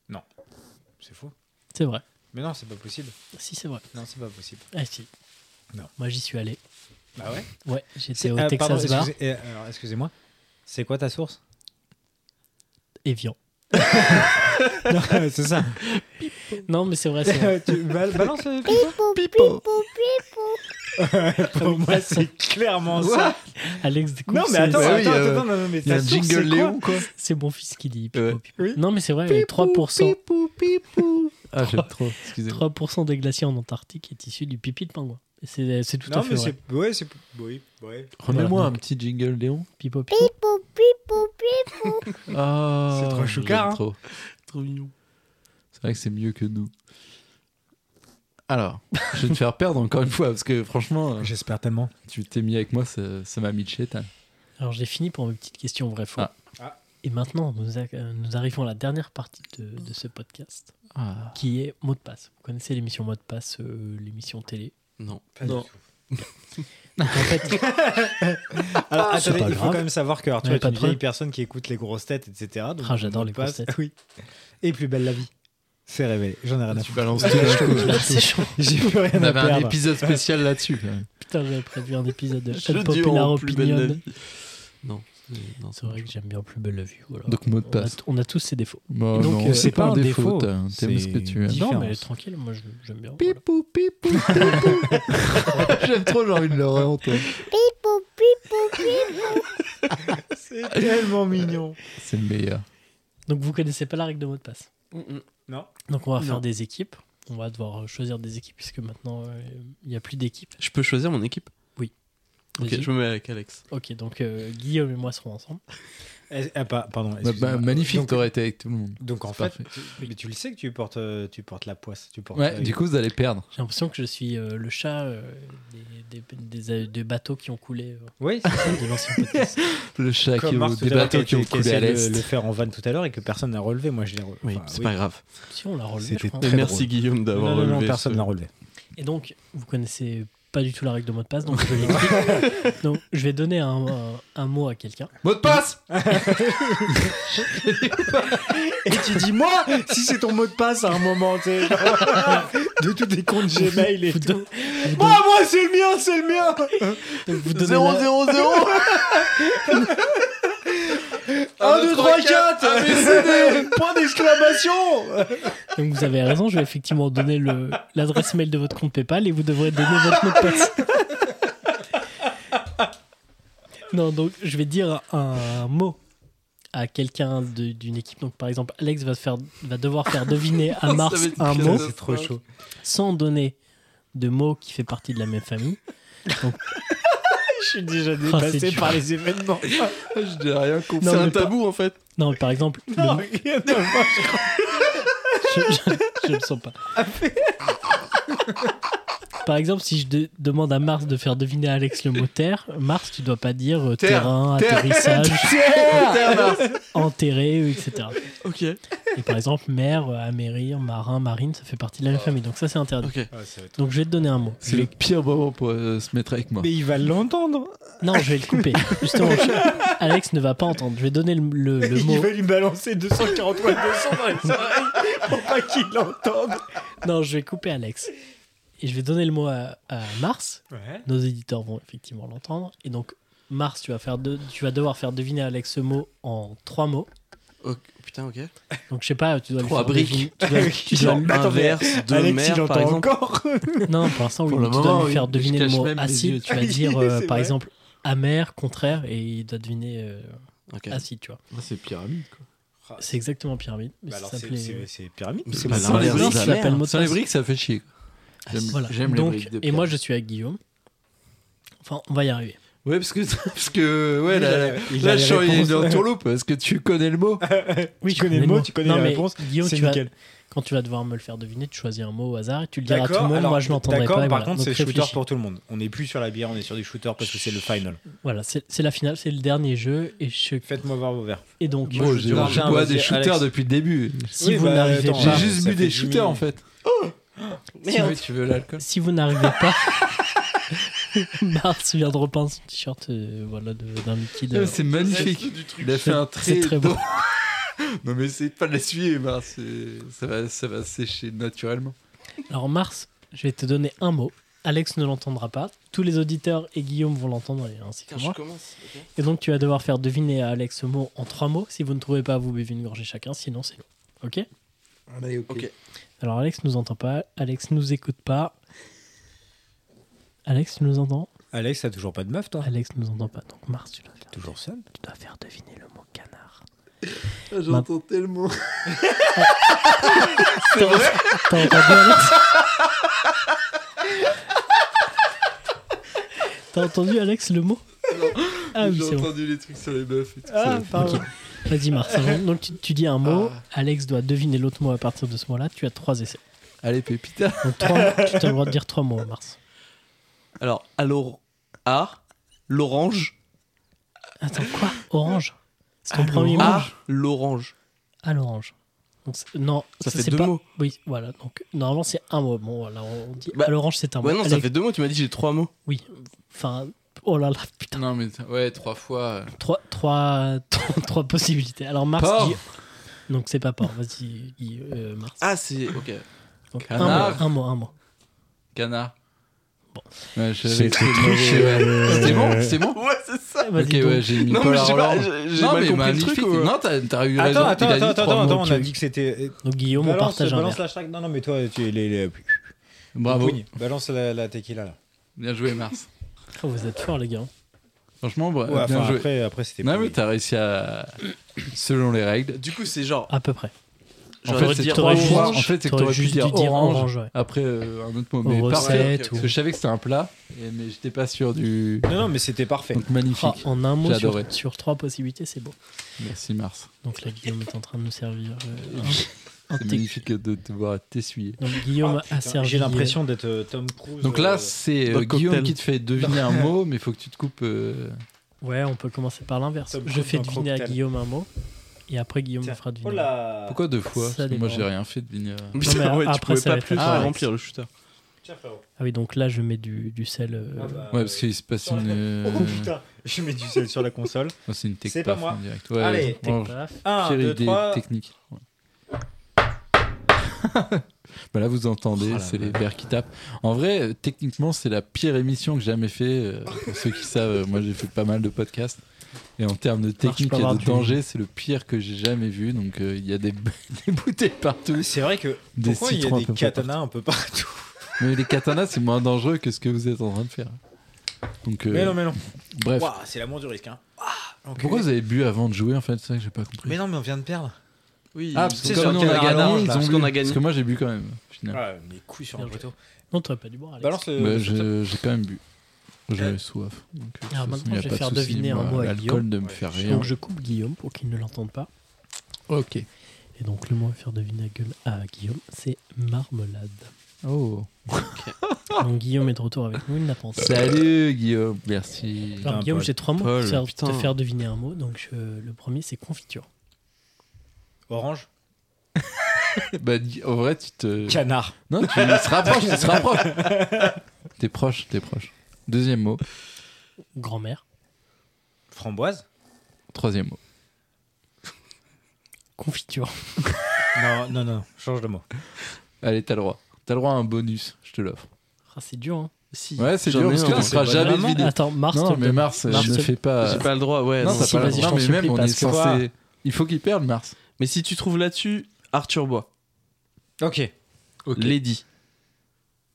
Speaker 1: Non. C'est faux.
Speaker 2: C'est vrai.
Speaker 1: Mais non, c'est pas possible.
Speaker 2: Si, c'est vrai.
Speaker 1: Non, c'est pas possible.
Speaker 2: Ah, si.
Speaker 1: Non.
Speaker 2: Moi, j'y suis allé.
Speaker 1: Bah ouais.
Speaker 2: Ouais, j'étais au
Speaker 1: Ah,
Speaker 2: Texas
Speaker 1: pardon,
Speaker 2: Bar
Speaker 1: excusez- eh, alors, excusez-moi. C'est quoi ta source
Speaker 2: et Vian.
Speaker 1: Non, C'est ça.
Speaker 2: Non, mais c'est vrai, c'est vrai.
Speaker 1: tu bal- balances euh, Pipo Pour moi, c'est clairement ça.
Speaker 2: Alex découvre
Speaker 1: Non, mais
Speaker 2: ses-
Speaker 1: attends,
Speaker 6: Bah
Speaker 1: attends,
Speaker 6: oui, euh,
Speaker 1: attends, non, non, mais
Speaker 6: Il y a
Speaker 1: ta
Speaker 6: un
Speaker 1: source,
Speaker 6: jingle
Speaker 1: c'est quoi
Speaker 6: Léon, quoi.
Speaker 2: c'est mon fils qui dit. pipo,
Speaker 6: Ouais.
Speaker 2: pipo.
Speaker 1: Oui.
Speaker 2: Non, mais c'est vrai, 3%,
Speaker 6: Ah, j'aime trop. Excusez-moi.
Speaker 2: 3 des glaciers en Antarctique est issu du pipi de pingouin. Et C'est c'est tout à
Speaker 1: Non,
Speaker 2: fait
Speaker 1: mais
Speaker 2: vrai.
Speaker 1: c'est. Ouais, c'est. Oui, ouais.
Speaker 6: Remets-moi
Speaker 2: Voilà,
Speaker 6: un
Speaker 2: donc.
Speaker 6: petit jingle Léon.
Speaker 2: Pipo, pipo.
Speaker 6: Ah,
Speaker 1: C'est trop choucard,
Speaker 6: j'aime
Speaker 1: hein.
Speaker 6: trop.
Speaker 8: Trop mignon.
Speaker 6: C'est vrai que c'est mieux que nous. Alors, je vais te faire perdre encore une fois parce que franchement, euh,
Speaker 1: J'espère tellement.
Speaker 6: tu t'es mis avec moi, ça ça m'a hein. mis de chétal.
Speaker 2: Alors j'ai fini pour mes petites questions vrai faux.
Speaker 6: Ah.
Speaker 1: Ah.
Speaker 2: Et maintenant, nous, a- euh, nous arrivons à la dernière partie de, de ce podcast,
Speaker 6: Ah.
Speaker 2: qui est mot de passe. Vous connaissez l'émission mot de passe, euh, l'émission télé.
Speaker 8: Non.
Speaker 1: Non.
Speaker 2: Donc, en fait,
Speaker 1: Alors,
Speaker 2: C'est
Speaker 1: attendez,
Speaker 2: pas
Speaker 1: il faut
Speaker 2: grave.
Speaker 1: quand même savoir que Arthur
Speaker 2: Mais
Speaker 1: est
Speaker 2: pas
Speaker 1: une
Speaker 2: de problème.
Speaker 1: vieille personne qui écoute les grosses têtes, etc. donc
Speaker 2: Ah, j'adore
Speaker 1: on
Speaker 2: les grosses
Speaker 1: passe-
Speaker 2: têtes.
Speaker 1: Oui. Et plus belle la vie. C'est révélé. J'en ai rien à
Speaker 6: Tu
Speaker 1: foutre.
Speaker 6: balances tout d'un coup.
Speaker 2: là, c'est chaud.
Speaker 1: J'ai plus rien
Speaker 6: On
Speaker 1: à
Speaker 6: avait un
Speaker 1: perdre.
Speaker 6: épisode spécial là-dessus. quand même.
Speaker 2: Putain, j'avais prévu un épisode de
Speaker 8: Jeudi
Speaker 2: Unpopular
Speaker 8: en plus belle la
Speaker 2: Opinion.
Speaker 8: vie. Non. c'est- non,
Speaker 2: C'est vrai que j'aime bien plus belle la vue. voilà.
Speaker 6: Donc, mot de
Speaker 2: On a
Speaker 6: passe.
Speaker 2: t- On a, tous ses défauts.
Speaker 6: Bon,
Speaker 2: Donc,
Speaker 6: Bah, non,
Speaker 2: euh,
Speaker 6: c'est pas un défaut.
Speaker 1: défaut,
Speaker 6: t'as- T'aimes ce que
Speaker 1: c'est
Speaker 6: tu aimes.
Speaker 2: Non,
Speaker 1: Différence.
Speaker 2: mais tranquille, moi je- j'aime bien. voilà.
Speaker 6: Pipou, pipou, pipou. J'aime trop, j'ai envie de le réentendre.
Speaker 1: C'est tellement mignon.
Speaker 6: C'est le meilleur.
Speaker 2: Donc vous connaissez pas la règle de mot de passe.
Speaker 1: Non.
Speaker 2: Donc on va
Speaker 8: Non.
Speaker 2: faire des équipes. On va devoir euh, choisir des équipes puisque maintenant euh, il n'y a plus d'équipe.
Speaker 8: Je peux choisir mon équipe
Speaker 2: Oui.
Speaker 8: Ok,
Speaker 2: Vas-y.
Speaker 8: je me mets avec Alex.
Speaker 2: Ok, donc euh, Guillaume et moi serons ensemble.
Speaker 1: Eh, ah, pas- pardon.
Speaker 6: Bah,
Speaker 1: excusez-moi.
Speaker 6: bah, magnifique,
Speaker 1: Donc,
Speaker 6: t'aurais été avec tout le monde.
Speaker 1: donc, en
Speaker 6: C'est
Speaker 1: fait, tu, mais tu le sais que tu portes, euh, tu portes la poisse. Tu portes,
Speaker 6: Ouais,
Speaker 1: euh,
Speaker 6: du coup, vous allez perdre.
Speaker 2: J'ai l'impression que je suis euh, le chat euh, des, des- des- des bateaux qui ont coulé euh,
Speaker 1: Oui,
Speaker 2: de l'ancien podcast.
Speaker 6: Le chat qui
Speaker 1: comme Marc
Speaker 6: est
Speaker 1: tout
Speaker 6: des
Speaker 1: à l'heure,
Speaker 6: bateaux qui ont
Speaker 1: a- a
Speaker 6: coulé
Speaker 1: essayé
Speaker 6: à
Speaker 1: de le-
Speaker 6: l'est.
Speaker 1: le faire en vanne tout à l'heure et que personne n'a relevé. Moi, je l'ai relevé.
Speaker 8: Oui, c'est pas grave.
Speaker 2: si on l'a relevé, je
Speaker 1: C'était
Speaker 2: crois.
Speaker 1: Très
Speaker 8: Merci
Speaker 1: drôle.
Speaker 8: Guillaume
Speaker 1: Non,
Speaker 8: d'avoir
Speaker 1: non, non,
Speaker 8: relevé
Speaker 1: personne
Speaker 8: ce-
Speaker 1: n'a relevé.
Speaker 2: Et donc, vous connaissez pas du tout la règle de mot de passe, donc je l'explique. donc je vais donner un, un- un mot à quelqu'un.
Speaker 6: Mot de passe
Speaker 1: Et tu dis, moi, si c'est ton mot de passe à un moment, tu sais, genre, de tous les comptes Gmail et
Speaker 2: Vous,
Speaker 1: tout.
Speaker 2: don- vous
Speaker 1: Moi, moi, c'est le mien, c'est le mien
Speaker 2: don- vous donnez la-
Speaker 6: 0 0
Speaker 1: 1, 2, 3, 4
Speaker 8: Ah,
Speaker 1: ABCD Point d'exclamation
Speaker 2: Donc vous avez raison, je vais effectivement donner le- l'adresse mail de votre compte PayPal et vous devrez donner votre mot de passe. Non, donc je vais dire un mot à quelqu'un de- d'une équipe. Donc par exemple, Alex va, faire, va devoir faire deviner à Mars un mot
Speaker 1: C'est trop chaud.
Speaker 2: sans donner de mot qui fait partie de la même famille.
Speaker 1: Je suis
Speaker 6: Oh,
Speaker 1: déjà
Speaker 2: Ah, c'est
Speaker 1: dépassé
Speaker 2: dur.
Speaker 1: par les événements.
Speaker 6: Je n'ai rien compris.
Speaker 2: Non,
Speaker 8: C'est
Speaker 2: mais
Speaker 8: un
Speaker 2: pas-
Speaker 8: tabou en fait.
Speaker 2: Non, par exemple, le
Speaker 1: Non,
Speaker 2: mot-
Speaker 1: rien à voir.
Speaker 2: je, je, je le sens pas.
Speaker 6: Ah,
Speaker 2: Par exemple, si je de- demande à Mars de faire deviner à Alex le mot terre, Mars, tu dois pas dire euh,
Speaker 6: Terre,
Speaker 2: terrain,
Speaker 6: terre,
Speaker 2: atterrissage,
Speaker 6: Terre
Speaker 2: enterré, etc.
Speaker 8: Ok.
Speaker 2: Et par exemple, mer, euh, amérir, marin, marine, ça fait partie de la même famille. Donc ça, c'est interdit.
Speaker 8: Ok.
Speaker 1: Ah, ça va être-
Speaker 2: Donc je vais te donner un mot.
Speaker 6: Oh. C'est le pire moment pour euh, se mettre avec moi.
Speaker 1: Mais il va l'entendre.
Speaker 2: Non, je vais le couper. Justement, je- Alex ne va pas entendre. Je vais donner le, le- le mot.
Speaker 1: Il va lui balancer 243 200 dans les oreilles pour pas qu'il l'entende.
Speaker 2: Non, je vais couper Alex. Et je vais donner le mot à, à Mars.
Speaker 1: Ouais.
Speaker 2: Nos éditeurs vont effectivement l'entendre. Et donc, Mars, tu vas, faire de- tu vas devoir faire deviner à Alex ce mot en trois mots.
Speaker 8: Ok, Oh, Putain, ok.
Speaker 2: Donc, je sais pas, tu dois
Speaker 8: Trois
Speaker 2: le faire
Speaker 8: briques.
Speaker 2: deviner- tu dois- tu dois-
Speaker 8: Genre inverse de
Speaker 1: Alex, il
Speaker 8: mer, par
Speaker 1: entend
Speaker 8: exemple.
Speaker 1: encore.
Speaker 2: non, pour l'instant, oui,
Speaker 6: Pour le
Speaker 2: tu dois
Speaker 6: moment,
Speaker 2: lui faire
Speaker 6: oui, je
Speaker 2: deviner le
Speaker 6: cache
Speaker 2: mot
Speaker 6: même les yeux.
Speaker 2: acide. Tu vas
Speaker 1: Oui,
Speaker 2: dire, euh,
Speaker 1: c'est
Speaker 2: par
Speaker 1: vrai.
Speaker 2: exemple, amer, contraire, et il doit deviner euh,
Speaker 8: Ok.
Speaker 2: acide, tu vois.
Speaker 6: c'est pyramide quoi.
Speaker 2: C'est exactement pyramide. mais
Speaker 1: Bah
Speaker 2: ça
Speaker 1: alors, c'est-
Speaker 2: s'appelait-
Speaker 1: c'est c'est pyramide.
Speaker 8: Mais
Speaker 1: c'est
Speaker 8: c'est
Speaker 1: bon.
Speaker 8: pas
Speaker 2: Sans les
Speaker 8: l'inverse
Speaker 2: briques,
Speaker 8: de la
Speaker 2: tu l'appelles mot de
Speaker 6: Sans les
Speaker 2: passe.
Speaker 6: briques, ça fait chier. quoi. J'aime
Speaker 2: Voilà.
Speaker 6: j'aime les
Speaker 2: Donc,
Speaker 6: briques de
Speaker 2: Et moi,
Speaker 6: pierre.
Speaker 2: je suis avec Guillaume. Enfin, on va y arriver.
Speaker 6: Ouais, parce que, parce que ouais,
Speaker 1: Il a-
Speaker 6: là,
Speaker 1: il a
Speaker 6: là
Speaker 1: les
Speaker 6: je suis en-
Speaker 1: réponses.
Speaker 6: dans le tourloupe parce que tu connais le mot.
Speaker 1: Oui, tu connais le mot, tu connais
Speaker 2: Non,
Speaker 1: la
Speaker 2: mais
Speaker 1: réponse.
Speaker 2: Guillaume,
Speaker 1: C'est
Speaker 2: tu vas-
Speaker 1: nickel.
Speaker 2: quand tu vas devoir me le faire deviner, tu choisis un mot au hasard et tu le diras à tout le monde. moi, je l'entendrai
Speaker 1: d'accord,
Speaker 2: pas. et
Speaker 1: par
Speaker 2: voilà.
Speaker 1: contre,
Speaker 2: Donc,
Speaker 1: c'est shooter
Speaker 2: réfléchis.
Speaker 1: pour tout le monde. On n'est plus sur la bière, on est sur du shooter parce que c'est le final.
Speaker 2: Voilà, c'est c'est la finale, c'est le dernier jeu. Et, je-
Speaker 1: Faites-moi voir vos verres.
Speaker 2: et donc,
Speaker 6: Bon, j'ai
Speaker 1: dirais
Speaker 6: j'ai
Speaker 1: rien,
Speaker 6: bois
Speaker 1: vas-y,
Speaker 6: des shooters
Speaker 1: Alex.
Speaker 6: depuis le début.
Speaker 2: si
Speaker 1: Oui,
Speaker 2: vous
Speaker 1: bah,
Speaker 2: n'arrivez
Speaker 1: attends,
Speaker 2: pas,
Speaker 1: Ah,
Speaker 6: J'ai juste
Speaker 1: ça
Speaker 6: bu
Speaker 1: fait
Speaker 6: des
Speaker 1: dix
Speaker 6: shooters en
Speaker 1: minutes.
Speaker 6: fait. Si tu veux- tu veux l'alcool
Speaker 2: si vous n'arrivez pas, Mars vient de repeindre son t-shirt euh, voilà, de- d'un Mickey. de-
Speaker 6: Non, C'est magnifique. Il a fait un trait.
Speaker 2: C'est très
Speaker 6: d'eau.
Speaker 2: beau.
Speaker 6: non mais c'est pas de l'essuyer, Mars. c'est- Ça va, ça va sécher naturellement.
Speaker 2: Alors, Mars, je vais te donner un mot. Alex ne l'entendra pas. Tous les auditeurs et Guillaume vont l'entendre, et ainsi que
Speaker 8: Putain, je
Speaker 2: moi.
Speaker 8: commence. ok.
Speaker 2: Et donc, tu vas devoir faire deviner à Alex ce mot en trois mots. Si vous ne trouvez pas, vous buvez une gorgée chacun. Sinon, c'est non. Ok
Speaker 6: Ah,
Speaker 8: Ok.
Speaker 2: Alors Alex nous entend pas, Alex nous écoute pas. Alex nous entend
Speaker 1: Alex, t'as toujours pas de meuf,
Speaker 8: Ah.
Speaker 1: toi
Speaker 2: Alex nous entend pas. Donc Mars, tu dois faire,
Speaker 1: Toujours seul
Speaker 2: tu dois faire deviner le mot canard.
Speaker 6: Ah, J'entends tellement.
Speaker 2: C'est vrai T'as entendu Alex T'as entendu Alex le mot Ah oui,
Speaker 6: J'ai
Speaker 2: c'est bon.
Speaker 6: entendu les trucs sur les meufs et tout
Speaker 2: Ah,
Speaker 6: ça.
Speaker 2: pardon. Vas-y Mars, avant- donc tu, tu dis un mot,
Speaker 6: Ah.
Speaker 2: Alex doit deviner l'autre mot à partir de ce mot-là, tu as trois essais.
Speaker 6: Allez, Pépita.
Speaker 2: Donc trois, tu as le droit de dire trois mots Mars.
Speaker 8: Alors, alors,
Speaker 6: ah,
Speaker 8: à l'orange.
Speaker 2: Attends, quoi Orange C'est ton premier mot
Speaker 6: Ah,
Speaker 8: À l'orange.
Speaker 2: à l'orange. Donc, c'est- non,
Speaker 8: Ça fait
Speaker 2: c'est
Speaker 8: deux
Speaker 2: pas-
Speaker 8: mots.
Speaker 2: Oui, voilà. Donc normalement c'est un mot. Bon, voilà, on dit
Speaker 8: Bah,
Speaker 2: à l'orange c'est un mot.
Speaker 8: Ouais, non, ça
Speaker 2: Alex-
Speaker 8: fait deux mots. Tu m'as dit j'ai trois mots.
Speaker 2: Oui. Enfin, oh là là, putain.
Speaker 6: Non mais ouais, trois fois.
Speaker 2: Trois, trois, trois, trois possibilités. Alors Mars
Speaker 6: Porc.
Speaker 2: dit. Donc c'est pas port. Vas-y, Guy, euh, Mars.
Speaker 8: Ah, c'est. Ok.
Speaker 2: Donc, un
Speaker 6: canard.
Speaker 2: mot, un mot, un mot.
Speaker 6: Canard.
Speaker 2: Bon.
Speaker 6: Ouais,
Speaker 1: C'est
Speaker 6: j'avais été triché, ouais. C'était bon, c'est bon.
Speaker 8: Ouais, c'est ça.
Speaker 2: Vas-y,
Speaker 6: Ok,
Speaker 2: donc.
Speaker 6: ouais, j'ai mis
Speaker 8: Non,
Speaker 6: Paul
Speaker 8: mais je sais pas,
Speaker 6: Hollande.
Speaker 8: Euh, j'ai j'ai
Speaker 6: Non,
Speaker 8: mal
Speaker 6: mais
Speaker 8: compris le
Speaker 6: magnifique.
Speaker 8: truc. ou-
Speaker 6: Non, t'as t'as eu raison.
Speaker 1: Attends, attends,
Speaker 6: il a dit
Speaker 1: attends,
Speaker 6: trois
Speaker 1: attends,
Speaker 6: mots,
Speaker 1: attends, on
Speaker 6: tu
Speaker 1: a
Speaker 6: vois.
Speaker 1: dit que c'était.
Speaker 2: Donc Guillaume, on
Speaker 1: Balance,
Speaker 2: partage un
Speaker 1: balance
Speaker 2: verre.
Speaker 1: la chaque. Non, non, mais toi, tu les. les...
Speaker 6: Bravo.
Speaker 1: Pougne. Balance la, la tequila là.
Speaker 6: Bien joué, Mars.
Speaker 2: Oh, vous êtes forts les gars.
Speaker 6: Franchement, bra-
Speaker 1: Ouais,
Speaker 6: bien
Speaker 1: enfin,
Speaker 6: joué.
Speaker 1: après, après c'était
Speaker 6: Non,
Speaker 1: pourri.
Speaker 6: mais t'as réussi à. Selon les règles.
Speaker 8: Du coup, c'est genre.
Speaker 2: À Ah, peu près.
Speaker 6: En
Speaker 8: j'aurais
Speaker 6: fait,
Speaker 8: dû
Speaker 6: c'est
Speaker 8: dire
Speaker 6: que t'aurais
Speaker 8: orange.
Speaker 6: juste- en fait, c'est que
Speaker 2: t'aurais
Speaker 6: t'aurais pu
Speaker 2: juste
Speaker 6: dire
Speaker 2: dû dire
Speaker 6: orange,
Speaker 2: orange, ouais.
Speaker 6: après euh, un autre mot. Mais parfait.
Speaker 2: Recette
Speaker 8: ok,
Speaker 2: ou.
Speaker 8: ok.
Speaker 6: Parce que je savais que c'était un plat, et- mais j'étais pas sûr du.
Speaker 1: Non, non, mais c'était parfait.
Speaker 6: Donc magnifique.
Speaker 2: Ah, en un mot
Speaker 6: J'ai adoré.
Speaker 2: sur, sur trois possibilités, c'est beau.
Speaker 6: Merci Mars.
Speaker 2: Donc là, Guillaume est en train de nous servir euh, un, un
Speaker 6: C'est
Speaker 2: thé.
Speaker 6: magnifique de te voir t'essuyer.
Speaker 2: Donc Guillaume
Speaker 1: Ah,
Speaker 2: a
Speaker 1: putain,
Speaker 2: servi.
Speaker 1: J'ai l'impression d'être euh, Tom Cruise.
Speaker 6: Donc
Speaker 1: euh,
Speaker 6: là, c'est
Speaker 8: dans
Speaker 6: euh,
Speaker 8: le
Speaker 6: Guillaume
Speaker 8: cocktail.
Speaker 6: qui te fait deviner un mot, mais il faut que tu te coupes. euh,
Speaker 2: Ouais, on peut commencer par l'inverse.
Speaker 1: Top
Speaker 2: Je
Speaker 1: chrono,
Speaker 2: fais deviner à
Speaker 1: cocktail.
Speaker 2: Guillaume un mot, et après Guillaume
Speaker 1: tiens.
Speaker 2: me fera
Speaker 1: Oh
Speaker 2: deviner.
Speaker 1: là
Speaker 6: Pourquoi deux fois
Speaker 2: Ça
Speaker 6: Parce que Moi,
Speaker 2: dépend.
Speaker 6: j'ai rien fait deviner. euh,
Speaker 8: Putain,
Speaker 2: Non, mais
Speaker 8: ouais, tu
Speaker 2: après,
Speaker 8: pouvais
Speaker 2: ça va
Speaker 8: pas
Speaker 2: être
Speaker 8: plus
Speaker 2: la
Speaker 1: hein.
Speaker 8: euh,
Speaker 2: Forex.
Speaker 8: remplir le shooter.
Speaker 1: Tiens, frérot.
Speaker 2: Ah oui, donc là, je mets du, du sel. euh,
Speaker 1: Ah bah,
Speaker 6: Ouais, parce qu'il se passe
Speaker 1: sur la-
Speaker 6: une. euh,
Speaker 1: Oh putain, je mets du sel sur la console.
Speaker 6: oh, c'est une tech
Speaker 1: C'est pas
Speaker 6: paf
Speaker 1: moi.
Speaker 6: en direct. Ouais,
Speaker 1: Allez,
Speaker 6: ouais.
Speaker 1: tech
Speaker 6: Bon,
Speaker 1: 1,
Speaker 6: pire
Speaker 1: 2,
Speaker 6: idée
Speaker 1: 3.
Speaker 6: technique. Ouais. bah là, vous entendez,
Speaker 1: Oh là
Speaker 6: c'est
Speaker 1: là.
Speaker 6: les verres qui tapent. En vrai, euh, techniquement, c'est la pire émission que j'ai jamais fait. euh, pour ceux qui savent, euh, moi, j'ai fait pas mal de podcasts. Et en termes de technique
Speaker 2: pas
Speaker 6: et
Speaker 2: avoir
Speaker 6: de
Speaker 2: du-
Speaker 6: danger, c'est le pire que j'ai jamais vu. Donc, euh, il y a des, des bouteilles partout.
Speaker 1: C'est vrai que.
Speaker 6: Des
Speaker 1: Pourquoi il y
Speaker 6: citrons
Speaker 1: a
Speaker 6: un
Speaker 1: des
Speaker 6: peu
Speaker 1: katanas un peu partout
Speaker 6: Mais les katanas, c'est moins dangereux que ce que vous êtes en train de faire. Donc, euh,
Speaker 1: Mais non, mais non.
Speaker 6: bref.
Speaker 1: Ouah, c'est l'amour du risque. Hein. Ouah, l'enculé.
Speaker 6: Pourquoi vous avez bu avant de jouer en fait C'est ça que j'ai pas compris.
Speaker 1: Mais non, mais on vient de perdre.
Speaker 8: Oui,
Speaker 6: Ah, parce
Speaker 1: C'est
Speaker 6: que
Speaker 1: sur
Speaker 6: comme nous on
Speaker 1: le
Speaker 6: a
Speaker 1: canard orange,
Speaker 6: gagné, ils
Speaker 1: là,
Speaker 6: ont
Speaker 8: parce
Speaker 6: bu.
Speaker 8: qu'on a gagné.
Speaker 6: Parce que moi j'ai bu quand même. au final.
Speaker 1: Ah, euh, mes couilles sur un poteau.
Speaker 2: Non, t'aurais pas dû boire, Alex.
Speaker 1: Balance le.
Speaker 6: Bah, je- j'ai quand même bu. J'avais soif. Donc, euh, de
Speaker 2: Alors,
Speaker 6: toute façon,
Speaker 2: maintenant,
Speaker 6: y a
Speaker 2: je vais
Speaker 6: pas de
Speaker 2: faire
Speaker 6: souci,
Speaker 2: deviner
Speaker 6: moi,
Speaker 2: un mot à
Speaker 6: L'alcool
Speaker 2: Guillaume.
Speaker 6: de me faire rire.
Speaker 2: Donc je coupe Guillaume pour qu'il ne l'entende pas.
Speaker 6: Ok.
Speaker 2: Et donc le mot à faire deviner à, gueule- à Guillaume, c'est marmelade.
Speaker 6: Oh.
Speaker 1: Ah.
Speaker 2: Donc Guillaume est de retour avec nous, il n'a pas entendu.
Speaker 6: Salut Guillaume. Merci.
Speaker 2: Alors Guillaume,
Speaker 1: Paul.
Speaker 2: j'ai trois mots pour
Speaker 8: Paul,
Speaker 2: faire-
Speaker 8: putain.
Speaker 2: te faire deviner un mot. Donc je- le premier, c'est confiture.
Speaker 1: Orange
Speaker 6: bah, dis- en vrai, tu te.
Speaker 1: Canard.
Speaker 6: Non, tu se rapproches, tu se rapproches. T'es proche, t'es proche. Deuxième mot,
Speaker 2: Grand-mère.
Speaker 1: Framboise
Speaker 6: troisième mot.
Speaker 2: Confiture.
Speaker 1: Non, non, non, change de mot.
Speaker 6: Allez, t'as le droit. T'as le droit à un bonus, je te l'offre.
Speaker 2: Ah, c'est dur, hein.
Speaker 8: Si.
Speaker 6: Ouais, c'est
Speaker 8: j'en
Speaker 6: dur
Speaker 8: ai
Speaker 6: parce
Speaker 8: un,
Speaker 6: que
Speaker 8: mais
Speaker 6: tu
Speaker 8: c'est
Speaker 6: feras
Speaker 8: pas
Speaker 6: jamais
Speaker 8: grave.
Speaker 6: de
Speaker 2: Vraiment
Speaker 6: vidéo.
Speaker 2: Attends, Mars,
Speaker 6: non,
Speaker 2: s'il te
Speaker 6: mais
Speaker 2: plaît.
Speaker 6: Mars,
Speaker 2: Mars,
Speaker 6: je ne
Speaker 2: te-
Speaker 6: fais pas.
Speaker 8: J'ai pas le droit, ouais.
Speaker 6: Ah, Non,
Speaker 8: Euh, non.
Speaker 6: t'as
Speaker 2: si,
Speaker 6: pas le
Speaker 2: vas-y,
Speaker 6: droit,
Speaker 2: je t'en
Speaker 6: mais
Speaker 2: supplie,
Speaker 6: même, on est
Speaker 2: parce
Speaker 1: que quoi
Speaker 6: censé. Il faut qu'il perde, Mars.
Speaker 8: Mais si tu trouves là-dessus, Arthur Bois,
Speaker 1: Ok.
Speaker 8: Lady.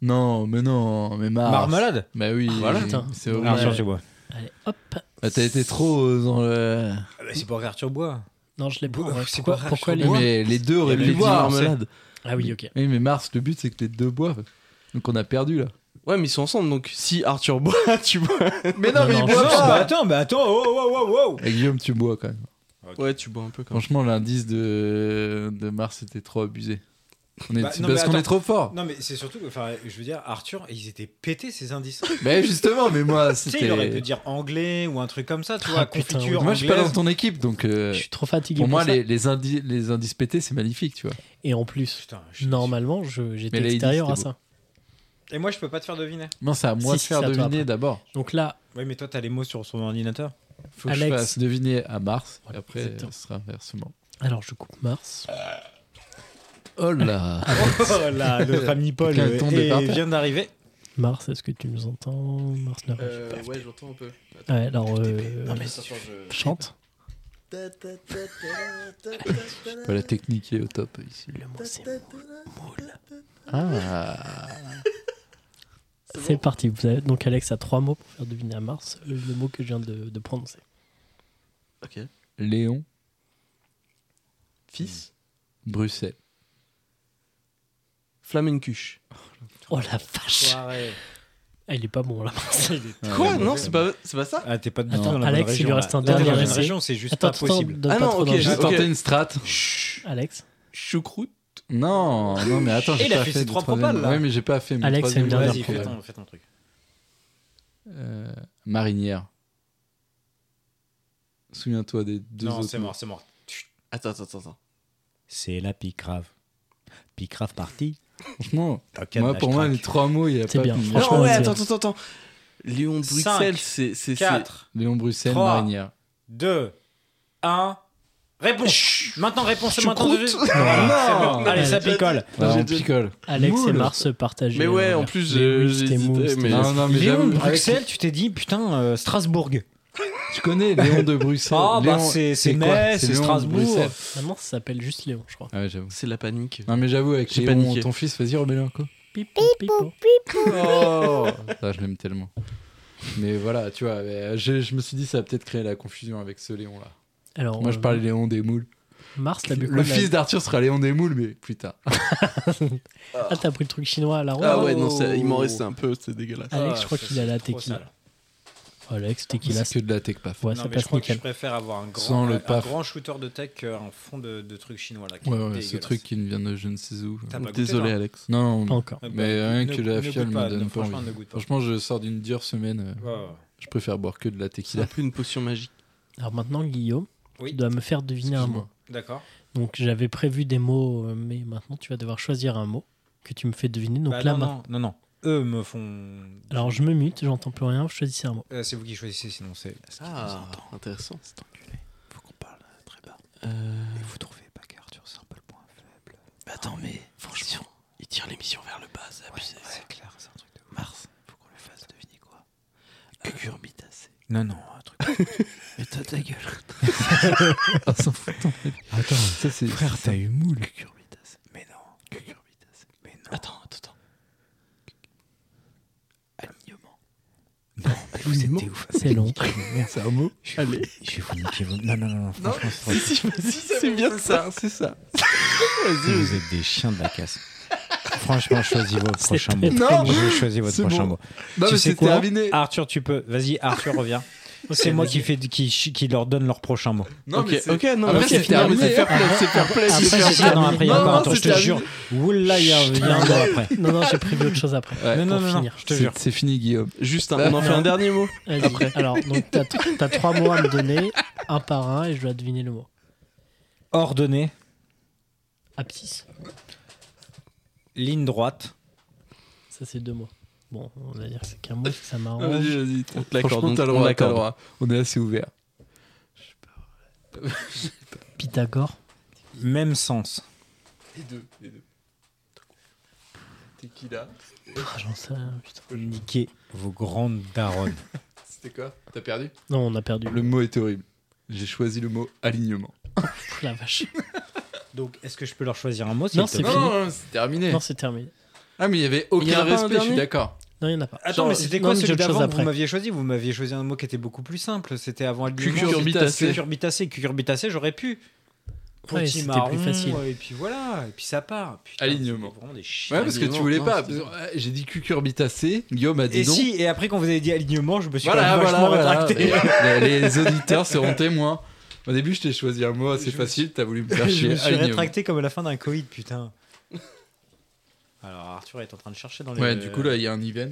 Speaker 6: Non, mais non, mais Mars.
Speaker 1: Marmelade
Speaker 6: Bah oui,
Speaker 2: Voilà.
Speaker 6: c'est
Speaker 2: Ouais.
Speaker 6: horrible.
Speaker 1: Arthur Dubois.
Speaker 2: Allez, hop.
Speaker 6: Bah, T'as été trop euh, dans le.
Speaker 1: Ah, bah, c'est pour Arthur Bois.
Speaker 2: Non, je l'ai pas.
Speaker 1: Ouh,
Speaker 2: en vrai.
Speaker 1: c'est
Speaker 2: Pourquoi,
Speaker 1: pas grave,
Speaker 2: pourquoi
Speaker 1: je
Speaker 2: les.
Speaker 1: suis en
Speaker 6: mais Eh, les deux auraient
Speaker 8: Lady
Speaker 6: pu boire.
Speaker 8: Marmelade.
Speaker 2: Ah oui, ok.
Speaker 6: Oui, mais Mars, le but c'est que les deux boivent. Donc on a perdu là.
Speaker 8: Ouais, mais ils sont ensemble, donc si Arthur Bois, tu bois.
Speaker 6: Mais
Speaker 2: non, mais ils
Speaker 1: Non,
Speaker 2: boivent
Speaker 1: bah attends, bah attends, oh, oh, oh, oh, oh.
Speaker 6: Et Guillaume, tu bois quand même.
Speaker 8: Ouais, tu bois un peu quand même.
Speaker 6: Franchement, l'indice de, de Mars était trop abusé. On est...
Speaker 1: Bah,
Speaker 6: c'est
Speaker 1: non,
Speaker 6: parce
Speaker 1: mais
Speaker 6: qu'on
Speaker 1: attends.
Speaker 6: est trop fort.
Speaker 1: Non, mais c'est surtout, enfin, je veux dire, Arthur, ils étaient pétés ces indices.
Speaker 6: Mais justement, mais moi,
Speaker 1: tu sais, il aurait pu
Speaker 6: c'était.
Speaker 1: dire anglais ou un truc comme ça, tu
Speaker 2: Ah,
Speaker 1: vois,
Speaker 2: putain,
Speaker 1: confiture.
Speaker 2: oui.
Speaker 6: Moi, je suis pas dans
Speaker 1: anglaise.
Speaker 6: ton équipe, donc euh,
Speaker 2: Je suis trop fatigué
Speaker 6: pour
Speaker 2: pour,
Speaker 6: moi,
Speaker 2: ça.
Speaker 6: les, les, indi- les indices pétés, c'est magnifique, tu vois.
Speaker 2: Et en plus,
Speaker 1: Putain, je-
Speaker 2: normalement, je- j'étais
Speaker 6: Mais Lady,
Speaker 2: extérieur à
Speaker 6: c'était
Speaker 2: ça.
Speaker 1: Et moi, je peux pas te faire deviner.
Speaker 6: Non, c'est à moi
Speaker 2: Si,
Speaker 6: de
Speaker 2: si,
Speaker 6: faire
Speaker 2: c'est à toi
Speaker 6: deviner
Speaker 2: après.
Speaker 6: d'abord.
Speaker 2: Donc là,
Speaker 1: Oui, mais toi, t'as les mots sur son ordinateur.
Speaker 6: Faut que je
Speaker 2: Alex.
Speaker 6: fasse deviner à Mars, et
Speaker 2: Voilà,
Speaker 6: après,
Speaker 2: exactement.
Speaker 6: ce sera inversement.
Speaker 2: alors je coupe Mars.
Speaker 6: Oh là
Speaker 1: Oh là, notre ami Paul
Speaker 6: Quelqu'un
Speaker 1: euh,
Speaker 6: tombe
Speaker 1: est-
Speaker 6: par terre.
Speaker 1: vient d'arrive.
Speaker 2: Mars, est-ce que tu nous entends Mars ne réagit pas.
Speaker 8: ouais, j'entends un peu.
Speaker 2: Ouais, alors, euh, chante.
Speaker 6: Ouais, La technique est au top ici.
Speaker 2: Le mot, c'est moule. moule.
Speaker 6: Ah
Speaker 2: C'est parti. Vous avez donc Alex a trois mots pour faire deviner à Mars euh, le mot que je viens de, de prononcer.
Speaker 8: Ok.
Speaker 6: Léon
Speaker 8: Fils.
Speaker 6: Bruxelles.
Speaker 8: Flamencuche.
Speaker 2: Oh la vache Ah, Il est pas bon là. Mars.
Speaker 8: Quoi Non, c'est pas, c'est pas ça
Speaker 1: Ah, t'es pas de
Speaker 6: Non.
Speaker 1: tout dans la
Speaker 2: Alex,
Speaker 1: bonne
Speaker 2: il lui
Speaker 1: région,
Speaker 2: reste
Speaker 1: là.
Speaker 2: un
Speaker 1: Là, t'es
Speaker 2: dernier
Speaker 1: dans la bonne
Speaker 2: essai.
Speaker 1: région, c'est juste
Speaker 2: Attends,
Speaker 1: pas possible.
Speaker 2: donne
Speaker 8: Ah
Speaker 2: pas
Speaker 8: non,
Speaker 2: trop
Speaker 8: ok,
Speaker 2: d'indices.
Speaker 6: J'ai
Speaker 8: ok.
Speaker 6: tenté une strat.
Speaker 2: Alex,
Speaker 8: Choucroute.
Speaker 6: Non, non, mais attends,
Speaker 1: Et
Speaker 6: j'ai
Speaker 1: il a
Speaker 6: pas
Speaker 1: fait
Speaker 6: fait
Speaker 1: ses
Speaker 6: de
Speaker 1: trois
Speaker 6: troisième.
Speaker 1: propales, là.
Speaker 6: Ouais, mais j'ai pas fait mon
Speaker 2: Alex,
Speaker 6: troisième.
Speaker 2: c'est une dernière
Speaker 1: Vas-y, fais
Speaker 2: problème.
Speaker 1: ton, fais ton truc.
Speaker 6: Euh, marinière. Souviens-toi des deux
Speaker 1: non,
Speaker 6: autres.
Speaker 1: c'est mort, c'est mort.
Speaker 8: Attends, attends, attends, attends.
Speaker 1: C'est la Picrave. Picrave partie.
Speaker 6: Franchement,
Speaker 1: T'inquiète,
Speaker 6: moi,
Speaker 1: là,
Speaker 6: pour
Speaker 1: je
Speaker 6: moi,
Speaker 1: craque.
Speaker 6: les trois mots, il y a
Speaker 2: C'est
Speaker 6: pas
Speaker 2: bien,
Speaker 6: plus-
Speaker 2: franchement.
Speaker 8: Non, ouais,
Speaker 2: c'est-
Speaker 8: attends, attends, attends. Léon de
Speaker 1: Cinq,
Speaker 8: Bruxelles, c'est. c'est- c'est-
Speaker 1: 4,
Speaker 6: Léon Bruxelles,
Speaker 1: Trois.
Speaker 6: marinière.
Speaker 1: 2, 1. Réponse Maintenant, réponse, maintenant.
Speaker 8: Choucroute.
Speaker 1: de-
Speaker 8: Non.
Speaker 1: Voilà, c'est bon.
Speaker 8: Non.
Speaker 1: Allez, ça picole.
Speaker 6: Ouais,
Speaker 8: j'ai
Speaker 6: on
Speaker 8: dit-
Speaker 6: picole.
Speaker 2: Alex et
Speaker 8: Moule.
Speaker 2: Mars se partagent.
Speaker 8: Mais
Speaker 2: les
Speaker 8: ouais,
Speaker 2: revers.
Speaker 8: en plus,
Speaker 2: Les
Speaker 8: euh,
Speaker 2: moules,
Speaker 8: j'ai
Speaker 2: c'était moule,
Speaker 8: hésité,
Speaker 2: c'était
Speaker 8: mais-
Speaker 2: moule.
Speaker 6: Non, non, mais
Speaker 1: Léon
Speaker 6: j'avoue,
Speaker 1: de Bruxelles, tu t'es dit, putain, euh, Strasbourg.
Speaker 6: tu connais Léon de Bruxelles.
Speaker 1: Ah, bah,
Speaker 6: Léon-
Speaker 1: c'est- c'est
Speaker 6: quoi
Speaker 1: Metz, c'est
Speaker 6: Léon de
Speaker 1: Strasbourg.
Speaker 6: Bruxelles.
Speaker 2: Maman, ça s'appelle juste Léon, je crois.
Speaker 6: Ah ouais, j'avoue.
Speaker 8: C'est la panique.
Speaker 6: Non, mais j'avoue, avec
Speaker 8: J'ai
Speaker 6: Léon,
Speaker 8: paniqué.
Speaker 6: ton fils, vas-y, remets-le quoi.
Speaker 2: Pipo, pipo.
Speaker 6: Oh Ça, je l'aime tellement. Mais voilà, tu vois, mais euh, je, je me suis dit, ça va peut-être créer la confusion avec ce Léon-là.
Speaker 2: Alors,
Speaker 6: Moi, je
Speaker 2: euh,
Speaker 6: parlais Léon des moules.
Speaker 2: Mars, t'as bu quoi
Speaker 6: Le
Speaker 2: là
Speaker 6: fils d'Arthur sera Léon des moules, mais plus tard.
Speaker 2: Ah, t'as pris le truc chinois à la ronde
Speaker 8: Ah
Speaker 2: là Oh.
Speaker 8: ouais, non, c'est- il m'en reste un peu, c'est dégueulasse.
Speaker 2: Alex,
Speaker 1: Ah,
Speaker 2: je crois
Speaker 1: ça,
Speaker 2: qu'il a
Speaker 1: c'est
Speaker 2: la
Speaker 1: trop
Speaker 2: tequila.
Speaker 1: sale. Ah,
Speaker 2: Alex, tequila,
Speaker 6: C'est
Speaker 2: c'est
Speaker 6: que de la tech paf.
Speaker 2: ouais,
Speaker 1: Non,
Speaker 2: ça
Speaker 1: mais je
Speaker 2: passe
Speaker 1: crois que je
Speaker 2: nickel.
Speaker 1: préfère avoir un grand,
Speaker 6: Sans le
Speaker 1: un
Speaker 6: paf.
Speaker 1: grand shooter de tech qu'un fond de, de truc chinois. Là, qui est
Speaker 6: Ouais, ouais, ce
Speaker 1: dégueulasse.
Speaker 6: truc qui ne vient de je ne sais où.
Speaker 1: T'as pas goûté,
Speaker 8: Désolé,
Speaker 1: toi
Speaker 8: Alex.
Speaker 6: Non,
Speaker 2: Pas encore.
Speaker 1: Ah bah,
Speaker 6: mais rien
Speaker 1: ne-
Speaker 6: que
Speaker 1: ne
Speaker 6: la
Speaker 1: goûte
Speaker 6: fiole
Speaker 1: pas,
Speaker 6: me donne
Speaker 1: non,
Speaker 6: pas
Speaker 1: franchement,
Speaker 6: envie.
Speaker 1: ne goûte pas.
Speaker 6: Franchement, je sors d'une dure semaine. euh,
Speaker 1: Ouais, ouais.
Speaker 6: Je préfère boire que de la
Speaker 8: C'est un
Speaker 6: tequila.
Speaker 8: peu une potion magique.
Speaker 2: Alors maintenant, Guillaume,
Speaker 1: Oui.
Speaker 2: tu dois me faire deviner un
Speaker 6: Excuse-moi.
Speaker 2: mot.
Speaker 1: D'accord.
Speaker 2: Donc j'avais prévu des mots, euh, mais maintenant tu vas devoir choisir un mot que tu me fais deviner. Donc
Speaker 1: Bah,
Speaker 2: là,
Speaker 1: non,
Speaker 2: ma-
Speaker 1: non, non, non. Eux me font.
Speaker 2: alors je me mute, j'entends plus rien, vous choisissez un mot.
Speaker 1: Euh, c'est vous qui choisissez, sinon c'est.
Speaker 8: Ah, intéressant.
Speaker 1: faut qu'on parle très bas.
Speaker 8: Euh,
Speaker 1: Et vous trouvez pas qu'Arthur, c'est un peu le point faible.
Speaker 8: bah attends, mais franchement, il tire l'émission vers le bas, c'est abusé.
Speaker 1: c'est clair, c'est un truc de.
Speaker 8: Mars, faut qu'on le fasse deviner quoi Cucurbitacé.
Speaker 1: Non, non, un truc.
Speaker 8: Mais t'as ta gueule.
Speaker 6: Ah, s'en fout.
Speaker 1: Attends,
Speaker 6: Ça, c'est.
Speaker 1: frère, t'as eu moule.
Speaker 8: Cucurbitacé.
Speaker 1: Mais non,
Speaker 8: Cucurbitacé.
Speaker 1: mais non.
Speaker 8: Attends, attends, attends. Alignement.
Speaker 1: vous étiez ouf.
Speaker 2: C'est long.
Speaker 6: C'est un mot
Speaker 8: Allez.
Speaker 1: Je vais vous niquer vos. Non, non, non, non, franchement, c'est trop-
Speaker 8: vas-y, c'est bien ça, c'est ça.
Speaker 1: Vous êtes des chiens de la casse. Franchement, choisis votre
Speaker 2: C'est
Speaker 1: prochain mot.
Speaker 2: très,
Speaker 6: très bon.
Speaker 1: Je choisis votre
Speaker 6: C'est
Speaker 1: prochain
Speaker 6: bon.
Speaker 1: mot.
Speaker 6: Non,
Speaker 1: Tu
Speaker 6: mais
Speaker 1: sais
Speaker 6: c'est
Speaker 1: quoi Ah,
Speaker 6: terminé.
Speaker 1: Arthur, tu peux. Vas-y, Arthur, reviens. C'est moi qui, fait, qui, qui leur donne leur prochain mot.
Speaker 6: Non,
Speaker 8: ok,
Speaker 6: mais c'est-
Speaker 8: ok, non,
Speaker 6: Ah,
Speaker 8: mais
Speaker 6: bah,
Speaker 8: c'est
Speaker 6: c'est
Speaker 8: fini, mais
Speaker 6: terminé.
Speaker 8: c'est fair play, c'est fair play,
Speaker 2: Ah,
Speaker 8: c'est
Speaker 2: bah,
Speaker 8: fair
Speaker 1: Après,
Speaker 2: c'est
Speaker 1: c'est- non, après, il y a
Speaker 6: Non,
Speaker 1: encore un
Speaker 6: non,
Speaker 1: tour, je
Speaker 6: c'est
Speaker 1: te jure. Oula, il y a il y a un mot après.
Speaker 2: Non, non, j'ai prévu autre chose après.
Speaker 6: Ouais.
Speaker 1: Non, non,
Speaker 2: pour
Speaker 1: non, non,
Speaker 2: finir.
Speaker 1: je te
Speaker 6: C'est-
Speaker 1: jure.
Speaker 6: C'est fini, Guillaume.
Speaker 8: Juste, un- on en fait un dernier mot.
Speaker 2: Vas-y. Alors, donc t'as as trois mots à me donner, un par un, et je dois deviner le mot.
Speaker 1: Ordonné,
Speaker 2: Abscisse.
Speaker 1: Ligne droite.
Speaker 2: Ça, c'est deux mots. Bon, on va dire que c'est qu'un mot, si
Speaker 1: Ah,
Speaker 2: ça m'arrange.
Speaker 6: Vas-y, vas-y.
Speaker 8: On te l'accorde,
Speaker 6: Franchement,
Speaker 8: on-
Speaker 6: t'as le
Speaker 8: on
Speaker 6: droit, t'as
Speaker 8: l'accorde.
Speaker 6: le droit. On est assez ouvert.
Speaker 2: Pythagore.
Speaker 1: Même sens.
Speaker 6: Les deux, les deux. T'es qui là
Speaker 2: Ah, j'en sais rien, putain.
Speaker 1: Niquez vos grandes daronnes.
Speaker 6: C'était quoi T'as perdu
Speaker 2: Non, on a perdu.
Speaker 6: Le mot était horrible. J'ai choisi le mot alignement.
Speaker 2: Pff, la vache.
Speaker 1: Donc, est-ce que je peux leur choisir un mot
Speaker 2: Non,
Speaker 1: s'il te
Speaker 2: c'est
Speaker 1: plaît
Speaker 2: fini.
Speaker 6: c'est terminé.
Speaker 2: Non, c'est terminé.
Speaker 6: Ah, mais il y avait
Speaker 8: Il y
Speaker 6: aucun
Speaker 8: en a pas un
Speaker 6: respect, je suis
Speaker 8: dernier
Speaker 6: d'accord.
Speaker 2: Non, il n'y en a pas.
Speaker 1: Attends,
Speaker 2: Genre,
Speaker 1: mais c'était
Speaker 2: non,
Speaker 1: quoi
Speaker 2: mais j'ai
Speaker 1: celui
Speaker 2: autre chose
Speaker 1: d'avant que
Speaker 2: après.
Speaker 1: Vous m'aviez choisi, vous m'aviez choisi un mot qui était beaucoup plus simple. C'était avant alignement.
Speaker 6: Cucurbitacé.
Speaker 1: Cucurbitacé, cucurbitacé, j'aurais pu.
Speaker 2: Ouais,
Speaker 1: Petit
Speaker 2: c'était
Speaker 1: marron,
Speaker 2: plus facile.
Speaker 1: Et puis voilà, et puis ça part. Putain,
Speaker 6: Alignement.
Speaker 1: c'est Vraiment des chiens.
Speaker 6: Ouais, parce que tu
Speaker 8: Alignement,
Speaker 6: voulais
Speaker 8: non,
Speaker 6: pas.
Speaker 8: c'était-
Speaker 6: parce que, euh, J'ai dit cucurbitacé. Guillaume a dit
Speaker 1: Et
Speaker 6: non.
Speaker 1: si, et après quand vous avez dit alignement, je me suis
Speaker 6: voilà,
Speaker 1: quand même
Speaker 6: voilà,
Speaker 1: vachement
Speaker 6: voilà.
Speaker 1: rétracté.
Speaker 6: Et Les, les auditeurs seront témoins. Au début, je t'ai choisi un mot assez
Speaker 1: Je me
Speaker 6: facile. T'as voulu me faire
Speaker 1: je me
Speaker 6: chier.
Speaker 1: suis
Speaker 6: Alignement.
Speaker 1: rétracté comme à la fin d'un Covid, putain. Alors Arthur est en train de chercher dans les.
Speaker 6: Ouais,
Speaker 8: euh,
Speaker 6: du coup, là, il y a un event.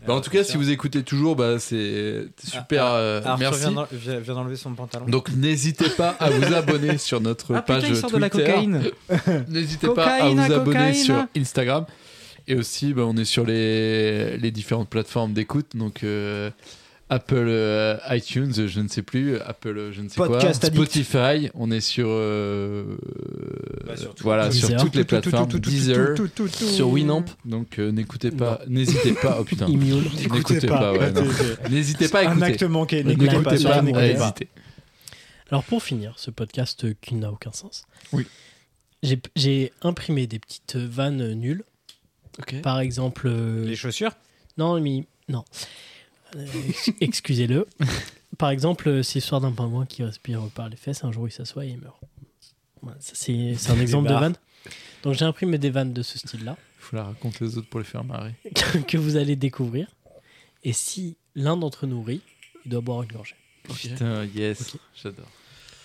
Speaker 1: Ah,
Speaker 6: Bah, en tout cas, si vous écoutez toujours, bah, c'est super. euh,
Speaker 1: Ah, Arthur
Speaker 6: merci.
Speaker 1: vient d'en- vient vient d'enlever son pantalon.
Speaker 6: Donc n'hésitez pas à vous abonner sur notre
Speaker 1: ah
Speaker 6: page
Speaker 1: putain, il sort
Speaker 6: Twitter.
Speaker 1: de la cocaïne.
Speaker 6: N'hésitez pas à vous
Speaker 1: Cocaïne,
Speaker 6: abonner
Speaker 1: cocaïne.
Speaker 6: sur Instagram. Et aussi, bah, on est sur les, les différentes plateformes d'écoute. Donc euh, Apple euh, iTunes, je ne sais plus, Apple euh, je ne sais
Speaker 1: Podcast
Speaker 6: quoi,
Speaker 1: Addict.
Speaker 6: Spotify. On est sur euh,
Speaker 1: Bah, sur tout.
Speaker 6: voilà
Speaker 2: Deezer.
Speaker 6: sur toutes les plateformes Deezer.
Speaker 8: Sur Winamp.
Speaker 6: Donc euh, n'écoutez pas, n'hésitez pas. Oh putain,
Speaker 2: Immune.
Speaker 6: n'écoutez pas. ouais, non. N'hésitez pas à
Speaker 1: Un
Speaker 6: écouter.
Speaker 1: acte manqué.
Speaker 2: N'écoutez
Speaker 1: N'écoutez
Speaker 2: pas,
Speaker 1: pas. ça,
Speaker 2: n'écoutez
Speaker 1: n'écoutez
Speaker 6: à
Speaker 2: pas.
Speaker 1: pas.
Speaker 6: hésiter.
Speaker 2: Alors pour finir, ce podcast euh, qui n'a aucun sens.
Speaker 6: Oui.
Speaker 2: J'ai- J'ai imprimé des petites vannes nulles.
Speaker 8: Ok.
Speaker 2: Par exemple, euh,
Speaker 1: Les chaussures.
Speaker 2: non, mais non. Euh, ex- Excusez-le. Par exemple, euh, c'est l'histoire d'un pingouin qui respire par les fesses. Un jour, il s'assoit et il meurt. Voilà, ça, c'est c'est un exemple de
Speaker 1: barres.
Speaker 2: vanne. Donc j'ai imprimé des vannes de ce style-là.
Speaker 6: Faut la raconter aux autres pour les faire marrer.
Speaker 2: que vous allez découvrir. Et si l'un d'entre nous rit, il doit boire une gorgée.
Speaker 6: Putain, yes, j'adore.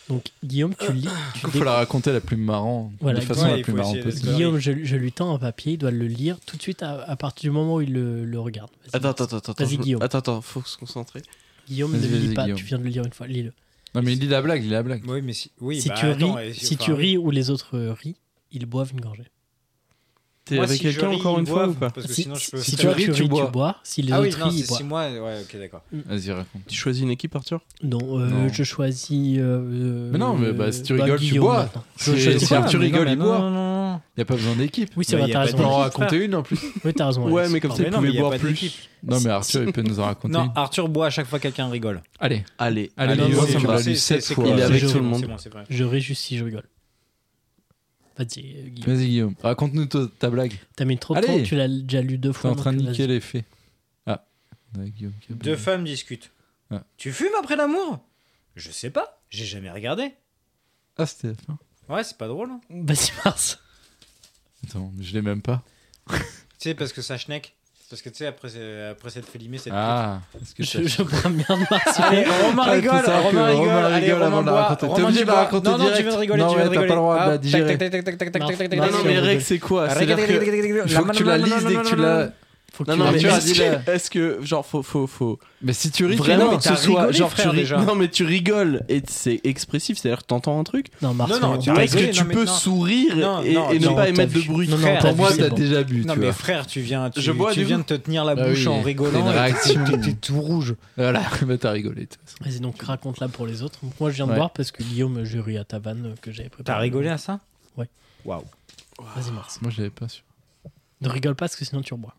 Speaker 2: Donc Guillaume, tu lis.
Speaker 6: Du
Speaker 2: tu
Speaker 6: coup,
Speaker 2: dé-
Speaker 6: faut la raconter la plus marrante,
Speaker 2: Voilà,
Speaker 6: de façon
Speaker 1: ouais,
Speaker 6: la
Speaker 1: il
Speaker 6: plus
Speaker 1: faut
Speaker 6: marrante
Speaker 1: essayer de-
Speaker 6: possible.
Speaker 2: Guillaume, je, je lui tends un papier, il doit le lire tout de suite à, à partir du moment où il le, le regarde. Vas-y.
Speaker 8: Attends, attends, attends.
Speaker 2: Vas-y,
Speaker 8: je-
Speaker 2: Guillaume.
Speaker 8: Attends, attends, faut se concentrer.
Speaker 2: Guillaume, ne
Speaker 6: Vas-y,
Speaker 2: le lis
Speaker 6: vas-y,
Speaker 2: pas,
Speaker 6: Guillaume.
Speaker 2: tu viens de le lire une fois, lis-le.
Speaker 6: Non, mais il lit la blague, il lit la blague.
Speaker 1: Oui, mais si. Oui.
Speaker 2: si
Speaker 1: bah,
Speaker 2: tu ris,
Speaker 1: attends, et
Speaker 2: si
Speaker 1: enfin,
Speaker 2: tu ris ou les autres euh, rient, ils boivent une gorgée.
Speaker 8: T'es
Speaker 1: moi,
Speaker 8: avec
Speaker 1: si je
Speaker 8: quelqu'un
Speaker 1: ris,
Speaker 8: encore une
Speaker 1: ils
Speaker 8: fois ou
Speaker 1: boivent,
Speaker 8: pas
Speaker 1: Parce que
Speaker 2: si
Speaker 1: sinon, je
Speaker 2: si-
Speaker 1: peux.
Speaker 2: si
Speaker 1: faire-
Speaker 2: tu
Speaker 6: toi,
Speaker 2: ris, tu bois. Si les
Speaker 1: Ah oui,
Speaker 2: autres
Speaker 1: non,
Speaker 2: rient,
Speaker 1: c'est
Speaker 2: ils boivent.
Speaker 1: six mois. Ouais, ok, d'accord.
Speaker 6: Vas-y, raconte.
Speaker 8: Tu choisis une équipe, Arthur
Speaker 2: Non, euh,
Speaker 6: Non.
Speaker 2: je choisis. euh,
Speaker 6: Mais non, mais bah, si tu rigoles, tu
Speaker 2: Guillaume,
Speaker 6: bois.
Speaker 2: maintenant.
Speaker 6: C'est-
Speaker 2: Je choisis
Speaker 6: c'est
Speaker 2: pas.
Speaker 6: Arthur. Tu rigoles, il
Speaker 1: non,
Speaker 6: boit.
Speaker 1: Non, non, non.
Speaker 6: Y a pas besoin d'équipe.
Speaker 2: Oui, c'est
Speaker 1: Mais
Speaker 2: vrai,
Speaker 1: y a
Speaker 2: t'as
Speaker 1: pas
Speaker 6: Tu
Speaker 1: de
Speaker 2: raison.
Speaker 6: peux en
Speaker 1: d'équipe,
Speaker 6: raconter une en plus.
Speaker 2: Oui, t'as raison.
Speaker 8: Ouais,
Speaker 2: Alex,
Speaker 8: mais comme
Speaker 2: pardon.
Speaker 8: ça, il
Speaker 1: non,
Speaker 8: pouvait
Speaker 1: mais y a
Speaker 8: boire
Speaker 1: pas d'équipe.
Speaker 8: plus.
Speaker 6: Non, mais Arthur, il peut nous en raconter
Speaker 1: Non,
Speaker 6: une.
Speaker 1: Arthur boit à chaque fois quelqu'un rigole.
Speaker 6: Allez,
Speaker 8: Allez,
Speaker 6: allez,
Speaker 1: non,
Speaker 6: Guillaume,
Speaker 1: non,
Speaker 6: tu
Speaker 1: c'est
Speaker 6: l'as
Speaker 1: bon,
Speaker 6: lu
Speaker 1: c'est-
Speaker 6: sept
Speaker 1: c'est- c'est
Speaker 6: fois.
Speaker 1: cool,
Speaker 8: Il est
Speaker 1: c'est
Speaker 8: avec
Speaker 1: bon,
Speaker 8: tout le monde.
Speaker 1: c'est bon, c'est vrai.
Speaker 2: Je ris juste si je rigole. Vas-y, euh, Guillaume.
Speaker 6: Vas-y, Guillaume, raconte-nous ta- ta blague.
Speaker 2: T'as mis trop de
Speaker 6: Allez.
Speaker 2: temps, tu l'as déjà lu deux
Speaker 6: T'es
Speaker 2: fois.
Speaker 6: en train de
Speaker 2: donc
Speaker 6: niquer
Speaker 2: vas-y.
Speaker 6: les faits. Ah, Ouais, Guillaume. qui a
Speaker 1: Deux femmes discutent.
Speaker 6: Ouais.
Speaker 1: Tu fumes après l'amour Je sais pas, j'ai jamais regardé.
Speaker 6: Ah, c'était la fin.
Speaker 1: Ouais, c'est pas drôle. hein.
Speaker 2: Vas-y, Mars.
Speaker 6: Attends, mais je l'ai même pas.
Speaker 1: Tu sais, parce que ça schneck. Parce que tu sais, après, c'est- après cette félimée, c'est.
Speaker 6: Ah, est-ce que
Speaker 2: Je,
Speaker 6: je.
Speaker 2: je prends bien de Mars.
Speaker 1: Allez, Romain
Speaker 6: Ah, il faut
Speaker 1: rigole,
Speaker 6: savoir que
Speaker 1: Romain rigole,
Speaker 6: Romain
Speaker 1: allez,
Speaker 6: rigole avant
Speaker 1: Romain
Speaker 6: de la
Speaker 1: boit,
Speaker 6: raconter. T'es
Speaker 1: Romain,
Speaker 6: obligé
Speaker 1: tu
Speaker 6: de la
Speaker 1: bois.
Speaker 6: raconter
Speaker 1: Non, non, tu
Speaker 6: direct.
Speaker 1: viens de rigoler,
Speaker 6: Non,
Speaker 1: tu viens
Speaker 6: ouais,
Speaker 1: de
Speaker 6: t'as
Speaker 1: rigoler.
Speaker 6: pas le droit de la
Speaker 1: Hop, tac,
Speaker 6: digérer.
Speaker 1: tac, tac, tac, tac, tac, tac, tac, tac,
Speaker 2: Non, non,
Speaker 1: tac.
Speaker 2: mais Rex,
Speaker 8: c'est
Speaker 6: Ah,
Speaker 8: quoi
Speaker 6: Il faut que tu la lises dès que tu l'as.
Speaker 2: Faut que
Speaker 8: Non,
Speaker 2: tu
Speaker 8: non,
Speaker 2: la
Speaker 8: mais
Speaker 6: Arthur a
Speaker 2: lises.
Speaker 6: dit
Speaker 8: est-ce que,
Speaker 6: là.
Speaker 8: est-ce que, genre, faut, faut, faut
Speaker 6: Mais si tu ris, tu
Speaker 8: vraiment
Speaker 1: mais
Speaker 6: l'as.
Speaker 8: que
Speaker 1: t'as
Speaker 8: ce soit,
Speaker 1: rigolé,
Speaker 8: genre,
Speaker 1: frère,
Speaker 8: tu ri-
Speaker 1: déjà.
Speaker 8: Non, mais tu rigoles et c'est expressif, c'est-à-dire que t'entends un truc.
Speaker 2: Non, Mars,
Speaker 1: Non, non,
Speaker 2: on-
Speaker 1: tu
Speaker 2: on-
Speaker 1: as
Speaker 8: Est-ce
Speaker 1: rigolé,
Speaker 8: que tu
Speaker 1: non, mais
Speaker 8: peux
Speaker 1: non.
Speaker 8: sourire
Speaker 1: Non,
Speaker 8: et,
Speaker 1: non,
Speaker 8: et ne
Speaker 1: non,
Speaker 8: pas
Speaker 2: t'as
Speaker 8: émettre de
Speaker 2: vu.
Speaker 8: bruit
Speaker 2: Non, non,
Speaker 8: Frère,
Speaker 2: t'as
Speaker 6: Pour
Speaker 2: vu,
Speaker 6: moi,
Speaker 2: c'est
Speaker 6: t'as
Speaker 2: bon.
Speaker 6: déjà bu.
Speaker 1: Non,
Speaker 6: tu
Speaker 1: mais
Speaker 6: vois.
Speaker 1: frère, tu viens, tu,
Speaker 8: Je bois
Speaker 1: tu
Speaker 8: du
Speaker 1: viens
Speaker 8: vin.
Speaker 1: de te tenir la
Speaker 6: Ah
Speaker 1: bouche
Speaker 6: oui,
Speaker 1: en
Speaker 6: t'as
Speaker 1: rigolant.
Speaker 6: une
Speaker 1: et
Speaker 6: réaction.
Speaker 1: t'es- T'es tout rouge.
Speaker 6: Voilà, bah t'as rigolé. toi.
Speaker 2: Vas-y, donc raconte-la pour les autres. Moi, je viens de
Speaker 6: Ouais.
Speaker 2: boire parce que Guillaume, je ris à ta vanne que j'avais préparée.
Speaker 1: T'as rigolé à ça
Speaker 2: Ouais.
Speaker 1: Waouh.
Speaker 2: Vas-y, Mars.
Speaker 6: Moi, j'avais pas su.
Speaker 2: Ne rigole pas parce que sinon tu rebois.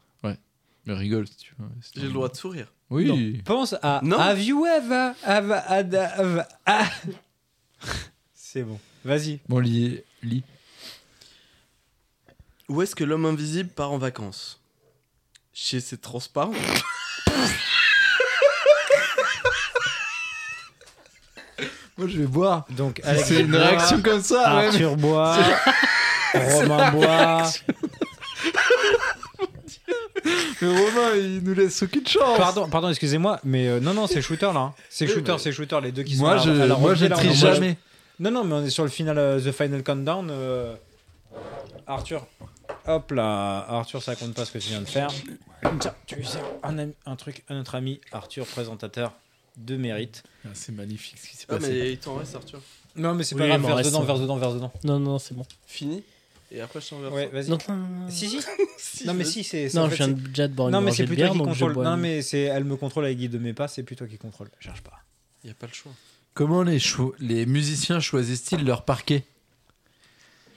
Speaker 6: Mais rigole si tu veux. Si tu
Speaker 8: J'ai le
Speaker 6: veux.
Speaker 8: droit de sourire.
Speaker 6: Oui.
Speaker 1: Pense à
Speaker 8: Non.
Speaker 1: Have you ever, have, had- have- ah. C'est bon. Vas-y.
Speaker 6: Bon, lis. lis.
Speaker 8: Où est-ce que l'homme invisible part en vacances Chez ses transparents.
Speaker 6: Moi, je vais boire.
Speaker 1: Donc,
Speaker 6: Si
Speaker 1: Alex
Speaker 6: c'est une
Speaker 1: boit,
Speaker 6: réaction comme ça, ouais,
Speaker 1: Arthur boit, Romain boit.
Speaker 6: mais Romain, il nous laisse aucune chance.
Speaker 1: Pardon, pardon, excusez-moi, mais euh, non, non, c'est shooter là. hein. C'est
Speaker 8: Oui,
Speaker 1: shooter,
Speaker 8: mais-
Speaker 1: c'est shooter, les deux qui
Speaker 6: Moi,
Speaker 1: sont là.
Speaker 6: je,
Speaker 1: Alors,
Speaker 6: moi,
Speaker 1: ok,
Speaker 6: je
Speaker 1: là, on
Speaker 6: triche
Speaker 1: est- moi, je-
Speaker 6: jamais.
Speaker 1: Non, non, mais on est sur le final, euh, The Final Countdown. euh, Arthur. Hop là, Arthur, ça compte pas ce que tu viens de faire. Tiens, tu lui sers un, ami- un truc à notre ami Arthur, présentateur de mérite.
Speaker 6: Ah, C'est magnifique ce qui s'est
Speaker 8: Ah, mais il t'en reste, Arthur.
Speaker 1: Non, mais c'est
Speaker 2: Oui,
Speaker 1: pas grave,
Speaker 2: mais on
Speaker 1: vers
Speaker 2: reste
Speaker 1: dedans,
Speaker 2: sur-
Speaker 1: vers dedans, vers dedans.
Speaker 2: Non, non, c'est bon.
Speaker 8: Fini et après je t'enverrai.
Speaker 1: Ouais, vas-y.
Speaker 2: Non,
Speaker 1: Si, si.
Speaker 8: Si,
Speaker 1: Non, mais
Speaker 8: vas-y.
Speaker 1: si, c'est. c'est- en
Speaker 2: non
Speaker 1: fait,
Speaker 2: je viens
Speaker 1: c'est-
Speaker 2: de- déjà de boire une
Speaker 1: Non, mais
Speaker 2: gorgée
Speaker 1: c'est
Speaker 2: de
Speaker 1: plutôt
Speaker 2: bière,
Speaker 1: qui
Speaker 2: donc je
Speaker 1: contrôle.
Speaker 2: bois
Speaker 1: Non,
Speaker 2: une-
Speaker 1: mais c'est elle me contrôle avec guide de mes pas, c'est plutôt qui contrôle. Cherche pas.
Speaker 8: Il n'y a pas le choix.
Speaker 6: Comment les, cho- les musiciens choisissent-ils leur parquet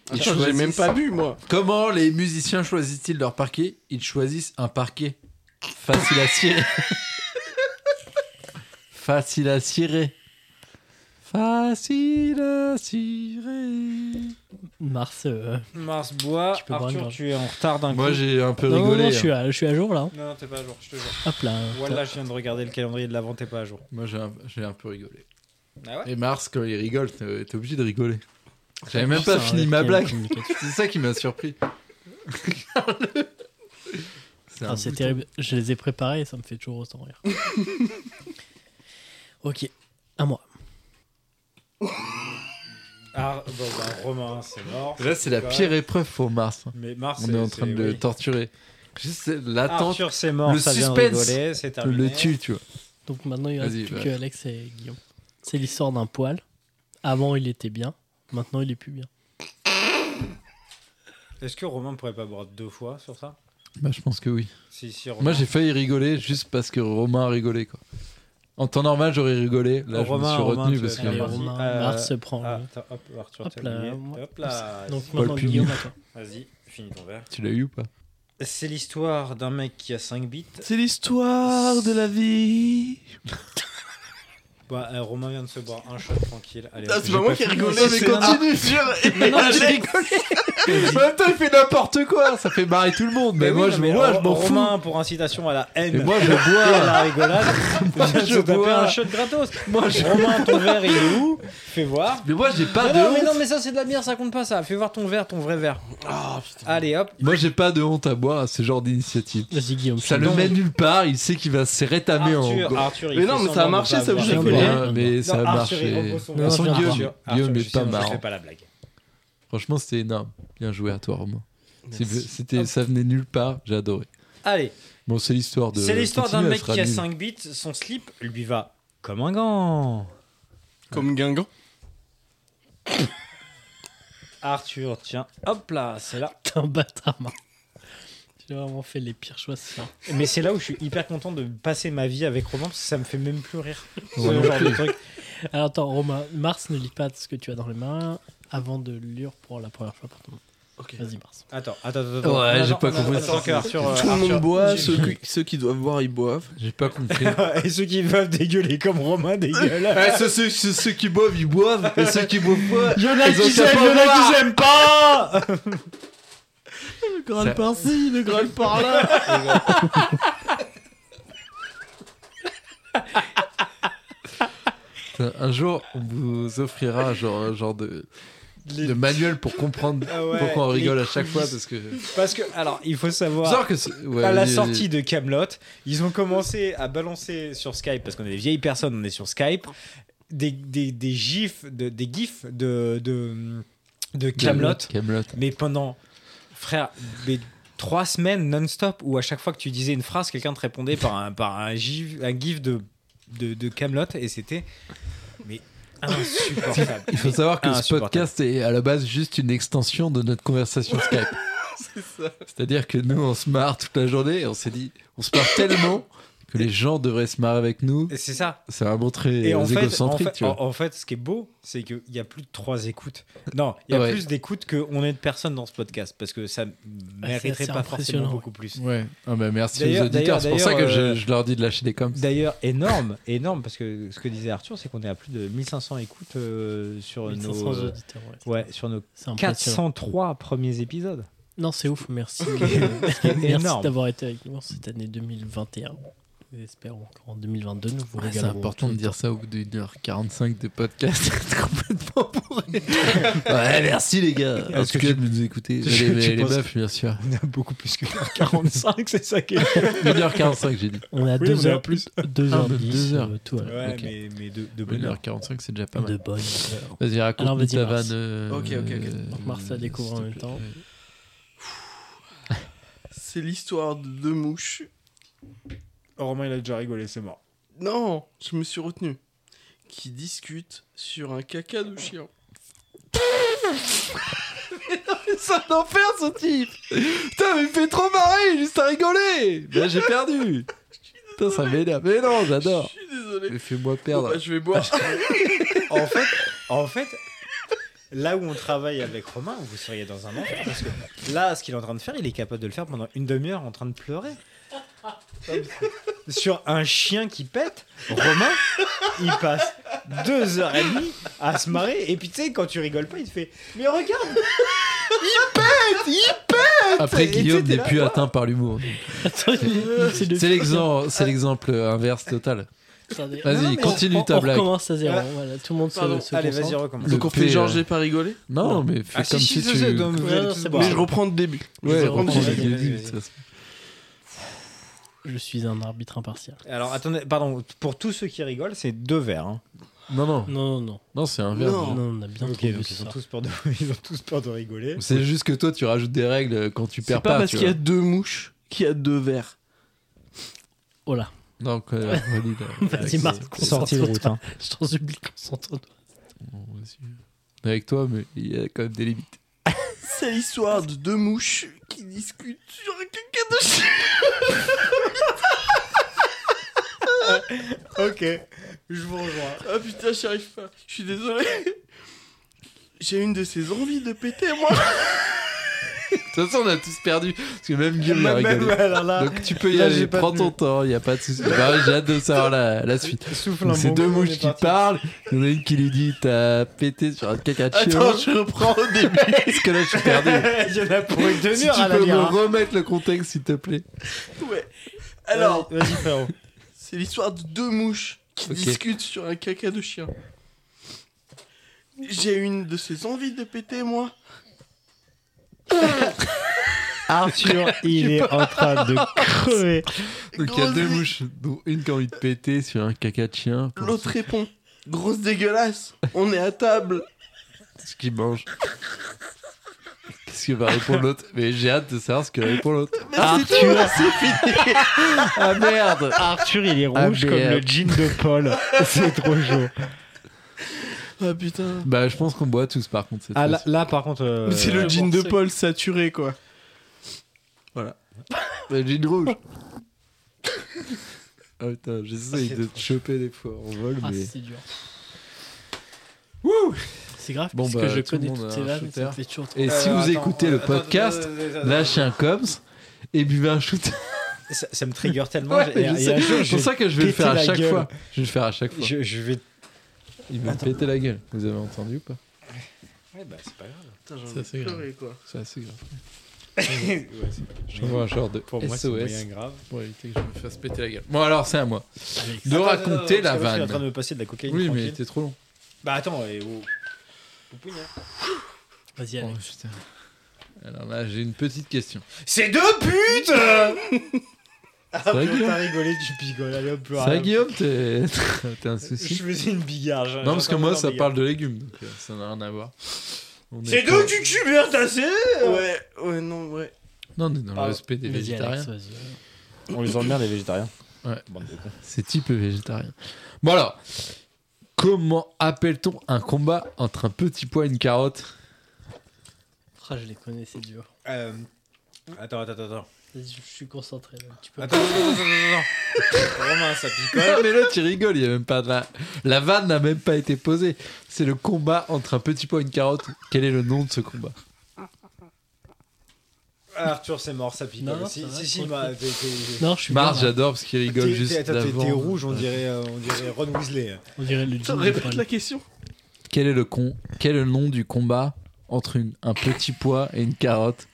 Speaker 6: Ils
Speaker 8: Attends, j'ai
Speaker 6: choisissent-
Speaker 8: même pas bu, moi.
Speaker 6: Comment les musiciens choisissent-ils leur parquet Ils choisissent un parquet facile à cirer. facile à cirer. Facile à cirer.
Speaker 2: Mars. euh,
Speaker 1: Mars bois.
Speaker 2: Tu peux boire une
Speaker 1: Arthur,
Speaker 2: gorge.
Speaker 1: tu es en retard d'un coup.
Speaker 6: Moi j'ai un peu
Speaker 2: Non, non,
Speaker 6: rigolé.
Speaker 2: non,
Speaker 6: hein.
Speaker 2: je suis à, je suis à jour là. hein.
Speaker 1: Non, t'es pas à jour, je te jure.
Speaker 2: Hop là.
Speaker 1: Voilà, je viens de regarder le calendrier de l'avant, t'es pas à jour.
Speaker 6: Moi j'ai un, j'ai un peu rigolé.
Speaker 1: Ah ouais
Speaker 6: Et Mars, quand il rigole, t'es t'es obligé de rigoler. J'avais même
Speaker 2: Putain,
Speaker 6: pas fini
Speaker 2: ouais,
Speaker 6: ma
Speaker 2: quelle
Speaker 6: blague.
Speaker 2: communication.
Speaker 6: C'est ça qui m'a surpris. C'est un
Speaker 2: Ah, c'est
Speaker 6: bouton.
Speaker 2: terrible. Je les ai préparés et ça me fait toujours autant rire. ok, à moi.
Speaker 1: Ah, bon, bah, Romain, c'est mort.
Speaker 6: Là, c'est la
Speaker 1: Bah,
Speaker 6: pire épreuve pour Mars. hein.
Speaker 1: Mais Mars,
Speaker 6: On
Speaker 1: c'est-
Speaker 6: est en train
Speaker 1: c'est-
Speaker 6: de le
Speaker 1: oui.
Speaker 6: torturer. Juste l'attente,
Speaker 1: Arthur, c'est mort,
Speaker 6: le
Speaker 1: ça vient de
Speaker 6: suspense
Speaker 1: rigoler, c'est terminé.
Speaker 6: le tue, tu vois.
Speaker 2: Donc maintenant, il reste
Speaker 6: Vas-y,
Speaker 2: plus
Speaker 6: bah.
Speaker 2: que Alex et Guillaume. C'est l'histoire d'un poil. Avant, il était bien. Maintenant, il est plus bien.
Speaker 1: Est-ce que Romain pourrait pas boire deux fois sur ça
Speaker 6: Bah, je pense que oui.
Speaker 1: Si, si, Romain.
Speaker 6: Moi, j'ai failli rigoler juste parce que Romain a rigolé, quoi. En temps normal, j'aurais rigolé. Là,
Speaker 1: Romain,
Speaker 6: je me suis
Speaker 1: Romain,
Speaker 6: retenu
Speaker 1: tu
Speaker 6: parce
Speaker 1: vas
Speaker 2: Allez,
Speaker 1: faire
Speaker 6: que.
Speaker 1: vas-y,
Speaker 2: Romain,
Speaker 1: euh,
Speaker 2: Mars se prend.
Speaker 1: Ah,
Speaker 2: lui.
Speaker 1: attends, hop, Arthur,
Speaker 2: Hop
Speaker 1: t'as
Speaker 2: là,
Speaker 1: oublié.
Speaker 2: moi-
Speaker 1: Hop là.
Speaker 2: Donc
Speaker 6: Paul
Speaker 2: maintenant,
Speaker 6: Pugny.
Speaker 2: Guillaume, attends.
Speaker 1: Vas-y, finis ton verre.
Speaker 6: Tu l'as eu ou pas
Speaker 1: C'est l'histoire d'un mec qui a 5 bits.
Speaker 6: C'est l'histoire de la vie.
Speaker 1: Bah, euh, Romain vient de se boire un shot tranquille. Allez,
Speaker 8: Ah,
Speaker 1: hop.
Speaker 8: c'est pas moi qui ai rigolé,
Speaker 6: mais
Speaker 8: c'est-
Speaker 6: continue, sur.
Speaker 2: Mais non, j'ai
Speaker 6: En même temps, il fait n'importe quoi. Ça fait marrer tout le monde. Mais,
Speaker 1: Mais oui,
Speaker 6: moi,
Speaker 1: non,
Speaker 6: je
Speaker 1: mais
Speaker 6: moi,
Speaker 1: Ro-
Speaker 6: je m'en fous.
Speaker 1: Romain, pour incitation à la haine
Speaker 6: Et moi, je
Speaker 1: et
Speaker 6: bois.
Speaker 1: à la rigolade,
Speaker 6: Moi,
Speaker 1: je
Speaker 6: je
Speaker 1: se taper
Speaker 6: bois.
Speaker 1: un shot gratos.
Speaker 6: Moi, je-
Speaker 1: Romain, ton verre, il est où Fais voir.
Speaker 6: Mais moi, j'ai pas
Speaker 1: non,
Speaker 6: de
Speaker 1: non, mais
Speaker 6: honte.
Speaker 1: non, mais ça, c'est de la bière, ça compte pas, ça. Fais voir ton verre, ton vrai verre.
Speaker 8: Ah, putain.
Speaker 1: Allez, hop.
Speaker 6: Moi, j'ai pas de honte à boire à ce genre d'initiative.
Speaker 2: Vas-y, Guillaume.
Speaker 6: Ça
Speaker 2: fais-
Speaker 6: le mène nulle part. Il sait qu'il va se rétamer en.
Speaker 1: Arthur, Arthur, il
Speaker 8: Mais
Speaker 1: fait
Speaker 8: non, mais ça a
Speaker 1: semblant de
Speaker 8: marché,
Speaker 1: pas
Speaker 8: ça,
Speaker 1: avoir
Speaker 8: vous
Speaker 1: rigolé.
Speaker 2: avez
Speaker 6: Ouais, mais ça a
Speaker 1: Non, Arthur, il
Speaker 6: marché.
Speaker 1: repose son
Speaker 2: De toute
Speaker 1: verre.
Speaker 2: façon,
Speaker 1: Arthur,
Speaker 2: Guillaume-
Speaker 1: Arthur,
Speaker 6: Guillaume
Speaker 1: je
Speaker 6: est
Speaker 1: sais,
Speaker 6: pas
Speaker 1: je
Speaker 6: marrant.
Speaker 1: fais pas la blague.
Speaker 6: Franchement, c'était énorme. Bien joué à toi, Romain. C'est-
Speaker 8: Merci.
Speaker 6: C'était, ça venait nulle part. J'ai adoré.
Speaker 1: Allez,
Speaker 6: Bon, c'est l'histoire de.
Speaker 1: c'est l'histoire d'un
Speaker 6: Continue,
Speaker 1: mec
Speaker 6: elle sera
Speaker 1: qui a
Speaker 6: nulle.
Speaker 1: 5 bits, son slip lui va comme un gant.
Speaker 8: Comme Guingamp.
Speaker 1: Arthur, tiens, hop là, c'est là.
Speaker 2: T'es un bâtard, Mars. Tu as vraiment fait les pires choix. ce soir.
Speaker 1: Mais c'est là où je suis hyper content de passer ma vie avec Romain parce que ça me fait même plus rire. Ce
Speaker 6: Ouais, non
Speaker 1: genre de truc.
Speaker 2: Alors, attends, Romain. Mars ne lit pas ce que tu as dans les mains avant de lire pour la première fois pour tout le monde.
Speaker 8: Ok.
Speaker 2: Vas-y, Mars.
Speaker 1: Attends, attends, attends. attends.
Speaker 6: Ouais,
Speaker 1: On
Speaker 6: j'ai
Speaker 1: attend-
Speaker 6: pas
Speaker 1: on attend-
Speaker 6: compris.
Speaker 1: attend que Arthur, euh,
Speaker 8: Tout le monde
Speaker 1: Arthur-
Speaker 8: boit, ceux qui, ceux qui doivent boire, ils boivent.
Speaker 6: J'ai pas compris.
Speaker 1: Et ceux qui veulent dégueuler comme Romain dégueule.
Speaker 6: Eh, ceux, ceux- ceux- ceux qui boivent, ils boivent. Et ceux qui boivent pas.
Speaker 1: Il y en a
Speaker 6: Ils ont
Speaker 1: qui
Speaker 6: qu'à
Speaker 1: s'aiment,
Speaker 6: pas
Speaker 1: il y en a
Speaker 6: boire.
Speaker 1: qui s'aiment pas
Speaker 2: Le
Speaker 6: Ça-
Speaker 2: par-ci, le graal par-là.
Speaker 6: Un jour, on vous offrira genre, un genre de,
Speaker 1: Les-
Speaker 6: de manuel pour comprendre
Speaker 1: Ah ouais,
Speaker 6: pourquoi on
Speaker 1: les
Speaker 6: rigole à chaque fois.
Speaker 1: coulisses.
Speaker 6: Parce que.
Speaker 1: Parce que, alors, il faut savoir.
Speaker 6: Bizarre que c'est- ouais,
Speaker 1: à la
Speaker 6: vas-y, vas-y.
Speaker 1: sortie de Camelot, ils ont commencé à balancer sur Skype parce qu'on est des vieilles personnes, on est sur Skype, des, des, des gifs, de, des gifs de de, de Camelot,
Speaker 6: Kaamelott.
Speaker 1: mais pendant frère, mais trois semaines non-stop où à chaque fois que tu disais une phrase, quelqu'un te répondait par un par un gif, un gif de de, de Camelot et c'était mais insupportable.
Speaker 6: Il faut savoir que ce
Speaker 1: Insupportable.
Speaker 6: podcast est à la base juste une extension de notre conversation Skype. C'est-à-dire que nous, on se marre toute la journée et on s'est dit, on se marre tellement que les gens devraient se marrer avec nous.
Speaker 1: Et C'est ça.
Speaker 6: C'est vraiment très
Speaker 1: Et en fait, en,
Speaker 6: égocentrique,
Speaker 1: fait,
Speaker 6: tu vois.
Speaker 1: en- en fait, ce qui est beau, c'est qu'il y a plus de trois écoutes. Non, il y a
Speaker 6: Ouais.
Speaker 1: plus d'écoutes qu'on est de personnes dans ce podcast, parce que ça mériterait
Speaker 2: Ah, assez
Speaker 1: pas forcément
Speaker 2: impressionnant.
Speaker 1: beaucoup plus.
Speaker 6: Ouais. Ah bah merci
Speaker 1: D'ailleurs-
Speaker 6: aux auditeurs. C'est pour ça que
Speaker 1: d'ailleurs,
Speaker 6: je,
Speaker 1: euh,
Speaker 6: je leur dis de lâcher des coms.
Speaker 1: D'ailleurs, énorme, énorme, parce que ce que disait Arthur, c'est qu'on est à plus de 1500 écoutes euh, sur
Speaker 2: 1500
Speaker 6: Oh,
Speaker 1: nos... euh,
Speaker 2: auditeurs, ouais.
Speaker 1: Ouais, sur nos
Speaker 2: C'est impressionnant.
Speaker 1: 403 premiers épisodes.
Speaker 2: Non, c'est ouf, merci.
Speaker 1: qui est
Speaker 2: merci
Speaker 1: énorme.
Speaker 2: d'avoir été avec nous en cette année 2021. Nous espérons qu'en 2022, nous vous
Speaker 6: Ah, c'est
Speaker 2: régalerons.
Speaker 6: important de dire ça au bout d'une heure 45 de podcast. C'est complètement bourré. ouais, merci les gars. En
Speaker 1: Est-ce
Speaker 6: tout
Speaker 1: que
Speaker 6: cas,
Speaker 1: tu-
Speaker 6: de nous écouter.
Speaker 1: Est-ce
Speaker 6: Les,
Speaker 1: que tu
Speaker 6: les
Speaker 1: penses
Speaker 6: meufs, bien sûr.
Speaker 1: On a beaucoup plus que 45, c'est ça qui est...
Speaker 6: 1h45, j'ai dit.
Speaker 2: On est à
Speaker 1: Oui,
Speaker 2: 2
Speaker 1: on est à
Speaker 2: heures plus. 2
Speaker 6: Ah,
Speaker 2: heures
Speaker 6: de
Speaker 2: 10.
Speaker 6: deux heures.
Speaker 2: euh, tout à l'heure.
Speaker 1: Ouais,
Speaker 6: Ok.
Speaker 1: mais, mais de, de bonne heure.
Speaker 6: 1h45, c'est déjà pas mal.
Speaker 2: De bonnes heures.
Speaker 6: Vas-y, raconte
Speaker 2: Alors, vas-y,
Speaker 6: ta
Speaker 2: Mars.
Speaker 6: vanne. euh,
Speaker 8: Ok, ok, ok.
Speaker 6: euh,
Speaker 2: Donc, Mars la découvre en
Speaker 6: s'il te
Speaker 2: même
Speaker 6: plaît.
Speaker 2: temps.
Speaker 8: C'est l'histoire de deux mouches.
Speaker 1: Oh, Romain, il a déjà rigolé, c'est mort.
Speaker 8: Non, je me suis retenu. Qui discutent sur un caca de chien.
Speaker 6: C'est un enfer ce type Putain, mais il me fait trop marrer, juste à rigoler Là, j'ai perdu Putain, ça m'énerve. Mais non, j'adore
Speaker 8: suis désolé.
Speaker 6: Mais fais-moi
Speaker 8: Bon,
Speaker 6: perdre.
Speaker 8: bah, je vais boire.
Speaker 1: En fait, en fait, là où on travaille avec Romain, vous seriez dans un enfer. Parce que là, ce qu'il est en train de faire, il est capable de le faire pendant une demi-heure en train de pleurer. Sur un chien qui pète, Romain, il passe deux heures et demie à se marrer. Et puis tu sais, quand tu rigoles pas, il te fait Mais regarde
Speaker 6: Après,
Speaker 1: Et tu
Speaker 6: Guillaume
Speaker 1: sais, t'es
Speaker 6: n'est
Speaker 1: là,
Speaker 6: plus
Speaker 1: toi.
Speaker 6: atteint par l'humour.
Speaker 2: Attends, il- il- c'est le-
Speaker 6: C'est l'exemple, c'est l'exemple inverse total.
Speaker 2: Attendez.
Speaker 6: Vas-y,
Speaker 1: Non, mais
Speaker 6: continue
Speaker 2: on,
Speaker 6: ta
Speaker 2: on
Speaker 6: blague.
Speaker 2: recommence à zéro.
Speaker 1: Voilà.
Speaker 2: Voilà, tout le monde se,
Speaker 8: Pardon.
Speaker 2: se
Speaker 1: Allez,
Speaker 2: concentre.
Speaker 1: vas-y, recommence.
Speaker 6: Le
Speaker 8: Donc on
Speaker 6: P,
Speaker 8: fait genre
Speaker 6: euh,
Speaker 8: j'ai pas rigolé
Speaker 6: Non, mais fais
Speaker 1: Ah,
Speaker 6: comme si,
Speaker 1: je
Speaker 6: tu.
Speaker 1: sais, donc vous
Speaker 2: Ouais,
Speaker 1: allez
Speaker 2: non,
Speaker 1: tous
Speaker 2: c'est
Speaker 1: boire.
Speaker 2: bon.
Speaker 8: Mais je reprends le début.
Speaker 6: Ouais,
Speaker 8: Je
Speaker 6: reprends
Speaker 8: reprends
Speaker 6: le
Speaker 1: Bah. le
Speaker 6: début,
Speaker 1: début,
Speaker 6: de toute façon.
Speaker 2: Je suis un arbitre impartial.
Speaker 1: Alors attendez, pardon, pour tous ceux qui rigolent, c'est deux verres. hein.
Speaker 6: Non, non,
Speaker 2: Non, non, non.
Speaker 6: non, c'est inverse.
Speaker 8: Non.
Speaker 2: Non, on a bien
Speaker 1: Ok,
Speaker 2: trop
Speaker 1: donc
Speaker 2: vu
Speaker 1: ils,
Speaker 2: ce
Speaker 1: sont
Speaker 2: soir.
Speaker 1: tous peur de... ils ont tous peur de rigoler.
Speaker 6: C'est juste que toi, tu rajoutes des règles quand tu
Speaker 8: C'est
Speaker 6: perds
Speaker 8: pas,
Speaker 6: pas.
Speaker 8: parce
Speaker 6: tu
Speaker 8: qu'il y a
Speaker 6: vois.
Speaker 8: deux mouches qu'il y a deux verres.
Speaker 2: Oh là,
Speaker 6: Non, quoi, valide. hein.
Speaker 2: vas-y,
Speaker 6: Avec-
Speaker 2: Marc,
Speaker 1: Sortie de route.
Speaker 2: concentre-toi.
Speaker 1: hein.
Speaker 2: Je t'en supplie, concentre-toi.
Speaker 6: Bon, vas-y. Avec toi, mais il y a quand même des limites.
Speaker 8: C'est l'histoire de deux mouches qui discutent sur un caca de chien.
Speaker 1: Ok, je vous rejoins.
Speaker 8: Ah putain, j'y arrive pas. Je suis désolé. J'ai une de ces envies de péter, moi.
Speaker 6: De toute façon, on a tous perdu. Parce que même Guillaume a
Speaker 1: Même,
Speaker 6: rigolé.
Speaker 1: ouais, alors là,
Speaker 6: Donc tu peux y
Speaker 1: Là,
Speaker 6: aller,
Speaker 1: j'ai pas
Speaker 6: prends
Speaker 1: de
Speaker 6: ton
Speaker 1: mue.
Speaker 6: temps, il n'y a pas de souci. Bah, J'ai hâte de savoir la, la suite.
Speaker 1: souffle un
Speaker 6: Donc, C'est
Speaker 1: bon
Speaker 6: deux
Speaker 1: coup, on
Speaker 6: mouches
Speaker 1: est
Speaker 6: qui
Speaker 1: parti.
Speaker 6: parlent, il y en a une qui lui dit t'as pété sur un caca de chien.
Speaker 8: Attends, je reprends au début.
Speaker 6: Parce que là je suis perdu.
Speaker 1: Il y en a pour une
Speaker 6: si
Speaker 1: demi-heure
Speaker 6: tu
Speaker 1: à la
Speaker 6: peux me
Speaker 1: lire. hein.
Speaker 6: remettre le contexte s'il te plaît.
Speaker 8: Ouais. Alors,
Speaker 1: Vas-y, vas-y, frérot.
Speaker 8: c'est l'histoire de deux mouches qui
Speaker 6: Ok.
Speaker 8: discutent sur un caca de chien. J'ai une de ces envies de péter, moi.
Speaker 1: Arthur, il est en train de crever.
Speaker 6: Donc il y a
Speaker 8: Grosse
Speaker 6: deux
Speaker 8: vie.
Speaker 6: mouches, dont une qui a envie de péter sur un caca de chien. pour
Speaker 8: L'autre répond Grosse dégueulasse, on est à table.
Speaker 6: Ce qu'il mange. Qu'est-ce que va répondre l'autre Mais j'ai hâte de savoir ce que répond l'autre.
Speaker 8: Arthur,
Speaker 6: Ah merde
Speaker 1: Arthur, il est
Speaker 6: Ah,
Speaker 1: rouge
Speaker 6: mais,
Speaker 1: comme
Speaker 6: euh,
Speaker 1: le jean de Paul. C'est trop chaud.
Speaker 8: Ah putain.
Speaker 6: Bah je pense qu'on boit tous par contre cette
Speaker 1: Ah, là,
Speaker 6: fois-ci.
Speaker 1: là, par contre. euh,
Speaker 8: C'est le
Speaker 2: bon,
Speaker 8: jean de
Speaker 2: c'est-
Speaker 8: Paul saturé, quoi.
Speaker 6: Bah, j'ai une rouge. Ah putain, j'essaye de te choper des fois en vol,
Speaker 2: Ah,
Speaker 6: mais...
Speaker 2: c'est dur. C'est grave,
Speaker 6: Bon,
Speaker 2: parce
Speaker 6: bah,
Speaker 2: que je
Speaker 6: tout le
Speaker 2: connais
Speaker 6: monde
Speaker 2: toutes
Speaker 6: a
Speaker 2: ces
Speaker 6: un
Speaker 2: vannes, ça me
Speaker 6: shooter.
Speaker 2: fait toujours trop-
Speaker 6: Et si
Speaker 1: euh,
Speaker 6: vous
Speaker 1: attends,
Speaker 6: écoutez le
Speaker 1: attends, euh,
Speaker 6: podcast,
Speaker 1: attends, attends, attends,
Speaker 6: lâchez un cops et buvez un shooter.
Speaker 1: attends. Ça, ça me trigger tellement. j'ai- il y a- il y a un jour,
Speaker 6: c'est pour
Speaker 1: j'ai-
Speaker 6: ça que je vais le
Speaker 1: pété
Speaker 6: faire à
Speaker 1: la
Speaker 6: chaque
Speaker 1: gueule.
Speaker 6: fois. Je vais le faire à chaque fois.
Speaker 1: je, je vais.
Speaker 6: Il m'a
Speaker 1: Attends.
Speaker 6: pété la gueule. Vous avez entendu ou pas
Speaker 1: Ouais, bah, c'est pas grave.
Speaker 8: Putain,
Speaker 6: Ça, c'est
Speaker 8: j'en ai
Speaker 6: grave.
Speaker 8: pleuré, quoi.
Speaker 6: C'est assez grave.
Speaker 1: Ouais, c'est pas grave.
Speaker 6: Je vois un genre de
Speaker 1: Pour moi, c'est moyen
Speaker 6: SOS
Speaker 1: grave. Ah,
Speaker 6: pour éviter que je me fasse péter la gueule. Bon, alors c'est à moi
Speaker 2: Alex.
Speaker 6: de
Speaker 1: Attends, attends, attends,
Speaker 6: raconter
Speaker 1: parce que là, Je suis
Speaker 6: la
Speaker 1: en train de
Speaker 6: vanne.
Speaker 1: me passer de la cocaïne.
Speaker 6: Oui, mais
Speaker 1: tranquille.
Speaker 6: t'es trop long.
Speaker 1: Bah, attends, et. oh. Poupouille, hein.
Speaker 2: Vas-y, Alex.
Speaker 6: Oh, putain. Alors là, j'ai une petite question.
Speaker 1: C'est deux putes
Speaker 6: C'est
Speaker 1: Ah,
Speaker 6: vrai,
Speaker 1: putain,
Speaker 6: Guillaume
Speaker 1: t'as rigolé, tu picoles. Allez, hop, plus
Speaker 6: Ça,
Speaker 1: rien.
Speaker 6: Guillaume, t'es t'as un souci
Speaker 1: Je faisais une bigarre. j'ai-
Speaker 6: Non, parce que
Speaker 1: j'ai
Speaker 6: moi,
Speaker 1: entendu
Speaker 6: ça
Speaker 1: une bigarre.
Speaker 6: parle de légumes, donc euh, ça n'a rien à voir. On est
Speaker 1: C'est
Speaker 6: pas-
Speaker 1: deux cucumbers tassés
Speaker 8: Ouais, ouais, non, ouais.
Speaker 6: Non, on est dans le
Speaker 1: Pardon.
Speaker 6: respect des
Speaker 2: Vas-y,
Speaker 6: végétariens.
Speaker 2: Alex, vas-y.
Speaker 1: On les emmerde, les végétariens.
Speaker 6: Ouais.
Speaker 1: Bande de cons.
Speaker 6: C'est type végétarien. Bon alors, comment appelle-t-on un combat entre un petit pois et une carotte
Speaker 2: Ah, je les connais, c'est dur.
Speaker 1: Euh, Attends, attends, attends. attends.
Speaker 2: Vas-y, Je suis concentré là. Tu peux
Speaker 1: Attends, attends, attends, attends, attends. Romain, ça
Speaker 6: Ah,
Speaker 1: picole.
Speaker 6: Mais là tu rigoles, il y a même pas de la... La vanne n'a même pas été posée. C'est le combat entre un petit pois et une carotte. Quel est le nom de ce combat
Speaker 1: Ah, Arthur, c'est mort, ça picole.
Speaker 2: Non,
Speaker 1: si,
Speaker 2: ça va,
Speaker 1: si, si,
Speaker 2: tranquille.
Speaker 1: bah, t'es- t'es-
Speaker 2: Non, je suis
Speaker 6: Marge,
Speaker 2: bien, là.
Speaker 6: j'adore parce qu'il rigole
Speaker 1: t'es-
Speaker 6: juste
Speaker 1: t'es- attends, t'es-
Speaker 6: d'avant.
Speaker 1: T'es rouge, on dirait, euh, on dirait Ron Weasley.
Speaker 2: On dirait le
Speaker 8: Putain,
Speaker 2: jean de
Speaker 8: répète
Speaker 2: Paul.
Speaker 8: la question.
Speaker 6: Quel est le con Quel est le nom du combat entre une- un petit pois et une carotte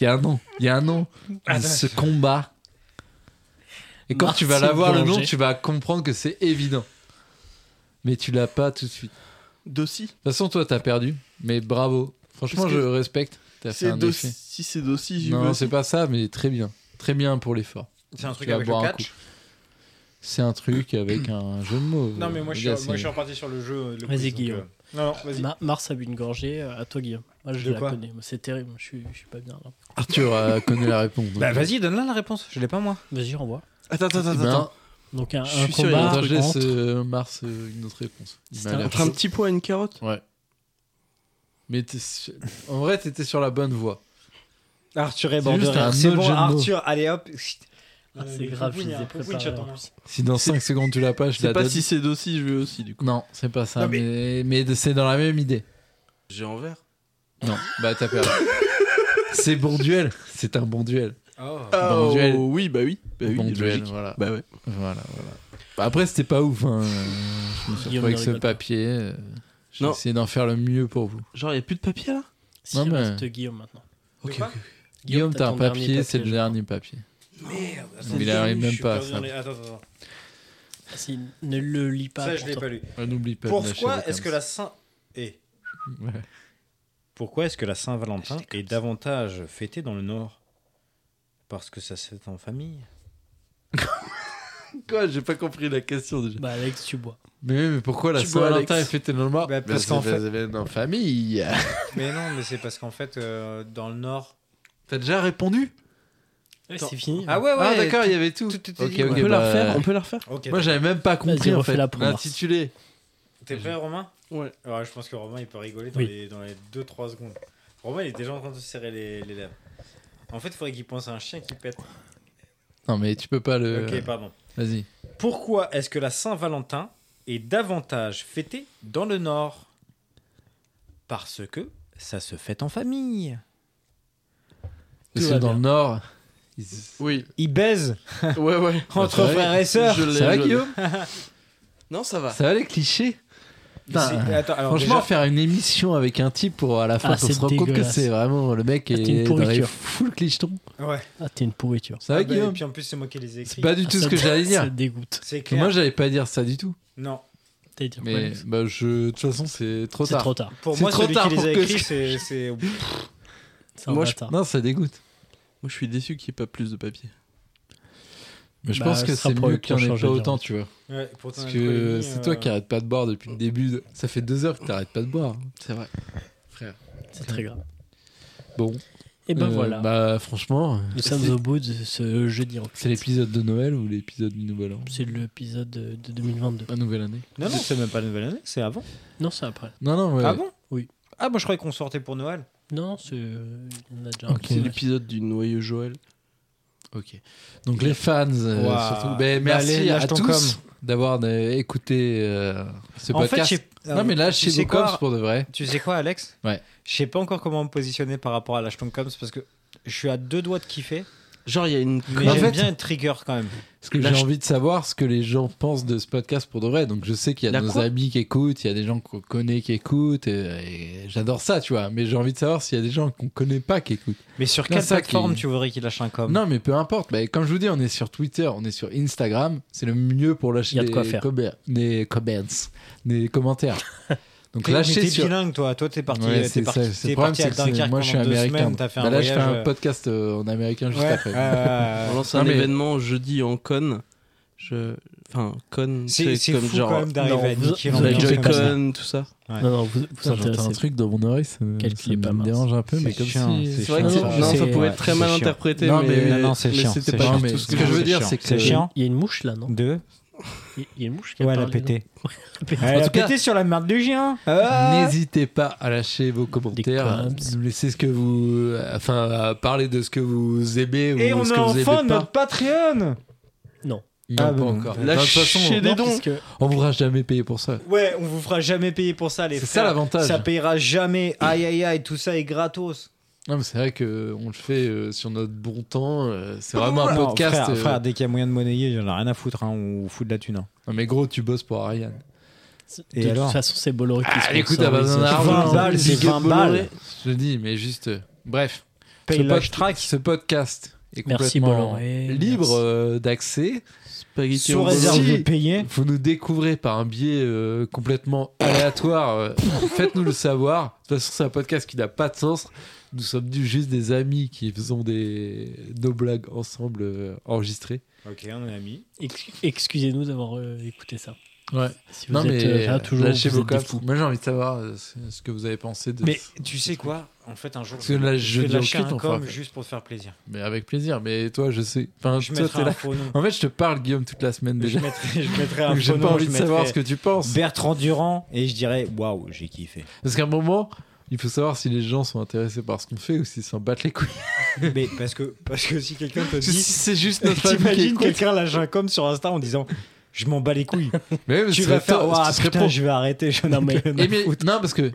Speaker 6: Il y a un nom, il y a un nom.
Speaker 1: Attends.
Speaker 6: ce combat. Et quand tu vas
Speaker 2: Marcel
Speaker 6: l'avoir le nom,
Speaker 2: Boulanger.
Speaker 6: tu vas comprendre que c'est évident. Mais tu l'as pas tout de suite. De
Speaker 8: Dossi.
Speaker 6: toute façon, toi, t'as perdu. Mais bravo. Franchement,
Speaker 8: Parce
Speaker 6: je
Speaker 8: que
Speaker 6: respecte. T'as fait
Speaker 8: C'est
Speaker 6: un
Speaker 8: Dossi.
Speaker 6: effet.
Speaker 8: Si c'est Dossi, j'y
Speaker 6: Non,
Speaker 8: vais.
Speaker 6: c'est pas ça, mais très bien. Très bien pour l'effort.
Speaker 1: C'est un truc
Speaker 6: Tu vas
Speaker 1: avec le
Speaker 6: boire un
Speaker 1: catch.
Speaker 6: coup. C'est un truc avec un jeu de mots.
Speaker 1: Non, mais moi, je suis,
Speaker 6: Les
Speaker 1: moi,
Speaker 6: gars,
Speaker 1: je
Speaker 6: c'est-
Speaker 1: suis reparti sur le jeu. le
Speaker 2: Vas-y,
Speaker 1: quiz, donc,
Speaker 2: Guillaume.
Speaker 1: euh, Non, non, vas-y.
Speaker 2: Ma- Mars a bu une gorgée, euh, à toi Guillaume. Moi je
Speaker 1: De
Speaker 2: la
Speaker 1: quoi
Speaker 2: connais, mais c'est terrible, je suis, je suis pas bien là.
Speaker 6: Arthur a connu la réponse.
Speaker 1: Bah, vas-y, donne-la la réponse. Je l'ai pas, moi.
Speaker 2: Vas-y, renvoie.
Speaker 8: Attends, attends,
Speaker 6: Eh
Speaker 8: attends.
Speaker 6: ben,
Speaker 8: attends.
Speaker 2: Donc un,
Speaker 8: Je
Speaker 2: un
Speaker 8: suis sûr, il y a
Speaker 2: combat
Speaker 8: un
Speaker 6: attends, je laisse
Speaker 2: entre...
Speaker 6: euh, Mars euh, une autre réponse. Il
Speaker 2: C'est
Speaker 6: m'a
Speaker 2: un-
Speaker 6: l'air
Speaker 8: Entre un petit pois et une carotte
Speaker 6: Ouais. Mais t'es su- en vrai, t'étais sur la bonne voie.
Speaker 1: Arthur est
Speaker 6: C'est
Speaker 1: mort de
Speaker 6: juste
Speaker 1: rire.
Speaker 6: un
Speaker 1: C'est
Speaker 6: autre
Speaker 1: bon,
Speaker 6: jeu de mots.
Speaker 1: Arthur, allez hop.
Speaker 2: Ah,
Speaker 1: Euh,
Speaker 2: c'est grave, je les ai
Speaker 1: Poupoune,
Speaker 2: préparés,
Speaker 1: Poupoune, j'attends.
Speaker 2: en plus.
Speaker 6: Si dans 5 secondes tu l'as pas, je
Speaker 8: Je sais
Speaker 6: la
Speaker 8: pas
Speaker 6: donne.
Speaker 8: si c'est d'aussi, je veux aussi du coup.
Speaker 6: Non, c'est pas ça,
Speaker 1: Non,
Speaker 6: mais, mais c'est dans la même idée.
Speaker 8: J'ai en vert.
Speaker 6: Non, bah t'as perdu. c'est bon duel, c'est un bon duel.
Speaker 1: Euh,
Speaker 8: Ah,
Speaker 6: Bon
Speaker 8: oh,
Speaker 6: duel.
Speaker 8: Oui, bah oui. Bah oui,
Speaker 6: bon duel,
Speaker 8: logique.
Speaker 6: voilà.
Speaker 8: Bah ouais.
Speaker 6: Voilà, voilà. Bah, après, c'était pas ouf. hein. Je me suis
Speaker 2: Guillaume
Speaker 6: retrouvé
Speaker 2: ne
Speaker 6: avec ce
Speaker 2: rigole pas.
Speaker 6: papier. euh, J'ai
Speaker 8: Non.
Speaker 6: essayé d'en faire le mieux pour vous.
Speaker 8: Genre, il a plus de papier là
Speaker 2: Si
Speaker 6: Ouais,
Speaker 2: il
Speaker 6: mais-
Speaker 2: reste Guillaume maintenant.
Speaker 1: De quoi
Speaker 6: Guillaume, t'as un
Speaker 2: ton dernier
Speaker 6: papier, c'est le
Speaker 2: je
Speaker 6: dernier papier.
Speaker 1: Merde, attends,
Speaker 6: Il
Speaker 1: je
Speaker 6: arrive
Speaker 1: l'ai
Speaker 6: même
Speaker 1: lu, je
Speaker 6: pas à
Speaker 1: suis perdu dans
Speaker 6: faire.
Speaker 1: les- Attends, attends, attends.
Speaker 2: crois. Si, ne le lis pas.
Speaker 1: Ça, je l'ai
Speaker 2: pourtant.
Speaker 1: pas lu.
Speaker 6: Ah, N'oublie pas. de lâcher
Speaker 1: Pourquoi
Speaker 6: les
Speaker 1: est-ce que
Speaker 6: cams.
Speaker 1: la Saint. Eh.
Speaker 6: Ouais.
Speaker 1: Pourquoi est-ce que la Saint-Valentin est davantage fêtée dans le Nord Parce que ça se fait en famille.
Speaker 8: Quoi J'ai pas compris la question déjà.
Speaker 2: Bah, Alex, tu bois.
Speaker 6: Mais, oui, mais pourquoi la
Speaker 8: Tu bois,
Speaker 6: Saint-Valentin est
Speaker 8: Alex
Speaker 6: fêtée dans le Nord
Speaker 1: Bah, parce qu'en fait-
Speaker 6: en famille.
Speaker 1: Mais non, mais c'est parce qu'en fait, euh, dans le Nord.
Speaker 6: T'as déjà répondu
Speaker 2: Ouais, c'est fini.
Speaker 1: Ah ouais, ouais.
Speaker 6: Ah, d'accord, il y avait tout.
Speaker 1: tout était
Speaker 6: Ok,
Speaker 1: dit,
Speaker 6: ok,
Speaker 8: on, peut la
Speaker 6: bah,
Speaker 8: refaire, on peut la refaire
Speaker 1: Ok,
Speaker 6: Moi, j'avais même pas compris
Speaker 2: Vas-y,
Speaker 6: en fait
Speaker 2: refais-la pour Mars.
Speaker 6: l'intitulé.
Speaker 1: t'es prêt, Romain
Speaker 8: Ouais.
Speaker 1: Alors, je pense que Romain, il peut rigoler dans
Speaker 2: Oui.
Speaker 1: les 2-3 secondes. Romain, il est déjà en train de se serrer les, les lèvres. En fait, il faudrait qu'il pense à un chien qui pète.
Speaker 6: Non, mais tu peux pas le.
Speaker 1: Ok, bah. pardon.
Speaker 6: Vas-y.
Speaker 1: Pourquoi est-ce que la Saint-Valentin est davantage fêtée dans le Nord Parce que ça se fête en famille.
Speaker 6: Parce
Speaker 2: Tout
Speaker 6: que
Speaker 2: va
Speaker 6: dans
Speaker 2: bien.
Speaker 6: le Nord. ils-
Speaker 8: Oui.
Speaker 1: Ils baisent
Speaker 8: Ouais, ouais.
Speaker 1: entre
Speaker 6: vrai.
Speaker 1: frères et sœurs.
Speaker 8: Je l'ai,
Speaker 6: Ah, Ça va,
Speaker 8: je l'ai.
Speaker 6: Guillaume
Speaker 8: Non, ça va.
Speaker 6: Ça va les clichés Putain.
Speaker 1: C'est- attends, alors
Speaker 6: Bah, Franchement,
Speaker 1: déjà-
Speaker 6: faire une émission avec un type pour à la fin
Speaker 2: Ah,
Speaker 6: pour
Speaker 2: c'est
Speaker 6: se rendre compte que
Speaker 2: dégueulasse.
Speaker 6: c'est vraiment le mec
Speaker 2: Ah, t'es une
Speaker 6: est dans
Speaker 2: pourriture.
Speaker 6: les full clichetons.
Speaker 1: ouais.
Speaker 2: Ah, t'es une pourriture.
Speaker 6: Ça va,
Speaker 1: Ah bah, et
Speaker 6: Guillaume
Speaker 1: puis en plus, c'est moi qui les ai
Speaker 6: C'est
Speaker 1: écrits.
Speaker 6: pas du
Speaker 2: Ah,
Speaker 6: tout ce
Speaker 2: ça
Speaker 6: que
Speaker 2: te-
Speaker 6: j'allais
Speaker 2: Ça te
Speaker 6: dire.
Speaker 2: dégoûte.
Speaker 1: C'est clair.
Speaker 6: Moi, j'allais pas dire ça du tout.
Speaker 1: Non.
Speaker 2: T'as dit quoi,
Speaker 6: Mais
Speaker 2: Alex
Speaker 6: bah, je... de toute façon, c'est trop
Speaker 2: C'est
Speaker 6: tard.
Speaker 2: trop tard.
Speaker 1: Pour
Speaker 6: C'est
Speaker 1: moi,
Speaker 6: trop
Speaker 1: celui
Speaker 6: tard
Speaker 1: qui les
Speaker 6: pour
Speaker 1: a
Speaker 6: que-
Speaker 1: écrits, c'est- c'est.
Speaker 2: C'est un
Speaker 8: Moi, je-
Speaker 2: bâtard.
Speaker 6: Non, ça dégoûte.
Speaker 8: Moi, je suis déçu qu'il n'y ait pas plus de papier.
Speaker 6: Mais je
Speaker 2: Bah,
Speaker 6: pense que
Speaker 2: ce sera
Speaker 6: c'est
Speaker 2: pour le
Speaker 6: mieux qu'il n'y en
Speaker 2: prochain
Speaker 6: ait pas
Speaker 2: jeudi,
Speaker 6: autant,
Speaker 2: en
Speaker 6: tu vois.
Speaker 1: Ouais, pour ton
Speaker 6: Parce que
Speaker 1: alcoolémie,
Speaker 6: c'est
Speaker 1: euh,
Speaker 6: toi qui arrêtes pas de boire depuis le début. de- Ça fait deux heures que t'arrêtes pas de boire.
Speaker 8: C'est vrai.
Speaker 2: C'est très grave.
Speaker 6: Bon.
Speaker 2: Et ben
Speaker 6: Euh,
Speaker 2: voilà.
Speaker 6: Bah, franchement,
Speaker 2: Nous
Speaker 6: c'est-
Speaker 2: sommes au bout de ce jeudi en fait.
Speaker 6: c'est l'épisode de Noël ou l'épisode du Nouvel An
Speaker 2: C'est l'épisode de de 2022.
Speaker 6: Pas Nouvelle Année.
Speaker 1: Non, non, c'est même pas la nouvelle année, c'est avant.
Speaker 2: Non, c'est après.
Speaker 6: Non, non, ouais.
Speaker 1: Ah bon
Speaker 2: Oui.
Speaker 1: Ah, moi, je croyais qu'on sortait pour Noël.
Speaker 2: Non, c'est. euh, On a déjà
Speaker 6: Ok.
Speaker 2: un
Speaker 8: C'est
Speaker 2: peu-
Speaker 8: l'épisode du noyeux Joël.
Speaker 6: Ok. Donc les fans, euh,
Speaker 1: Waouh.
Speaker 6: surtout.
Speaker 1: Bah,
Speaker 6: Ben, merci
Speaker 1: allez, lâche
Speaker 6: à
Speaker 1: ton
Speaker 6: tous d'avoir euh, écouté euh, ce
Speaker 1: En fait,
Speaker 6: podcast.
Speaker 1: j'ai-
Speaker 6: non mais là,
Speaker 1: Tu
Speaker 6: chez
Speaker 1: sais quoi
Speaker 6: Bocoms pour de vrai.
Speaker 1: Tu sais quoi, Alex
Speaker 6: Ouais.
Speaker 1: Je sais pas encore comment me positionner par rapport à l'Ashton Combs parce que je suis à deux doigts de kiffer,
Speaker 8: Genre, il y a une.
Speaker 1: mais
Speaker 6: En
Speaker 1: j'aime
Speaker 6: fait-
Speaker 1: bien être trigger quand même.
Speaker 6: Parce que
Speaker 8: Lâche-
Speaker 6: j'ai envie de savoir ce que les gens pensent de ce podcast pour de vrai. Donc je sais qu'il y a
Speaker 8: La
Speaker 6: nos
Speaker 8: quoi
Speaker 6: amis qui écoutent, il y a des gens qu'on connaît qui écoutent. euh, Et, j'adore ça, tu vois. Mais j'ai envie de savoir s'il y a des gens qu'on connaît pas qui écoutent.
Speaker 1: Mais sur
Speaker 6: Non,
Speaker 1: quelle
Speaker 6: ça
Speaker 1: plateforme
Speaker 6: qui-
Speaker 1: tu voudrais qu'il lâche un com
Speaker 6: Non, mais peu importe. Bah, comme je vous dis, on est sur Twitter, on est sur Instagram. C'est le mieux pour
Speaker 2: Il y
Speaker 6: lâcher
Speaker 2: a de
Speaker 6: des,
Speaker 2: quoi faire.
Speaker 6: commer- des comments, des commentaires. Donc
Speaker 1: T'es- mais
Speaker 6: lâchez
Speaker 1: t'es
Speaker 6: sur
Speaker 1: bilingue toi, toi t'es parti,
Speaker 6: Ouais,
Speaker 1: t'es
Speaker 6: c'est
Speaker 1: parti,
Speaker 6: ça, c'est
Speaker 1: t'es
Speaker 6: le problème,
Speaker 1: parti à
Speaker 6: c'est que c'est-
Speaker 1: Dunkerque
Speaker 6: moi je suis
Speaker 1: pendant deux
Speaker 6: américain.
Speaker 1: semaines, t'as fait un
Speaker 6: Bah, là, je
Speaker 1: voyage.
Speaker 6: fais un
Speaker 1: euh,
Speaker 6: podcast euh, en américain juste
Speaker 1: ouais,
Speaker 6: après.
Speaker 1: euh,
Speaker 8: On lance
Speaker 6: Non,
Speaker 8: un
Speaker 6: mais-
Speaker 8: événement jeudi en con. Je... Enfin, con.
Speaker 1: C'est c'est fou quand même
Speaker 2: non,
Speaker 1: d'arriver à
Speaker 2: vous-
Speaker 1: niquer
Speaker 2: vous
Speaker 1: l'ambiance
Speaker 2: avez déjà
Speaker 1: comme ça.
Speaker 8: Con, euh, tout ça.
Speaker 2: Non, non, vous vous
Speaker 6: Putain, J'entends un
Speaker 2: intéressez.
Speaker 6: truc dans mon oreille, ça, ça
Speaker 2: Calculez pas,
Speaker 6: me
Speaker 2: mince.
Speaker 6: dérange un peu, mais
Speaker 1: C'est
Speaker 6: comme
Speaker 1: chiant,
Speaker 6: si.
Speaker 1: c'est
Speaker 8: C'est vrai
Speaker 1: chiant.
Speaker 8: que
Speaker 2: Ah
Speaker 8: c'est-
Speaker 2: non,
Speaker 8: non, ça
Speaker 2: c'est-
Speaker 8: pouvait
Speaker 1: ouais,
Speaker 8: être très
Speaker 1: c'est
Speaker 8: mal
Speaker 1: chiant.
Speaker 8: interprété.
Speaker 6: Non, mais-
Speaker 1: non, non, c'est
Speaker 8: mais
Speaker 1: chiant,
Speaker 8: C'était
Speaker 1: c'est
Speaker 8: pas
Speaker 1: chiant.
Speaker 8: du
Speaker 6: mais
Speaker 8: tout ce
Speaker 6: ce
Speaker 8: que
Speaker 6: que
Speaker 8: je
Speaker 6: je
Speaker 8: voulais
Speaker 6: veux dire,
Speaker 8: dire.
Speaker 6: c'est que.
Speaker 1: C'est chiant.
Speaker 2: Il y a une mouche là, non
Speaker 1: Deux,
Speaker 2: Il il y a une mouche qui a
Speaker 1: ouais, elle a
Speaker 2: parlé, non
Speaker 1: pété.
Speaker 2: Elle a pété.
Speaker 1: Elle
Speaker 6: En
Speaker 1: a
Speaker 6: tout cas-
Speaker 1: pété sur la merde du chien. Ah
Speaker 6: N'hésitez pas à lâcher vos commentaires, à
Speaker 2: crames.
Speaker 6: nous laisser ce que vous. euh, Enfin, à parler de ce que vous aimez ou
Speaker 1: Et on
Speaker 6: ce
Speaker 1: a
Speaker 6: que vous aimez
Speaker 1: enfin
Speaker 6: pas.
Speaker 1: notre Patreon
Speaker 6: Non,
Speaker 1: Ah,
Speaker 6: pas
Speaker 1: bah,
Speaker 6: encore.
Speaker 8: bah,
Speaker 6: de toute façon,
Speaker 8: lâchez des
Speaker 2: Non,
Speaker 8: dons.
Speaker 2: parce que-
Speaker 6: on ne voudra jamais payer pour ça.
Speaker 1: Ouais, on vous fera jamais payer pour ça, les
Speaker 6: C'est
Speaker 1: frères.
Speaker 6: ça l'avantage.
Speaker 1: Ça payera jamais. Aïe aïe aïe, tout ça est gratos.
Speaker 6: Non, mais c'est vrai qu'on le fait euh, sur notre bon temps. euh, c'est vraiment un podcast.
Speaker 1: Frère,
Speaker 6: euh,
Speaker 1: frère, dès qu'il y a moyen de monnayer, j'en ai rien à foutre. hein, on fout de la thune. hein.
Speaker 6: Non, mais gros, tu bosses pour Ariane.
Speaker 1: Et
Speaker 2: de
Speaker 1: alors
Speaker 2: toute façon, c'est Bolloré qui se
Speaker 6: Ah, écoute,
Speaker 2: sponsorise.
Speaker 6: Amazon Arnaud,
Speaker 1: 20 balles, c'est
Speaker 6: Big up
Speaker 1: 20 balles.
Speaker 6: Bolloré. Je te dis, mais juste. euh, Bref.
Speaker 1: Paye
Speaker 6: ce,
Speaker 1: la
Speaker 6: pod-
Speaker 1: track.
Speaker 6: ce podcast est
Speaker 2: Merci,
Speaker 6: complètement
Speaker 2: Bolloré.
Speaker 6: libre
Speaker 2: Merci.
Speaker 6: euh, d'accès.
Speaker 8: Spaghetti
Speaker 1: Sous
Speaker 8: en
Speaker 1: réserve
Speaker 8: bolo.
Speaker 1: de
Speaker 6: Si.
Speaker 1: payer.
Speaker 6: Vous nous découvrez par un biais euh, complètement aléatoire. euh, Faites-nous le savoir. De toute façon, c'est un podcast qui n'a pas de sens. Nous sommes du- juste des amis qui faisons des, nos blagues ensemble euh, enregistrées.
Speaker 1: Ok, on est amis.
Speaker 2: Ex- Excusez-nous d'avoir euh, écouté ça.
Speaker 6: Ouais.
Speaker 2: Si vous
Speaker 6: Non,
Speaker 2: êtes
Speaker 6: mais
Speaker 2: euh, là toujours,
Speaker 6: lâchez
Speaker 2: vous
Speaker 6: vos
Speaker 2: êtes des
Speaker 6: codes.
Speaker 2: fous.
Speaker 6: Moi, j'ai envie de savoir euh, ce ce que vous avez pensé de
Speaker 1: Mais tu sais quoi En fait, un jour,
Speaker 6: Parce
Speaker 1: je,
Speaker 6: que là,
Speaker 1: vais-
Speaker 6: je
Speaker 1: je vais
Speaker 6: dis
Speaker 1: lâcher
Speaker 6: au kit,
Speaker 1: un
Speaker 6: on fera
Speaker 1: com
Speaker 6: après.
Speaker 1: juste pour te faire plaisir.
Speaker 6: Mais avec plaisir. Mais toi, je sais. Enfin,
Speaker 1: Je
Speaker 6: Ah, toi,
Speaker 1: mettrai
Speaker 6: t'es
Speaker 1: un
Speaker 6: là.
Speaker 1: faux nom.
Speaker 6: En fait, je te parle, Guillaume, toute la semaine
Speaker 1: Je
Speaker 6: déjà.
Speaker 1: mettrai, je mettrai un
Speaker 6: Donc,
Speaker 1: faux
Speaker 6: J'ai
Speaker 1: nom.
Speaker 6: pas envie
Speaker 1: je
Speaker 6: de savoir ce
Speaker 1: mettrai
Speaker 6: que tu penses.
Speaker 1: Bertrand Durand et je dirais waouh, j'ai kiffé.
Speaker 6: Parce qu'à un moment, Il faut savoir si les gens sont intéressés par ce qu'on fait ou s'ils s'en battent les couilles.
Speaker 1: Mais parce que, parce que si quelqu'un te
Speaker 6: Si
Speaker 1: dit.
Speaker 6: c'est juste notre avis qui est
Speaker 1: T'imagines
Speaker 6: con.
Speaker 1: quelqu'un lâche un com sur Insta en disant Je m'en bats les couilles.
Speaker 6: Mais ouais,
Speaker 1: tu
Speaker 6: ce
Speaker 1: vas
Speaker 6: serait
Speaker 1: faire.
Speaker 6: tort,
Speaker 1: Ouah,
Speaker 6: ce serait
Speaker 1: putain,
Speaker 6: pro.
Speaker 1: je vais arrêter. Je non,
Speaker 2: Non, mais-
Speaker 6: Eh bien, non, parce que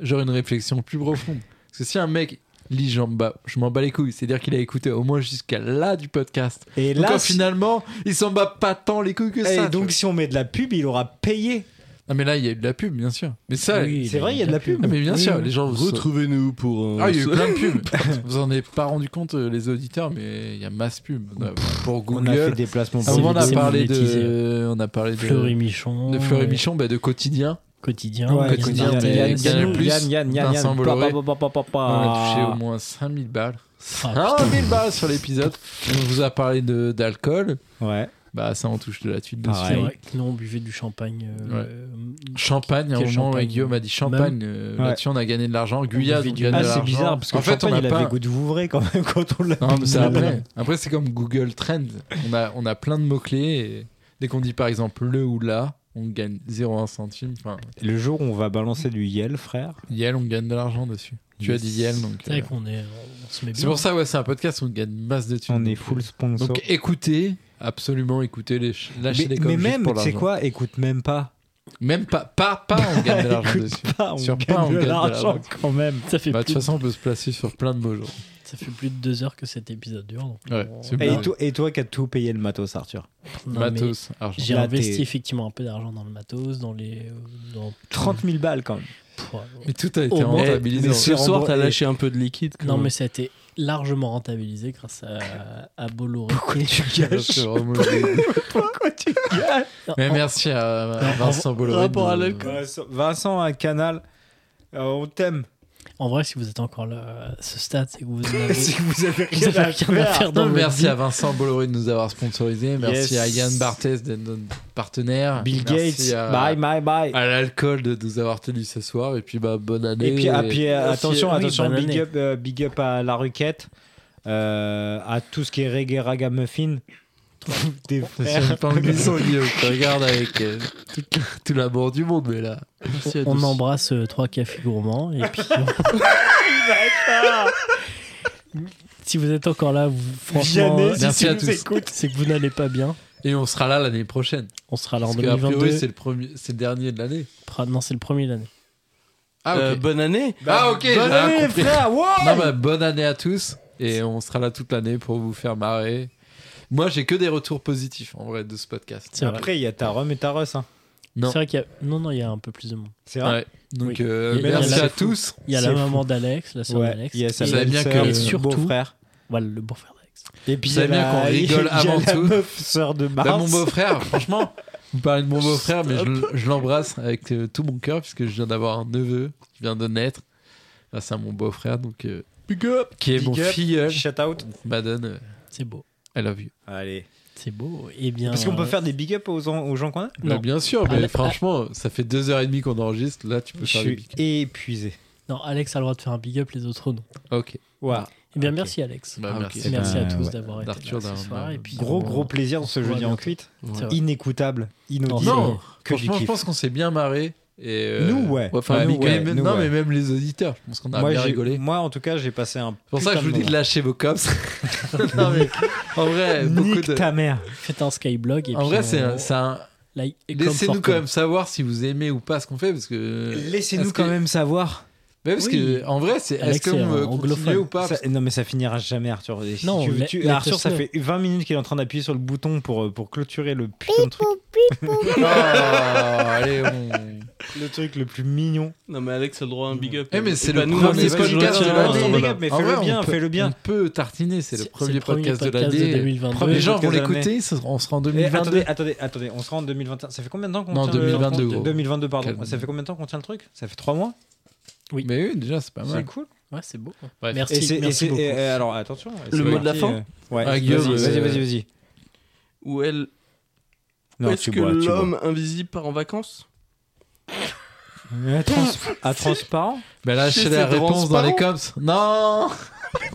Speaker 6: j'aurais une réflexion plus profonde. Parce que si un mec lit j'en bats- je m'en bats les couilles, c'est-à-dire qu'il a écouté au moins jusqu'à là du podcast.
Speaker 1: Et
Speaker 6: Donc
Speaker 1: là,
Speaker 6: euh, finalement, il s'en bat pas tant les couilles que
Speaker 1: si-
Speaker 6: ça.
Speaker 1: et
Speaker 6: tu
Speaker 1: donc
Speaker 6: vois.
Speaker 1: si on met de la pub, il aura payé.
Speaker 6: Ah, mais là, il y a eu de la pub, bien sûr. Mais ça,
Speaker 2: Oui,
Speaker 1: C'est vrai, il y a de la pub.
Speaker 6: ah, mais bien
Speaker 1: Oui,
Speaker 6: sûr,
Speaker 1: oui.
Speaker 6: les gens vous
Speaker 8: Retrouvez-nous
Speaker 9: euh,
Speaker 8: pour.
Speaker 6: Ah, il y a eu plein de pubs. vous en avez pas rendu compte, euh, les auditeurs, mais il y a masse pub. Euh, Pour
Speaker 1: On a fait
Speaker 6: Google.
Speaker 1: des placements.
Speaker 6: À un
Speaker 2: C'est-
Speaker 6: moment, on a
Speaker 2: c'est
Speaker 6: parlé
Speaker 2: monétisé.
Speaker 6: de. On a parlé de.
Speaker 2: Fleury Michon.
Speaker 6: de Fleury Michon, bah, de quotidien.
Speaker 2: Quotidien.
Speaker 1: Ouais,
Speaker 2: Yann
Speaker 6: quotidien,
Speaker 2: Barthès.
Speaker 6: Yann, Yann, Yann, Plus,
Speaker 1: Yann, Yann, Yann,
Speaker 6: Vincent
Speaker 1: Yann, pa,
Speaker 6: Bolloré.
Speaker 1: pa, pa, pa, pa, pa.
Speaker 6: On a touché au moins 5000 balles.
Speaker 2: Ah, putain.
Speaker 6: 5000 balles sur l'épisode. On vous a parlé de- d'alcool.
Speaker 1: Ouais.
Speaker 6: Bah, ça, on touche de la tuile dessus.
Speaker 2: C'est
Speaker 1: Pareil.
Speaker 2: vrai que nous, on buvait du champagne. euh,
Speaker 6: Champagne, à un
Speaker 2: Quel
Speaker 6: moment,
Speaker 2: champagne,
Speaker 6: ouais, Guillaume a dit champagne. euh,
Speaker 1: Ouais.
Speaker 6: Là-dessus, on a gagné de l'argent. Guyane,
Speaker 2: buvait
Speaker 6: on
Speaker 2: du-
Speaker 6: gagne
Speaker 1: Ah,
Speaker 6: de
Speaker 1: c'est
Speaker 6: l'argent.
Speaker 1: bizarre parce que
Speaker 6: en fait, on a
Speaker 1: il
Speaker 6: pas.
Speaker 1: avait goût de Vouvray quand même quand on l'a.
Speaker 6: Non, mais c'est
Speaker 1: Non,
Speaker 6: après. Après, c'est comme Google Trends. On a, on a plein de mots-clés. et Dès qu'on dit par exemple le ou la, on gagne 0,1 centime. Enfin,
Speaker 1: Le jour où on va balancer du Yel, frère.
Speaker 6: Yel, on gagne de l'argent dessus. Tu as
Speaker 1: Yes.
Speaker 6: dit Yel, donc.
Speaker 2: C'est vrai
Speaker 6: euh,
Speaker 2: qu'on est, on se met
Speaker 6: C'est
Speaker 2: bien.
Speaker 6: pour ça, ouais, c'est un podcast où on gagne masse de thunes.
Speaker 1: On est
Speaker 6: Donc,
Speaker 1: full
Speaker 6: euh,
Speaker 1: sponsor.
Speaker 6: Donc écoutez, absolument écoutez, les ch- lâchez
Speaker 1: mais
Speaker 6: les coms
Speaker 1: mais
Speaker 6: juste
Speaker 1: même,
Speaker 6: pour
Speaker 1: tu sais
Speaker 6: l'argent.
Speaker 1: quoi Écoute même pas.
Speaker 6: Même pas, pas, pas, on gagne de l'argent dessus.
Speaker 1: Écoute pas, on
Speaker 6: Sur pas,
Speaker 1: gagne
Speaker 6: on
Speaker 1: de
Speaker 6: gagne de
Speaker 1: l'argent
Speaker 6: l'argent.
Speaker 1: quand même.
Speaker 2: Ça fait,
Speaker 6: Bah, de
Speaker 2: plus
Speaker 6: toute façon, on peut se placer sur plein de beaux jours.
Speaker 2: ça fait plus de deux heures que cet épisode dure. donc
Speaker 6: Ouais,
Speaker 2: on-
Speaker 6: c'est
Speaker 1: Et
Speaker 6: Ouais.
Speaker 1: toi, et toi qui as tout payé le matos, Arthur
Speaker 2: Non, mais
Speaker 6: Euh, Matos, argent.
Speaker 2: J'ai
Speaker 1: Là,
Speaker 2: investi
Speaker 1: t'es-
Speaker 2: effectivement un peu d'argent dans le matos, dans les. euh, Dans...
Speaker 1: 30 000 balles quand même.
Speaker 2: Pff, ouais.
Speaker 6: Mais tout a
Speaker 2: Au
Speaker 6: été
Speaker 2: moins-
Speaker 6: rentabilisé.
Speaker 1: Mais
Speaker 6: en-
Speaker 1: c'est
Speaker 8: Ce soir,
Speaker 1: remboursé.
Speaker 8: t'as lâché un peu de liquide. quand
Speaker 2: Non,
Speaker 8: même.
Speaker 2: mais ça a été largement rentabilisé grâce à, à Bolloré.
Speaker 6: C'est vraiment mauvais. hein
Speaker 2: Non,
Speaker 6: Mais
Speaker 2: en-
Speaker 6: merci à à
Speaker 2: Non,
Speaker 6: Vincent
Speaker 2: en-
Speaker 6: Bolloré.
Speaker 2: rapport
Speaker 6: de-
Speaker 2: à l'alcool.
Speaker 1: Vincent- Vincent, un canal. euh, on t'aime.
Speaker 2: En vrai, si vous êtes encore là à ce stade, c'est que vous en avez,
Speaker 1: Si vous avez
Speaker 2: vous
Speaker 1: rien
Speaker 2: avez
Speaker 1: à
Speaker 2: rien à
Speaker 1: faire.
Speaker 2: faire dans le
Speaker 6: merci
Speaker 2: vie.
Speaker 6: à Vincent Bolloré de nous avoir sponsorisé. Merci
Speaker 1: Yes.
Speaker 6: à Yann Barthès d'être notre partenaire.
Speaker 1: Bill
Speaker 6: Merci
Speaker 1: Gates,
Speaker 6: à-
Speaker 1: bye, bye, bye.
Speaker 6: À l'alcool de nous avoir tenus ce soir. Et puis, bah, bonne année.
Speaker 1: Et puis, ah, puis, euh,
Speaker 2: Merci,
Speaker 1: attention,
Speaker 2: oui,
Speaker 1: attention,
Speaker 2: bonne
Speaker 1: big
Speaker 2: année.
Speaker 1: up, euh, big up à la Ruquette, euh, à tout ce qui est reggae, ragamuffin. Des
Speaker 6: C'est
Speaker 1: frères.
Speaker 6: une pingue maison, Guillaume. Je te regarde avec euh, toute la- tout l'amour du monde, mais là.
Speaker 8: Merci à
Speaker 2: On
Speaker 8: tous.
Speaker 2: embrasse euh, trois cafés gourmands et puis. si vous êtes encore là, vous, franchement,
Speaker 1: Vianney,
Speaker 2: euh,
Speaker 1: si
Speaker 6: merci
Speaker 1: tu
Speaker 6: à
Speaker 1: nous
Speaker 6: tous.
Speaker 1: écoutes.
Speaker 2: c'est que vous n'allez pas bien.
Speaker 6: Et on sera là l'année prochaine.
Speaker 2: On sera là en
Speaker 6: Parce qu'à priori,
Speaker 2: 2022.
Speaker 6: c'est le, premier- c'est le dernier de l'année.
Speaker 2: Pra- Non, c'est le premier de l'année.
Speaker 6: Ah,
Speaker 8: Euh, bonne année.
Speaker 6: Ah, ok,
Speaker 1: Bonne
Speaker 6: j'ai rien
Speaker 1: année,
Speaker 6: compris.
Speaker 1: frère. wow.
Speaker 6: Non, bah, bonne année à tous. Et on sera là toute l'année pour vous faire marrer. Moi, j'ai que des retours positifs en vrai de ce podcast.
Speaker 2: C'est vrai.
Speaker 1: Après, il y a ta rhum et ta russ. hein.
Speaker 6: Non.
Speaker 2: C'est vrai qu'il y a. Non, non, il y a un peu plus de monde.
Speaker 1: C'est vrai.
Speaker 6: Ouais. Donc,
Speaker 2: Oui.
Speaker 6: euh,
Speaker 2: Il y a-
Speaker 1: il y
Speaker 6: merci
Speaker 1: a la-
Speaker 6: à tous.
Speaker 2: Il y a
Speaker 1: C'est
Speaker 2: la
Speaker 1: fou.
Speaker 2: maman d'Alex, la sœur d'Alex.
Speaker 1: il y a sa
Speaker 2: et-
Speaker 6: Vous savez bien
Speaker 1: belle-sœur,
Speaker 2: que-
Speaker 1: le
Speaker 2: Et surtout-
Speaker 1: beau-frère.
Speaker 2: voilà, le beau-frère d'Alex.
Speaker 1: Et puis,
Speaker 6: Vous
Speaker 1: il y
Speaker 6: savez
Speaker 1: a
Speaker 6: bien qu'on
Speaker 1: la-
Speaker 6: rigole
Speaker 1: il y a
Speaker 6: avant
Speaker 1: la
Speaker 6: tout.
Speaker 1: meuf sœur de Mars.
Speaker 6: Bah, mon beau-frère, franchement, vous parlez de mon beau-frère, mais je, le- je l'embrasse avec euh, tout mon cœur, puisque je viens d'avoir un neveu qui vient de naître grâce à mon beau-frère, donc euh,
Speaker 1: Big up.
Speaker 6: qui est
Speaker 1: Big
Speaker 6: mon
Speaker 1: up.
Speaker 6: filleul.
Speaker 1: Shout out.
Speaker 6: Madone, euh,
Speaker 2: C'est beau.
Speaker 6: I love you.
Speaker 1: Allez.
Speaker 2: C'est beau. Et bien.
Speaker 1: Parce qu'on peut
Speaker 2: euh,
Speaker 1: faire des big up aux, en- aux gens qu'on a.
Speaker 2: Non.
Speaker 6: Bah, bien sûr, mais
Speaker 2: Ah,
Speaker 6: franchement, ça fait deux heures et demie qu'on enregistre, là tu peux
Speaker 1: Je
Speaker 6: faire des
Speaker 1: suis
Speaker 6: pics.
Speaker 1: épuisé.
Speaker 2: Non, Alex a le droit de faire un big up, les autres non.
Speaker 6: Ok.
Speaker 1: Waouh.
Speaker 2: Eh bien,
Speaker 6: Ok.
Speaker 2: merci Alex.
Speaker 6: Bah,
Speaker 8: Ah, ok.
Speaker 6: merci.
Speaker 2: merci
Speaker 1: ben,
Speaker 2: à tous
Speaker 1: ouais.
Speaker 2: d'avoir été
Speaker 6: D'Arthur,
Speaker 2: là ce
Speaker 6: d'un-
Speaker 2: soir.
Speaker 6: d'un-
Speaker 2: Et puis, euh,
Speaker 1: Gros,
Speaker 2: on-
Speaker 1: gros plaisir ce
Speaker 2: on se
Speaker 1: jeudi
Speaker 2: voit
Speaker 1: en
Speaker 2: bientôt.
Speaker 1: cuite.
Speaker 2: C'est vrai.
Speaker 1: Inécoutable, inaudible.
Speaker 6: Non,
Speaker 1: que du
Speaker 6: franchement, je
Speaker 1: kiff.
Speaker 6: pense qu'on s'est bien marré. Et euh,
Speaker 1: Nous, ouais.
Speaker 6: enfin,
Speaker 1: Nous,
Speaker 6: mais-
Speaker 1: ouais,
Speaker 6: mais-
Speaker 1: nous,
Speaker 6: non,
Speaker 1: ouais.
Speaker 6: mais même les auditeurs, je pense qu'on a
Speaker 1: moi,
Speaker 6: bien
Speaker 1: j'ai-
Speaker 6: rigolé.
Speaker 1: moi, en tout cas, j'ai passé un.
Speaker 6: C'est pour ça que je vous dis de lâcher vos cops. non, mais en vrai, beaucoup
Speaker 1: Nique
Speaker 6: de.
Speaker 1: ta mère.
Speaker 2: Faites un skyblog. Et
Speaker 6: En
Speaker 2: puis
Speaker 6: vrai,
Speaker 2: on-
Speaker 6: c'est un- c'est un,
Speaker 2: Like, comme
Speaker 6: Laissez-nous
Speaker 2: for
Speaker 6: quand
Speaker 2: comme.
Speaker 6: même savoir si vous aimez ou pas ce qu'on fait parce que.
Speaker 1: Laissez-nous
Speaker 6: Euh, Est-ce
Speaker 1: quand
Speaker 6: que-
Speaker 1: même savoir.
Speaker 6: Ouais, parce
Speaker 2: Oui.
Speaker 6: que en vrai, c'est est-ce
Speaker 2: Alex est
Speaker 6: qu'on veut
Speaker 2: un
Speaker 6: continuer
Speaker 2: anglophone.
Speaker 6: ou pas
Speaker 1: Ça-
Speaker 6: parce que-
Speaker 1: non, mais ça finira jamais, Arthur. Et si
Speaker 2: Non,
Speaker 1: tu veux-
Speaker 2: la-
Speaker 1: tu-
Speaker 2: la-
Speaker 1: Arthur, ça
Speaker 2: la-
Speaker 1: fait 20 minutes qu'il est en train d'appuyer sur le bouton pour, euh, pour clôturer le putain de truc.
Speaker 6: Ah, oh, allez, on.
Speaker 1: Le truc le plus mignon.
Speaker 8: Non, mais Alex a le droit à un big up.
Speaker 6: Eh, mais c'est
Speaker 8: Et
Speaker 6: le
Speaker 8: bah, nous,
Speaker 6: premier
Speaker 8: on est pas
Speaker 6: podcast
Speaker 8: gentils,
Speaker 6: de
Speaker 8: hein,
Speaker 6: l'année,
Speaker 8: on est
Speaker 6: les
Speaker 8: là.
Speaker 1: gars, mais
Speaker 6: En
Speaker 1: fais-le
Speaker 6: vrai, Ah on
Speaker 1: bien,
Speaker 6: peut-
Speaker 1: fais-le bien.
Speaker 6: On peut tartiner, c'est le premier
Speaker 2: le
Speaker 6: podcast de
Speaker 2: podcast
Speaker 6: l'année.
Speaker 2: 2022.
Speaker 6: Les gens vont
Speaker 1: podcast de
Speaker 6: l'écouter, ça- on sera en
Speaker 1: Eh,
Speaker 6: 2022.
Speaker 1: attendez, attendez, attendez, on sera en 2021. Ça fait combien de temps qu'on
Speaker 6: Non,
Speaker 1: tient le-
Speaker 6: 2022,
Speaker 1: on-
Speaker 6: gros.
Speaker 1: 2022, pardon.
Speaker 6: Calme.
Speaker 1: Ça fait combien de temps qu'on tient le truc Ça fait 3 mois
Speaker 2: oui.
Speaker 6: Mais oui, déjà, c'est pas
Speaker 1: C'est
Speaker 6: mal.
Speaker 1: cool.
Speaker 2: Ouais, c'est beau.
Speaker 6: Bref.
Speaker 2: Merci.
Speaker 1: Et c'est- et
Speaker 2: merci
Speaker 1: c'est-
Speaker 2: beaucoup.
Speaker 1: et, euh, alors attention.
Speaker 8: Le
Speaker 1: c'est
Speaker 8: mot de la
Speaker 1: parti,
Speaker 8: fin
Speaker 1: euh, Ouais.
Speaker 6: Ah,
Speaker 1: vas-y,
Speaker 6: Guillaume,
Speaker 1: vas-y,
Speaker 6: euh,
Speaker 1: vas-y, vas-y.
Speaker 8: Où elle
Speaker 1: Non,
Speaker 8: Est-ce
Speaker 1: tu
Speaker 8: que
Speaker 1: bois, tu bois.
Speaker 8: l'homme invisible part en vacances
Speaker 1: À, trans- à transparent
Speaker 6: Bah là,
Speaker 8: Chier,
Speaker 6: c'est la
Speaker 8: c'est
Speaker 6: réponse dans les
Speaker 8: transparent.
Speaker 6: coms. Non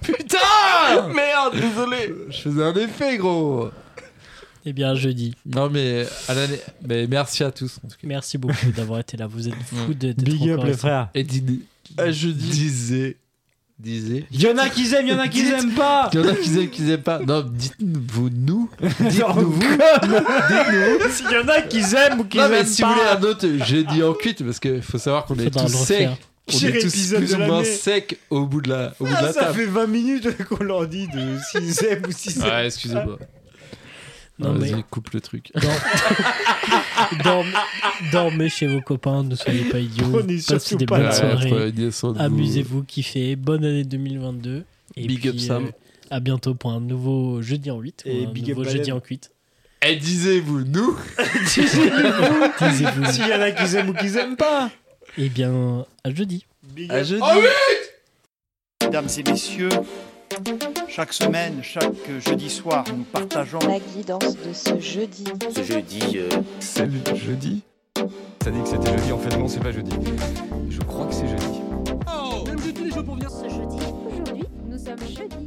Speaker 6: Putain
Speaker 8: Merde, désolé
Speaker 6: Je faisais un effet, gros
Speaker 2: Eh bien, jeudi.
Speaker 6: Non, mais à l'année. Mais merci à tous, en tout cas.
Speaker 2: Merci beaucoup d'avoir été là. Vous êtes fous de d'être
Speaker 1: Big up
Speaker 2: encore
Speaker 1: le
Speaker 2: ici.
Speaker 1: frère.
Speaker 6: Et dis- Ah, je dis... disais. Disais.
Speaker 1: Il y en a qui aiment, il y en a qui
Speaker 6: Dites-
Speaker 1: aiment pas.
Speaker 6: Il y en a qui aiment, qui aiment pas. Non, dites-vous nous. Dites-nous vous.
Speaker 1: Il y en a qui aiment ou qui
Speaker 6: Non, mais
Speaker 1: aiment
Speaker 6: si vous
Speaker 1: pas.
Speaker 6: voulez un autre jeudi en cuite, parce qu'il faut savoir qu'on est
Speaker 2: Faudra
Speaker 6: tous
Speaker 2: le refaire.
Speaker 6: secs. On
Speaker 1: Pire
Speaker 6: est tous
Speaker 1: épisode
Speaker 6: plus
Speaker 1: de
Speaker 6: ou moins
Speaker 1: l'année.
Speaker 6: secs au bout de la, au bout de
Speaker 1: Ah,
Speaker 6: la
Speaker 1: ça
Speaker 6: table.
Speaker 1: fait 20 minutes qu'on leur dit de s'ils aiment ou s'ils aiment.
Speaker 6: Ouais, excusez-moi.
Speaker 2: Non, mais-
Speaker 6: Vas-y, coupe le truc.
Speaker 2: Dormez, dormez chez vos copains, ne soyez pas idiots.
Speaker 1: Prenez
Speaker 2: Passez
Speaker 1: surtout
Speaker 2: des
Speaker 1: pas
Speaker 2: bonnes
Speaker 1: la-
Speaker 2: soirées.
Speaker 6: Ouais, descendez-vous.
Speaker 2: Amusez-vous, kiffez. Bonne année 2022. Et
Speaker 8: Big
Speaker 2: puis,
Speaker 8: up Sam.
Speaker 2: euh, à bientôt pour un nouveau jeudi en 8.
Speaker 1: Et
Speaker 2: ou un
Speaker 1: big up
Speaker 2: nouveau
Speaker 1: Baleine.
Speaker 2: jeudi en 8.
Speaker 6: Eh, disez-vous nous.
Speaker 2: Taisez-vous.
Speaker 1: S'il y en a qui aiment ou qui aiment pas.
Speaker 2: Eh bien, à jeudi.
Speaker 8: À jeudi.
Speaker 6: Ah.
Speaker 3: Mesdames et messieurs, chaque semaine, chaque jeudi soir, nous partageons
Speaker 4: La guidance de ce jeudi.
Speaker 5: Ce jeudi, euh,
Speaker 9: C'est le jeudi Ça dit que c'était jeudi, en fait non, c'est pas jeudi. Je crois que c'est jeudi.
Speaker 7: Ce jeudi, aujourd'hui, nous sommes jeudi.